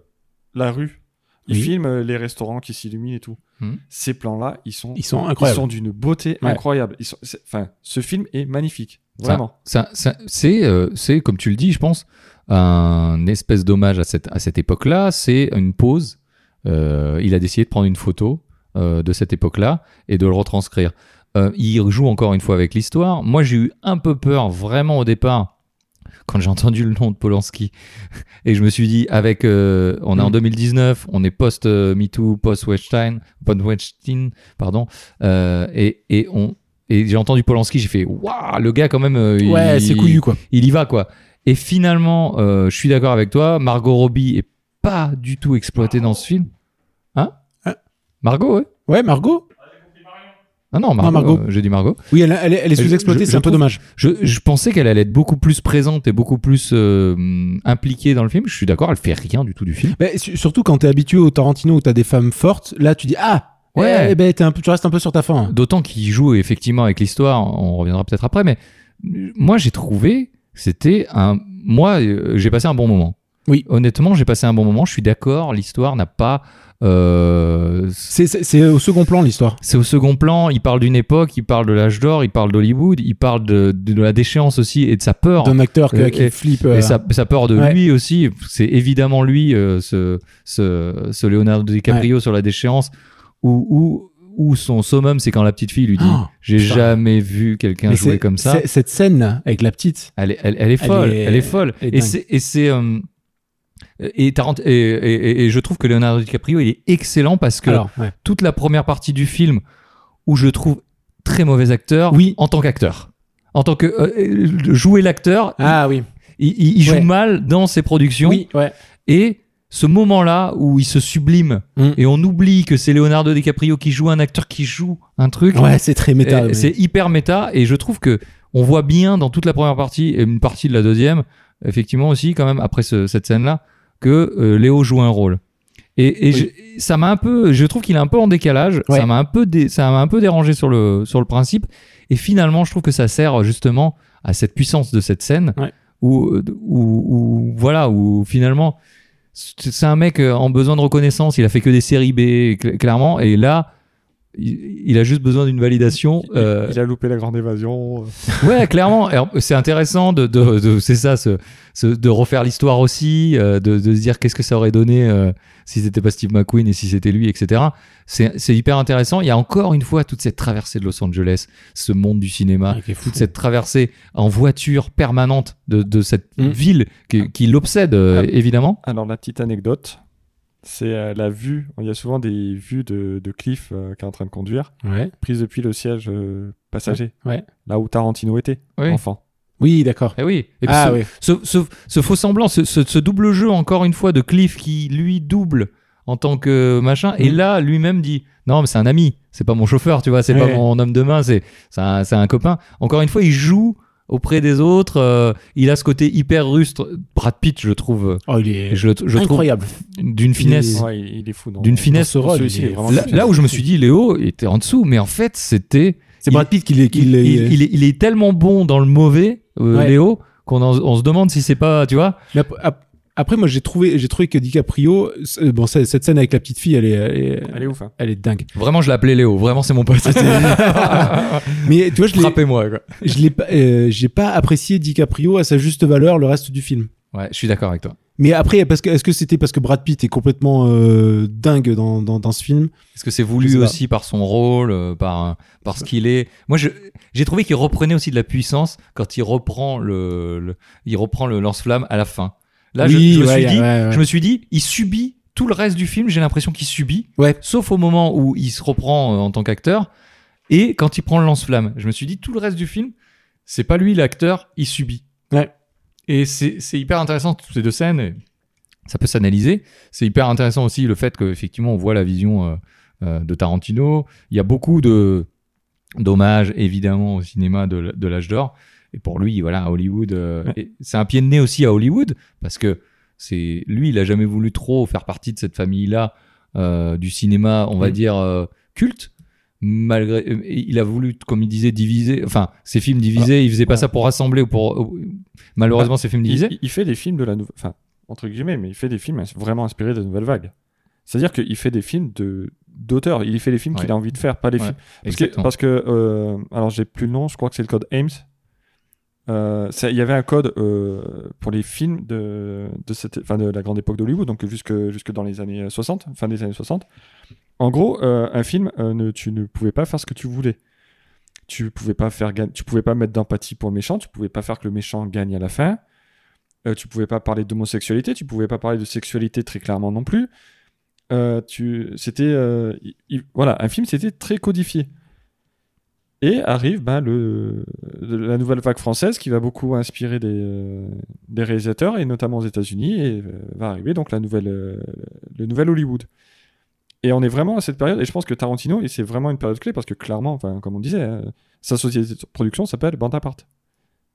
S1: la rue. Il
S2: Oui.
S1: filme euh, les restaurants qui s'illuminent et tout.
S3: Mhm.
S1: Ces plans-là, ils sont
S2: Ils sont
S1: Ils
S2: incroyables.
S1: sont d'une beauté
S2: Ouais.
S1: incroyable. Ils sont- c'est- enfin, ce film est magnifique, vraiment.
S3: Ça- ça- c'est, euh, c'est, comme tu le dis, je pense, un espèce d'hommage à cette, à cette époque-là. C'est une pause Euh, il a décidé de prendre une photo euh, de cette époque-là et de le retranscrire. Euh, il joue encore une fois avec l'histoire. Moi, j'ai eu un peu peur, vraiment au départ, quand j'ai entendu le nom de Polanski. et je me suis dit, avec, euh, on est en
S2: Mm.
S3: 2019, on est euh, post-MeToo, post-Weinstein, post-Weinstein, pardon. Euh, et, et on. Et j'ai entendu Polanski, j'ai fait waouh, le gars quand même. euh,
S2: Ouais,
S3: il-
S2: c'est couillu quoi.
S3: il y va quoi. Et finalement, euh, je suis d'accord avec toi, Margot Robbie est pas du tout exploitée dans ce film. Hein
S2: Hein
S3: Margot, ouais.
S2: Ouais, Margot
S3: Non, non, Margot.
S2: Margot.
S3: euh, J'ai dit Margot.
S2: Oui, elle, elle est- elle est
S3: Je-
S2: sous-exploitée,
S3: je-
S2: c'est
S3: je
S2: un peu
S3: trouve-
S2: dommage.
S3: Je, je pensais qu'elle allait être beaucoup plus présente et beaucoup plus euh, hum, impliquée dans le film. Je suis d'accord, elle fait rien du tout du film.
S2: Mais su- surtout quand t'es habitué au Tarantino où t'as des femmes fortes, là tu dis ah
S3: Ouais.
S2: eh ben t'es un peu, tu restes un peu sur ta faim.
S3: D'autant qu'il joue effectivement avec l'histoire, on reviendra peut-être après, mais euh, moi j'ai trouvé que c'était un. Moi, euh, j'ai passé un bon moment.
S2: Oui.
S3: Honnêtement, j'ai passé un bon moment. Je suis d'accord, l'histoire n'a pas. euh,
S2: C'est- C'est c'est au second plan l'histoire.
S3: C'est au second plan, il parle d'une époque, il parle de l'âge d'or, il parle d'Hollywood, il parle de, de- de la déchéance aussi et de sa peur.
S2: D'un acteur que-
S3: Euh,
S2: qui
S3: et-
S2: flippe.
S3: Et
S2: euh,
S3: sa, sa peur de
S2: Ouais.
S3: lui aussi. C'est évidemment lui, euh, ce, ce, ce Leonardo DiCaprio sur la déchéance, où, où, où son summum, c'est quand la petite fille lui dit
S2: Oh,
S3: J'ai
S2: putain.
S3: jamais vu quelqu'un
S2: mais
S3: jouer
S2: c'est-
S3: comme ça.
S2: c'est- Cette scène là avec la petite.
S3: Elle est, elle, elle est folle, elle est,
S2: est-
S3: folle.
S2: elle est
S3: et
S2: dingue.
S3: c'est. Et, c'est, euh, et, Tarant- et, et- et- et je trouve que Leonardo DiCaprio, il est excellent parce que
S2: Alors, ouais.
S3: toute la première partie du film où je le trouve très mauvais acteur
S2: Oui.
S3: en tant qu'acteur. En tant que euh, euh, jouer l'acteur,
S2: Ah oui.
S3: il, il- il joue
S2: Ouais.
S3: mal dans ses productions
S2: Oui, ouais.
S3: et ce moment-là où il se sublime
S2: Mm.
S3: et on oublie que c'est Leonardo DiCaprio qui joue un acteur qui joue un truc,
S2: Ouais, c'est très méta.
S3: et
S2: mais-
S3: c'est hyper méta et je trouve que on voit bien dans toute la première partie et une partie de la deuxième, effectivement aussi quand même après ce- cette scène-là, que euh, Léo joue un rôle. Et, et
S2: Oui.
S3: je- ça m'a un peu, je trouve qu'il est un peu en décalage.
S2: Ouais.
S3: Ça m'a un peu, dé- ça m'a un peu dérangé sur le sur le principe. Et finalement, je trouve que ça sert justement à cette puissance de cette scène
S2: Ouais.
S3: où, où, où- voilà où finalement c'est c'est un mec euh, en besoin de reconnaissance. Il a fait que des séries B cl- clairement. Et là, il, il a juste besoin d'une validation.
S1: Il-
S3: euh,
S1: Il a loupé la grande évasion. euh,
S3: Ouais, clairement. Alors, C'est intéressant de, de, de- c'est ça, ce- ce- de refaire l'histoire aussi, euh, de, de se dire qu'est-ce que ça aurait donné euh, si c'était pas Steve McQueen et si c'était lui, etc. C'est c'est hyper intéressant. Il y a encore une fois toute cette traversée de Los Angeles, ce monde du cinéma,
S2: Ouais, qui Ah, est fou.
S3: toute cette traversée en voiture permanente de, de cette
S2: Mm.
S3: ville qui, qui l'obsède euh,
S1: Ah.
S3: évidemment.
S1: Alors, la petite anecdote, c'est euh, la vue. Il y a souvent des vues de, de Cliff euh, qui est en train de conduire,
S2: Ouais.
S1: prise depuis le siège euh, passager.
S2: Ouais.
S1: Là où Tarantino était,
S3: Oui.
S1: enfant.
S2: Oui, d'accord.
S3: Eh oui. Et puis
S2: Ah
S3: ce,
S2: oui.
S3: ce, ce- ce faux semblant, ce, ce- ce double jeu, encore une fois, de Cliff qui, lui, double en tant que machin, et
S2: Mm.
S3: là, lui-même dit Non, mais c'est un ami, c'est pas mon chauffeur, tu vois, c'est pas
S2: Ouais.
S3: mon homme de main, c'est c'est un, c'est un copain. Encore une fois, il joue auprès des autres, euh, il a ce côté hyper rustre. Brad Pitt, je le trouve,
S2: Oh, il est
S3: et je le, je le trouve
S2: incroyable.
S3: d'une finesse.
S2: Il
S1: Ouais, il, il est fou. dans-
S3: D'une finesse.
S2: ce rôle,
S1: Celui-ci,
S2: il
S1: il est
S2: est
S1: vraiment
S3: Là,
S1: exceptionnel.
S3: là où je me suis dit, Léo était en dessous, mais en fait, c'était
S2: C'est
S3: il-
S2: Brad Pitt qui l'est. qui
S3: il,
S2: l'est-
S3: il- il est, il est tellement bon dans le mauvais, euh,
S2: Ouais.
S3: Léo, qu'on en- on se demande si c'est pas, tu vois.
S2: Mais ap- ap- après, moi, j'ai trouvé, j'ai trouvé que DiCaprio, c'est- bon, c'est- cette scène avec la petite fille, elle est, elle est,
S1: Elle est ouf. hein.
S2: elle est dingue.
S3: Vraiment, je l'appelais Léo. Vraiment, c'est mon pote.
S2: Mais tu vois, je l'ai,
S3: Frappez-moi, quoi.
S2: je l'ai pas, euh, j'ai pas apprécié DiCaprio à sa juste valeur le reste du film.
S3: Ouais, je suis d'accord avec toi.
S2: Mais après, parce que, est-ce que c'était parce que Brad Pitt est complètement euh, dingue dans, dans, dans ce film
S3: Est-ce que c'est
S2: Je
S3: voulu
S2: sais pas.
S3: aussi par son rôle, euh, par, euh, par ce qu'il est Moi, je- j'ai trouvé qu'il reprenait aussi de la puissance quand il reprend le, le- il reprend le lance-flamme à la fin. Là, je-
S2: Oui,
S3: je,
S2: ouais,
S3: me suis dit,
S2: ouais, ouais.
S3: je me suis dit, il subit tout le reste du film. J'ai l'impression qu'il subit,
S2: Ouais.
S3: sauf au moment où il se reprend euh, en tant qu'acteur et quand il prend le lance-flamme. Je me suis dit, tout le reste du film, c'est pas lui l'acteur, il subit.
S2: Ouais.
S3: Et c'est c'est hyper intéressant toutes ces deux scènes. et Ça peut s'analyser. C'est hyper intéressant aussi le fait qu'effectivement on voit la vision euh, euh, de Tarantino. Il y a beaucoup de d'hommages évidemment au cinéma de, l- de l'âge d'or. Et pour lui, voilà, à Hollywood, euh,
S1: Ouais.
S3: et c'est un pied de nez aussi à Hollywood parce que c'est lui, il a jamais voulu trop faire partie de cette famille-là euh, du cinéma, on va
S1: Mm.
S3: dire euh, culte. Malgré, euh, il a voulu, comme il disait, diviser. Enfin, ses films divisés, il faisait pas
S1: Ouais.
S3: ça pour rassembler ou pour. ou- malheureusement, ses films
S1: Bah, Il,
S3: divisés.
S1: il- il fait des films de la nouvelle. Enfin, entre guillemets, mais il fait des films ins- vraiment inspirés de la nouvelle vague. C'est-à-dire qu'il fait des films de d'auteur. Il fait les films qu'il
S3: Ouais.
S1: a envie de faire, pas les
S3: Ouais,
S1: films. Parce que,
S3: Exactement.
S1: parce que, euh, alors j'ai plus le nom, je crois que c'est le code Ames. Euh, ça- Il y avait un code euh, pour les films de, de, cette, enfin, de la grande époque d'Hollywood, donc jusque, jusque dans les années 60, fin des années 60. En gros, euh, un film, euh, ne, tu ne pouvais pas faire ce que tu voulais. Tu pouvais pas faire, gagn- tu pouvais pas mettre d'empathie pour le méchant, tu pouvais pas faire que le méchant gagne à la fin. Euh, tu pouvais pas parler d'homosexualité, tu pouvais pas parler de sexualité très clairement non plus. Euh, tu, c'était, euh, il- il- voilà, un film, c'était très codifié. Et arrive ben, le, de la nouvelle vague française qui va beaucoup inspirer des, euh, des réalisateurs, et notamment aux États-Unis, et euh, va arriver donc la nouvelle, euh, le nouvel Hollywood. Et on est vraiment à cette période, et je pense que Tarantino, et c'est vraiment une période clé, parce que clairement, enfin, comme on disait, hein, sa société de production s'appelle Bande à part.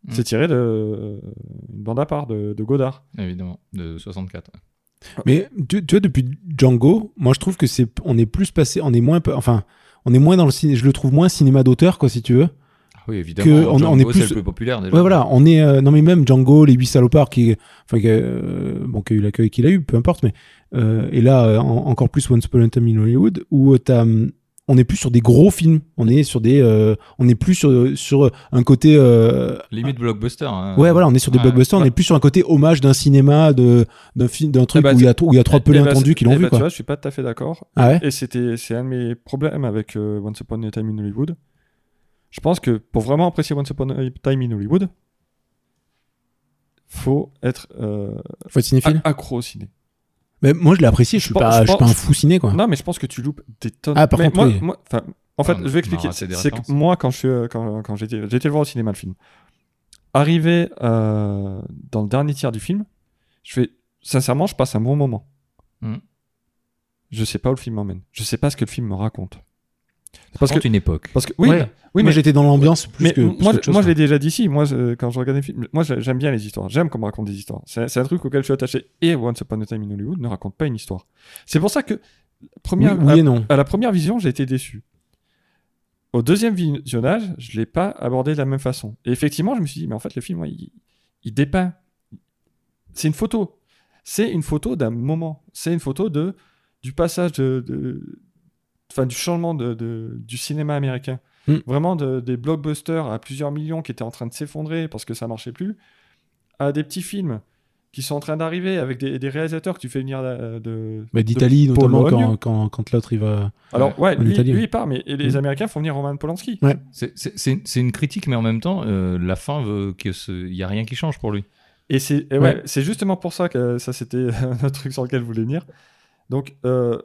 S3: Mm.
S1: C'est tiré de euh, une bande à part de, de Godard.
S3: évidemment, de 64. ouais.
S2: Mais tu, tu vois, depuis Django, moi je trouve que c'est, on est plus passé, on est moins, peu- enfin, on est moins dans le ciné, je le trouve moins cinéma d'auteur, quoi, si tu veux.
S3: Ah oui, évidemment.
S2: Que on-
S3: Django,
S2: on est
S3: c'est
S2: plus-
S3: le plus populaire déjà.
S2: Ouais, voilà, on est, euh, non mais même Django, les huit salopards, qui, enfin, qui, euh, bon, qui a eu l'accueil qu'il a eu, peu importe, mais, euh, et là, euh, en- encore plus Once Upon a Time in Hollywood, où euh, t'as, hum, on est plus sur des gros films, on est sur des, euh, on est plus sur, sur un côté, euh,
S3: Limite blockbuster. hein.
S2: Ouais, voilà, on est sur des
S3: Ouais.
S2: blockbusters, on est plus sur un côté hommage d'un cinéma, de, d'un film, d'un truc
S1: bah,
S2: où il y a, tro- où il y a trois
S1: Eh
S2: pelés
S1: ben,
S2: entendus
S1: c'est-
S2: qui l'ont
S1: eh
S2: vu,
S1: ben,
S2: quoi.
S1: Tu vois, je suis pas tout à fait d'accord.
S2: Ah ouais?
S1: Et c'était, c'est un de mes problèmes avec euh, Once Upon a Time in Hollywood. Je pense que pour vraiment apprécier Once Upon a Time in Hollywood, faut être euh,
S2: Faut être cinéphile.
S1: a- accro au ciné.
S2: Mais moi, je l'ai apprécié. Je suis
S1: Je pense-
S2: pas, je
S1: je
S2: suis pas un
S1: pense-
S2: fou ciné, quoi.
S1: Non, mais je pense que tu loupes des tonnes.
S2: Ah, par
S1: Mais
S2: contre,
S1: moi,
S2: oui.
S1: moi- enfin, en fait,
S3: Ah,
S1: je
S3: on a
S1: vais expliquer.
S3: raté des
S1: C'est que
S3: références.
S1: moi, quand je suis, euh, quand, quand j'étais, j'étais le voir au cinéma le film. Arrivé euh, dans le dernier tiers du film, je fais sincèrement, je passe un bon moment.
S3: Mm.
S1: Je sais pas où le film m'emmène. Je sais pas ce que le film me raconte.
S3: Parce
S1: Parce que,
S3: que une époque.
S1: parce que oui,
S2: Ouais.
S1: oui,
S2: moi,
S1: mais
S2: j'étais dans l'ambiance plus
S1: mais
S2: que. plus
S1: moi,
S2: qu'autre
S1: je-
S2: chose, hein.
S1: moi je
S2: quoi.
S1: l'ai déjà dit ici. Moi, je- quand je regarde des films, moi, je- j'aime bien les histoires. J'aime qu'on me raconte des histoires. C'est c'est un truc auquel je suis attaché. Et Once Upon a Time in Hollywood ne raconte pas une histoire. C'est pour ça que
S2: Oui,
S1: première,
S2: oui et non.
S1: à la première vision, j'ai été déçu. Au deuxième visionnage, je ne l'ai pas abordé de la même façon. Et effectivement, je me suis dit, mais en fait, le film, ouais, il, il dépeint. C'est une photo. C'est une photo d'un moment. C'est une photo de, du passage de. de- Enfin, du changement de, de- du cinéma américain.
S2: Mm.
S1: Vraiment de- des blockbusters à plusieurs millions qui étaient en train de s'effondrer parce que ça marchait plus, à des petits films qui sont en train d'arriver avec des, des réalisateurs que tu fais venir euh, de,
S2: Mais
S1: de
S2: d'Italie, notamment
S1: Pologne.
S2: quand, quand, quand l'autre il va.
S1: alors, ouais,
S2: en
S1: lui,
S2: Italie,
S1: lui,
S2: oui.
S1: il part, mais et les
S2: Mm.
S1: Américains font venir Roman Polanski.
S3: C'est- C'est c'est- c'est une critique, mais en même temps, euh, la fin veut qu'il n'y a rien qui change pour lui.
S1: Et c'est et ouais,
S2: Ouais.
S1: c'est justement pour ça que euh, ça, c'était un truc sur lequel je voulais venir. Donc, euh,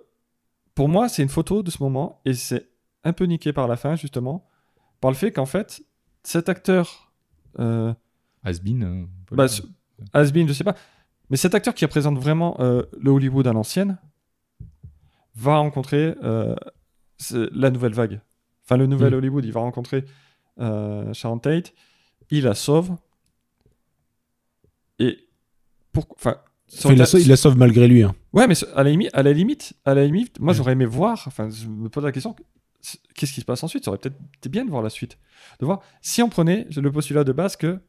S1: pour moi, c'est une photo de ce moment, et c'est un peu niqué par la fin, justement, par le fait qu'en fait, cet acteur, euh,
S3: Asbin. euh, on peut
S1: bah,
S3: le-
S1: ce- has-been, je sais pas, mais cet acteur qui représente vraiment euh, le Hollywood à l'ancienne, va rencontrer euh, ce- la nouvelle vague. Enfin, le nouvel
S2: Mm.
S1: Hollywood, il va rencontrer euh, Sharon Tate, il la sauve. Et pour, enfin, sur
S2: Enfin, il, la
S1: la-
S2: sauve, il la sauve malgré lui. hein.
S1: ouais, mais sur- à la limite, à la limite, à la limite, moi
S2: Ouais.
S1: j'aurais aimé voir. Enfin, je me pose la question. c'est- Qu'est-ce qui se passe ensuite Ça aurait peut-être été bien de voir la suite, de voir si on prenait le postulat de base que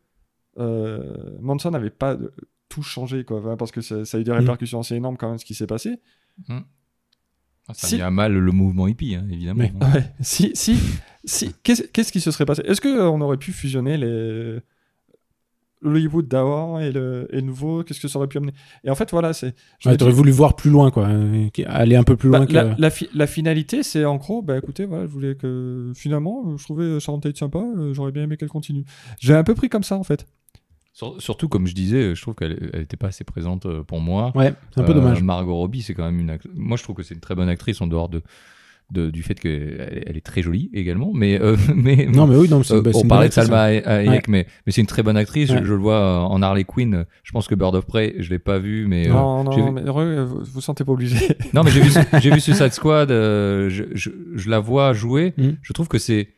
S1: euh, Manson n'avait pas de- tout changé, quoi, enfin, parce que ça, ça a eu
S2: Mm.
S1: des répercussions assez énormes quand même ce qui s'est passé.
S3: Ah, ça
S1: si-
S3: met à mal le mouvement hippie, hein, évidemment.
S2: Mais-
S3: hein.
S1: Ouais, si, si, si, qu'est-ce qu'est-ce qui se serait passé Est-ce qu'on aurait pu fusionner les l'Hollywood d'avant et le, et le nouveau Qu'est-ce que ça aurait pu amener Et en fait, voilà, c'est. je
S2: Ouais,
S1: me dis-
S2: T'aurais voulu voir plus loin, quoi. euh, qui- Aller un peu plus
S1: bah,
S2: loin que.
S1: la, la fi- la finalité, c'est en gros, bah écoutez, voilà, je voulais que finalement, euh, je trouvais Sharon Tate sympa, euh, j'aurais bien aimé qu'elle continue. J'ai un peu pris comme ça en fait.
S3: Sur- surtout, comme je disais, je trouve qu'elle n'était pas assez présente euh, pour moi.
S2: Ouais, c'est un peu
S3: Euh,
S2: dommage.
S3: Margot Robbie, c'est quand même une. act- Moi, je trouve que c'est une très bonne actrice en dehors de, de- du fait qu'elle elle est très jolie également. Mais, euh, mais
S2: Non, mais oui, non, mais c'est
S3: Euh,
S2: bah, c'est
S3: on
S2: une
S3: parlait
S2: bonne
S3: de
S2: actrice, hein.
S3: Salma Hay- Hayek,
S2: Ouais.
S3: mais, mais c'est une très bonne actrice. Je-
S2: Ouais.
S3: Je, le vois euh, en Harley Quinn. Je pense que Bird of Prey, je l'ai pas vu, mais euh,
S1: non,
S3: j'ai
S1: non,
S3: vu-
S1: mais heureux, vous, vous sentez pas obligé.
S3: non, mais j'ai vu, j'ai vu Suicide Squad. euh, je, je- je la vois jouer.
S1: Mm.
S2: Mhm.
S3: Je trouve que c'est,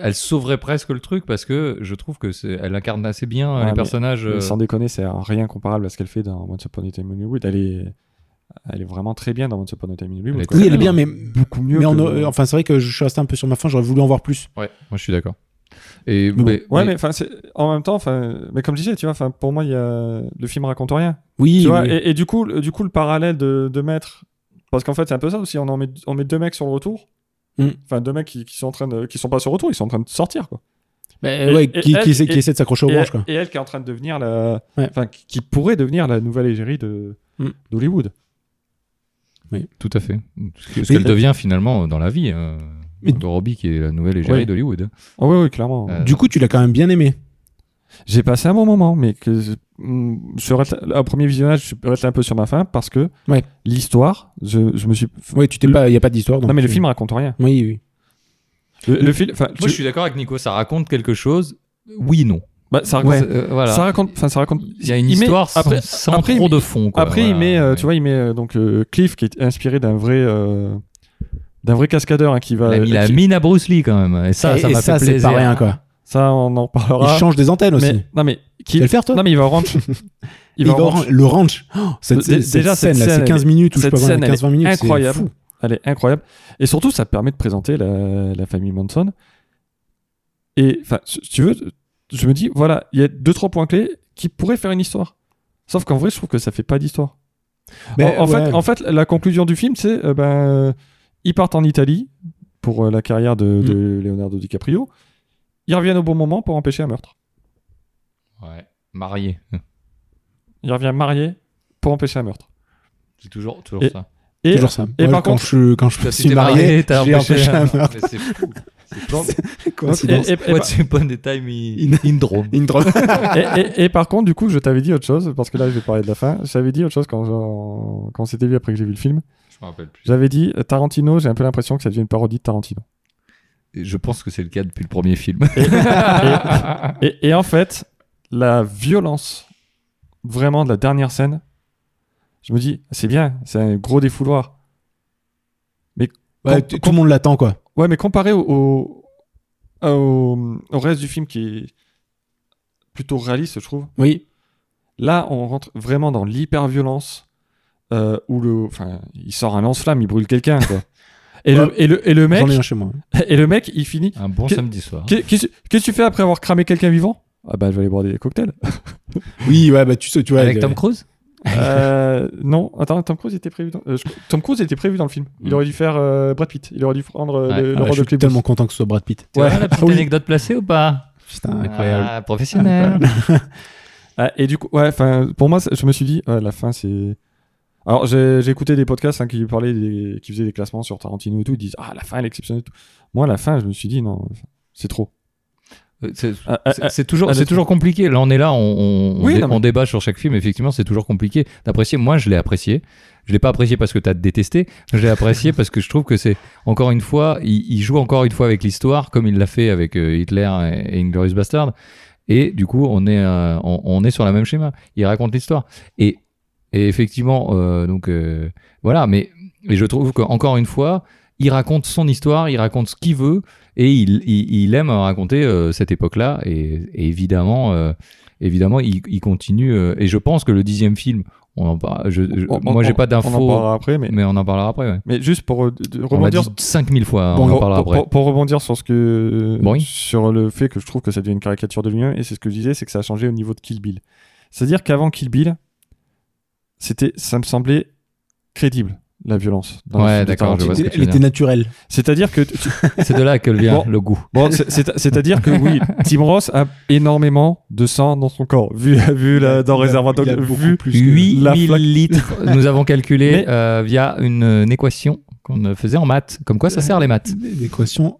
S3: elle sauverait presque le truc parce que je trouve que c'est, elle incarne assez bien euh,
S1: Ouais,
S3: les
S1: mais-
S3: personnages. euh,
S1: Mais Sans déconner, c'est rien comparable à ce qu'elle fait dans Once Upon a Time in Hollywood. Elle est, elle est vraiment très bien dans Once Upon a Time in Hollywood.
S3: Elle est
S1: quoi.
S2: Oui,
S3: très
S2: elle est bien,
S3: bien.
S2: mais.
S1: beaucoup mieux.
S2: Mais
S1: que-
S2: on a- enfin, c'est vrai que je suis resté un peu sur ma fin. J'aurais voulu en voir plus.
S3: euh, Ouais, moi je suis d'accord. Et
S2: Mais bon.
S3: mais-
S1: Ouais, mais
S3: mais-
S1: enfin, c'est- en même temps, enfin, mais comme je disais, tu vois, enfin, pour moi, il y a le film raconte rien.
S2: Oui.
S1: Tu vois,
S2: oui.
S1: et, et du coup, le- du coup, le parallèle de, de mettre, parce qu'en fait, c'est un peu ça aussi. On en met, on met deux mecs sur le retour.
S2: Mm.
S1: Enfin, deux mecs qui, qui sont en train de, qui sont pas sur le retour, ils sont en train de sortir, quoi.
S2: Mais,
S1: Et-
S2: ouais,
S1: et-
S2: qui, qui
S1: et-
S2: essaie, qui
S1: et-
S2: essaie de s'accrocher aux
S1: Et,
S2: branches, quoi.
S1: et elle qui est en train de devenir la.
S2: Ouais.
S1: Enfin, qui qui pourrait devenir la nouvelle égérie de-
S2: Mm.
S1: d'Hollywood.
S3: Tout à fait. Ce que- ce
S2: Mais-
S3: qu'elle devient finalement dans la vie. euh,
S2: Mais-
S3: de Robbie qui est la nouvelle égérie
S1: Oui.
S3: d'Hollywood.
S1: Ah oui, oui, clairement.
S3: Euh,
S2: Du coup, tu l'as quand même bien aimé.
S1: J'ai passé un bon moment, mais que je- mm, je reste- au premier visionnage, je reste un peu sur ma faim parce que
S2: Ouais.
S1: l'histoire, je, je me suis.
S2: Ouais, tu t'es
S1: Le-
S2: pas, il y a pas d'histoire. donc
S1: non, mais le
S2: tu-
S1: film raconte rien.
S2: Oui, oui.
S1: Le, le film, enfin,
S3: Moi,
S1: tu-
S3: je suis d'accord avec Nico. Ça raconte quelque chose. Oui, non.
S1: bah, ça raconte.
S3: Euh, voilà.
S1: Ça raconte. Enfin, ça raconte.
S3: Il y a une
S1: il met-
S3: histoire sans,
S1: après-
S3: sans
S1: après, il
S3: trop
S1: met-
S3: de fond. quoi.
S1: Après, il
S3: Voilà.
S1: met, euh, tu
S3: Ouais.
S1: vois, il met euh, donc euh, Cliff qui est inspiré d'un vrai, euh, d'un vrai cascadeur hein, qui va.
S3: Il a mis la
S1: qui-
S3: mine à Bruce Lee quand même. Et ça,
S2: et,
S3: ça
S2: et
S3: m'a fait
S2: c'est
S3: plaisir.
S2: pas rien, quoi.
S1: Ça, on en
S2: Il
S1: parlera.
S2: change des antennes aussi.
S1: mais, non mais
S2: Tu
S1: qui-
S2: vas le faire, toi
S1: non mais il va au ranch.
S2: Il va au ranch. Le ranch. Oh, cette,
S1: Dé-
S2: cette
S1: déjà, cette
S2: scène, là,
S1: scène,
S2: c'est 15 minutes ou je sais
S1: cette
S2: pas combien,
S1: scène, elle est
S2: 15-20 minutes. c'est
S1: incroyable.
S2: fou.
S1: Elle est incroyable. Et surtout, ça permet de présenter la, la famille Manson. Et enfin, si si tu veux, je me dis, voilà, il y a deux, trois points clés qui pourraient faire une histoire. Sauf qu'en vrai, je trouve que ça fait pas d'histoire.
S2: Mais,
S1: en, en
S2: Oh, ouais.
S1: fait, en fait, la conclusion du film, c'est euh, ben, ils partent en Italie pour euh, la carrière de,
S2: Mm.
S1: de Leonardo DiCaprio. Ils reviennent au bon moment pour empêcher un meurtre.
S3: Ouais. Marié.
S1: Ils reviennent mariés pour empêcher un meurtre.
S3: C'est toujours, toujours
S1: Et-
S3: ça.
S1: Et
S2: toujours ça.
S1: et
S2: Moi,
S1: par
S2: quand
S1: contre-
S2: je, quand je
S3: T'as-
S2: suis
S3: t'étais
S2: marié,
S3: t'as hein.
S2: j'ai empêché un meurtre.
S3: Mais c'est fou. C'est fou.
S1: donc,
S2: Coïncidence.
S1: et- et- et-
S3: What's upon a time in, in Rome.
S2: Une drogue.
S1: et, et- et par contre, du coup, je t'avais dit autre chose, parce que là, je vais parler de la fin. J'avais dit autre chose quand, j'en- quand on s'était vu après que j'ai vu le film.
S3: Je me rappelle plus.
S1: J'avais dit euh, Tarantino, j'ai un peu l'impression que ça devient une parodie de Tarantino.
S3: Et Je pense que c'est le cas depuis le premier film.
S1: Et, et en fait, la violence, vraiment, de la dernière scène, je me dis, c'est bien, c'est un gros défouloir.
S2: Ouais, t- tout le monde l'attend, quoi.
S1: Ouais, mais comparé au, au, au- au reste du film qui est plutôt réaliste, je trouve,
S2: Oui.
S1: Là, on rentre vraiment dans l'hyper-violence euh, où le, enfin, il sort un lance-flamme, il brûle quelqu'un. quoi. et, le, et, le, et, le mec,
S2: J'en ai un chez moi.
S1: et le mec, il finit.
S3: Un bon
S1: Que-
S3: samedi soir.
S1: Qu'est- Qu'est-ce qu'est-ce que tu fais après avoir cramé quelqu'un vivant Ah bah je vais aller boire des cocktails.
S2: Oui, ouais, bah tu sais, tu vois.
S3: Avec
S2: euh,
S3: Tom Cruise
S1: Euh, non, attends, Tom Cruise était prévu. Dans, euh, je- Tom Cruise était prévu dans le film. Il
S3: Mm.
S1: aurait dû faire euh, Brad Pitt. Il aurait dû prendre euh,
S3: Ouais.
S1: le, le
S2: ah,
S1: rôle
S2: je
S1: de
S2: suis
S1: Cliff
S2: tellement content que ce soit Brad Pitt.
S3: Tu
S1: Ouais.
S3: vois la petite
S2: Ah oui.
S3: anecdote placée ou pas
S2: Putain, incroyable.
S3: Ah, professionnel.
S1: Booth. Ah, et du coup, ouais, enfin, pour moi, c'est- je me suis dit, ouais, la fin, c'est. Alors, j'ai j'ai écouté des podcasts hein, qui parlaient, des- qui faisaient des classements sur Tarantino et tout. Ils disent, ah, la fin, elle est exceptionnelle. et tout. Moi, la fin, je me suis dit, non, c'est trop.
S3: Euh, c'est-
S1: Ah, ah,
S3: C'est c'est toujours,
S1: ah,
S3: c'est
S1: le-
S3: toujours compliqué. Là, on est là, on, on- on
S1: Oui,
S3: dé-
S1: non, mais-
S3: on débat sur chaque film. Effectivement, c'est toujours compliqué d'apprécier. Moi, je l'ai apprécié. Je l'ai pas apprécié parce que tu as détesté. Je l'ai apprécié parce que je trouve que c'est encore une fois, il, il joue encore une fois avec l'histoire, comme il l'a fait avec euh, Hitler et, et Inglorious Bastard. Et du coup, on est, euh, on, on est sur la même schéma. Il raconte l'histoire. Et, et effectivement, euh, donc euh, voilà. Mais, mais je trouve qu'encore une fois, il raconte son histoire, il raconte ce qu'il veut et il, il- il aime raconter euh, cette époque-là et, et évidemment euh, évidemment il, il continue euh, et je pense que le dixième film on en par- je, je-
S1: On- on-
S3: moi j'ai pas
S1: On en
S3: d'infos
S1: parlera après, mais,
S3: mais on en parlera après ouais.
S1: mais juste pour euh, de- de
S3: on l'a dit
S1: rebondir.
S3: 5000 fois
S1: pour-
S3: on en parlera
S1: pour,
S3: après
S1: pour- pour rebondir sur ce que
S3: Oui.
S1: sur le fait que je trouve que ça devient une caricature de lui-même et c'est ce que je disais c'est que ça a changé au niveau de Kill Bill c'est-à-dire qu'avant Kill Bill c'était ça me semblait crédible la violence dans les
S3: Ouais,
S1: films de
S3: d'accord, je
S1: Tarantino.
S3: vois ce que tu
S2: Elle
S3: veux
S2: était naturelle.
S1: c'est-à-dire que tu-
S3: c'est de là que vient
S1: Bon.
S3: le goût
S1: Bon, c'est- c'est- c'est-à-dire que oui, Tim Ross a énormément de sang dans son corps, vu, vu la, dans
S2: Il a-
S1: Réservoir Dogs,
S2: il a beaucoup
S1: vu.
S2: plus que-
S3: 8000
S1: flaque.
S3: litres nous avons calculé
S1: Mais-
S3: euh, via une, euh, une équation qu'on faisait en maths comme quoi ça sert les maths
S2: L'équation.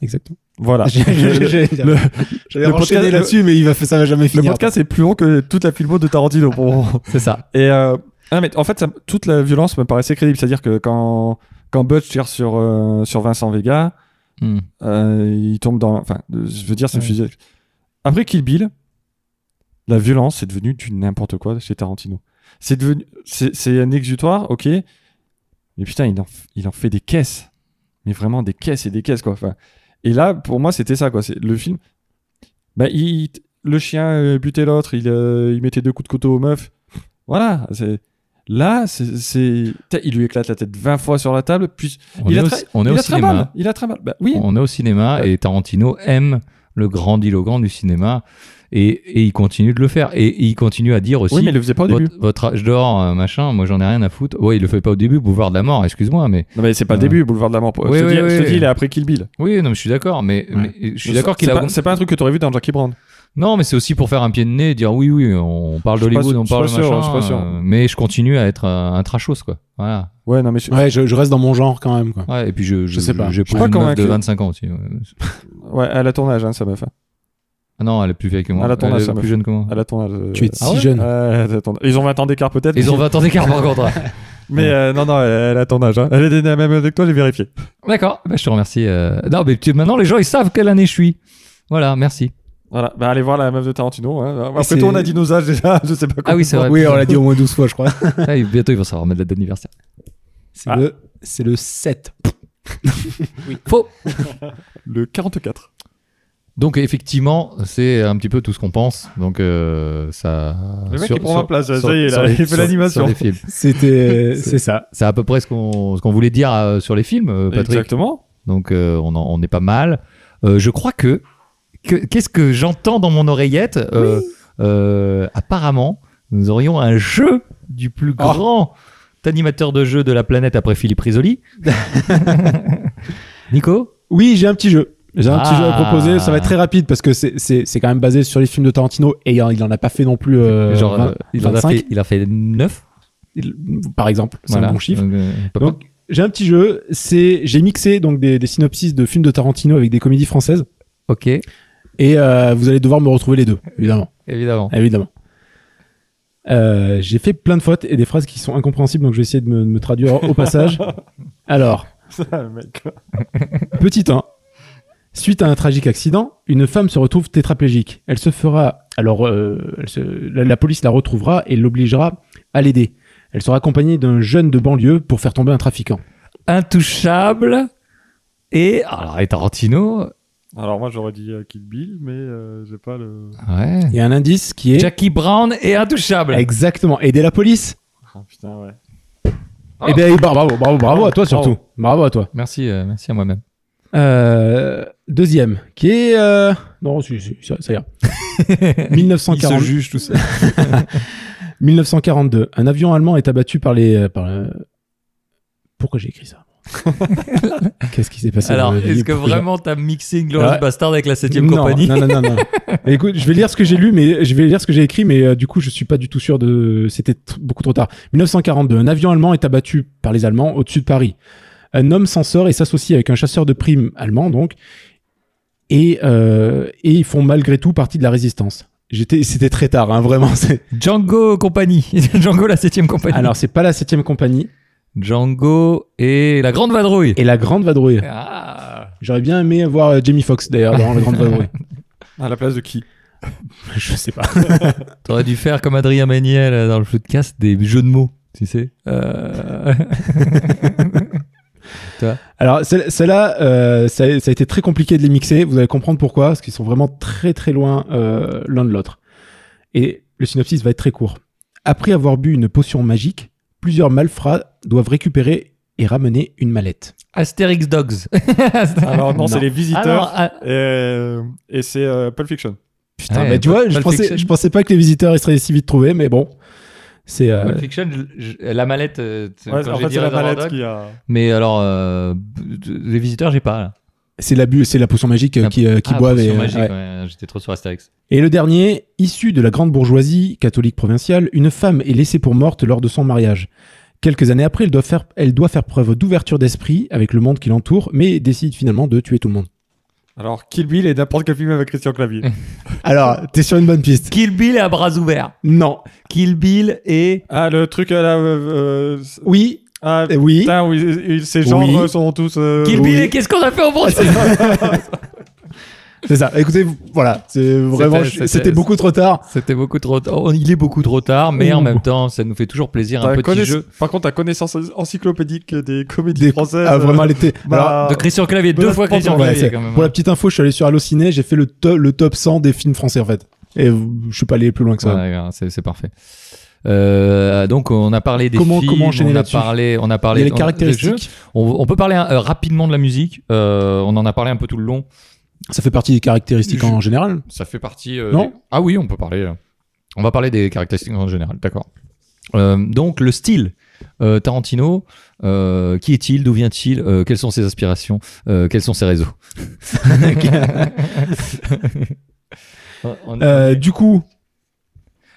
S2: Exactement.
S1: Voilà.
S2: Ah, J'ai- j'ai- j'ai-
S1: le-
S2: J'avais
S1: le
S2: enchaîné
S1: podcast-
S2: là-dessus, mais il va, ça va jamais
S1: Le
S2: finir.
S1: podcast est plus long que toute la filmo de Tarantino pour moi.
S3: c'est ça
S1: Et euh, ah, mais en fait, ça- toute la violence me paraissait crédible. C'est-à-dire que quand, quand Butch tire sur, euh, sur Vincent Vega,
S3: Hmm.
S1: euh, il tombe dans. Enfin, euh, je veux dire, c'est une
S2: Ouais.
S1: fusillade. Après Kill Bill, la violence est devenue du n'importe quoi chez Tarantino. C'est devenu. C'est c'est un exutoire, ok. Mais putain, il en, f- il en fait des caisses. Mais vraiment des caisses et des caisses, quoi. Enfin, et là, pour moi, c'était ça, quoi. C'est le film. Bah, il, le chien euh, butait l'autre, il, euh, il mettait deux coups de couteau aux meufs. Voilà. c'est- Là, c'est. c'est- Putain, Il lui éclate la tête 20 fois sur la table, puis
S3: on
S1: il
S3: est
S1: a
S3: au,
S1: tra-
S3: on est
S1: il
S3: au
S1: a très
S3: cinéma
S1: mal. Il a très mal. Bah, oui.
S3: On est au cinéma et Tarantino aime le grandiloquent du cinéma. Et, et il continue de le faire. Et, et il continue à dire aussi.
S1: Oui, mais il le faisait pas au début.
S3: votre, votre âge d'or, euh, machin, moi j'en ai rien à foutre. Ouais, il le fait pas au début, boulevard de la mort, excuse-moi, mais.
S1: Non, mais c'est pas le
S3: Euh.
S1: début, Boulevard de la Mort.
S3: Oui,
S1: je, te
S3: oui,
S1: dis, je te
S3: oui.
S1: dis, il est après Kill Bill.
S3: Oui, non, mais je suis d'accord, mais,
S2: Ouais.
S3: mais je suis d'accord qu'il
S1: C'est
S3: a.
S1: pas- C'est pas un truc que t'aurais vu dans Jackie Brown.
S3: Non, mais c'est aussi pour faire un pied de nez, et dire oui, oui, on parle
S1: Je suis pas
S3: d'Hollywood,
S1: sûr-
S3: on
S1: je
S3: parle de
S1: suis pas sûr,
S3: machin.
S1: je suis pas sûr.
S3: euh, mais je continue à être euh, un trashos, quoi. Voilà.
S1: Ouais, non, mais je,
S2: Ouais, je, je reste dans mon genre quand même. Quoi.
S3: Ouais, et puis je, je,
S2: Je sais pas.
S3: J'ai
S1: Je suis
S3: épousé
S1: pas
S3: une meuf de
S1: convaincu.
S3: 25 ans aussi. ouais.
S1: ouais, elle a ton âge, hein, ça m'a fait.
S3: Ah non, elle est plus vieille que moi.
S1: Elle a ton âge,
S3: est
S1: sa
S3: plus
S1: meuf.
S3: jeune que moi.
S1: Elle a ton âge. euh,
S2: Tu es
S1: euh,
S2: si
S3: ah ouais
S2: jeune.
S1: elle a ton âge. Ils ont 20 ans d'écart peut-être.
S3: Ils ont
S1: mais-
S3: 20 ans d'écart par contre.
S1: Mais euh, non, non, elle, elle a ton âge. hein. Elle est née la même année que toi, j'ai vérifié.
S3: D'accord, bah, je te remercie. euh. Non, mais tu- maintenant les gens ils savent quelle année je suis. Voilà, merci.
S1: Voilà, bah allez voir la meuf de Tarantino. hein.
S2: C'est-
S1: Après tout, on a dit nos âges déjà, je sais pas quoi.
S3: Ah oui, c'est vrai.
S2: oui, on l'a dit au moins 12 fois, je crois.
S3: Ah, et bientôt ils vont savoir mettre la date d'anniversaire.
S2: C'est
S1: Ah.
S2: le, c'est le 7.
S3: Faux.
S1: Le 44.
S3: Donc effectivement, c'est un petit peu tout ce qu'on pense. Donc euh, ça.
S1: Le mec
S3: sur-
S1: il prend
S3: sur-
S1: ma place,
S3: sur-
S1: ça y est,
S3: sur
S1: là,
S3: les-
S1: il fait
S3: sur-
S1: l'animation.
S3: sur les films.
S2: C'était, c'est ça.
S3: C'est à peu près ce qu'on ce qu'on voulait dire euh, sur les films, euh, Patrick.
S1: Exactement.
S3: Donc euh, on, en- on est pas mal. Euh, je crois que que- qu'est-ce que j'entends dans mon oreillette Euh, euh, Apparemment, nous aurions un jeu du plus grand animateur de jeu de la planète après Philippe Risoli. Nico
S2: Oui, j'ai un petit jeu. J'ai un petit
S3: Ah.
S2: jeu à proposer. Ça va être très rapide parce que c'est, c'est, c'est quand même basé sur les films de Tarantino et il en- il en a pas fait non plus. euh,
S3: Genre, euh,
S2: 20,
S3: il, en a
S2: 25,
S3: fait, il en a fait 9.
S2: il- par exemple. C'est
S3: Voilà.
S2: un bon chiffre.
S3: Donc, euh, pas
S2: Donc, j'ai un petit jeu. C'est, j'ai mixé donc des, des synopsis de films de Tarantino avec des comédies françaises
S3: mal. ok,
S2: et euh, vous allez devoir me retrouver les deux, évidemment.
S3: évidemment.
S2: Évidemment. Euh, j'ai fait plein de fautes et des phrases qui sont incompréhensibles, donc je vais essayer de me, de me traduire au passage. Alors,
S1: Ça, le mec.
S2: petit 1. hein. Suite à un tragique accident, une femme se retrouve tétraplégique. Elle se fera, alors euh, elle se- la, la police la retrouvera et l'obligera à l'aider. Elle sera accompagnée d'un jeune de banlieue pour faire tomber un trafiquant.
S3: Intouchable. Et alors, et Tarantino.
S1: Alors moi j'aurais dit euh, Kill Bill, mais euh, j'ai pas le.
S3: Ouais.
S2: Il y a un indice qui est
S3: Jackie Brown est intouchable.
S2: exactement aider la police.
S1: Ah putain ouais.
S3: Oh.
S2: Eh bien, eh, bravo, bravo, bravo à toi
S1: Bravo.
S2: surtout. Bravo à toi.
S3: Merci, euh, merci à moi-même.
S2: Euh, deuxième, qui est... euh, Non, si, si, ça, ça ira. 1940.
S3: juge tout ça.
S2: 1942. Un avion allemand est abattu par les... euh, Par, euh, Pourquoi j'ai écrit ça Qu'est-ce qui s'est passé dans
S3: Alors,
S2: ma vie
S3: est-ce que
S2: Pourquoi j'ai-
S3: vraiment t'as mixé Glorious
S2: Ouais.
S3: Bastard avec la 7ème
S2: non,
S3: compagnie
S2: Non, non, non, non. Mais Écoute, je vais lire ce que j'ai lu, mais je vais lire ce que j'ai écrit, mais euh, du coup, je suis pas du tout sûr de. C'était tr- beaucoup trop tard. 1942, un avion allemand est abattu par les Allemands au-dessus de Paris. Un homme s'en sort et s'associe avec un chasseur de primes allemand, donc, et euh, et ils font malgré tout partie de la résistance. J'étais, c'était très tard, hein, vraiment. c'est-
S3: Django compagnie. Django la 7ème compagnie.
S2: Alors, c'est pas la septième compagnie
S3: Django et la Grande Vadrouille.
S2: et la Grande Vadrouille.
S3: Ah.
S2: J'aurais bien aimé voir euh, Jamie Foxx d'ailleurs dans la Grande Vadrouille.
S1: À la place de qui
S2: Je sais pas.
S3: T'aurais dû faire comme Adrien Méniel euh, dans le podcast des jeux de mots, tu sais. Euh,
S2: Alors, celle- celle-là, euh, ça, a- ça a été très compliqué de les mixer. Vous allez comprendre pourquoi, parce qu'ils sont vraiment très très loin euh, l'un de l'autre. Et le synopsis va être très court. Après avoir bu une potion magique, plusieurs malfrats doivent récupérer et ramener une mallette.
S3: Astérix Dogs.
S1: Alors non, c'est
S2: Non.
S1: les
S3: Alors,
S1: visiteurs
S3: ah,
S1: et, euh, et c'est euh, Pulp Fiction.
S2: Putain,
S3: Ouais,
S2: mais tu vois, je
S3: Pulp Fiction.
S2: pensais, je pensais pas que les visiteurs ils seraient si vite trouvés, mais bon, c'est euh,
S3: Pulp Fiction, je- je- la mallette, euh, t-
S1: Ouais,
S3: quand
S1: en
S3: j'ai
S1: fait
S3: dit
S1: c'est la
S3: Reservoir
S1: mallette
S3: Dogs.
S1: qui a.
S3: Mais alors, euh, b- les visiteurs, j'ai pas. là.
S2: c'est la bu- c'est la potion magique euh,
S3: La-
S2: qui, euh, qui
S3: Ah,
S2: boivent
S3: Potion
S2: et, euh,
S3: Magique,
S2: ouais.
S3: ouais, J'étais trop sur Astérix.
S2: Et le dernier, issu de la grande bourgeoisie catholique provinciale, une femme est laissée pour morte lors de son mariage. Quelques années après, elle doit faire, elle doit faire preuve d'ouverture d'esprit avec le monde qui l'entoure, mais décide finalement de tuer tout le monde.
S1: Alors Kill Bill et n'importe quel film avec Christian Clavier.
S2: Alors, t'es sur une bonne piste.
S3: Kill Bill à bras ouverts.
S2: Non.
S3: Kill Bill et
S1: ah le truc à la. euh, euh, s-
S2: Oui.
S1: ah,
S2: eh Oui.
S1: Putain, oui, il- il- ces genres
S2: Oui.
S1: euh, sont tous. euh,
S3: Kill Bill
S2: oui.
S3: et qu'est-ce qu'on a fait en français
S2: C'est ça. Écoutez, vous- voilà. C'est vraiment,
S3: C'était- c'était-
S2: c'était beaucoup trop tard.
S3: C'était beaucoup trop tard. Oh, Il est beaucoup trop tard, mais en
S2: Ouh.
S3: même temps, ça nous fait toujours plaisir
S1: ta
S3: un petit
S1: connaiss-
S3: jeu.
S1: Par contre, ta connaissance encyclopédique des comédies
S2: Des-
S1: françaises. euh,
S2: Ah, vraiment, l'été. Alors,
S1: bah,
S3: De Christian Clavier, Euh, deux
S2: Bon,
S3: fois
S2: attends,
S3: Christian
S2: ouais,
S3: Clavier
S2: c'est-
S3: quand même. hein.
S2: Pour la petite info, je suis allé sur Allociné, j'ai fait le, to- le top 100 des films français, en fait. Et vous- je suis pas allé plus loin que ça.
S3: Ouais, ouais, c'est c'est parfait. Euh, donc on a parlé des
S2: Comment-
S3: films,
S2: comment enchaîner
S3: on a
S2: là-dessus
S3: parlé, on a
S2: Il y
S3: parlé
S2: a les
S3: on a- des jeux.
S2: caractéristiques.
S3: On, on peut parler euh, rapidement de la musique. Euh, on en a parlé un peu tout le long.
S2: Ça fait partie des caractéristiques
S3: Je-
S2: en général.
S3: Ça fait partie. euh,
S2: Non
S3: des- Ah oui, on peut parler. euh, On va parler des caractéristiques en général, d'accord. Euh, donc le style euh, Tarantino, euh, qui est-il, d'où vient-il, Euh, quelles sont ses aspirations, Euh, quels sont ses réseaux. On-
S2: Euh, du coup,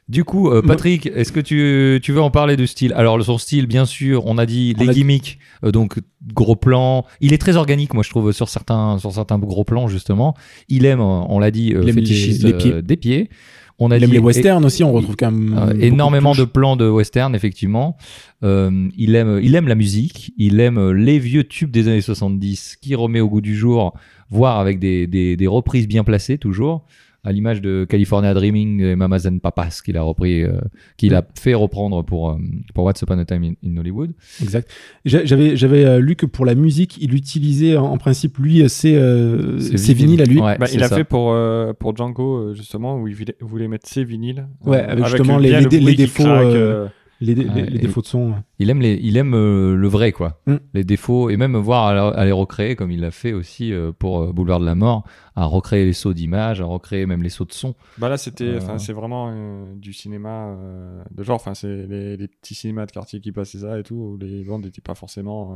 S3: Du coup, euh, Patrick, est-ce que tu, tu veux en parler du style Alors, son style, bien sûr, on a dit
S2: On
S3: les
S2: a dit-
S3: gimmicks, euh, donc gros plans. Il est très organique, moi, je trouve, sur certains, sur certains gros plans, justement. Il aime, euh, on l'a dit, euh,
S2: Il aime les-
S3: fétichiste,
S2: les
S3: euh,
S2: pieds.
S3: des pieds. On a
S2: il aime
S3: dit
S2: les
S3: é-
S2: westerns aussi, on retrouve quand même
S3: euh,
S2: beaucoup
S3: énormément de
S2: touches.
S3: plans de western, effectivement. Euh, il, aime, il aime la musique, il aime euh, les vieux tubes des années 70 qui remet au goût du jour, voire avec des, des, des reprises bien placées toujours, à l'image de California Dreaming et Mamas and Papas qu'il a repris, euh, qu'il a fait reprendre pour, euh, pour What's Upon a Time in, in Hollywood.
S2: Exact. J'a- J'avais j'avais euh, lu que pour la musique, il utilisait en, en principe lui ses euh,
S3: C'est
S2: ses vinyles à lui.
S3: Ouais,
S1: Bah,
S3: c'est
S1: il a
S3: ça.
S1: fait pour, euh, pour Django, euh, justement, où il voulait- voulait mettre ses vinyles. euh,
S2: Ouais, avec justement
S1: le-
S2: les-
S1: bien
S2: les
S1: le
S2: dé-
S1: bruit
S2: les
S1: qui
S2: défauts,
S1: craque,
S2: euh, Les, dé-
S3: Ouais,
S2: les- les
S3: et-
S2: défauts de son.
S3: Il aime, les, il aime euh, le vrai, quoi.
S2: Mm.
S3: Les défauts, et même voir à, la- à les recréer, comme il l'a fait aussi euh, pour euh, Boulevard de la Mort, à recréer les sauts d'images, à recréer même les sauts de son.
S1: Bah là, c'était, enfin,
S3: Euh.
S1: c'est vraiment euh, du cinéma euh, de genre. Enfin, c'est les, les petits cinémas de quartier qui passaient ça et tout, où les bandes n'étaient pas forcément euh,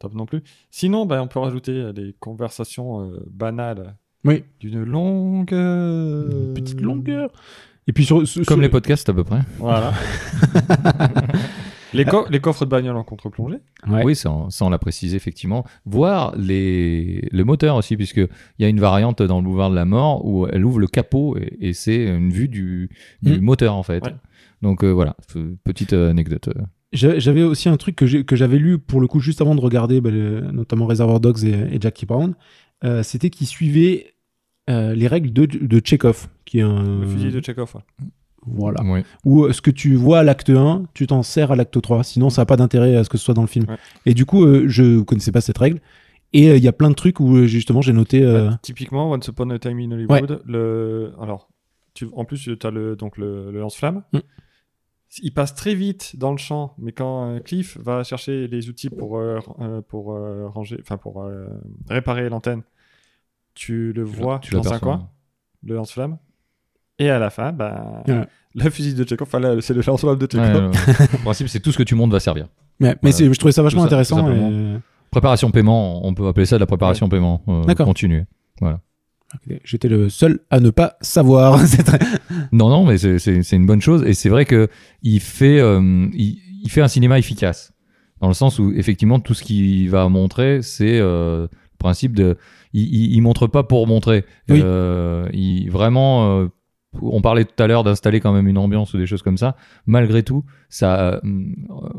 S1: top non plus. Sinon, bah, on peut rajouter euh, les conversations euh, banales.
S2: Oui.
S1: D'une longue. euh,
S2: Une petite longueur. Et puis sur, sur-
S3: Comme
S2: sur-
S3: les podcasts à peu près.
S1: Voilà. les, co- les coffres de bagnole en contre-plongée.
S2: Ouais.
S3: Oui, ça, on- ça, on l'a précisé effectivement. Voir les, le moteur aussi, puisque il y a une variante dans le boulevard de la mort où elle ouvre le capot et, et c'est une vue du, du
S2: Mm.
S3: moteur en fait.
S1: Ouais.
S3: Donc euh, voilà, f- petite euh, anecdote.
S2: J'a- J'avais aussi un truc que j'ai- que j'avais lu pour le coup juste avant de regarder bah, le- notamment Reservoir Dogs et, et Jackie Brown. euh, C'était qu'il suivait euh, les règles de, de Chekhov, qui est un.
S1: Le fusil de Chekhov. ouais.
S2: Voilà.
S3: Oui.
S2: Ou euh, ce que tu vois à l'acte 1, tu t'en sers à l'acte 3. Sinon, ça n'a pas d'intérêt à ce que ce soit dans le film.
S1: Ouais.
S2: Et du coup, euh, je connaissais pas cette règle. Et euh, il y a plein de trucs où euh, justement j'ai noté. euh,
S1: Bah, typiquement, Once Upon a Time in Hollywood, le... alors, tu... en plus, tu as le, donc le, le lance-flamme.
S2: Mm.
S1: Il passe très vite dans le champ, mais quand euh, Cliff va chercher les outils pour, euh, r- euh, pour, euh, ranger... enfin, pour euh, réparer l'antenne, tu le vois
S3: Tu
S1: dans un
S3: l'aperçois.
S1: coin, le lance-flamme. Et à la fin, ben,
S2: Ouais.
S1: le fusil de Chekhov, enfin, là, c'est le lance-flamme de
S3: Ouais,
S1: Chekhov.
S3: ouais, ouais. En principe, c'est tout ce que tu montes va servir.
S2: Mais, mais
S3: Voilà.
S2: c'est- je trouvais euh, ça vachement
S3: Tout ça- tout
S2: intéressant.
S3: simplement.
S2: euh,
S3: Préparation paiement, on peut appeler ça de la préparation paiement. euh,
S2: D'accord.
S3: Continue.
S2: ok, J'étais le seul à ne pas savoir. C'est très-
S3: Non, non, mais c'est- c'est c'est une bonne chose. Et c'est vrai que il fait, euh, il, il fait un cinéma efficace. Dans le sens où, effectivement, tout ce qu'il va montrer, c'est euh, le principe de. Il, il, il montre pas pour montrer.
S2: Oui.
S3: Euh, il, vraiment. euh, on parlait tout à l'heure d'installer quand même une ambiance ou des choses comme ça. Malgré tout, ça, euh,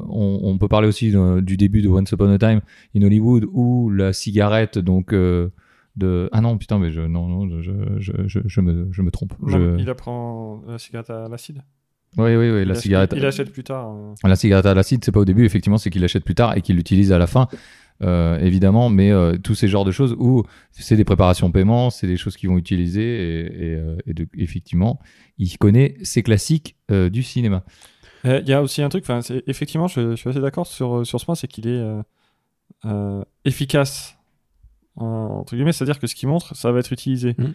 S3: on, on peut parler aussi euh, du début de Once Upon a Time in Hollywood où la cigarette, donc euh, de ah non putain mais je non, non je, je, je, je me je me trompe.
S1: Non,
S3: Je-
S1: Il apprend la cigarette à l'acide.
S3: oui, oui, oui,
S1: Il
S3: la
S1: achète-
S3: cigarette.
S1: Il achète plus tard. euh,
S3: La cigarette à l'acide, c'est pas au début, effectivement, c'est qu'il l'achète plus tard et qu'il l'utilise à la fin, euh, évidemment, mais euh, tous ces genres de choses où c'est des préparations paiement, c'est des choses qu'ils vont utiliser et, et, euh, et de- effectivement, il connaît ces classiques euh, du cinéma.
S1: Euh, Il y a aussi un truc, 'fin, c'est- effectivement, je, je suis assez d'accord sur, sur ce point, c'est qu'il est, euh, euh, efficace, en- entre guillemets, c'est-à-dire que ce qu'il montre, ça va être utilisé.
S2: Mhm.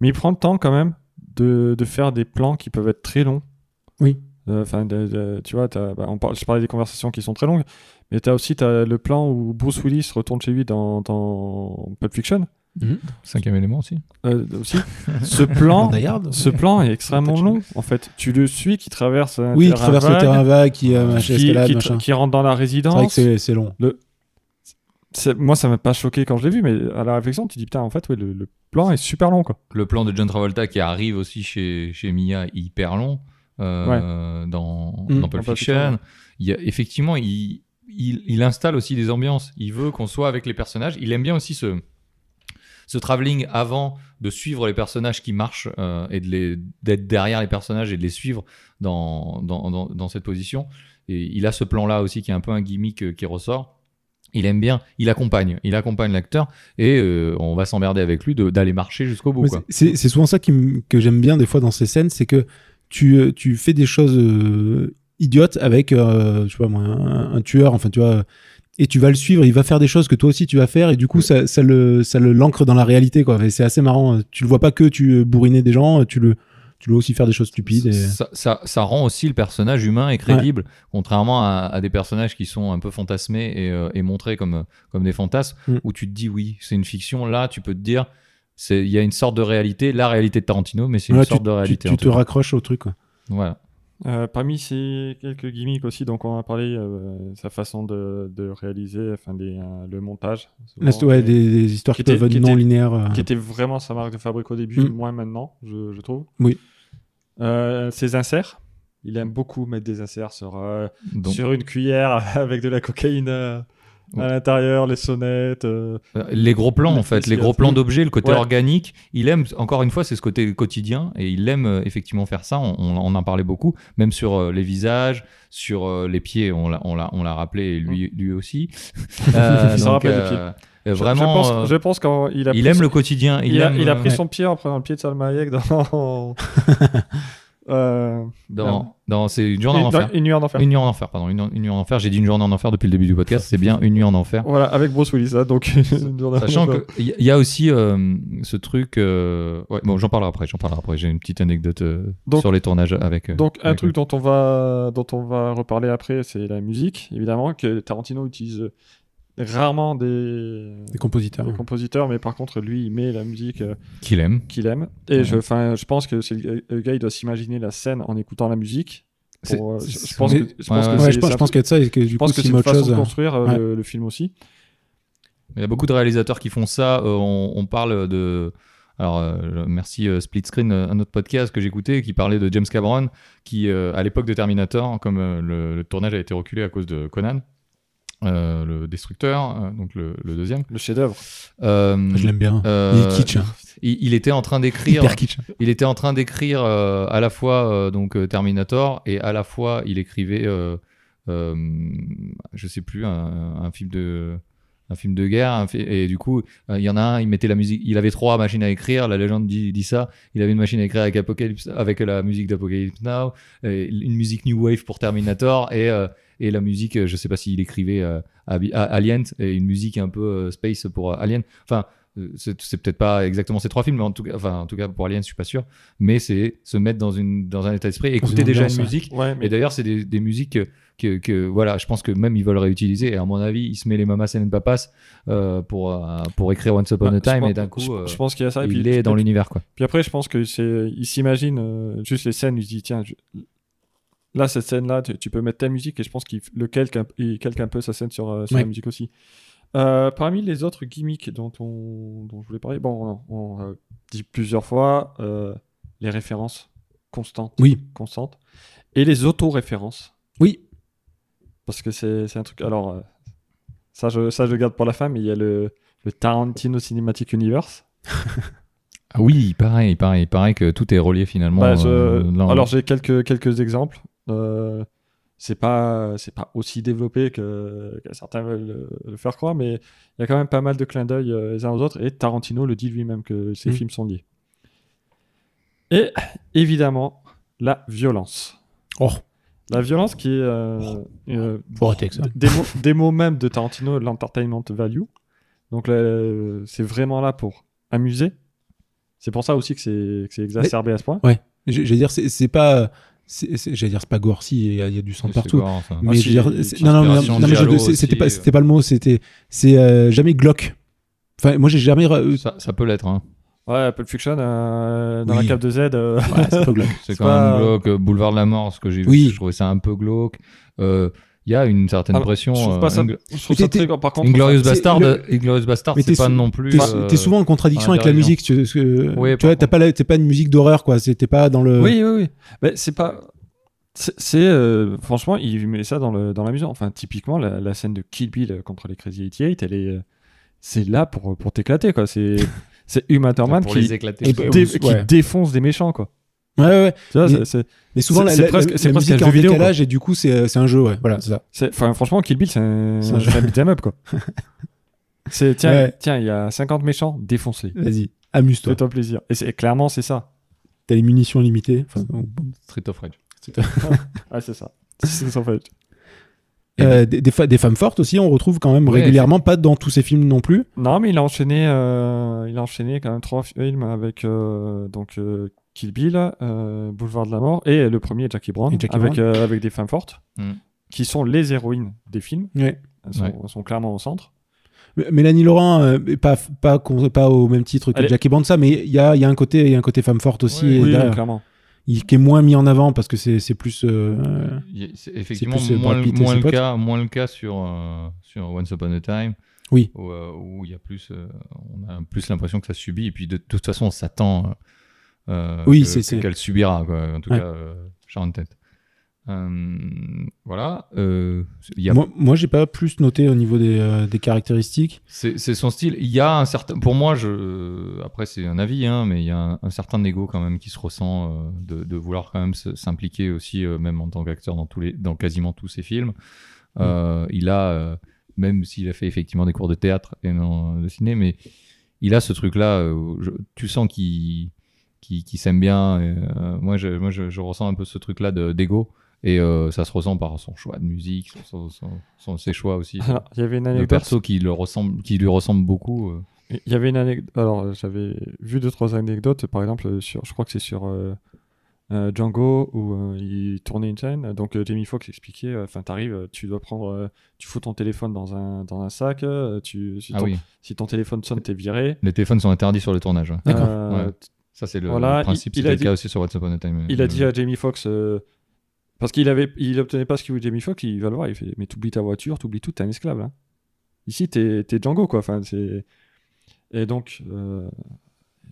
S1: Mais il prend le temps quand même de, de faire des plans qui peuvent être très longs. Euh,
S2: Oui.
S1: Enfin, tu vois, t'as- bah, on parle, je parlais des conversations qui sont très longues, mais tu as aussi t'as le plan où Bruce Willis retourne chez lui dans, dans Pulp Fiction.
S3: Cinquième élément aussi.
S1: euh, aussi. ce plan.
S2: Die Hard
S1: Ce plan est extrêmement long, en fait. Tu le suis qui traverse un
S2: Oui, qui
S1: terrain
S2: traverse le
S1: vague,
S2: terrain vague, qui euh, machin,
S1: qui,
S2: escalade,
S1: qui-
S2: machin.
S1: qui rentre dans la
S2: C'est vrai que
S1: résidence.
S2: c'est c'est long.
S1: C'est- Moi, ça m'a pas choqué quand je l'ai vu, mais à la réflexion, tu dis putain, en fait, ouais, le, le plan est super long, quoi.
S3: Le plan de John Travolta qui arrive aussi chez, chez Mia est hyper long euh, dans,
S2: Mm.
S3: dans Pulp
S1: Dans Pulp
S3: Fiction.
S1: Fiction, ouais.
S3: Il y a- effectivement, il, il, il installe aussi des ambiances. Il veut qu'on soit avec les personnages. Il aime bien aussi ce, ce travelling avant de suivre les personnages qui marchent euh, et de les- d'être derrière les personnages et de les suivre dans, dans, dans, dans cette position. Et il a ce plan-là aussi qui est un peu un gimmick euh, qui ressort. Il aime bien, il accompagne, il accompagne l'acteur et euh, on va s'emmerder avec lui de- d'aller marcher jusqu'au bout.
S2: Mais
S3: quoi.
S2: C'est c'est souvent ça qui me- que j'aime bien des fois dans ces scènes, c'est que tu, euh, tu fais des choses euh, idiotes avec, euh, je sais pas moi, un, un tueur, enfin tu vois, et tu vas le suivre, il va faire des choses que toi aussi tu vas faire, et du coup, ça, ça le, ça le l'ancre dans la réalité, quoi. Et c'est assez marrant. hein. Tu le vois pas que tu euh, bourriner des gens, tu le, tu le vois aussi faire des choses stupides. Et...
S3: Ça, ça- ça rend aussi le personnage humain et crédible, contrairement à, à des personnages qui sont un peu fantasmés et, euh, et montrés comme, comme des fantasmes,
S2: Mm.
S3: où tu te dis oui, c'est une fiction. Là, tu peux te dire, c'est- il y a une sorte de réalité, la réalité de Tarantino, mais c'est
S2: Voilà,
S3: une sorte de réalité.
S2: tu
S3: en
S2: te
S3: tout cas.
S2: raccroches au truc, quoi.
S3: Voilà.
S1: Euh, parmi ces quelques gimmicks aussi, donc on a parlé euh, sa façon de, de réaliser, enfin les, euh, le montage,
S2: Là, c'est-
S1: souvent,
S2: ouais,
S1: qui-
S2: des, des histoires
S1: qui
S2: qui peuvent
S1: était-
S2: être
S1: qui
S2: non
S1: était-
S2: linéaires. euh.
S1: qui était vraiment sa marque de fabrique au début,
S2: Mm.
S1: moins maintenant, je, je trouve.
S2: Oui.
S1: Euh, ses inserts, il aime beaucoup mettre des inserts sur euh,
S3: Donc,
S1: sur une cuillère avec de la cocaïne euh,
S3: Ouais.
S1: à l'intérieur, les sonnettes. euh,
S3: euh, les gros plans, en fait, les gros plans d'objets, le côté
S1: Mm. Ouais.
S3: organique, il aime, encore une fois, c'est ce côté quotidien, et il aime euh, effectivement faire ça. On, on- on en parlait beaucoup, même sur euh, les visages, sur euh, les pieds, on l'a- on l'a on l'a rappelé, et lui, lui aussi. Euh,
S1: Il s'en
S3: donc,
S1: Mm. rappelle des
S3: euh, euh,
S1: je-
S3: Vraiment.
S1: Je pense,
S3: euh,
S1: je pense qu'il a.
S3: il
S1: pris
S3: aime
S1: son-
S3: le quotidien. Il,
S1: Il, a,
S3: aime,
S1: il a
S3: euh,
S1: pris son pied en prenant le pied de Salma Hayek dans. euh,
S3: Dans, dans- c'est une journée
S1: une,
S3: en
S1: dans-
S3: enfer.
S1: une nuit en enfer.
S3: Une nuit en enfer, pardon. Une, une nuit en enfer. J'ai dit une journée en enfer depuis le début du podcast. C'est bien une nuit en enfer.
S1: Voilà, avec Bruce Willis, là, donc. une journée en
S3: Sachant
S1: enfer.
S3: qu'il y a aussi euh, ce truc. euh, ouais, bon, j'en parlerai après. J'en parlerai après. J'ai une petite anecdote euh,
S1: Donc-
S3: sur les tournages avec. euh,
S1: Donc un
S3: avec-
S1: truc dont on va dont on va reparler après, c'est la musique, évidemment que Tarantino utilise rarement des,
S2: Des compositeurs.
S1: des compositeurs, mais par contre lui il met la musique euh,
S3: qu'il aime.
S1: qu'il aime. Et
S3: Ouais.
S1: je, enfin, je pense que c'est le le gars, il doit s'imaginer la scène en écoutant la musique.
S3: C'est-
S1: Pour, euh, je,
S3: c'est-
S1: je pense
S3: mais-
S1: que, je pense
S3: ouais,
S1: que
S2: Ouais,
S1: c'est-
S2: je pense,
S1: c'est
S2: je
S1: un
S2: pense
S1: peu-
S2: qu'il y a de ça et que
S1: je
S2: du coup,
S1: pense que
S2: s'il
S1: c'est une
S2: met autre
S1: façon
S2: chose.
S1: de
S2: euh,
S1: construire euh,
S2: ouais.
S1: le, le film aussi.
S3: Il y a beaucoup de réalisateurs qui font ça. Euh, on, on parle de. Alors, euh, merci euh, Split Screen, euh, un autre podcast que j'écoutais qui parlait de James Cameron, qui, euh, à l'époque de Terminator, comme euh, le, le tournage a été reculé à cause de Conan, euh, le destructeur, euh, donc le, le deuxième.
S1: Le chef-d'œuvre.
S3: euh,
S2: Je l'aime bien.
S3: euh,
S2: Il est kitsch, hein.
S3: il- il était en train d'écrire
S2: hyper kitsch.
S3: il était en train d'écrire euh, à la fois euh, donc euh, Terminator et à la fois il écrivait euh, euh, je sais plus un, un film de un film de guerre un fi- et du coup euh, il y en a un il mettait la musique il avait trois machines à écrire la légende dit, dit ça il avait une machine à écrire avec Apocalypse avec la musique d'Apocalypse Now et une musique new wave pour Terminator et euh, et la musique euh, je sais pas s'il écrivait euh, Abi- A- Alien et une musique un peu euh, space pour euh, Alien enfin euh, c'est c'est peut-être pas exactement ces trois films, mais en tout cas, enfin, en tout cas pour Alien, je suis pas sûr. Mais c'est se mettre dans, une, dans un état d'esprit, écouter
S2: une
S3: déjà
S2: ambiance,
S3: une
S2: ouais.
S3: musique.
S1: Ouais,
S3: Et
S1: mais
S3: d'ailleurs, c'est des, des musiques que, que, que, voilà, je pense que même ils veulent réutiliser. Et à mon avis, il se met les mamas et les papas euh, pour, euh, pour écrire Once Upon
S1: bah,
S3: a
S1: je
S3: Time,
S1: pense-
S3: et d'un coup,
S1: je,
S3: euh,
S1: je pense qu'il y a ça. Et puis,
S3: il est dans
S1: puis,
S3: l'univers, quoi.
S1: puis après, je pense que c'est, il s'imagine euh, juste les scènes. Il se dit tiens, je- là cette scène-là, tu, tu peux mettre telle musique. Et je pense qu'il f- le calque, un- il calque un peu sa scène sur, euh, sur
S2: Ouais.
S1: la musique aussi. Euh, parmi les autres gimmicks dont, on, dont je voulais parler, bon, on, on a dit plusieurs fois euh, les références constantes.
S2: Oui.
S1: constante. Et les autoréférences.
S2: Oui.
S1: Parce que c'est c'est un truc. Alors, euh, ça je, ça, je le garde pour la fin, mais il y a le, le Tarantino Cinematic Universe.
S3: Ah oui, pareil, pareil, pareil que tout est relié finalement.
S1: Bah, je-
S3: euh, dans-
S1: alors, j'ai quelques, quelques exemples. Euh, c'est pas, c'est pas aussi développé que, que certains veulent euh, le- le faire croire, mais il y a quand même pas mal de clins d'œil euh, les uns aux autres. Et Tarantino le dit lui-même que ces
S2: Mhm.
S1: films sont liés. Et évidemment, la violence.
S2: Oh,
S1: La violence qui est euh, euh,
S2: faut arrêter avec ça.
S1: des, mots, des mots même de Tarantino, l'entertainment value. Donc là, euh, c'est vraiment là pour amuser. C'est pour ça aussi que c'est que c'est exacerbé à ce point.
S2: J'ai- J'allais dire, c'est c'est pas. c'est- c'est- J'allais dire, c'est pas Gorsi, il y, a- il y a du sang
S3: c'est
S2: de partout.
S3: gore, enfin.
S2: Mais
S1: Ah,
S2: je
S1: si,
S2: veux dire,
S1: il y a
S2: c'est-
S1: une
S2: non, non, mais-
S3: inspiration
S2: non, mais je-
S3: Giallo
S2: c'est- c'était
S3: aussi,
S2: pas,
S3: euh.
S2: c'était pas le mot, c'était, c'est euh, jamais glauque. Enfin, moi, j'ai jamais. re- euh,
S3: Ça, ça peut l'être. hein.
S1: Ouais, Pulp Fiction, euh, dans
S2: Oui.
S1: la cave de Z, euh,
S2: Ouais, c'est pas glauque.
S3: C'est
S1: C'est
S3: quand
S1: pas-
S3: même glauque. euh, Boulevard de la Mort, ce que j'ai
S2: Oui.
S3: vu, je trouvais ça un peu glauque. Euh, Il y a une certaine
S1: Ah,
S3: pression.
S1: je trouve pas
S3: euh,
S1: ça-
S3: une-
S1: je trouve ça
S2: t'es-
S1: très- Par contre,
S3: Inglorious
S2: c'est
S3: Bastard, euh,
S2: le-
S3: Inglorious Bastard,
S2: Mais
S3: c'est
S2: t'es
S3: pas
S2: sou-
S3: non plus.
S2: T'es
S1: bah,
S3: euh,
S2: t'es souvent en contradiction
S3: un
S2: avec la
S3: dérision.
S2: musique. Tu, ce que- euh,
S3: Oui,
S2: tu
S3: par
S2: vois, t'as pas, la- t'es pas une musique d'horreur, quoi. C'était pas dans le.
S1: Oui, oui, oui. Mais c'est pas. C'est. c'est, euh, franchement, il met ça dans, le, dans l'amusant. Enfin, typiquement, la, la scène de Kill Bill euh, contre les Crazy 88, elle est. euh, C'est là pour, pour t'éclater, quoi. C'est. C'est Uma Thurman
S3: pour
S1: qui, Eh ben,
S3: les éclater.
S2: Et
S1: qui
S2: bah,
S1: dé-
S2: ouais.
S1: qui défonce des méchants, quoi.
S2: Ouais, ouais, ouais.
S1: Tu vois,
S2: Mais-
S1: c'est- c'est-
S2: Mais souvent,
S1: C'est-
S2: la,
S1: c'est
S2: la-
S1: presque-
S2: la-
S1: c'est
S2: la
S1: presque
S2: musique
S1: un
S2: est en
S1: jeu vidéo,
S2: décalage et du coup, c'est c'est un jeu, ouais. Voilà, c'est ça.
S1: C'est- enfin, franchement, Kill Bill, c'est un,
S2: C'est un jeu.
S1: c'est un beat'em up, quoi. c'est, tiens,
S2: Ouais.
S1: tiens, il y a 50 méchants, défonce-les.
S2: Vas-y, amuse-toi.
S1: Fais-toi plaisir. Et c'est, clairement, c'est ça.
S2: T'as les munitions limitées. Enfin, bon.
S3: Street of Rage.
S1: Ah, c'est ça. C'est ça, en fait.
S3: Et-
S2: Euh, des, des fa- des femmes fortes aussi, on retrouve quand même
S3: Ouais,
S2: régulièrement, pas dans tous ces films non plus.
S1: Non, mais il a enchaîné, euh, il a enchaîné quand même trois films avec euh, donc euh, Kill Bill, euh, Boulevard de la mort et le premier Jackie Brown,
S2: Et Jackie
S1: avec, euh, avec des femmes fortes
S3: Mm.
S1: qui sont les héroïnes des films.
S2: Ouais.
S1: Elles sont,
S3: Ouais.
S1: elles sont clairement au centre.
S2: M- Mélanie Laurent, euh, mais pas, pas, con- pas au même titre que
S1: Elle est-
S2: Jackie Brown, ça, mais il y a, il y a un côté, il y a un côté femme forte aussi,
S3: Ouais,
S2: et
S1: oui,
S2: derrière,
S1: clairement.
S2: il- qui est moins mis en avant parce que c'est c'est plus. euh,
S3: Il y a- c'est effectivement
S2: plus, euh,
S3: moins,
S2: Brad Pitt et
S3: moins
S2: ses
S3: le
S2: potes.
S3: cas, moins le cas sur, euh, sur Once Upon a Time.
S2: Oui.
S3: Où, euh, où il y a plus, euh, on a plus l'impression que ça subit. Et puis de, toute façon, on s'attend euh, euh,
S2: Oui,
S3: que-
S2: c'est-
S3: que-
S2: c'est-
S3: qu'elle subira. quoi. En tout
S2: Ouais.
S3: cas, euh, Sharon Tate. Euh, voilà. euh, il y a
S2: Moi, moi, j'ai pas plus noté au niveau des, euh, des caractéristiques.
S3: C'est c'est son style. Il y a un certain, pour moi, je, après c'est un avis, hein, mais il y a un, un certain ego quand même qui se ressent euh, de, de vouloir quand même se- s'impliquer aussi, euh, même en tant qu'acteur dans tous les, dans quasiment tous ses films. Euh, Il a, euh, même s'il a fait effectivement des cours de théâtre et non de ciné, mais il a ce truc-là. euh, où je- tu sens qu'il qu'il qu'il s'aime bien. et, euh, moi, je, moi je, je ressens un peu ce truc-là de- d'ego. Et euh, ça se ressent par son choix de musique, son- son- son- ses choix aussi
S1: Alors, il y avait une
S3: le
S1: anecdote.
S3: perso qui, le ressemble, qui lui ressemble beaucoup. euh.
S1: Il y avait une anecdote. Alors, euh, j'avais vu deux trois anecdotes, par exemple, euh, sur, je crois que c'est sur euh, euh, Django où euh, il tournait une scène. Donc, euh, Jamie Foxx expliquait. Enfin, t'arrives, euh, tu dois prendre, euh, tu fous ton téléphone dans un dans un sac. euh, tu si
S3: Ah
S1: ton,
S3: oui,
S1: si ton téléphone sonne, t'es viré.
S3: les téléphones sont interdits sur le tournage. ouais.
S2: D'accord.
S1: Euh,
S3: Ouais. Ça, c'est le
S1: Voilà,
S3: le principe.
S1: il- il
S3: C'était
S1: a
S3: le
S1: dit-
S3: cas aussi sur What's Up on a Time.
S1: Il a
S3: euh,
S1: dit à Jamie Foxx. euh, parce qu'il avait, il obtenait pas ce qu'il voulait Jamie Foxx, il va le voir, il fait Mais t'oublies ta voiture, t'oublies tout, t'es un esclave. hein. Ici, t'es t'es Django, quoi. Enfin, c'est- et donc, euh,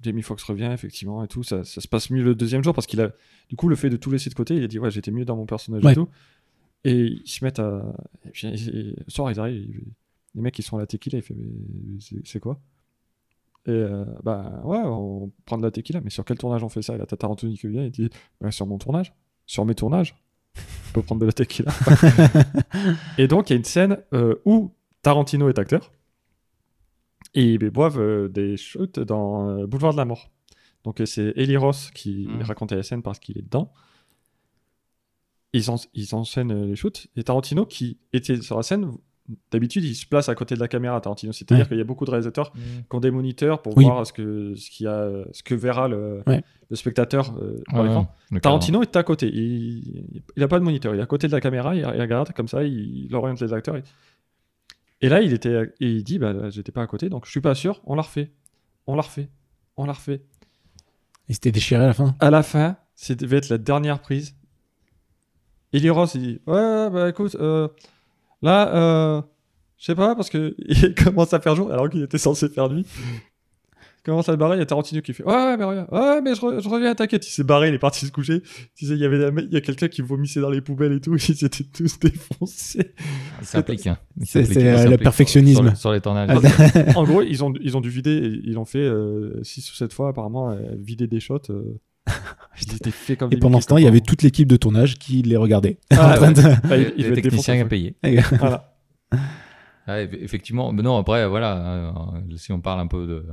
S1: Jamie Foxx revient, effectivement, et tout. Ça, ça se passe mieux le deuxième jour, parce qu'il a, du coup, le fait de tout laisser de côté, il a dit Ouais, j'étais mieux dans mon personnage
S2: Ouais.
S1: et tout. Et ils se mettent à. et puis, et- et- le soir, ils arrivent, ils- les mecs, ils sont à la tequila, il fait Mais c'est- c'est quoi et euh, bah ouais, on prend de la tequila, mais sur quel tournage on fait ça Et la Tata Anthony qui vient, il dit Bah, Sur mon tournage, sur mes tournages, on peut prendre de la tequila. et donc il y a une scène euh, où Tarantino est acteur et ils boivent euh, des shoots dans euh, Boulevard de la Mort. Donc euh, c'est Eli Ross qui
S3: Mhm.
S1: racontait la scène parce qu'il est dedans. Ils, en- ils enchaînent euh, les shoots et Tarantino qui était sur la scène, d'habitude il se place à côté de la caméra. Tarantino, c'est-à-dire
S2: Ouais.
S1: qu'il y a beaucoup de réalisateurs
S3: Mm.
S1: qui ont des moniteurs pour
S2: Oui.
S1: voir ce que, ce, qu'il y a, ce que verra le,
S2: Ouais.
S1: le spectateur euh, par
S3: Ouais,
S1: l'écran.
S3: ouais, le
S1: Tarantino est à côté. Il n'a pas de moniteur. Il est à côté de la caméra. Il, il regarde comme ça. Il, il oriente les acteurs. Et, et là, il, était, et il dit bah, J'étais pas à côté, donc je suis pas sûr. On la refait. On la refait. On la refait.
S2: Et c'était déchiré à la fin.
S1: À la fin, ça devait être la dernière prise. Eli Ross, il dit Ouais, bah écoute, euh, là, euh, je sais pas, parce que il commence à faire jour alors qu'il était censé faire nuit. Il commence à le barrer, il y a Tarantino qui fait Ouais, ouais, mais reviens, ouais, mais je, re- je reviens, t'inquiète. Il s'est barré, il est parti se coucher. Tu sais, il y avait un mec- il y a quelqu'un qui vomissait dans les poubelles et tout, ils étaient tous défoncés.
S3: Il s'implique. hein. Il
S2: c'est-
S3: s'implique,
S2: c'est,
S3: il
S2: euh, le
S3: s'implique sur-
S2: perfectionnisme. Ah,
S3: Sur, les- sur les tournages.
S1: en gros, ils ont, ils ont dû vider, et ils l'ont fait 6 ou 7 fois apparemment, euh, vider des shots. euh, ils étaient faits comme
S2: Et
S1: des
S2: pendant
S1: Mickey
S2: ce temps, il y
S1: Coco.
S2: avait toute l'équipe de tournage qui les regardait.
S1: Ah,
S2: en train de-
S1: Bah,
S3: les
S1: il- il
S3: les
S1: devait être
S3: techniciens à
S1: défoncé,
S3: payer.
S1: Voilà.
S3: Ouais, eff- effectivement, mais non, après, voilà, euh, si on parle un peu de.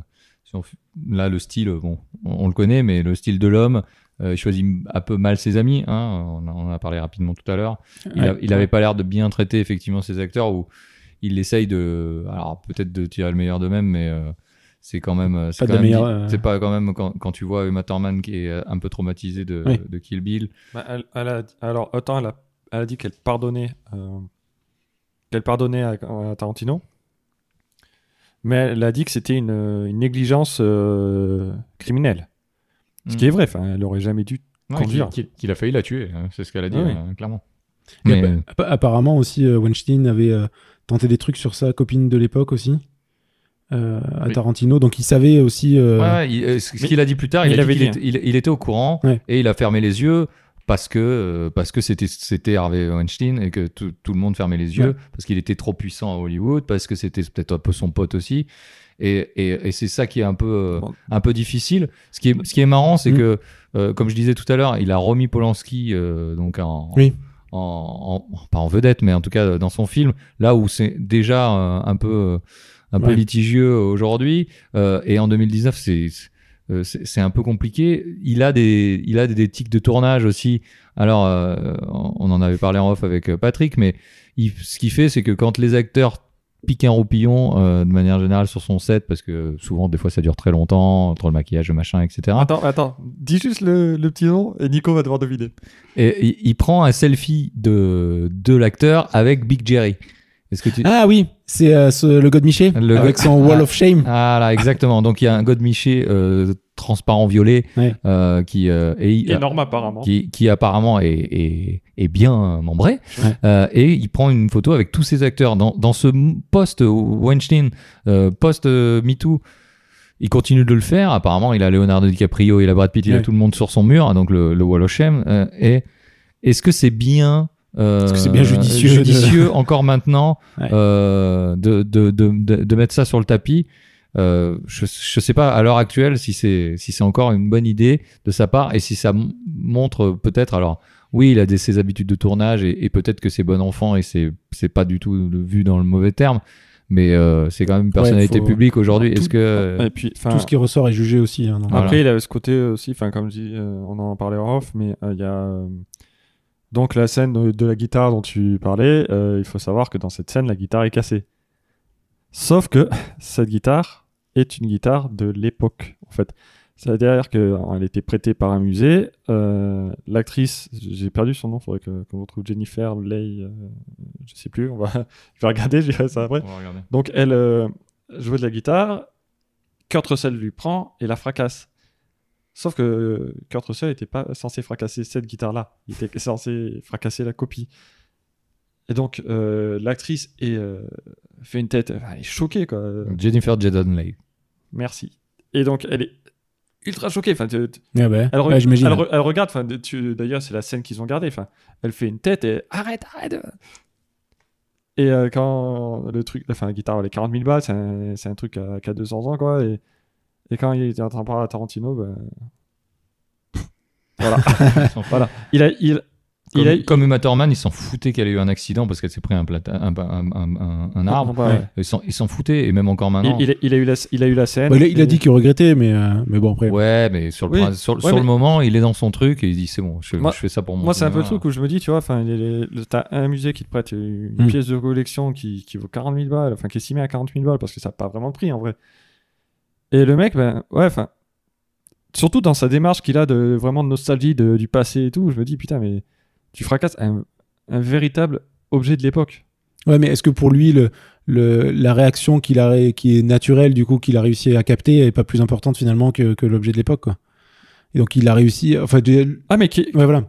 S3: si on f- là, le style, bon, on, on le connaît, mais le style de l'homme, euh, il choisit m- un peu mal ses amis, hein, on, en a parlé rapidement tout à l'heure. Il, a-
S2: Ouais.
S3: il avait pas l'air de bien traiter, effectivement, ses acteurs, ou il essaye de. Alors, peut-être de tirer le meilleur d'eux-mêmes, mais. euh, c'est quand même euh, c'est
S2: Pas
S3: quand
S2: de
S3: même
S2: meilleur,
S3: di-
S2: euh.
S3: c'est pas quand même quand, quand tu vois Emma Thurman qui est euh, un peu traumatisée de,
S2: Oui.
S3: de Kill Bill
S1: Bah, elle, elle a, alors, autant elle a, elle a dit qu'elle pardonnait, euh, qu'elle pardonnait à, à Tarantino, mais elle a dit que c'était une, une négligence euh, criminelle. Ce
S3: Mm.
S2: Hmm.
S1: qui est vrai, enfin, elle aurait jamais dû.
S3: Ouais,
S1: Conduire.
S3: qui- qui- qu'il a failli la tuer hein, c'est ce qu'elle a dit
S1: Ah oui. Eh ben,
S3: hein, clairement
S2: Et
S3: Mais-
S2: appa- appa- apparemment aussi, euh, Weinstein avait euh, tenté des trucs sur sa copine de l'époque aussi, euh, à
S3: Oui.
S2: Tarantino. Donc il savait aussi. euh,
S3: Ouais, ouais, il- euh, ce ce qu'il a dit plus tard,
S1: mais
S3: il,
S1: il
S3: a dit
S1: avait
S3: qu'il
S1: dit,
S3: était- il, il était au courant
S2: Ouais.
S3: et il a fermé les yeux parce que euh, parce que c'était c'était Harvey Weinstein et que tout, tout le monde fermait les yeux
S2: Ouais.
S3: parce qu'il était trop puissant à Hollywood parce que c'était peut-être un peu son pote aussi et, et, et c'est ça qui est un peu euh,
S1: Bon.
S3: un peu difficile ce qui est ce qui est marrant c'est
S2: Mm.
S3: que euh, comme je disais tout à l'heure il a remis Polanski euh, donc en,
S2: Oui.
S3: en, en- pas en vedette mais en tout cas euh, dans son film là où c'est déjà euh, un peu un peu
S2: Ouais.
S3: litigieux aujourd'hui euh, et en 2019 c'est euh, c'est c'est un peu compliqué. Il a des, il a des, des tics de tournage aussi. Alors, euh, on en avait parlé en off avec euh, Patrick, mais il- ce qu'il fait, c'est que quand les acteurs piquent un roupillon euh, de manière générale sur son set, parce que souvent, des fois, ça dure très longtemps entre le maquillage, le machin,
S2: Hein
S3: etc.
S1: Attends, attends, dis juste le, le petit nom et Nico va devoir deviner.
S3: Et il, il prend un selfie de de l'acteur avec Big Jerry. Est-ce que tu
S2: Ah oui, c'est euh, ce- le God Miché
S3: Le
S2: avec
S3: God-
S2: son Wall
S3: Ah.
S2: of Shame.
S3: Ah là, exactement. Donc il y a un Godmiché euh, transparent violet
S2: Ouais.
S3: euh, qui euh, et il-
S1: Énorme apparemment.
S3: qui, qui apparemment est, est, est bien membré.
S2: Ouais.
S3: Euh, et il prend une photo avec tous ses acteurs. Dans, dans ce m- post Weinstein, euh, post euh, MeToo, il continue de le faire. Apparemment, il a Leonardo DiCaprio, il a Brad Pitt, il a
S2: Ouais.
S3: tout le monde sur son mur, hein, donc le, le Wall of Shame. Euh, et est-ce que c'est bien. euh,
S2: Est-ce que c'est bien judicieux de-
S3: judicieux encore maintenant
S2: Ouais.
S3: euh, de, de, de, de- de mettre ça sur le tapis euh, je, je sais pas à l'heure actuelle si c'est si c'est encore une bonne idée de sa part et si ça m- montre peut-être alors oui il a des, ses habitudes de tournage et, et peut-être que c'est bon enfant et c'est c'est pas du tout le- vu dans le mauvais terme mais euh, c'est quand même une personnalité
S2: faut-
S3: publique aujourd'hui est-ce
S1: Tout-
S3: que
S1: Et puis, enfin,
S2: euh, Tout ce qui ressort est jugé aussi. hein, donc.
S3: Voilà.
S1: Après, il a ce côté aussi, enfin, comme je dis, euh, on en parlait en off, mais euh, il y a euh, donc la scène de, de la guitare dont tu parlais. euh, il faut savoir que dans cette scène, la guitare est cassée. Sauf que cette guitare est une guitare de l'époque, en fait. C'est-à-dire qu'elle était prêtée par un musée. euh, L'actrice, j'ai perdu son nom, faudrait que qu'on retrouve Jennifer Leigh, euh, je sais plus, on va, je vais regarder, je dirai ça après.
S3: On va regarder.
S1: Donc elle euh, joue de la guitare, Kurt Russell lui prend et la fracasse. Sauf que euh, Kurt Russell n'était pas censé fracasser cette guitare-là, il était censé fracasser la copie. Et donc euh, l'actrice est, euh, fait une tête, elle est choquée quoi. Euh,
S3: Jennifer Jaden Leigh
S1: Merci. Et donc elle est ultra choquée. Enfin, tu- tu-
S2: Ah bah,
S1: elle, re-
S2: ouais, j'imagine.
S1: elle re- elle regarde. Enfin, tu- d'ailleurs c'est la scène qu'ils ont gardée. Enfin, elle fait une tête et arrête, arrête. Et euh, quand le truc, enfin, la guitare, les 40 000 balles, c'est un, c'est un truc à, qui a 200 ans, quoi. Et, et quand il était en train de parler à Tarantino, ben, voilà. Il a, il,
S3: comme,
S1: il a,
S3: comme Uma Thurman ils s'en foutaient qu'elle ait eu un accident parce qu'elle s'est pris un, plata- un, un- un- un- un arbre
S1: Ouais, ouais.
S3: ils s'en ils s'en foutaient et même encore
S1: Ah, Il,
S3: maintenant
S1: il a, il a eu la, il a eu la scène.
S2: Bah, il, a, il a
S1: et-
S2: dit qu'il regrettait, mais, euh, mais bon, après.
S3: Ouais, mais sur le,
S1: Oui.
S3: prin- sur, sur
S1: mais-
S3: le moment, il est dans son truc et il dit c'est bon, je,
S1: Moi-
S3: je fais ça pour mon
S1: Moi, c'est un peu le
S3: cinéma.
S1: truc où je me dis, tu vois, enfin, les- les- le- t'as un musée qui te prête une
S2: Mm.
S1: pièce de collection qui, qui vaut 40 000 balles, enfin, qui est estimée à 40 000 balles parce que ça n'a pas vraiment de prix en vrai. Et le mec, ben, ouais, enfin, surtout dans sa démarche qu'il a de vraiment de nostalgie de- du passé et tout, je me dis, putain, mais tu fracasses un, un véritable objet de l'époque.
S2: Ouais, mais est-ce que pour lui, le, le, la réaction qu'il a, ré- qui est naturelle, du coup, qu'il a réussi à capter, est pas plus importante finalement que, que l'objet de l'époque, quoi Et donc, il a réussi. Enfin, tu- ouais,
S1: Ah, mais qui-
S2: voilà.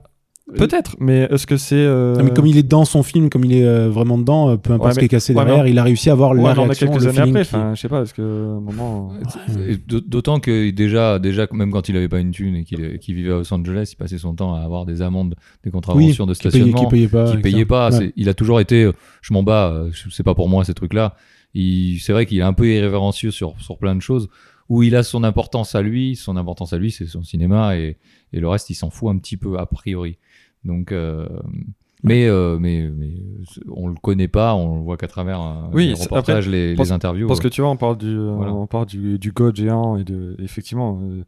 S1: peut-être, mais est-ce que c'est. euh,
S2: Euh, Ah, mais comme il est dans son film, comme il est euh, vraiment dedans, euh, peu importe
S1: Ouais,
S2: ce qui est cassé
S1: ouais, mais
S2: derrière, il a réussi à avoir
S1: ouais,
S2: la
S1: mais on a
S2: réaction,
S1: quelques
S2: le
S1: années
S2: feeling
S1: après,
S2: qui-
S1: enfin, je sais pas, parce que euh, à un moment. euh,
S3: Et d'aut- D'autant que déjà, déjà, même quand il avait pas une thune et qu'il qu'il vivait à Los Angeles, il passait son temps à avoir des amendes, des contraventions de
S2: qui payait,
S3: stationnement.
S2: qui payait pas.
S3: qui
S2: etc.
S3: payait pas.
S2: Ouais.
S3: C'est- Il a toujours été, euh, je m'en bats, euh, je- c'est pas pour moi ces trucs-là. Il- C'est vrai qu'il est un peu irrévérencieux sur, sur plein de choses où il a son importance à lui. Son importance à lui, c'est son cinéma et, et le reste, il s'en fout un petit peu a priori. Donc, euh, mais, euh, mais, mais c'est- on le connaît pas, on le voit qu'à travers euh,
S1: Oui,
S3: les
S1: c'est-
S3: reportages, les,
S1: pense-
S3: les interviews.
S1: Parce que
S3: ouais.
S1: tu vois, on parle du, euh,
S3: Voilà.
S1: on parle du, du god géant et de, effectivement, euh,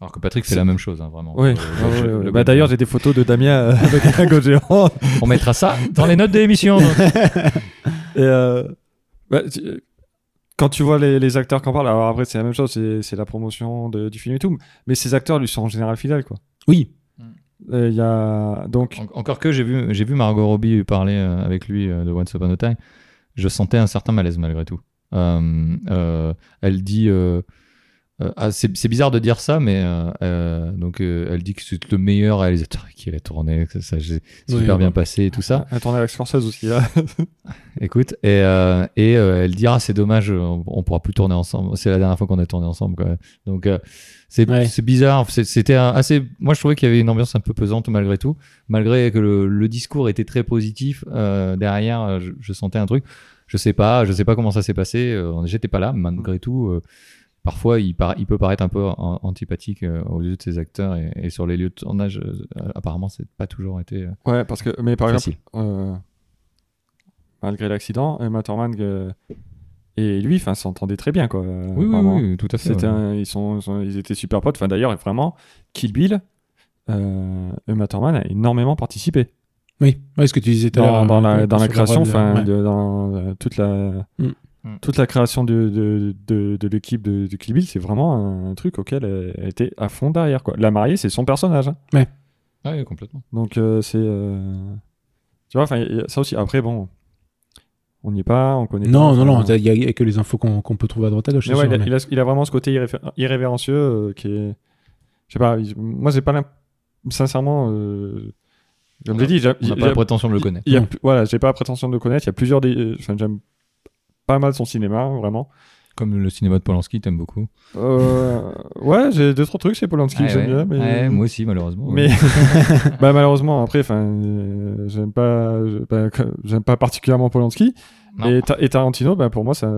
S3: Alors que Patrick,
S1: c'est-
S3: c'est la même chose, hein, vraiment.
S1: Ouais.
S3: Le- le-
S1: ouais,
S3: le-
S1: ouais.
S3: le-
S1: Bah, D'ailleurs, j'ai des photos de Damien euh, avec un god géant.
S3: on mettra ça dans les notes de l'émission.
S1: Et, euh, bah, tu- quand tu vois les, les acteurs qui en parlent, alors après, c'est la même chose, c'est c'est la promotion de- du film et tout, mais ces acteurs lui sont en général fidèles, quoi.
S2: Oui.
S1: Et Il y a donc.
S3: En- encore que j'ai vu, j'ai vu Margot Robbie parler euh, avec lui euh, de Once Upon a Time. Je sentais un certain malaise malgré tout. Euh, euh, elle dit. euh, euh, ah, c'est c'est bizarre de dire ça, mais euh, euh, donc euh, elle dit que c'est le meilleur réalisateur qui a tourné, que ça s'est
S2: Oui,
S3: super
S2: ouais.
S3: bien passé et tout ça.
S1: Un tournée avec Scorsese aussi, là.
S3: Écoute, et, euh, et euh, elle dira c'est dommage, euh, on, on pourra plus tourner ensemble. C'est la dernière fois qu'on a tourné ensemble, quoi. Donc euh, c'est
S2: Ouais.
S3: c'est bizarre. C'est- C'était un- assez. Moi, je trouvais qu'il y avait une ambiance un peu pesante malgré tout, malgré que le, le discours était très positif. euh, derrière, euh, je, je sentais un truc. Je sais pas, je sais pas comment ça s'est passé. euh, J'étais pas là, malgré tout. euh, Parfois, il, para- il peut paraître un peu an- antipathique euh, aux yeux de ses acteurs et, et sur les lieux de tournage. euh, apparemment, c'est pas toujours été euh,
S1: Ouais, parce que. Mais par exemple,
S3: facile.
S1: euh, malgré l'accident, Matt Thurman euh, est Et lui, enfin, s'entendait très bien, quoi.
S3: Oui, oui,
S1: Vraiment.
S3: oui, oui, tout à fait.
S1: C'était
S3: ouais.
S1: un- ils, sont, ils sont- ils étaient super potes. Enfin, d'ailleurs, vraiment, Kill Bill, euh, Uma Thurman a énormément participé
S2: Oui, ouais, ce que tu disais tout à l'heure.
S1: dans, dans la,
S2: euh,
S1: dans la
S2: sur
S1: création,
S2: Brad,
S1: enfin,
S2: ouais.
S1: de- dans euh, toute la
S2: Mm.
S3: Mm.
S1: toute la création de de, de, de l'équipe de, de Kill Bill, c'est vraiment un truc auquel elle elle était à fond derrière, quoi. La mariée, c'est son personnage. hein.
S3: Ah oui, complètement.
S1: Donc euh, c'est euh, tu vois, enfin, y- y a ça aussi. Après, bon, on n'y est pas, on connaît.
S2: Non,
S1: pas,
S2: non, non,
S1: enfin,
S2: il y, a- y a que les infos qu'on qu'on peut trouver à droite à gauche.
S1: mais
S2: c'est
S1: ouais,
S2: sûr,
S1: il, a,
S2: mais-
S1: il a- il a vraiment ce côté irréfé- irrévérencieux euh, qui est. Je sais pas, il- moi j'ai pas l'imp- Sincèrement, euh, comme
S3: On
S1: je l'ai
S3: a-
S1: dit, j'a-
S3: On n'a
S1: il-
S3: pas
S1: il y
S3: la
S1: a-
S3: prétention de le
S1: il-
S3: connaître.
S1: il y a
S2: Non.
S1: pu- voilà, j'ai pas la prétention de le connaître. Il y a plusieurs. Des, euh, enfin, j'aime pas mal son cinéma, vraiment.
S3: Comme le cinéma de Polanski, t'aimes beaucoup.
S1: Euh, ouais, j'ai deux, trois trucs chez Polanski
S3: Ah,
S1: que j'aime
S3: ouais.
S1: bien. Mais...
S3: Ouais, moi aussi, malheureusement. ouais.
S1: Mais bah, malheureusement, après, enfin, euh, j'aime pas, je- bah, que- j'aime pas particulièrement Polanski
S3: Non.
S1: et, Ta- et Tarantino. Bah, pour moi, ça,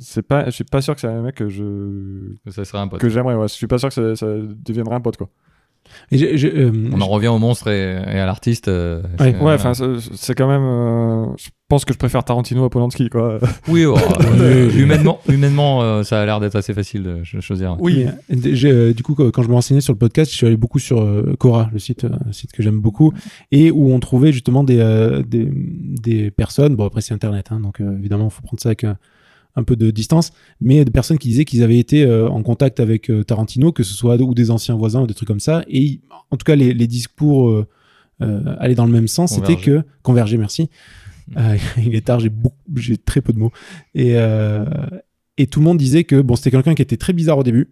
S1: c'est pas, je suis pas sûr que c'est un mec que je
S3: Ça serait un pote.
S1: que j'aimerais. Ouais, je suis pas sûr que ça, ça deviendrait un pote quoi.
S2: Et j'ai- j'ai, euh,
S3: On en revient au monstre et, et à l'artiste. euh,
S2: Ouais.
S3: c'est-
S1: Ouais, enfin, c'est- c'est quand même. euh, je pense que je préfère Tarantino à Polanski quoi.
S3: Oui, oh,
S2: Oui,
S3: euh,
S2: oui.
S3: humainement, humainement euh, ça a l'air d'être assez facile de ch- choisir.
S2: Oui. du coup, quand quand je me renseignais sur le podcast, je suis allé beaucoup sur euh, Cora, le site, euh, un site que j'aime beaucoup, et où on trouvait justement des, euh, des, des personnes. Bon, après, c'est Internet, hein, donc euh, évidemment, il faut prendre ça avec euh, un peu de distance, mais des personnes qui disaient qu'ils avaient été euh, en contact avec euh, Tarantino, que ce soit ou des anciens voisins ou des trucs comme ça. Et ils- en tout cas, les, les discours euh, euh, allaient dans le même sens. C'était que.
S3: Convergeaient.
S2: Converger, merci. Euh, il est tard, j'ai beaucoup- j'ai très peu de mots. Et, euh, et tout le monde disait que bon, c'était quelqu'un qui était très bizarre au début,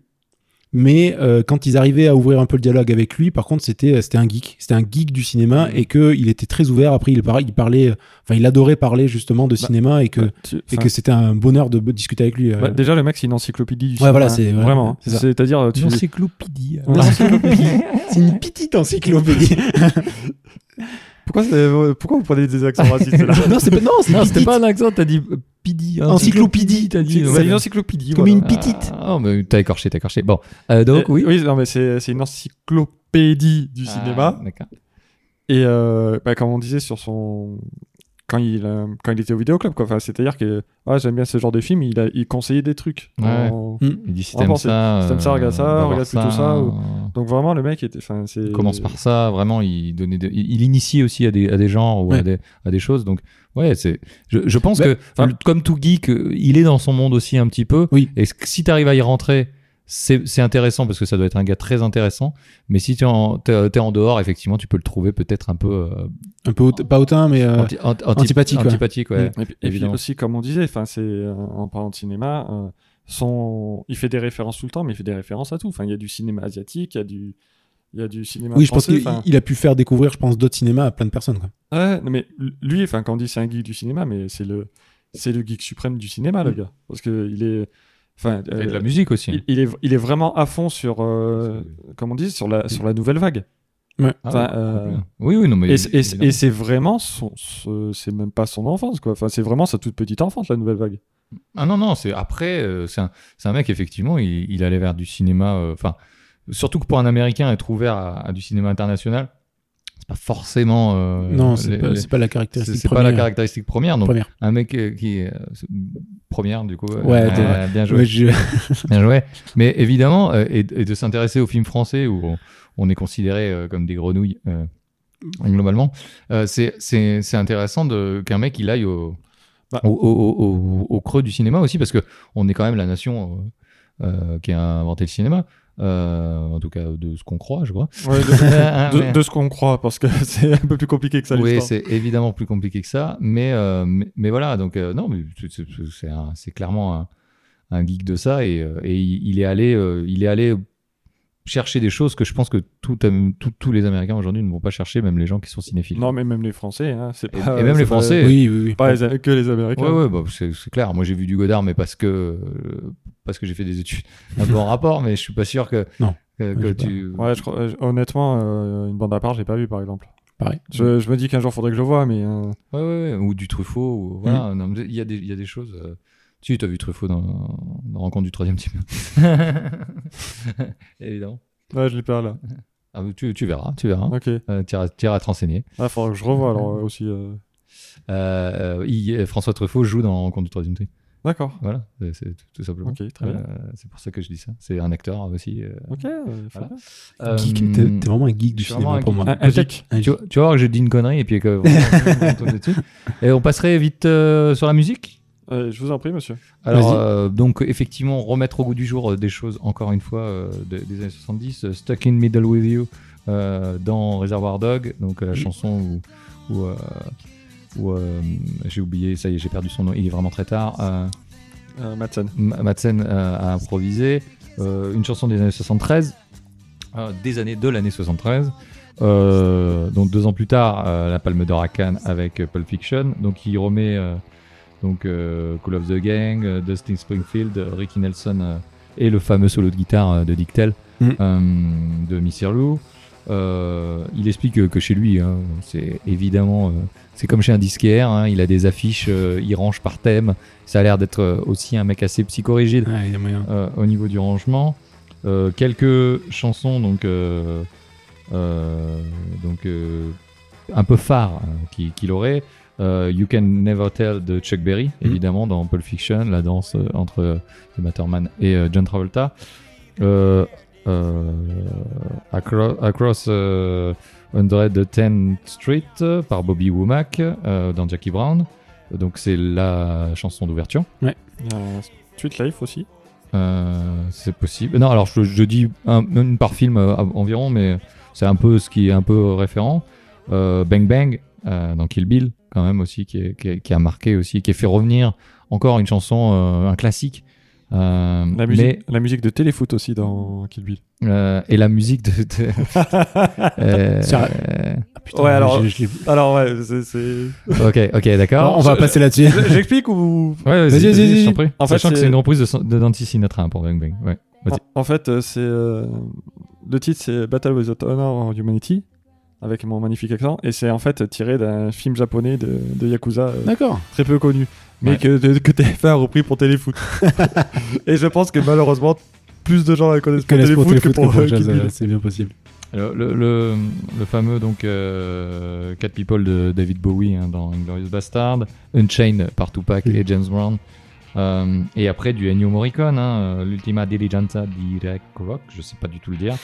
S2: mais euh, quand ils arrivaient à ouvrir un peu le dialogue avec lui, par contre, c'était euh, c'était un geek, c'était un geek du cinéma
S3: Mmh.
S2: et que il était très ouvert. Après, il, par- il parlait, enfin, il adorait parler justement de
S1: Bah,
S2: cinéma et que
S1: Tu-
S2: et
S1: enfin,
S2: que c'était un bonheur de b- discuter avec lui. euh.
S1: bah, déjà, le mec, c'est une encyclopédie du
S2: Ouais, voilà,
S1: hein.
S2: c'est- ouais,
S1: vraiment. hein.
S2: c'est ça.
S1: C'est-à-dire, euh, tu,
S2: encyclopédie. C'est une petite encyclopédie.
S1: pourquoi, c'est- euh, pourquoi vous prenez des accents racistes là
S2: non, c'est pas non, c'est
S3: Non,
S2: une
S3: c'était
S2: petite
S3: pas un accent, t'as dit euh, pidi. hein.
S2: encyclopédie.
S3: T'as dit.
S1: C'est
S3: ouais.
S1: une encyclopédie.
S2: Comme
S1: voilà.
S2: une petite.
S3: Ah, oh, mais t'as écorché, t'as écorché. Bon, euh, donc
S1: Euh,
S3: oui.
S1: non, mais c'est c'est une encyclopédie du cinéma.
S3: Ah, D'accord.
S1: Et euh, bah, comme on disait sur son quand il euh, quand il était au vidéoclub quoi. Enfin, c'est-à-dire que ah, j'aime bien ce genre de film. Il a il conseillait des trucs.
S3: Ouais.
S1: En-
S3: Il dit si
S1: Ah,
S3: t'aimes
S1: bon, c'est-
S3: ça,
S1: si t'aimes ça,
S3: euh,
S1: regarde ça,
S3: va voir
S1: regarde plutôt ça, ou- Donc vraiment le mec était. Enfin, c'est.
S3: Il commence par ça, vraiment, il donnait, de- il, il initiait aussi à des, à des genres ou à,
S2: Ouais.
S3: des, à des choses. Donc, ouais, c'est. Je, je pense
S1: Ben,
S3: que,
S1: enfin-
S3: le- comme tout geek, euh, il est dans son monde aussi un petit peu.
S2: Oui.
S3: Et c- si t'arrives à y rentrer, c'est c'est intéressant parce que ça doit être un gars très intéressant. Mais si t'es en, t'es- t'es en dehors, effectivement, tu peux le trouver peut-être un peu euh,
S2: Un peu haut- pas hautain, mais euh,
S3: anti- anti- anti-
S2: antipathique, ouais.
S3: antipathique, ouais.
S1: Et puis, et puis
S3: Évidemment.
S1: aussi comme on disait, enfin c'est euh, en parlant de cinéma, euh, son il fait des références tout le temps, mais il fait des références à tout. Enfin, il y a du cinéma asiatique, il y a du il y a du cinéma
S2: oui, je pense
S1: français.
S2: qu'il
S1: enfin-
S2: il a pu faire découvrir, je pense, d'autres cinémas à plein de personnes. quoi.
S1: Ouais, non, mais lui, enfin, quand on dit c'est un geek du cinéma, mais c'est le, c'est le geek suprême du cinéma, le
S2: Mm.
S1: gars. Parce que il est, enfin,
S3: Et de
S1: euh,
S3: la musique hein. aussi.
S1: il, il est, il est vraiment à fond sur, euh, comme on dit, sur la, sur la nouvelle vague.
S3: Ah,
S1: Enfin,
S3: ouais.
S1: euh,
S3: oui, oui, non, mais.
S1: Et, c'est- et c'est-
S3: évidemment.
S1: et c'est vraiment son, ce- c'est même pas son enfance, quoi. Enfin, c'est vraiment sa toute petite enfance, la nouvelle vague.
S3: Ah non, non, c'est après, euh, c'est un, c'est un mec, effectivement, il, il allait vers du cinéma. euh, Enfin, surtout que pour un Américain, être ouvert à, à du cinéma international, c'est pas forcément. euh,
S2: non, c'est
S3: les-
S2: pas,
S3: les-
S2: c'est pas la
S3: c'est-
S2: caractéristique
S3: c'est pas
S2: première.
S3: la caractéristique première. Donc,
S2: Première.
S3: un mec euh, qui est. euh, c'est- Première, du coup. euh,
S2: Ouais,
S3: euh, bien joué.
S2: Ouais, je-
S3: Bien joué. Mais évidemment, euh, et, et de s'intéresser aux films français où on, on est considéré euh, comme des grenouilles, euh, globalement, euh, c'est- c'est c'est intéressant de- qu'un mec il aille au,
S1: Bah.
S3: au, au- au- au- au creux du cinéma aussi, parce que on est quand même la nation euh, euh, qui a inventé le cinéma. euh, en tout cas de ce qu'on croit je crois Ah,
S1: de, de- de ce qu'on croit, parce que c'est un peu plus compliqué que ça.
S3: oui
S1: l'histoire.
S3: c'est évidemment plus compliqué que ça mais euh, mais, mais voilà donc euh, non mais c'est- c'est- c'est un- c'est clairement un, un geek de ça et, euh, et il il est allé euh, il est allé chercher des choses que je pense que tout, am- tout- tous les américains aujourd'hui ne vont pas chercher même les gens qui sont cinéphiles
S1: Non, mais même les Français, hein, c'est
S3: Et-
S1: pas.
S3: et même
S1: c'est
S3: les
S1: pas-
S3: Français,
S2: oui, oui, oui.
S1: Pas, les- que les Américains.
S3: Ouais, ouais, bah, c'est c'est clair. Moi, j'ai vu du Godard, mais parce que, euh, parce que j'ai fait des études un peu en rapport, mais je suis pas sûr que.
S2: Non.
S3: que-
S2: Ouais,
S3: que
S2: je sais pas.
S3: tu.
S1: Ouais, je crois- euh, honnêtement, euh, une bande à part, j'ai pas vu par exemple.
S2: Pareil.
S3: Mm.
S1: Je, je me dis qu'un jour faudrait que je le voie, mais euh,
S3: Ouais, ouais, ouais, Ou du Truffaut. Ou, voilà.
S1: Mm.
S3: Non, mais Il y, a des- il y a des choses. euh, Si, tu as vu Truffaut dans, dans Rencontre du troisième type. Évidemment.
S1: ouais, je l'ai pas là.
S3: Ah, mais tu, tu verras, tu verras.
S1: Ok.
S3: Euh, tu iras- tu iras te renseigner.
S1: Ah, faudra que je revoie alors euh, aussi. euh.
S3: Euh, euh, il- François Truffaut joue dans Rencontre du troisième type.
S1: D'accord.
S3: Voilà, c'est- c'est tout, tout simplement.
S1: Ok, très bien.
S3: Euh, c'est pour ça que je dis ça. C'est un acteur aussi. euh,
S1: Ok. euh,
S3: Voilà.
S1: fabuleux.
S2: Geek,
S3: euh,
S2: t'es t'es vraiment un geek du
S3: je suis vraiment
S2: cinéma
S3: un
S2: pour
S3: geek.
S2: moi.
S1: Un- un
S2: geek.
S1: geek.
S2: Un
S3: tu, vois- tu vas voir que j'ai dit une connerie et puis que. vraiment, on tombe dessus. et on passerait vite euh, sur la musique.
S1: Euh, je vous en prie, monsieur.
S3: Alors,
S2: Vas-y.
S3: euh, donc, effectivement, remettre au goût du jour euh, des choses, encore une fois, euh, de- des années 70, euh, Stuck in Middle with You euh, dans Reservoir Dog, donc euh, la chanson où. où, euh, où, euh, j'ai oublié, ça y est, j'ai perdu son nom, il est vraiment très tard. euh,
S1: Euh, Madsen.
S3: M- Madsen euh, a improvisé euh, une chanson des années 73, euh, des années de l'année 73. euh, donc deux ans plus tard, euh, la Palme d'Or à Cannes avec euh, Pulp Fiction. Donc il remet euh, donc euh, Call of the Gang, euh, Dustin Springfield, euh, Ricky Nelson euh, et le fameux solo de guitare euh, de Dick Tell
S2: Mhm.
S3: euh, de Miss Lou. il explique euh, que chez lui, hein, c'est évidemment, euh, c'est comme chez un disquaire. hein, il a des affiches, euh, il range par thème. Ça a l'air d'être euh, aussi un mec assez psychorigide
S2: Ouais, il y a moyen.
S3: euh, au niveau du rangement. Euh, quelques chansons donc, euh, euh, donc euh, un peu phares hein, qui- qu'il aurait. Euh, you Can Never Tell de Chuck Berry,
S2: Mhm.
S3: évidemment, dans Pulp Fiction, la danse euh, entre euh, le Matterman et euh, John Travolta. Euh, euh, Acro- Across euh, 110th Street euh, par Bobby Womack euh, dans Jackie Brown. Donc c'est la chanson d'ouverture.
S1: Il y a un tweet life aussi.
S3: Euh, c'est possible. Non, alors je, je dis un- une par film euh, environ, mais c'est un peu ce qui est un peu référent. Euh, Bang Bang euh, dans Kill Bill, quand même aussi, qui, est- qui est- qui a marqué aussi, qui a fait revenir encore une chanson, euh, un classique. Euh,
S1: La musique, la musique de téléfoot aussi dans Kill Bill.
S3: mais, euh, et la musique de. de- euh,
S2: C'est vrai.
S3: euh,
S2: Ah, putain,
S1: Ouais, alors-
S2: je- je l'ai-
S1: Alors ouais, c'est- c'est.
S3: ok, ok, d'accord.
S2: on va passer là-dessus.
S1: J'explique ou
S3: Ouais, vas-y,
S2: Vas-y,
S3: vas-y,
S2: vas-y,
S3: je
S2: vas-y.
S3: t'en prie.
S1: En fait,
S3: Sachant que
S1: c'est-
S3: c'est une reprise de, de Nancy Sinatra hein, pour Bang Bang. Ouais. Vas-y.
S1: En, en fait, euh, c'est euh, le titre, c'est Battle with Honor of Humanity, avec mon magnifique accent, et c'est en fait tiré d'un film japonais de, de yakuza euh,
S2: D'accord.
S1: très peu connu, mais
S3: Ouais.
S1: que, de- que TF1 a repris pour Téléfoot. et je pense que malheureusement, plus de gens la connaissent pour
S2: Connaissent
S1: Téléfoot
S2: pour
S1: que
S2: téléfoot que
S1: pour,
S2: pour
S1: euh,
S2: jazz,
S1: Kill Bill.
S2: euh, c'est bien possible.
S3: Le, le, le- le fameux donc euh, Cat People de David Bowie hein, dans Inglorious Bastard, Unchained par Tupac
S2: Oui.
S3: et James Brown, Euh, et après du Ennio Morricone, hein, euh, l'Ultima Diligenza di Rec Rock, je sais pas du tout le dire,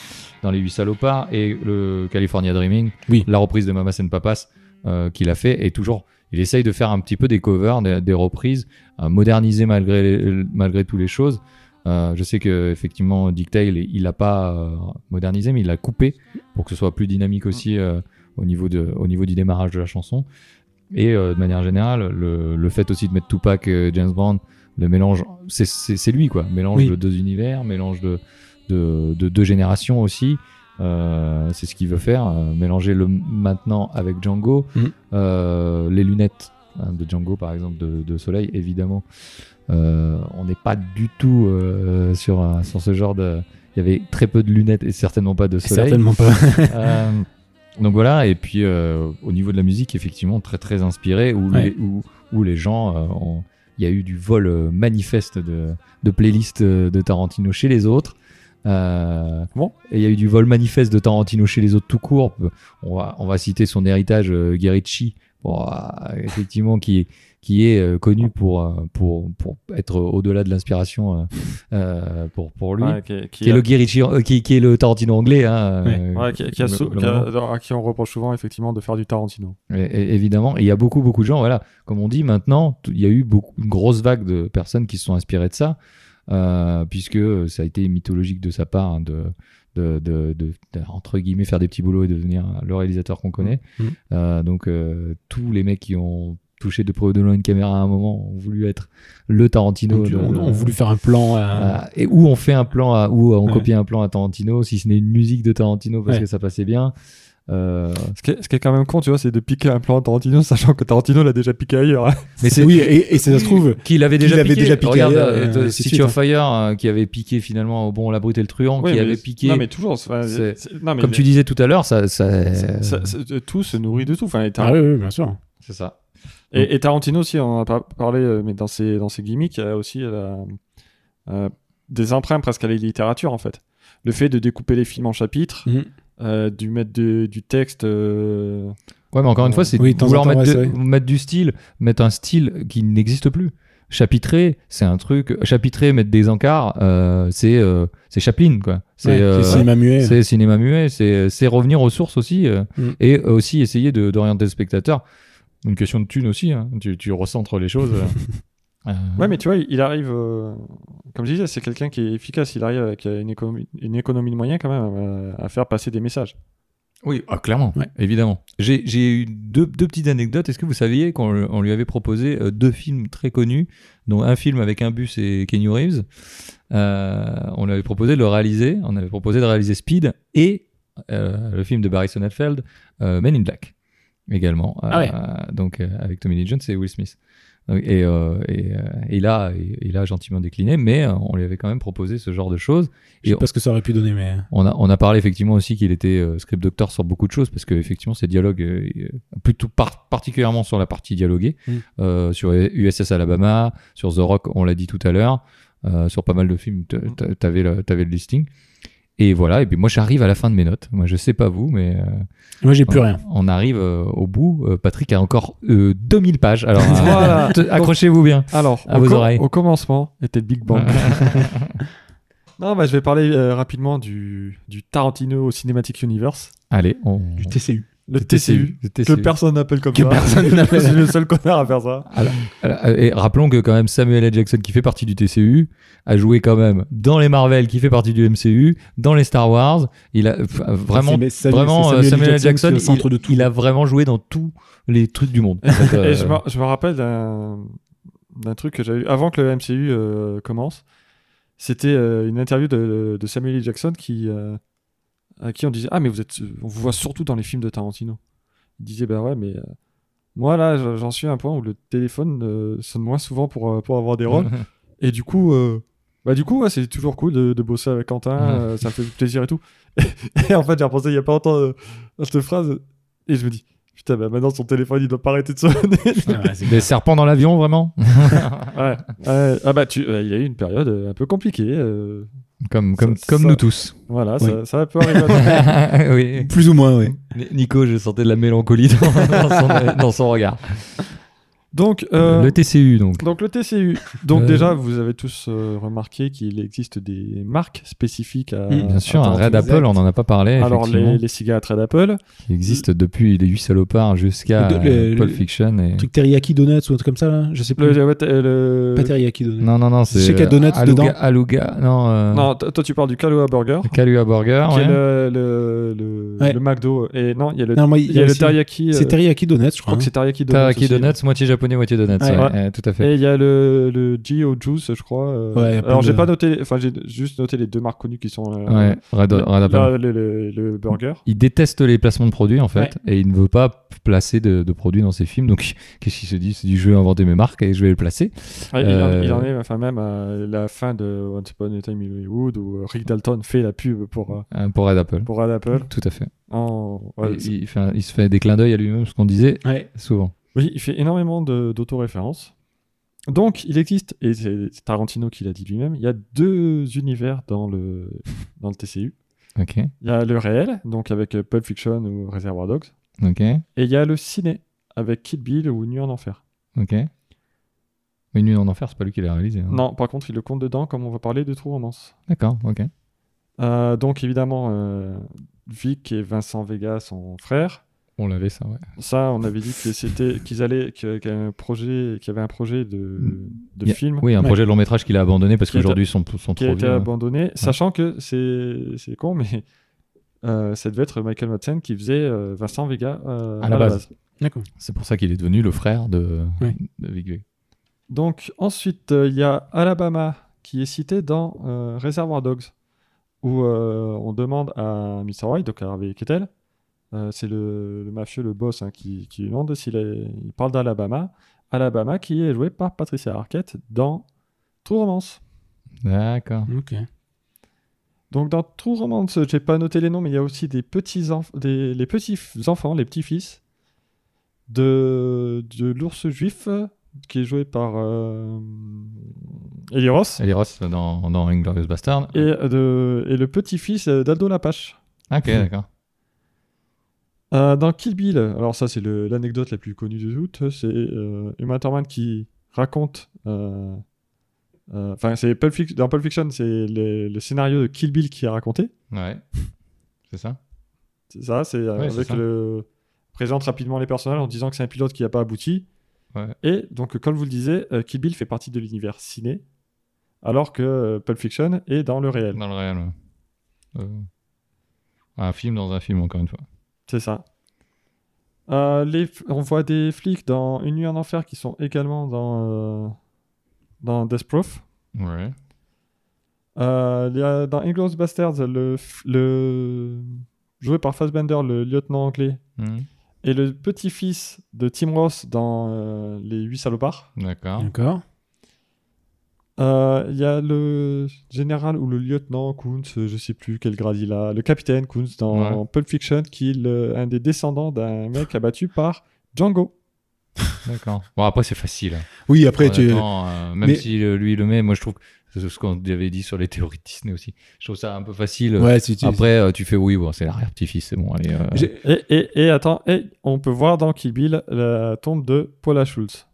S3: dans Les Huit Salopards et le California Dreaming,
S2: Oui.
S3: la reprise de Mamas and Papas euh, qu'il a fait et toujours il essaye de faire un petit peu des covers, des, des reprises, euh, moderniser malgré les- malgré toutes les choses. Euh, je sais que effectivement Dick Dale, il l'a pas euh, modernisé, mais il l'a coupé pour que ce soit plus dynamique
S2: Mmh.
S3: aussi euh, au niveau de au niveau du démarrage de la chanson. Et euh, de manière générale, le, le fait aussi de mettre Tupac et James Brown, le mélange, c'est- c'est c'est lui quoi, mélange
S2: Oui.
S3: de deux univers, mélange de de, de deux générations aussi. Euh, c'est ce qu'il veut faire, euh, mélanger le maintenant avec Django,
S2: Mhm.
S3: Euh, les lunettes hein, de Django par exemple de, de Soleil, évidemment. Euh, on n'est pas du tout euh, sur un- sur ce genre de. Il y avait très peu de lunettes et certainement pas de Soleil.
S2: Certainement pas.
S3: Euh, donc voilà, et puis euh, au niveau de la musique, effectivement, très très inspiré, où,
S2: Ouais.
S3: les, où, où les gens, euh, ont- il y a eu du vol euh, manifeste de, de playlist euh, de Tarantino chez les autres. Euh,
S1: Bon.
S3: Et il y a eu du vol manifeste de Tarantino chez les autres tout court. On va, on va citer son héritage euh, Guerrici, bon, euh, effectivement, qui, qui est euh, connu pour, euh, pour, pour être au-delà de l'inspiration euh, euh, pour, pour lui.
S1: Ouais, qui, qui
S3: Qui est
S1: a-
S3: le Guerrici, euh, qui, qui est le Tarantino anglais. Hein,
S2: Ouais.
S3: euh,
S1: ouais, qui- qui a
S3: le-
S1: sou-
S3: le
S1: qui a-
S3: moment.
S1: alors, à qui on reproche souvent effectivement de faire du Tarantino.
S3: Et- et- évidemment. Et il y a beaucoup, beaucoup de gens, voilà, comme on dit maintenant, tout- il y a eu beaucoup, une grosse vague de personnes qui se sont inspirées de ça, euh, puisque ça a été mythologique de sa part hein, de, de, de- de- de, entre guillemets, faire des petits boulots et devenir le réalisateur qu'on connaît.
S1: Mmh.
S2: Mhm.
S3: Euh, donc, euh, tous les mecs qui ont touché de près ou de loin une caméra à un moment ont voulu être le Tarantino.
S2: Donc,
S3: de-
S2: on,
S3: de-
S2: on voulu faire un plan. euh,
S3: euh, et où on fait un plan, à, où on
S2: Ouais.
S3: copie un plan à Tarantino, si ce n'est une musique de Tarantino parce
S2: Ouais.
S3: que ça passait bien. Euh,
S1: Ce qui, est, ce qui est quand même con, tu vois, c'est de piquer un plan à Tarantino, sachant que Tarantino l'a déjà piqué ailleurs. hein.
S3: mais c'est
S2: oui, et, et ça se trouve.
S3: qu'il avait
S2: Qu'il
S3: déjà
S2: avait
S3: piqué.
S2: déjà piqué
S3: Regarde,
S2: ailleurs,
S3: euh,
S2: euh,
S3: de
S2: ainsi de
S3: City
S2: suite,
S3: of Fire euh, qui avait piqué finalement au bon la brute et le truand,
S1: Ouais,
S3: qui
S1: mais-
S3: avait piqué.
S1: Non, mais toujours. enfin,
S3: C'est-
S1: c'est- non, mais
S3: comme
S1: les-
S3: tu disais tout à l'heure, ça, ça,
S1: ça- ça- ça- tout se nourrit de tout. Enfin, les Tar-
S2: Ah oui, oui, bien sûr.
S3: c'est ça.
S1: Et, et Tarantino aussi, on en a pas parlé, euh, mais dans ses, dans ses gimmicks, il y a aussi euh, euh, des emprunts presque à la littérature, en fait. Le fait de découper les films en chapitres,
S2: Mhm.
S1: euh, du mettre de- du texte... euh,
S3: Ouais, mais encore une
S1: Ouais.
S3: fois, c'est
S2: Oui, de temps en
S3: vouloir
S2: temps,
S3: mettre,
S2: ouais,
S3: de-
S2: c'est
S3: mettre du style, mettre un style qui n'existe plus. Chapitrer, c'est un truc. Chapitrer, mettre des encarts, euh, c'est euh, c'est Chaplin, quoi. C'est
S2: Ouais,
S3: euh,
S2: c'est cinéma muet.
S3: c'est cinéma muet, c'est c'est revenir aux sources aussi, euh,
S2: Mm.
S3: et aussi essayer de- d'orienter le spectateur. Une question de thune aussi, hein. tu, tu recentres les choses. euh, euh,
S1: Ouais, mais tu vois, il arrive, euh, comme je disais, c'est quelqu'un qui est efficace. Il arrive avec euh, une économie, une économie de moyens quand même euh, à faire passer des messages.
S3: Oui, ah, clairement,
S2: Ouais.
S3: évidemment. J'ai j'ai eu deux, deux petites anecdotes. Est-ce que vous saviez qu'on le- on lui avait proposé euh, deux films très connus, dont un film avec un bus et Kenny Reeves Euh, On lui avait proposé de le réaliser. On avait proposé de réaliser Speed et euh, le film de Barry Sonnenfeld, euh, Men in Black, également.
S2: Ah ouais.
S3: Euh, donc euh, avec Tommy Lee Jones et Will Smith. Donc, Et, euh, et, euh, il, a, il a gentiment décliné, mais euh, on lui avait quand même proposé ce genre de choses.
S2: Je sais pas ce que ça aurait pu donner, mais.
S3: On a, on a parlé effectivement aussi qu'il était euh, script doctor sur beaucoup de choses parce que effectivement ses dialogues euh, euh, plutôt par- particulièrement sur la partie dialoguée
S2: Mm.
S3: euh, sur USS Alabama sur The Rock on l'a dit tout à l'heure euh, sur pas mal de films t- t- t'avais le, t'avais le listing et voilà et puis moi j'arrive à la fin de mes notes moi je sais pas vous mais euh,
S2: Moi, j'ai plus rien.
S3: on arrive euh, au bout Euh, Patrick a encore euh, 2000 pages alors euh,
S1: Voilà.
S3: te- accrochez-vous bien
S1: Alors,
S3: À
S1: au,
S3: vos oreilles.
S1: au commencement était le Big Bang. non, bah, je vais parler euh, rapidement du, du Tarantino Cinematic Universe,
S3: allez on...
S2: Du TCU.
S1: le TCU,
S3: le
S1: que
S3: TCU.
S1: personne n'appelle comme
S2: Que
S1: ça.
S2: personne
S1: Je
S2: n'appelle.
S1: suis le seul connard à faire ça.
S3: Euh, Et rappelons que quand même Samuel L. Jackson qui fait partie du TCU a joué quand même dans les Marvel qui fait partie du MCU, dans les Star Wars, il a f- vraiment
S2: Ah, C'est- mais Samuel-
S3: vraiment
S2: c'est
S3: euh, Samuel L. Jackson,
S2: c'est le
S3: il-
S2: centre de tout.
S3: il a vraiment joué dans tous les trucs du monde. En fait, euh,
S1: Et je me, je me rappelle d'un d'un truc que j'avais eu avant que le MCU euh, commence. C'était euh, une interview de, de Samuel L. Jackson qui, euh, à qui on disait Ah, mais vous êtes, on vous voit surtout dans les films de Tarantino. Il disait Bah ouais, mais euh, moi là, j- j'en suis à un point où le téléphone euh, sonne moins souvent pour, euh, pour avoir des rôles. Et du coup, euh, bah du coup, ouais, c'est toujours cool de, de bosser avec Quentin,
S3: Ouais.
S1: euh, ça me fait plaisir et tout. et en fait, j'ai repensé il y a pas longtemps euh, à cette phrase et je me dis putain, bah maintenant son téléphone il doit pas arrêter de sonner.
S2: Ah, c'est-
S3: les serpents dans l'avion vraiment
S1: ouais. Ouais. Ah bah tu, euh, il y a eu une période euh, un peu compliquée. euh,
S3: comme comme
S1: Ça-
S3: comme
S1: ça-
S3: nous tous.
S1: voilà,
S2: Oui.
S1: ça, ça peut arriver. à-
S3: oui.
S2: Plus ou moins, oui.
S3: Nico, je sentais de la mélancolie dans, dans son, dans son regard.
S1: donc euh,
S3: le TCU donc.
S1: donc le TCU. Donc
S3: Euh.
S1: déjà vous avez tous euh, remarqué qu'il existe des marques spécifiques à.
S2: Mm,
S3: Bien sûr,
S1: à
S3: un Red
S1: Tarantino.
S3: Apple, on en a pas parlé.
S1: Alors
S3: effectivement.
S1: les, les cigares à trait d'Apple.
S3: Il existe depuis les 8 salopards jusqu'à
S2: Le- le-
S3: euh,
S2: le-
S3: Pulp Fiction. Et...
S2: Un truc teriyaki donuts ou un truc comme ça, là Je sais plus.
S1: Le, le- le-
S2: Pas teriyaki donuts.
S3: Non, non, non, c'est.
S2: Je sais qu'il y a donuts
S3: Aluga,
S2: dedans.
S3: Aluga, non. euh,
S1: Non, euh, t- toi tu parles du Kahlua Burger.
S3: Kahlua Burger. Ah
S1: qui
S3: ouais.
S1: est le, le, le,
S2: Ouais.
S1: le McDo. euh, Et non, il y a le,
S2: Non, moi,
S1: il y a le
S2: aussi-
S1: teriyaki. euh,
S2: C'est teriyaki donuts, je
S1: je crois
S2: crois.
S1: que
S2: hein.
S1: c'est teriyaki donuts.
S3: Teriyaki
S1: aussi.
S3: Donuts, moitié japonais, moitié donuts.
S2: Ouais.
S3: ouais,
S1: Ouais.
S3: euh, tout à fait.
S1: Et il y a le, le Gio Juice, je crois. euh.
S2: Ouais, il y a plein
S1: Alors j'ai
S2: de-
S1: pas noté, enfin j'ai juste noté les deux marques connues qui sont. euh, bah,
S3: Ouais, Red,
S1: là,
S3: Red Apple.
S1: là, le, le- le burger.
S3: Il déteste les placements de produits, en fait, et il ne veut pas placer de, de produits dans ses films. Donc, qu'est-ce qu'il se dit Il se dit, je vais inventer mes marques et je vais les placer.
S1: Ouais, Ah, il, en,
S3: Euh,
S1: il en est enfin même à la fin de Once Upon a Time in Hollywood où euh, Rick Dalton fait la pub pour euh,
S3: euh, pour Red Apple.
S1: pour Red Apple.
S3: Tout à fait.
S1: En... ouais,
S3: il,
S1: c'est-
S3: il fait un- il se fait des clins d'œil à lui-même, ce qu'on disait
S2: Ouais.
S3: souvent.
S1: Oui, il fait énormément de- d'autoréférences. Donc, il existe, et c'est c'est Tarantino qui l'a dit lui-même, il y a deux univers dans le, dans le TCU.
S3: Ok.
S1: Il y a le réel, donc avec euh, Pulp Fiction ou Reservoir Dogs,
S3: Ok.
S1: et il y a le ciné, avec Kill Bill ou Nuit en Enfer.
S3: Ok. Mais Nuit en Enfer, c'est pas lui qui l'a réalisé. hein.
S1: Non, par contre, il le compte dedans, comme on va parler de True Romance.
S3: D'accord, ok.
S1: Euh, donc, évidemment, euh, Vic et Vincent Vega sont frères.
S3: On l'avait, ça, ouais.
S1: Ça, on avait dit que c'était qu'ils allaient, que- qu'il y avait un projet, qu'il y avait un projet de, de
S3: Y a-
S1: film.
S3: Oui, un
S2: Ouais.
S3: projet de long métrage qu'il a abandonné parce
S1: Qui est-
S3: qu'aujourd'hui, ils sont, sont
S1: qui a
S3: trop
S1: été
S3: vieux. hein.
S1: abandonné, sachant que c'est c'est con, mais euh, ça devait être Michael Madsen qui faisait euh, Vincent Vega euh,
S3: À la base.
S2: D'accord.
S3: C'est pour ça qu'il est devenu le frère de,
S2: Ouais.
S3: de Vic Vega.
S1: Donc ensuite, euh, il y a Alabama qui est cité dans euh, Reservoir Dogs, où euh, on demande à Mr. White, donc à Harvey Keitel, euh, c'est le, le mafieux, le boss, hein, qui, qui lui demande s'il est- il parle d'Alabama. Alabama qui est joué par Patricia Arquette dans True Romance.
S3: D'accord.
S2: Ok.
S1: Donc dans True Romance, j'ai pas noté les noms, mais il y a aussi des petits enf- des, les petits f- enfants, les petits fils de de l'ours juif euh, qui est joué par euh, Eli Roth,
S3: Elle est Ross dans, dans Inglorious Bastard.
S1: et euh, de et le petit fils d'Aldo Lapache.
S3: Ok, d'accord.
S1: Euh, dans Kill Bill, alors ça c'est le- l'anecdote la plus connue de toutes, c'est euh, Uma Thurman qui raconte. euh, euh, Enfin, c'est Pulp Fic- dans Pulp Fiction, c'est le, le scénario de Kill Bill qui est raconté.
S3: Ouais. C'est ça
S1: C'est ça, c'est euh,
S3: Ouais, c'est
S1: avec
S3: ça.
S1: le. Présente rapidement les personnages en disant que c'est un pilote qui n'a pas abouti.
S3: Ouais.
S1: Et donc, comme vous le disiez, euh, Kill Bill fait partie de l'univers ciné, alors que euh, Pulp Fiction est dans le réel.
S3: Dans le réel, ouais. Euh, Un film dans un film, encore une fois.
S1: C'est ça. Euh, les f- on voit des flics dans Une nuit en enfer qui sont également dans, euh, dans Death Proof.
S3: Ouais.
S1: Euh, il y a dans Inglourious Basterds, le, f- le... joué par Fassbender, le lieutenant anglais,
S3: Mhm.
S1: et le petit-fils de Tim Ross dans euh, Les 8 salopards.
S3: D'accord.
S2: D'accord.
S1: Euh, Il y a le général ou le lieutenant Kuntz, je sais plus quel grade il a, le capitaine Kuntz dans Pulp Fiction, qui est le- un des descendants d'un mec abattu par Django.
S3: D'accord. Bon, après, c'est facile. hein.
S2: Oui, après, tu...
S3: Honnêtement, euh, même
S2: Mais-
S3: si euh, lui le met, moi, je trouve que c'est ce qu'on avait dit sur les théories de Disney aussi. Je trouve ça un peu facile.
S2: Ouais, si tu...
S3: Après, euh, tu fais oui, bon, c'est l'arrière-petit-fils, c'est bon. Allez, euh,
S2: J'ai-
S1: Et, et, et attends, et on peut voir dans Kill Bill la tombe de Paula Schultz.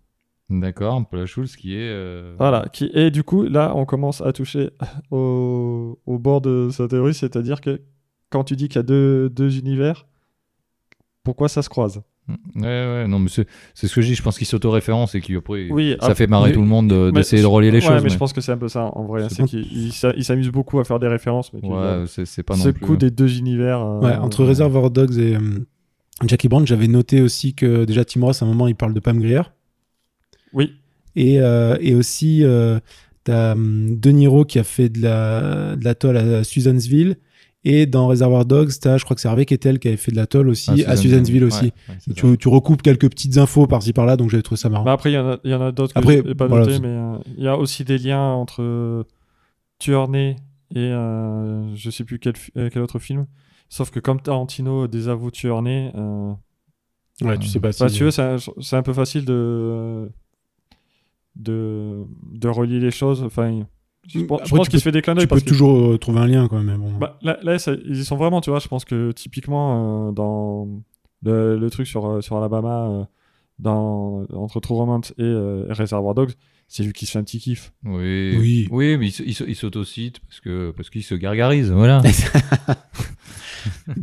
S3: D'accord, Paula Schulz qui est. euh,
S1: Voilà, qui et du coup là on commence à toucher au, au bord de sa théorie, c'est-à-dire que quand tu dis qu'il y a deux, deux univers, pourquoi ça se croise
S3: Hmm, Ouais, ouais, non, mais c'est c'est ce que je dis. Je pense qu'il s'autoréférence et qu'après,
S1: Oui,
S3: ça
S1: ah,
S3: fait marrer
S1: mais-
S3: tout le monde de-
S1: mais-
S3: Euh, d'essayer de relier les
S1: ouais,
S3: choses.
S1: mais
S3: mais-
S1: je pense que c'est un peu ça en vrai,
S2: C'est
S1: c'est
S2: bon.
S1: qu'ils s'a- ils s'amusent beaucoup à faire des références, mais que, euh,
S3: Ouais, c'est c'est pas non
S1: ce
S3: plus. hein.
S1: coup des deux univers. euh,
S2: Ouais, entre Reservoir Dogs et euh, Jackie Brown, j'avais noté aussi que déjà Tim Ross, à un moment, il parle de Pam Grier.
S1: Oui,
S2: Et, euh, et aussi, euh, t'as hum, De Niro qui a fait de la, de la tôle à Susansville. Et dans Reservoir Dogs, t'as, je crois que c'est Harvey Kettel qui avait fait de la tôle
S3: Ah,
S1: Ah,
S2: aussi à Susansville aussi. Et tu, tu recoupes quelques petites infos par-ci par-là, donc j'avais trouvé ça marrant.
S1: Bah, après il y en a, il y en a d'autres que
S2: Après,
S1: j'ai pas
S2: voilà,
S1: noté,
S2: c'est-
S1: mais euh, il y a aussi des liens entre euh, Tueur Né et euh, je sais plus quel, fi- euh, quel autre film. Sauf que comme Tarantino désavoue Tueur Né, euh,
S2: ouais, tu sais pas si.
S1: Bah, si tu veux, c'est un, c'est un peu facile de, de, de relier les choses. Enfin, je, pense- je
S2: Mmh,
S1: pense
S2: Après, tu
S1: qu'il
S2: peux-
S1: se fait des clins d'œil.
S2: tu peux
S1: parce que-
S2: toujours euh, trouver un lien quand même. mais Bon.
S1: bah, là, là, ça- ils y sont vraiment, tu vois. Je pense que typiquement, euh, dans le, le truc sur, euh, sur Alabama, euh, dans, entre True Romance et euh, Reservoir Dogs, c'est lui qui se fait un petit kiff.
S3: Oui. oui.
S2: oui.
S3: mais il, se- il se- il s'autocite parce que parce qu'il se gargarise, voilà.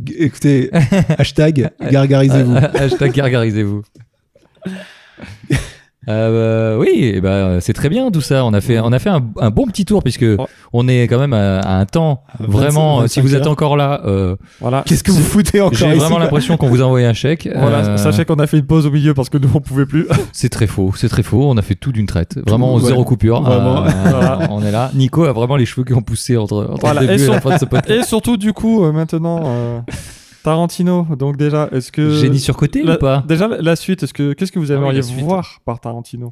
S2: G- Écoutez, hashtag gargarisez-vous.
S3: Hashtag gargarisez-vous. Euh, bah, oui, eh ben, c'est très bien tout ça. On a fait, on a fait un, un bon petit tour puisque
S1: Oh.
S3: on est quand même à, à un temps
S2: À
S3: vraiment.
S2: 25
S3: euh, si vous êtes
S2: heures.
S3: encore là, euh,
S1: Voilà.
S2: Qu'est-ce que vous foutez encore
S3: j'ai
S2: ici,
S3: vraiment
S2: quoi
S3: l'impression qu'on vous a envoyé un chèque.
S1: Voilà,
S3: Euh,
S1: sachez qu'on a fait une pause au milieu parce que nous on pouvait plus.
S3: C'est très faux, c'est très faux. On a fait tout d'une traite. Vraiment
S2: Ouais.
S3: zéro coupure.
S2: Vraiment.
S3: Euh, euh, on est là. Nico a vraiment les cheveux qui ont poussé entre, entre
S1: Voilà.
S3: le début
S1: Et
S3: et, la
S1: son-
S3: fin de ce podcast.
S1: Et surtout, du coup, euh, maintenant, euh, Tarantino. Donc, déjà, est-ce que.
S3: Génie surcoté
S1: La-
S3: ou pas
S1: Déjà, la- la suite, est-ce que qu'est-ce que vous
S3: Ah oui, la
S1: aimeriez
S3: suite.
S1: voir par Tarantino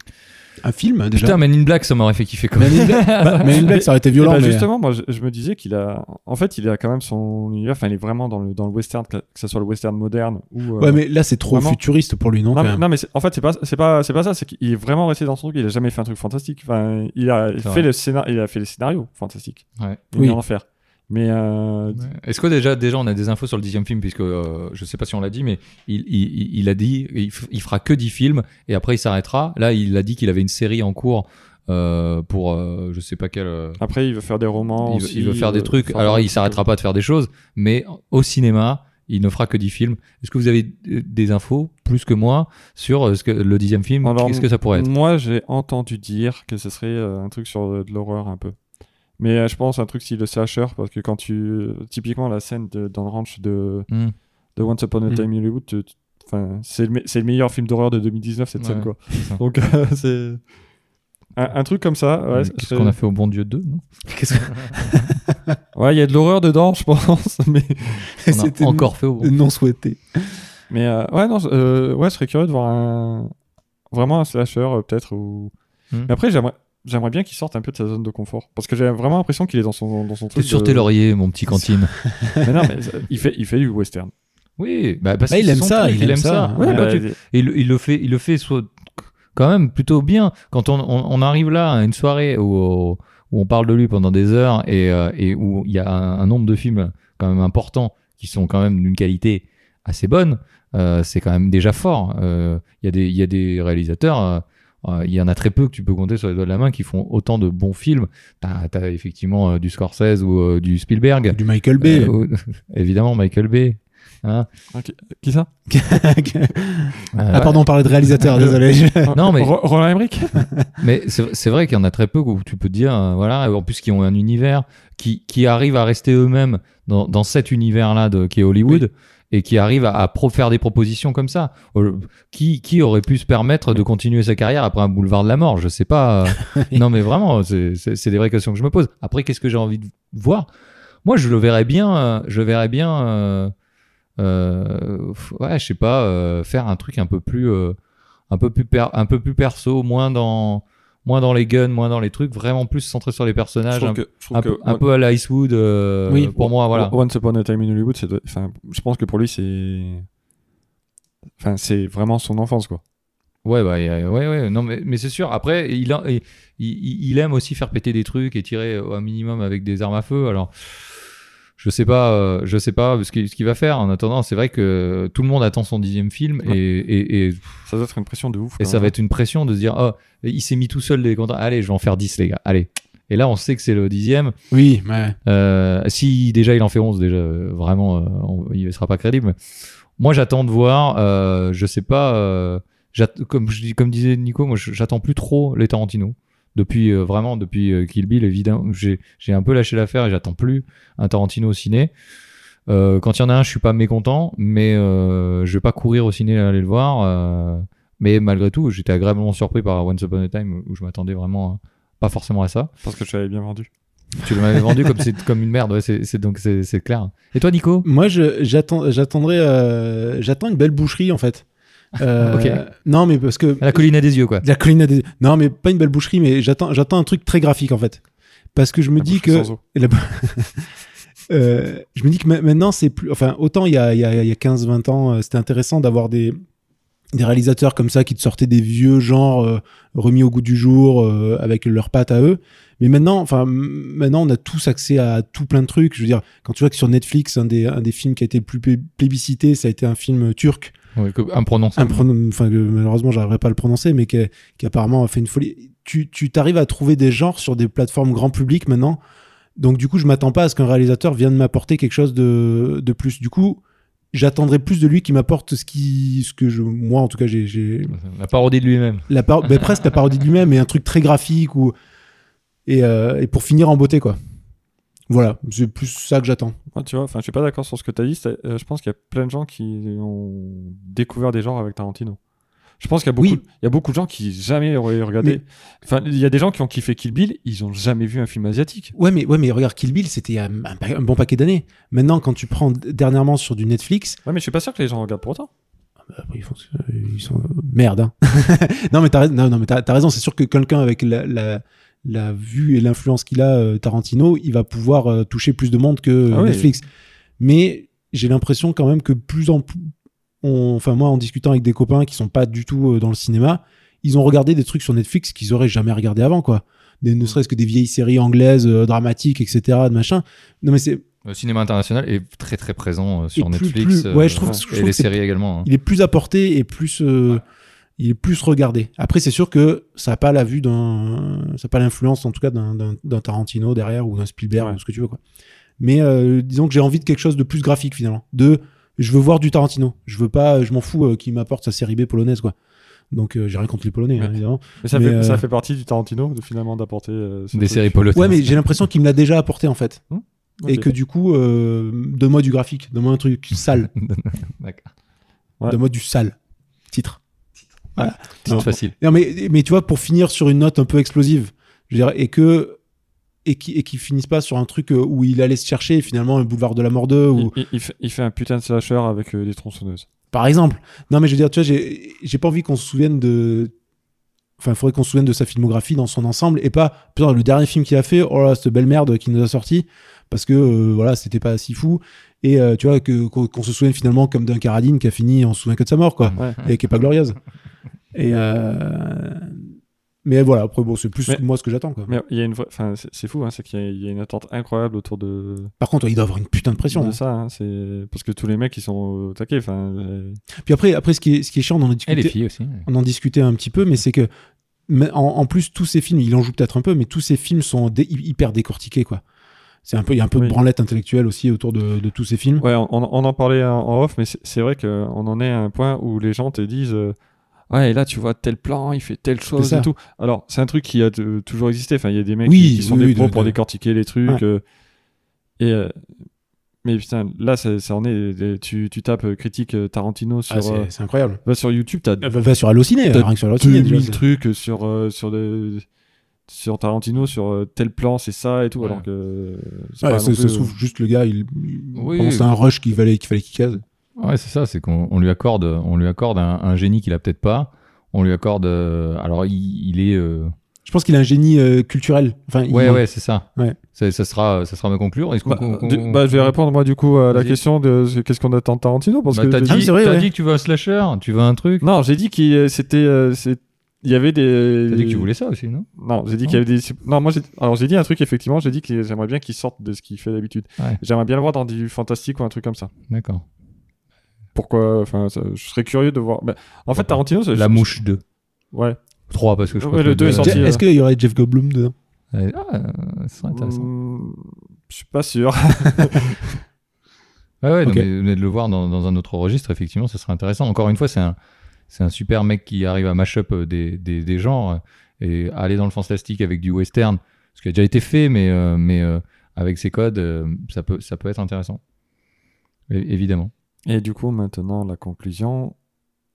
S1: Eh
S2: Un film déjà.
S3: Putain, Men in Black, ça m'aurait fait kiffer quand même.
S2: Mais une blague, mais une blague, ça aurait été violent.
S1: Eh ben,
S2: mais-
S1: Justement, moi, je, je me disais qu'il a, en fait, il a quand même son univers. Enfin, il est vraiment dans le dans le western, que que ce soit le western moderne ou. euh,
S2: Ouais, mais là, c'est trop
S1: Vraiment.
S2: futuriste pour lui, non,
S1: Non,
S2: quand
S1: mais,
S2: même
S1: non, mais c'est- en fait, c'est pas c'est pas c'est pas ça. C'est qu'il est vraiment resté dans son truc. Il a jamais fait un truc fantastique. Enfin, il a
S3: C'est
S1: fait
S3: vrai.
S1: le scénar, il a fait les scénarios fantastiques.
S3: Ouais.
S1: Il
S2: Oui.
S1: en enfer. Mais euh,
S3: Ouais. Est-ce que déjà, déjà on a des infos sur le dixième film puisque euh, je sais pas si on l'a dit mais il, il, il a dit il, f- il fera que dix films et après il s'arrêtera. Là il a dit qu'il avait une série en cours euh, pour euh, je sais pas quel. euh,
S1: après, il veut faire des romans.
S3: il, veut-
S1: aussi,
S3: il veut faire
S1: euh,
S3: des trucs.
S1: enfin,
S3: Alors
S1: des
S3: il
S1: trucs,
S3: s'arrêtera pas de faire des choses mais au cinéma il ne fera que dix films. Est-ce que vous avez euh, des infos plus que moi sur euh, ce que le dixième film
S1: Alors,
S3: Qu'est-ce que ça pourrait être
S1: Moi, j'ai entendu dire que ce serait euh, un truc sur euh, de l'horreur un peu. Mais euh, je pense un truc style le slasher, parce que quand tu. euh, Typiquement, la scène de- dans le ranch de,
S3: Hmm.
S1: de Once Upon a
S2: Mm.
S1: Time in Hollywood, tu- tu- 'fin, c'est le, me- c'est le meilleur film d'horreur de 2019, cette
S3: Ouais,
S1: scène, quoi.
S3: ça.
S1: Donc, euh, c'est. Un, un truc comme ça, ouais.
S3: Mais Euh,
S1: ce
S3: Hmm, Qu'est-ce
S1: serait-
S3: qu'on a fait au bon Dieu 2 non Qu'est-ce qu'on
S1: Ouais, il y a de l'horreur dedans, je pense. Mais,
S2: C'était
S3: a encore fait au bon
S2: non souhaité.
S1: mais euh, ouais, non, je- euh, ouais, je serais curieux de voir un. Vraiment un slasher, euh, peut-être, ou.
S3: Mm.
S1: Mais après, j'aimerais. J'aimerais bien qu'il sorte un peu de sa zone de confort. Parce que j'ai vraiment l'impression qu'il est dans son, dans son
S3: T'es
S1: truc.
S3: sur
S1: de-
S3: tes lauriers, mon petit cantine.
S1: Mais non, mais ça- il, fait, il fait du western.
S3: Oui, bah parce
S2: Bah, il
S3: que c'est
S2: aime
S3: son
S2: ça,
S3: truc,
S2: il aime ça. Ouais,
S3: Ouais, bah,
S1: bah,
S3: tu-
S1: il-
S3: Et il, il le fait, il le fait soit- quand même plutôt bien. Quand on, on- on arrive là à une soirée où, où on parle de lui pendant des heures et, euh, et où il y a un, un nombre de films quand même importants qui sont quand même d'une qualité assez bonne, euh, c'est quand même déjà fort. Euh, Il y, a des- il y a des réalisateurs, euh, euh, il y en a très peu que tu peux compter sur les doigts de la main qui font autant de bons films. T'as as effectivement euh, du Scorsese ou euh, du Spielberg.
S2: Du Michael Bay.
S3: Euh, ou- évidemment, Michael Bay. Hein
S1: Hein, qui, qui ça
S3: Euh,
S2: ah, pardon, on parlait de réalisateur, désolé.
S3: Non, mais-
S1: Ro- Roland Emmerich
S3: Mais c'est c'est vrai qu'il y en a très peu où tu peux te dire, euh, voilà, en plus qui ont un univers, qui, qui arrivent à rester eux-mêmes dans, dans cet univers-là de- qui est Hollywood, et qui arrivent à, à pro- faire des propositions comme ça. Euh, Qui, qui aurait pu se permettre de continuer sa carrière après un boulevard de la mort Je sais pas. euh, non, mais vraiment, c'est- c'est c'est des vraies questions que je me pose. Après, qu'est-ce que j'ai envie de voir Moi, je le verrais bien, euh, je le verrais bien, euh, euh, ouais, je sais pas, euh, faire un truc un peu plus. euh, un peu plus per- un peu plus perso, moins dans moins dans les guns, moins dans les trucs, vraiment plus centré sur les
S1: Je
S3: personnages,
S1: trouve
S3: un,
S1: que, je trouve
S3: Ah, un
S1: que
S3: peu- un peu à la Icewood euh,
S2: Oui.
S3: pour moi voilà.
S1: Once Upon a Time in Hollywood, c'est de- enfin, je pense que pour lui, c'est. Enfin, c'est vraiment son enfance, quoi.
S3: Ouais bah euh, ouais ouais non mais, mais c'est sûr après il, a- il il- il aime aussi faire péter des trucs et tirer euh, un minimum avec des armes à feu alors je sais pas euh, je sais pas ce qu'il ce qu'il va faire en attendant c'est vrai que tout le monde attend son dixième film
S1: Ouais.
S3: et- et- et
S1: Ça doit être une pression de ouf. hein,
S3: Et ça va être une pression de se dire, oh, il s'est mis tout seul les contrats. Allez, je vais en faire 10, les gars. Allez. Et là, on sait que c'est le dixième.
S2: Oui, ouais.
S3: Euh, si déjà il en fait 11, déjà, euh, vraiment, euh, on- il ne sera pas crédible. Moi, j'attends de voir. Euh, je sais pas. euh, j'att- comme, je, dis- comme disait Nico, moi, je- j'attends plus trop les Tarantino. Depuis, euh, vraiment, depuis euh, Kill Bill, évidemment, j'ai j'ai un peu lâché l'affaire et j'attends plus un Tarantino au ciné. Euh, quand il y en a un, je suis pas mécontent, mais euh, je vais pas courir au ciné à aller le voir. euh, mais malgré tout, j'étais agréablement surpris par Once Upon a Time où je m'attendais vraiment euh, pas forcément à ça.
S1: Parce que je l'avais bien vendu.
S3: Tu m'avais vendu comme, c'est- comme une merde, ouais, c'est c'est- donc c'est c'est clair. Et toi, Nico
S2: Moi, je- j'attends, j'attendrai, euh, j'attends une belle boucherie en fait. Euh,
S3: Ok.
S2: Non, mais parce que
S3: À La colline a des yeux, quoi.
S2: la colline a des. Non, mais pas une belle boucherie, mais j'attends, j'attends un truc très graphique en fait. Parce que je me
S1: La
S2: dis
S1: bouche
S2: que.
S1: sans os.
S2: Euh, je me dis que ma- maintenant, c'est plus. Enfin, autant il y a, il y a, il y a 15-20 ans, euh, c'était intéressant d'avoir des, des réalisateurs comme ça qui te sortaient des vieux genres euh, remis au goût du jour euh, avec leurs pattes à eux. Mais maintenant, enfin, m- maintenant, on a tous accès à tout plein de trucs. Je veux dire, quand tu vois que sur Netflix, un des, un des films qui a été le plus plé- plébiscité, ça a été un film turc
S3: Ouais, que- imprononçable.
S2: un pronom- enfin que malheureusement j'arriverai pas à le prononcer mais qui, est- qui apparemment a fait une folie tu tu t'arrives à trouver des genres sur des plateformes grand public maintenant donc du coup je m'attends pas à ce qu'un réalisateur vienne m'apporter quelque chose de, de plus du coup j'attendrai plus de lui qui m'apporte ce qui ce que je moi en tout cas j'ai- j'ai
S3: La parodie de lui-même.
S2: la paro- ben, presque la parodie de lui-même mais un truc très graphique ou et, euh, et pour finir en beauté quoi voilà c'est plus ça que j'attends
S1: Moi, tu vois, enfin, je suis pas d'accord sur ce que tu as dit. c'est- euh, je pense qu'il y a plein de gens qui ont découvert des genres avec Tarantino. Je pense qu'il y, a beaucoup-
S2: Oui.
S1: il y a beaucoup de gens qui jamais auraient regardé. Enfin, il y a des gens qui ont kiffé Kill Bill, ils ont jamais vu un film asiatique.
S2: Ouais, mais, ouais, mais regarde, Kill Bill, c'était il y a un, un pa- un bon paquet d'années. Maintenant, quand tu prends d- dernièrement sur du Netflix,
S1: Ouais, mais je suis pas sûr que les gens regardent pour autant.
S2: Après, ils, font- ils sont merde. hein. non, mais t'as raison. Non, non, mais t'as- t'as raison. C'est sûr que quelqu'un avec la, la, la vue et l'influence qu'il a, euh, Tarantino, il va pouvoir euh, toucher plus de monde que euh,
S1: Ah oui.
S2: Netflix. Mais j'ai l'impression quand même que plus en plus, on- enfin moi, en discutant avec des copains qui sont pas du tout euh, dans le cinéma, ils ont regardé des trucs sur Netflix qu'ils auraient jamais regardé avant, quoi. Des- ne serait-ce que des vieilles séries anglaises, euh, dramatiques, etc., de machin. Non, mais c'est,
S3: Le cinéma international est très très présent euh, sur
S2: Et plus-
S3: Netflix.
S2: plus- ouais, je trouve- je trouve
S3: et
S2: que
S3: les
S2: c'est-
S3: séries également. hein.
S2: il est plus apporté et plus euh, il est plus regardé. Après c'est sûr que ça n'a pas la vue d'un ça a pas l'influence en tout cas d'un- d'un d'un Tarantino derrière ou d'un Spielberg
S1: Ouais.
S2: ou ce que tu veux quoi. Mais euh, disons que j'ai envie de quelque chose de plus graphique finalement. De je veux voir du Tarantino. Je veux pas je m'en fous euh, qu'il m'apporte sa série B polonaise quoi. Donc euh, j'ai rien contre les polonais hein,
S1: Ouais.
S2: évidemment.
S1: Mais ça,
S2: Mais,
S1: fait,
S2: euh,
S1: ça fait partie du Tarantino, de, finalement, d'apporter. euh, ce
S3: Des
S1: truc.
S3: séries polonaises.
S2: Ouais mais j'ai l'impression qu'il me l'a déjà apporté en fait
S1: Ok.
S2: et que du coup euh, donne-moi du graphique, donne-moi un truc sale,
S3: D'accord.
S1: Ouais.
S2: donne-moi du sale. Titre.
S3: C'est
S2: Non.
S3: facile.
S2: Non, mais, mais tu vois, pour finir sur une note un peu explosive, je veux dire, et que et qui et qui finissent pas sur un truc euh, où il allait se chercher finalement un boulevard de la mort 2
S1: Il,
S2: ou
S1: il- il fait, il fait un putain de slasher avec euh, des tronçonneuses.
S2: par exemple. Non, mais je veux dire, tu vois, j'ai j'ai pas envie qu'on se souvienne de enfin, il faudrait qu'on se souvienne de sa filmographie dans son ensemble et pas putain, le dernier film qu'il a fait, oh là, cette belle merde qu'il nous a sorti parce que euh, voilà, c'était pas si fou et euh, tu vois que qu'on qu'on se souvienne finalement comme d'un Caradine qui a fini on se souvient que de sa mort quoi
S1: Ouais.
S2: et qui est pas glorieuse. Et euh, mais voilà, après bon, c'est plus
S1: Mais-
S2: moi ce que j'attends quoi.
S1: Mais il y a une vraie- enfin, c'est c'est fou, hein, c'est qu'il y, a- il y a une attente incroyable autour de,
S2: Par contre, il doit avoir une putain de pression.
S1: de
S2: hein.
S1: ça. hein, c'est parce que tous les mecs ils sont au taquet. Enfin, euh,
S2: Puis hein. après, après ce, qui est, ce qui est chiant, on en
S3: Et les
S2: discutait,
S3: filles aussi. ouais.
S2: on en discutait un petit peu, mais c'est que mais en, en plus, tous ces films, il en joue peut-être un peu, mais tous ces films sont dé- hyper décortiqués, quoi. C'est un peu, il y a un peu
S1: Oui.
S2: de branlette intellectuelle aussi autour de, de tous ces films.
S1: Ouais, on, on en parlait en, en off, mais c'est c'est vrai qu'on en est à un point où les gens te disent euh, Ouais, et là, tu vois tel plan, il fait telle chose
S2: ça.
S1: et tout. Alors, c'est un truc qui a de- toujours existé. Enfin, il y a des mecs
S2: Oui,
S1: qui, qui sont
S2: oui,
S1: des
S2: oui,
S1: pros
S2: de-
S1: pour
S2: de-
S1: décortiquer les trucs.
S2: Ouais.
S1: euh, et, euh, mais putain, là, ça, ça en est. des- Tu, tu tapes euh, critique euh, Tarantino sur,
S2: Ah,
S1: euh,
S2: c'est c'est incroyable.
S1: va sur YouTube, t'as
S2: Euh, Va, va sur Allociné,
S1: T'as
S2: euh, rien que sur Allociné.
S1: 2000
S2: déjà,
S1: trucs euh, sur, euh, sur, le- sur Tarantino, sur euh, tel plan, c'est ça et tout.
S3: Ouais.
S1: Alors que. euh, c'est
S2: c'est- Ouais,
S1: pas non
S2: ça,
S1: plus,
S2: ça se trouve, juste le gars, il, il
S3: Oui.
S2: pense à un rush qu'il fallait qu'il fallait qu'il case.
S3: Ouais, c'est ça, c'est qu'on on lui accorde, on lui accorde un, un génie qu'il a peut-être pas. On lui accorde. euh, alors, il, il est. euh,
S2: Je pense qu'il a un génie euh, culturel. Enfin, il-
S3: Ouais, ouais, c'est ça.
S2: Ouais.
S3: Ça, ça sera, ça sera ma conclure. Est-ce qu'on-
S1: Bah,
S3: qu'on- qu'on-
S1: du- bah, je vais répondre moi du coup à la
S3: Vas-y.
S1: question de ce- qu'est-ce qu'on attend de Tarantino parce
S3: Bah,
S1: que
S3: t'as
S1: j'ai
S3: dit,
S2: Ah, c'est vrai,
S3: t'as
S2: ouais.
S3: dit que tu veux un slasher, tu veux un truc.
S1: non j'ai dit qu'il euh, c'était euh, c'est- il y avait des
S3: T'as dit que
S2: Euh,
S3: tu voulais ça aussi, non
S1: non j'ai dit qu'il y avait des non moi j'ai alors j'ai dit un truc effectivement j'ai dit que j'aimerais bien qu'il sorte de ce qu'il fait d'habitude
S3: Ouais.
S1: j'aimerais bien le voir dans du fantastique ou un truc comme ça
S3: D'accord.
S1: pourquoi enfin ça- je serais curieux de voir Mais en fait
S3: Pourquoi
S1: Tarantino ça-
S3: La mouche 2.
S1: ouais
S3: 3, parce que je
S1: Ouais,
S3: crois que
S1: le deux est
S3: deux-
S1: sorti,
S2: Je-
S1: euh,
S2: Est-ce qu'il y aurait Jeff Goldblum dedans
S3: Ouais, Ah, euh, ce serait intéressant.
S1: Hmm, je suis pas sûr
S3: Ouais, ouais, non,
S2: Ok.
S3: mais, mais de le voir dans, dans un autre registre, effectivement, ce serait intéressant. Encore une fois, c'est un, c'est un super mec qui arrive à mash-up euh, des, des, des genres euh, et à aller dans le fantastique avec du western, ce qui a déjà été fait, mais, euh, mais euh, avec ses codes, euh, ça, peut, ça peut être intéressant. É- évidemment.
S1: et du coup maintenant la conclusion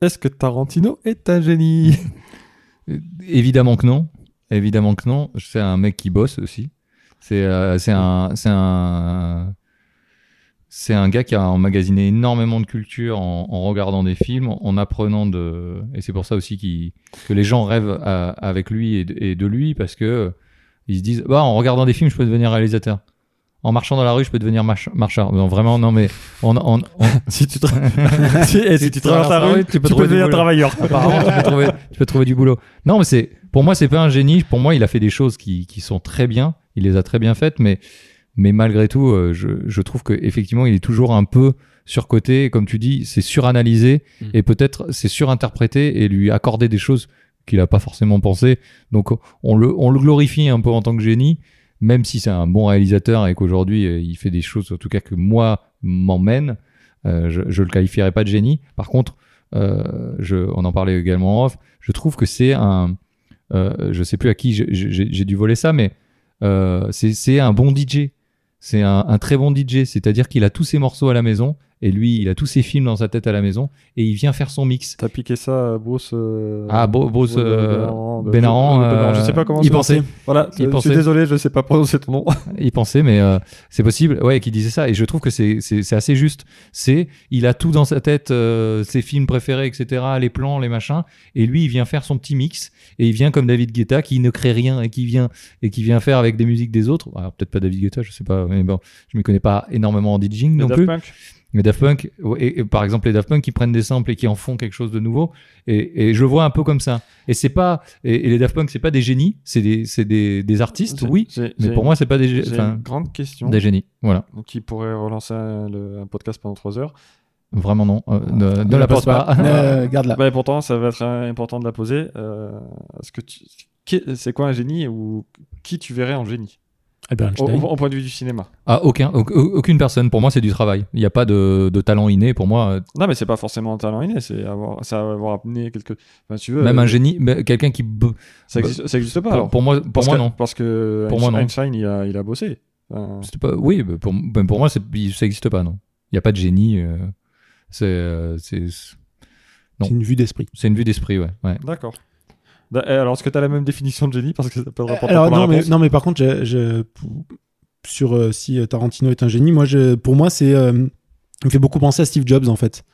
S1: est-ce que Tarantino est un génie
S3: Euh, Évidemment que non. Évidemment que non. C'est un mec qui bosse aussi. C'est euh, c'est un c'est un c'est un gars qui a emmagasiné énormément de culture en, en regardant des films, en apprenant de et c'est pour ça aussi qu'il- que les gens rêvent à- avec lui et de, et de lui parce que euh, ils se disent bah en regardant des films je peux devenir réalisateur. En marchant dans la rue, je peux devenir mach- marcheur. Non, vraiment, non, mais on, on,
S1: si tu tra- si, eh, si
S3: Si
S1: tu traverses la rue tu peux
S3: trouver du
S1: devenir
S3: boulot.
S1: travailleur
S3: Apparemment, tu peux, trouver, tu peux trouver du boulot. Non, mais c'est pour moi, c'est pas un génie. Pour moi, il a fait des choses qui, qui sont très bien. Il les a très bien faites, mais mais malgré tout, euh, je, je trouve que effectivement, il est toujours un peu surcoté. Comme tu dis, c'est suranalysé
S2: Mm.
S3: et peut-être c'est surinterprété et lui accorder des choses qu'il a pas forcément pensé. Donc on le on le glorifie un peu en tant que génie, même si c'est un bon réalisateur et qu'aujourd'hui euh, il fait des choses, en tout cas que moi m'emmène. Euh, je, je le qualifierais pas de génie. Par contre, euh, je, on en parlait également en off, je trouve que c'est un. Euh, je sais plus à qui j'ai- j'ai j'ai dû voler ça, mais euh, c'est- c'est un bon DJ. C'est un, un très bon DJ, c'est-à-dire qu'il a tous ses morceaux à la maison, et lui, il a tous ses films dans sa tête à la maison, et il vient faire son mix.
S1: T'as piqué ça à Bruce. euh,
S3: Ah, Bru- Bruce,
S1: Bruce, euh,
S3: euh,
S1: Benaran, de-
S3: Benaran,
S1: de- de-
S3: euh,
S1: je sais pas comment
S3: il
S1: c'est-
S3: pensait.
S1: Voilà,
S3: il
S1: je
S3: pensait.
S1: suis désolé, je sais pas prononcer ton nom.
S3: y penser, mais euh, c'est possible. Ouais, qui disait ça. Et je trouve que c'est c'est- c'est assez juste. C'est, il a tout dans sa tête, euh, ses films préférés, etc., les plans, les machins. Et lui, il vient faire son petit mix. Et il vient comme David Guetta, qui ne crée rien et qui vient et qui vient faire avec des musiques des autres. Alors peut-être pas David Guetta, je sais pas. Mais bon, je m'y connais pas énormément en DJing non
S1: Daft
S3: plus.
S1: Punk.
S3: Mais Daft Punk, ouais, et, et par exemple les Daft Punk qui prennent des samples et qui en font quelque chose de nouveau, et, et je le vois un peu comme ça. Et c'est pas, et, et les Daft Punk c'est pas des génies, c'est des, c'est des, des artistes,
S1: J'ai-
S3: oui,
S1: j'ai-
S3: mais
S1: j'ai-
S3: pour moi c'est pas des, gé-
S1: j'ai
S3: enfin,
S1: une grande question
S3: des génies, voilà.
S1: qui pourrait relancer un, le- un podcast pendant 3 heures.
S3: Vraiment non. Euh, ne, ne la
S2: passe
S3: porte pas.
S2: Euh,
S3: Ah.
S2: garde la
S1: Bah, et pourtant, ça va être euh, important de la poser. Euh, Est-ce que tu- qu'est- c'est quoi un génie ou qui tu verrais en génie
S2: Albert
S1: au,
S2: Einstein.
S1: au- au point de vue du cinéma
S3: Ah, aucun, au- au- aucune personne. Pour moi c'est du travail. Il n'y a pas de, de talent inné. Pour moi, euh,
S1: Non, mais c'est pas forcément un talent inné, c'est avoir, ça va avoir amené quelque. Enfin, tu veux,
S3: même
S1: euh,
S3: un génie, mais quelqu'un qui, b-
S1: ça existe, ça existe pas.
S3: pour,
S1: alors.
S3: pour moi, pour
S1: Parce
S3: moi
S1: que-
S3: non.
S1: Parce que
S3: Pour moi, non.
S1: Einstein, il a, il a bossé. Enfin,
S3: C'est pas- oui, bah, pour, bah, pour moi, c'est- il- ça n'existe pas, non. Il n'y a pas de génie. euh, c'est, euh, c'est, non.
S2: C'est une vue d'esprit.
S3: c'est une vue d'esprit, ouais. ouais.
S1: D'accord. Da- eh, Alors, est-ce que tu as la même définition de génie Parce que ça peut rapporter
S2: Euh, Alors
S1: pour la
S2: non mais,
S1: réponse.
S2: non mais par contre, je, je- sur euh, si euh, Tarantino est un génie, moi je, pour moi c'est, euh, il me fait beaucoup penser à Steve Jobs en fait,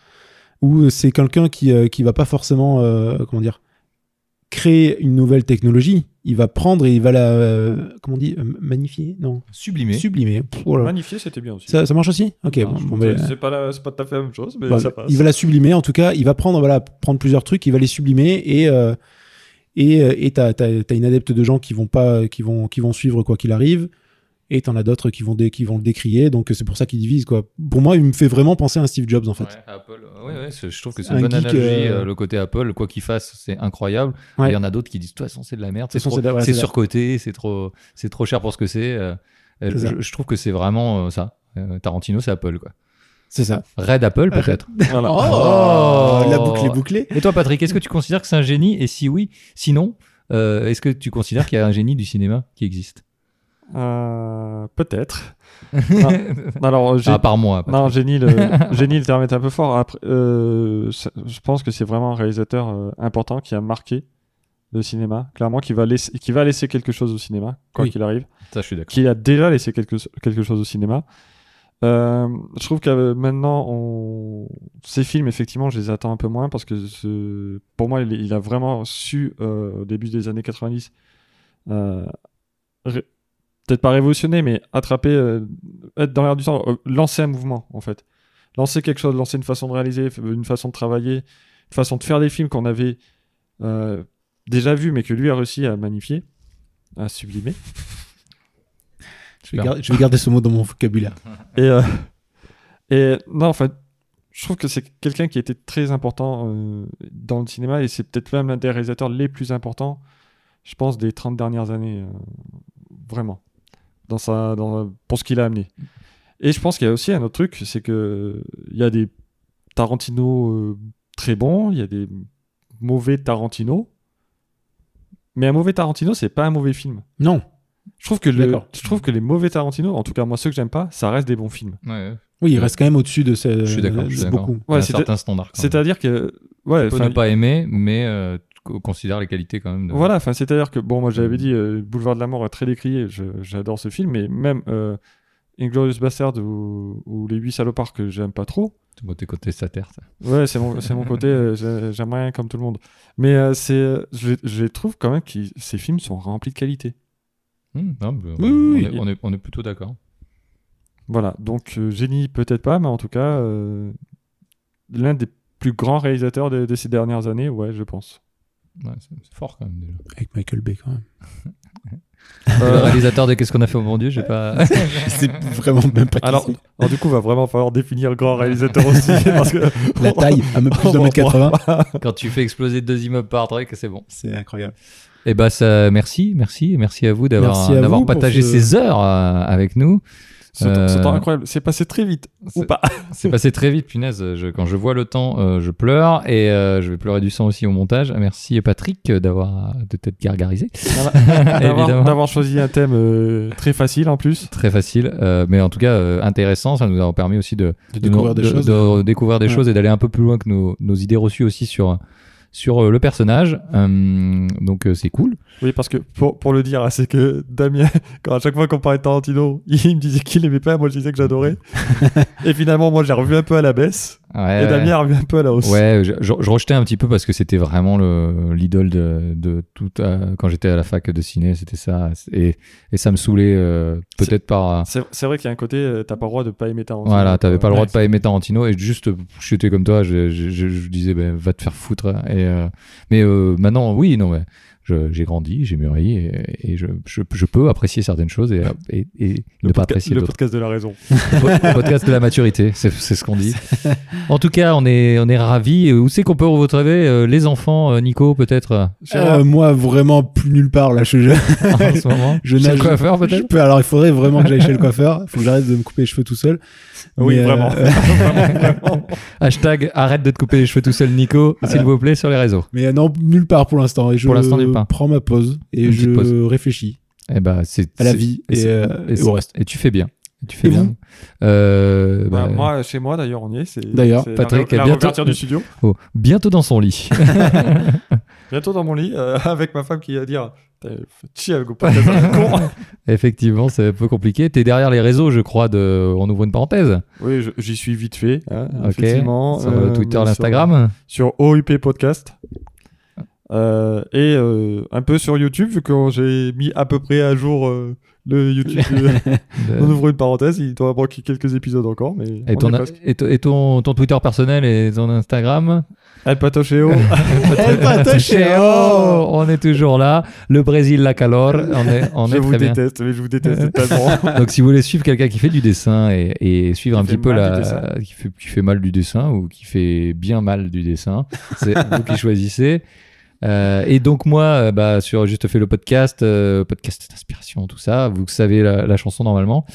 S2: où euh, c'est quelqu'un qui euh, qui va pas forcément euh, comment dire créer une nouvelle technologie, il va prendre et il va la euh, comment on dit euh, magnifier non
S3: Sublimé.
S2: sublimer. Pff, oh là là.
S1: Magnifié, c'était bien aussi.
S2: Ça, ça marche aussi Ok.
S1: Non,
S2: bon,
S1: je-
S2: bon, ben,
S1: c'est, pas la- c'est pas tout à fait la même chose, mais
S2: Bah,
S1: Euh, ça passe.
S2: il va la sublimer en tout cas il va prendre voilà prendre plusieurs trucs il va les sublimer et euh, et euh, et t'as, t'as- t'as une adepte de gens qui vont pas qui vont qui vont suivre quoi qu'il arrive et t'en as d'autres qui vont dé- qui vont le décrier donc c'est pour ça qu'il divise quoi pour moi il me fait vraiment penser à un Steve Jobs en fait
S3: Ouais, Apple, euh, ouais, ouais, c'est- je trouve que c'est
S2: Un
S3: une bonne
S2: geek,
S3: analogie.
S2: euh,
S3: euh, Le côté Apple, quoi qu'ils fassent, c'est incroyable. Et
S2: Ouais.
S3: Il y en a d'autres qui disent, de toute façon, c'est de la merde,
S2: De
S3: c'est
S2: toute façon,
S3: trop-
S2: c'est de la- ouais,
S3: c'est
S2: c'est de la-
S3: surcoté, c'est trop, c'est trop cher pour ce que c'est. euh, euh,
S2: C'est ça.
S3: je, je trouve que c'est vraiment euh, ça. Euh, Tarantino, c'est Apple, quoi.
S2: c'est ça
S3: Red Apple, peut-être.
S1: Voilà.
S3: Oh.
S2: la boucle est bouclée
S3: Et toi, Patrick, est-ce que tu considères que c'est un génie Et si oui, sinon, euh, est-ce que tu considères qu'il y a un génie du cinéma qui existe
S1: Euh, peut-être. Non, Alors, j'ai
S2: Ah,
S3: À part moi. Patrick.
S1: Non, génie, le, génie, le terme est un peu fort. Après, euh, ça- je pense que c'est vraiment un réalisateur euh, important qui a marqué le cinéma, clairement, qui va laisser, qui va laisser quelque chose au cinéma, quoi
S2: Oui.
S1: qu'il arrive,
S3: Ça, je suis d'accord.
S1: qui a déjà laissé quelque, quelque chose au cinéma. Euh, je trouve que euh, maintenant, on... ces films, effectivement, je les attends un peu moins parce que ce- pour moi, il, il a vraiment su, euh, au début des années 90, euh, ré- peut-être pas révolutionner, mais attraper, euh, être dans l'air du temps, euh, lancer un mouvement, en fait. Lancer quelque chose, lancer une façon de réaliser, f- une façon de travailler, une façon de faire des films qu'on avait euh, déjà vus, mais que lui a réussi à magnifier, à sublimer.
S2: je vais, garder, je vais garder ce mot dans mon vocabulaire
S1: Et, euh, et non, enfin, je trouve que c'est quelqu'un qui était très important euh, dans le cinéma et c'est peut-être même l'un des réalisateurs les plus importants, je pense, des 30 dernières années. euh, vraiment. Dans sa, dans, pour ce qu'il a amené. Et je pense qu'il y a aussi un autre truc, c'est que il y a des Tarantino euh, très bons, il y a des mauvais Tarantino. Mais un mauvais Tarantino, c'est pas un mauvais film.
S2: non
S1: Je trouve que le,
S2: D'accord.
S1: je trouve que les mauvais Tarantino, en tout cas moi ceux que j'aime pas, ça reste des bons films.
S3: Ouais, ouais.
S2: oui il reste quand même au-dessus de ce
S3: Je suis d'accord. Je suis
S2: de
S3: d'accord. Il
S2: beaucoup
S3: y a
S1: Ouais,
S3: un
S1: c'est-
S3: certain standard. quand même.
S1: C'est-à-dire que ouais,
S3: Tu peux
S1: enfin,
S3: ne pas aimer, mais euh, tu co- considères les qualités quand même. de-
S1: voilà, enfin c'est-à-dire que bon moi j'avais dit euh, Boulevard de la mort est très décrié, je- j'adore ce film, mais même euh, Inglorious Bastard ou, ou Les Huit salopards que j'aime pas trop.
S3: de côté côté satire. ça.
S1: Ouais, c'est mon, c'est mon côté, euh, j'ai- j'aime rien comme tout le monde. Mais euh, c'est, euh, je, je trouve quand même que ces films sont remplis de qualité.
S3: Hmm, non, bah,
S2: Oui,
S3: on,
S2: oui,
S3: est,
S1: oui.
S3: on est- on est plutôt d'accord.
S1: Voilà, donc euh, génie peut-être pas, mais en tout cas euh, l'un des plus grands réalisateurs de- de ces dernières années, ouais, je pense.
S3: Ouais, c'est c'est fort quand même déjà.
S2: avec Michael Bay quand même
S3: Euh, Le réalisateur de Qu'est-ce qu'on a fait au bon Dieu, j'ai pas.
S2: c'est vraiment même pas qui
S1: Alors,
S2: c'est.
S1: alors du coup, va vraiment falloir définir le grand réalisateur aussi, parce que
S2: la taille à même
S1: Oh,
S2: plus d'un mètre 80
S3: Quand tu fais exploser deux immeubles par truc, c'est bon.
S2: c'est incroyable
S3: Eh ben, ça, merci, merci, et merci à vous d'avoir
S2: Merci à
S3: d'avoir
S2: vous pour
S3: partagé
S2: ce-
S3: ces heures euh, avec nous.
S1: ce, temps- ce
S3: Euh,
S1: temps incroyable, c'est passé très vite ou
S3: C'est-
S1: pas
S3: C'est passé très vite, punaise. Je- quand je vois le temps, euh, je pleure et euh, je vais pleurer du sang aussi au montage. Merci Patrick euh, d'avoir de t'être gargarisé.
S1: D'avoir-
S3: Évidemment.
S1: d'avoir choisi un thème euh, très facile en plus.
S3: Très facile, euh, mais en tout cas euh, intéressant. Ça nous a permis aussi de,
S2: de découvrir des
S3: de-
S2: choses
S3: de découvrir des
S2: Ouais.
S3: choses et d'aller un peu plus loin que nos, nos idées reçues aussi sur sur euh, le personnage. Hum, donc euh, c'est cool.
S1: Oui, parce que pour, pour le dire, hein, c'est que Damien, quand à chaque fois qu'on parlait de Tarantino, il me disait qu'il aimait pas, moi je disais que j'adorais. Et finalement, moi j'ai revu un peu à la baisse,
S3: Ouais,
S1: et Damien a revu un peu à la hausse.
S3: Ouais, je, je- je rejetais un petit peu parce que c'était vraiment le- l'idole de, de tout. euh, quand j'étais à la fac de ciné, c'était ça. Et, et ça me saoulait euh, peut-être par. euh,
S1: C'est c'est vrai qu'il y a un côté, euh, t'as pas le droit de pas aimer Tarantino.
S3: voilà, t'avais pas le droit de
S1: Ouais,
S3: pas aimer Tarantino et juste, euh, j'étais comme toi, je, je- je- je disais, ben, va te faire foutre. Et, euh, mais euh, maintenant, oui, non, mais je- j'ai grandi, j'ai mûri et, et je, je- je peux apprécier certaines choses et, et, et
S1: le
S3: ne pas
S1: podca-
S3: apprécier
S1: Le
S3: d'autres.
S1: podcast de la raison.
S3: Po- podcast de la maturité, c'est c'est ce qu'on dit. En tout cas, on est, on est ravis. Et Où c'est qu'on peut vous retrouver euh, les enfants, euh, Nico, peut-être euh,
S1: Gérard,
S2: Euh, moi vraiment plus nulle part là je
S3: en ce moment
S2: Euh, Je
S3: Chez le
S2: nage-
S3: coiffeur,
S2: Je
S3: peut-être
S2: peux, alors il faudrait vraiment que j'aille chez le coiffeur. Il faut que j'arrête de me couper les cheveux tout seul.
S1: oui,
S2: Mais, euh,
S1: vraiment. Ah
S2: euh,
S1: Vraiment, vraiment.
S3: Hashtag arrête de te couper les cheveux tout seul, Nico, s'il vous plaît, sur les réseaux.
S2: mais euh, non, nulle part pour l'instant. Et je
S3: Pour l'instant, nulle part.
S2: prends ma pause et
S3: Une petite
S2: je
S3: pause.
S2: réfléchis
S3: Eh ben, c'est
S2: à la
S3: c'est-
S2: vie
S3: et
S2: et,
S3: c'est-
S2: euh,
S3: et
S2: et
S3: c'est-
S2: au reste.
S3: Et tu fais bien. Et tu fais
S2: Et
S3: bien.
S2: vous
S3: Euh,
S1: Bah,
S3: bah,
S1: moi, chez moi d'ailleurs, on y est. c'est-
S2: D'ailleurs,
S1: c'est
S3: Patrick, à
S1: la, la
S3: bientôt.
S1: réouverture du studio.
S3: oh, bientôt dans son lit.
S1: Bientôt dans mon lit, euh, avec ma femme qui va dire T'as- Chi avec pas con.
S3: Effectivement, c'est un peu compliqué. T'es derrière les réseaux, je crois. De... On ouvre une parenthèse.
S1: Oui, je- j'y suis vite fait. hein,
S3: Ok.
S1: effectivement,
S3: Sur
S1: euh,
S3: euh, Twitter,
S1: sur-
S3: l'Instagram.
S1: Sur, OUP Podcast. Euh, et euh, un peu sur YouTube, vu que j'ai mis à peu près à jour euh, le YouTube. de- on
S3: Euh,
S1: ouvre une parenthèse, il doit manquer quelques épisodes encore. Mais
S3: Et,
S1: on y est
S3: ton,
S1: presque.
S3: et, ton- et ton, ton Twitter personnel et ton Instagram
S1: El Patochéo.
S2: El Patochéo
S3: Oh, on est toujours là. Le Brésil, la calor. On est, on
S1: je
S3: est
S1: vous
S3: très bien.
S1: déteste, mais je vous déteste tellement.
S3: Donc, si vous voulez suivre quelqu'un qui fait du dessin et, et suivre
S1: Qui
S3: un
S1: fait
S3: petit peu
S1: mal du dessin.
S3: la. Qui fait, qui fait mal du dessin ou qui fait bien mal du dessin, c'est vous qui choisissez. Euh, et donc, moi, euh, bah, sur Juste fait le podcast, euh, podcast d'inspiration, tout ça, vous savez la, la chanson normalement.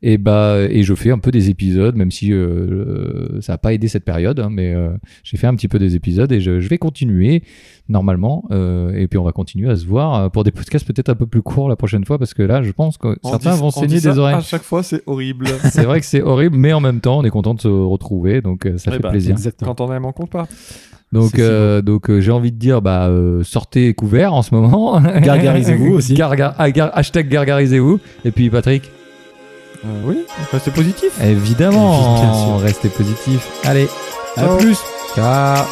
S3: Et, bah, et je fais un peu des épisodes, même si euh, ça n'a pas aidé cette période, hein, mais euh, j'ai fait un petit peu des épisodes et je, je vais continuer normalement. euh, et puis, on va continuer à se voir euh, pour des podcasts peut-être un peu plus courts la prochaine fois parce que là, je pense que
S1: On
S3: certains
S1: dit-
S3: vont
S1: on
S3: saigner
S1: dit ça Ah,
S3: des oreilles.
S1: À chaque fois, c'est horrible.
S3: C'est vrai que c'est horrible, mais en même temps, on est content de se retrouver, donc euh, ça
S1: Eh
S3: fait
S1: ben,
S3: plaisir.
S2: Exactement.
S1: Quand on aime, on compte pas.
S3: Donc,
S2: c'est si
S3: euh, donc euh, j'ai envie de dire, bah, euh, sortez couverts en ce moment.
S2: Gargarisez-vous aussi.
S3: Garga- ah, gar- hashtag gargarisez-vous. Et puis Patrick,
S1: Euh, oui, enfin, c'est positif.
S3: évidemment,
S2: Bien sûr.
S3: restez positif. Allez, à
S1: Ciao.
S3: plus. Ciao.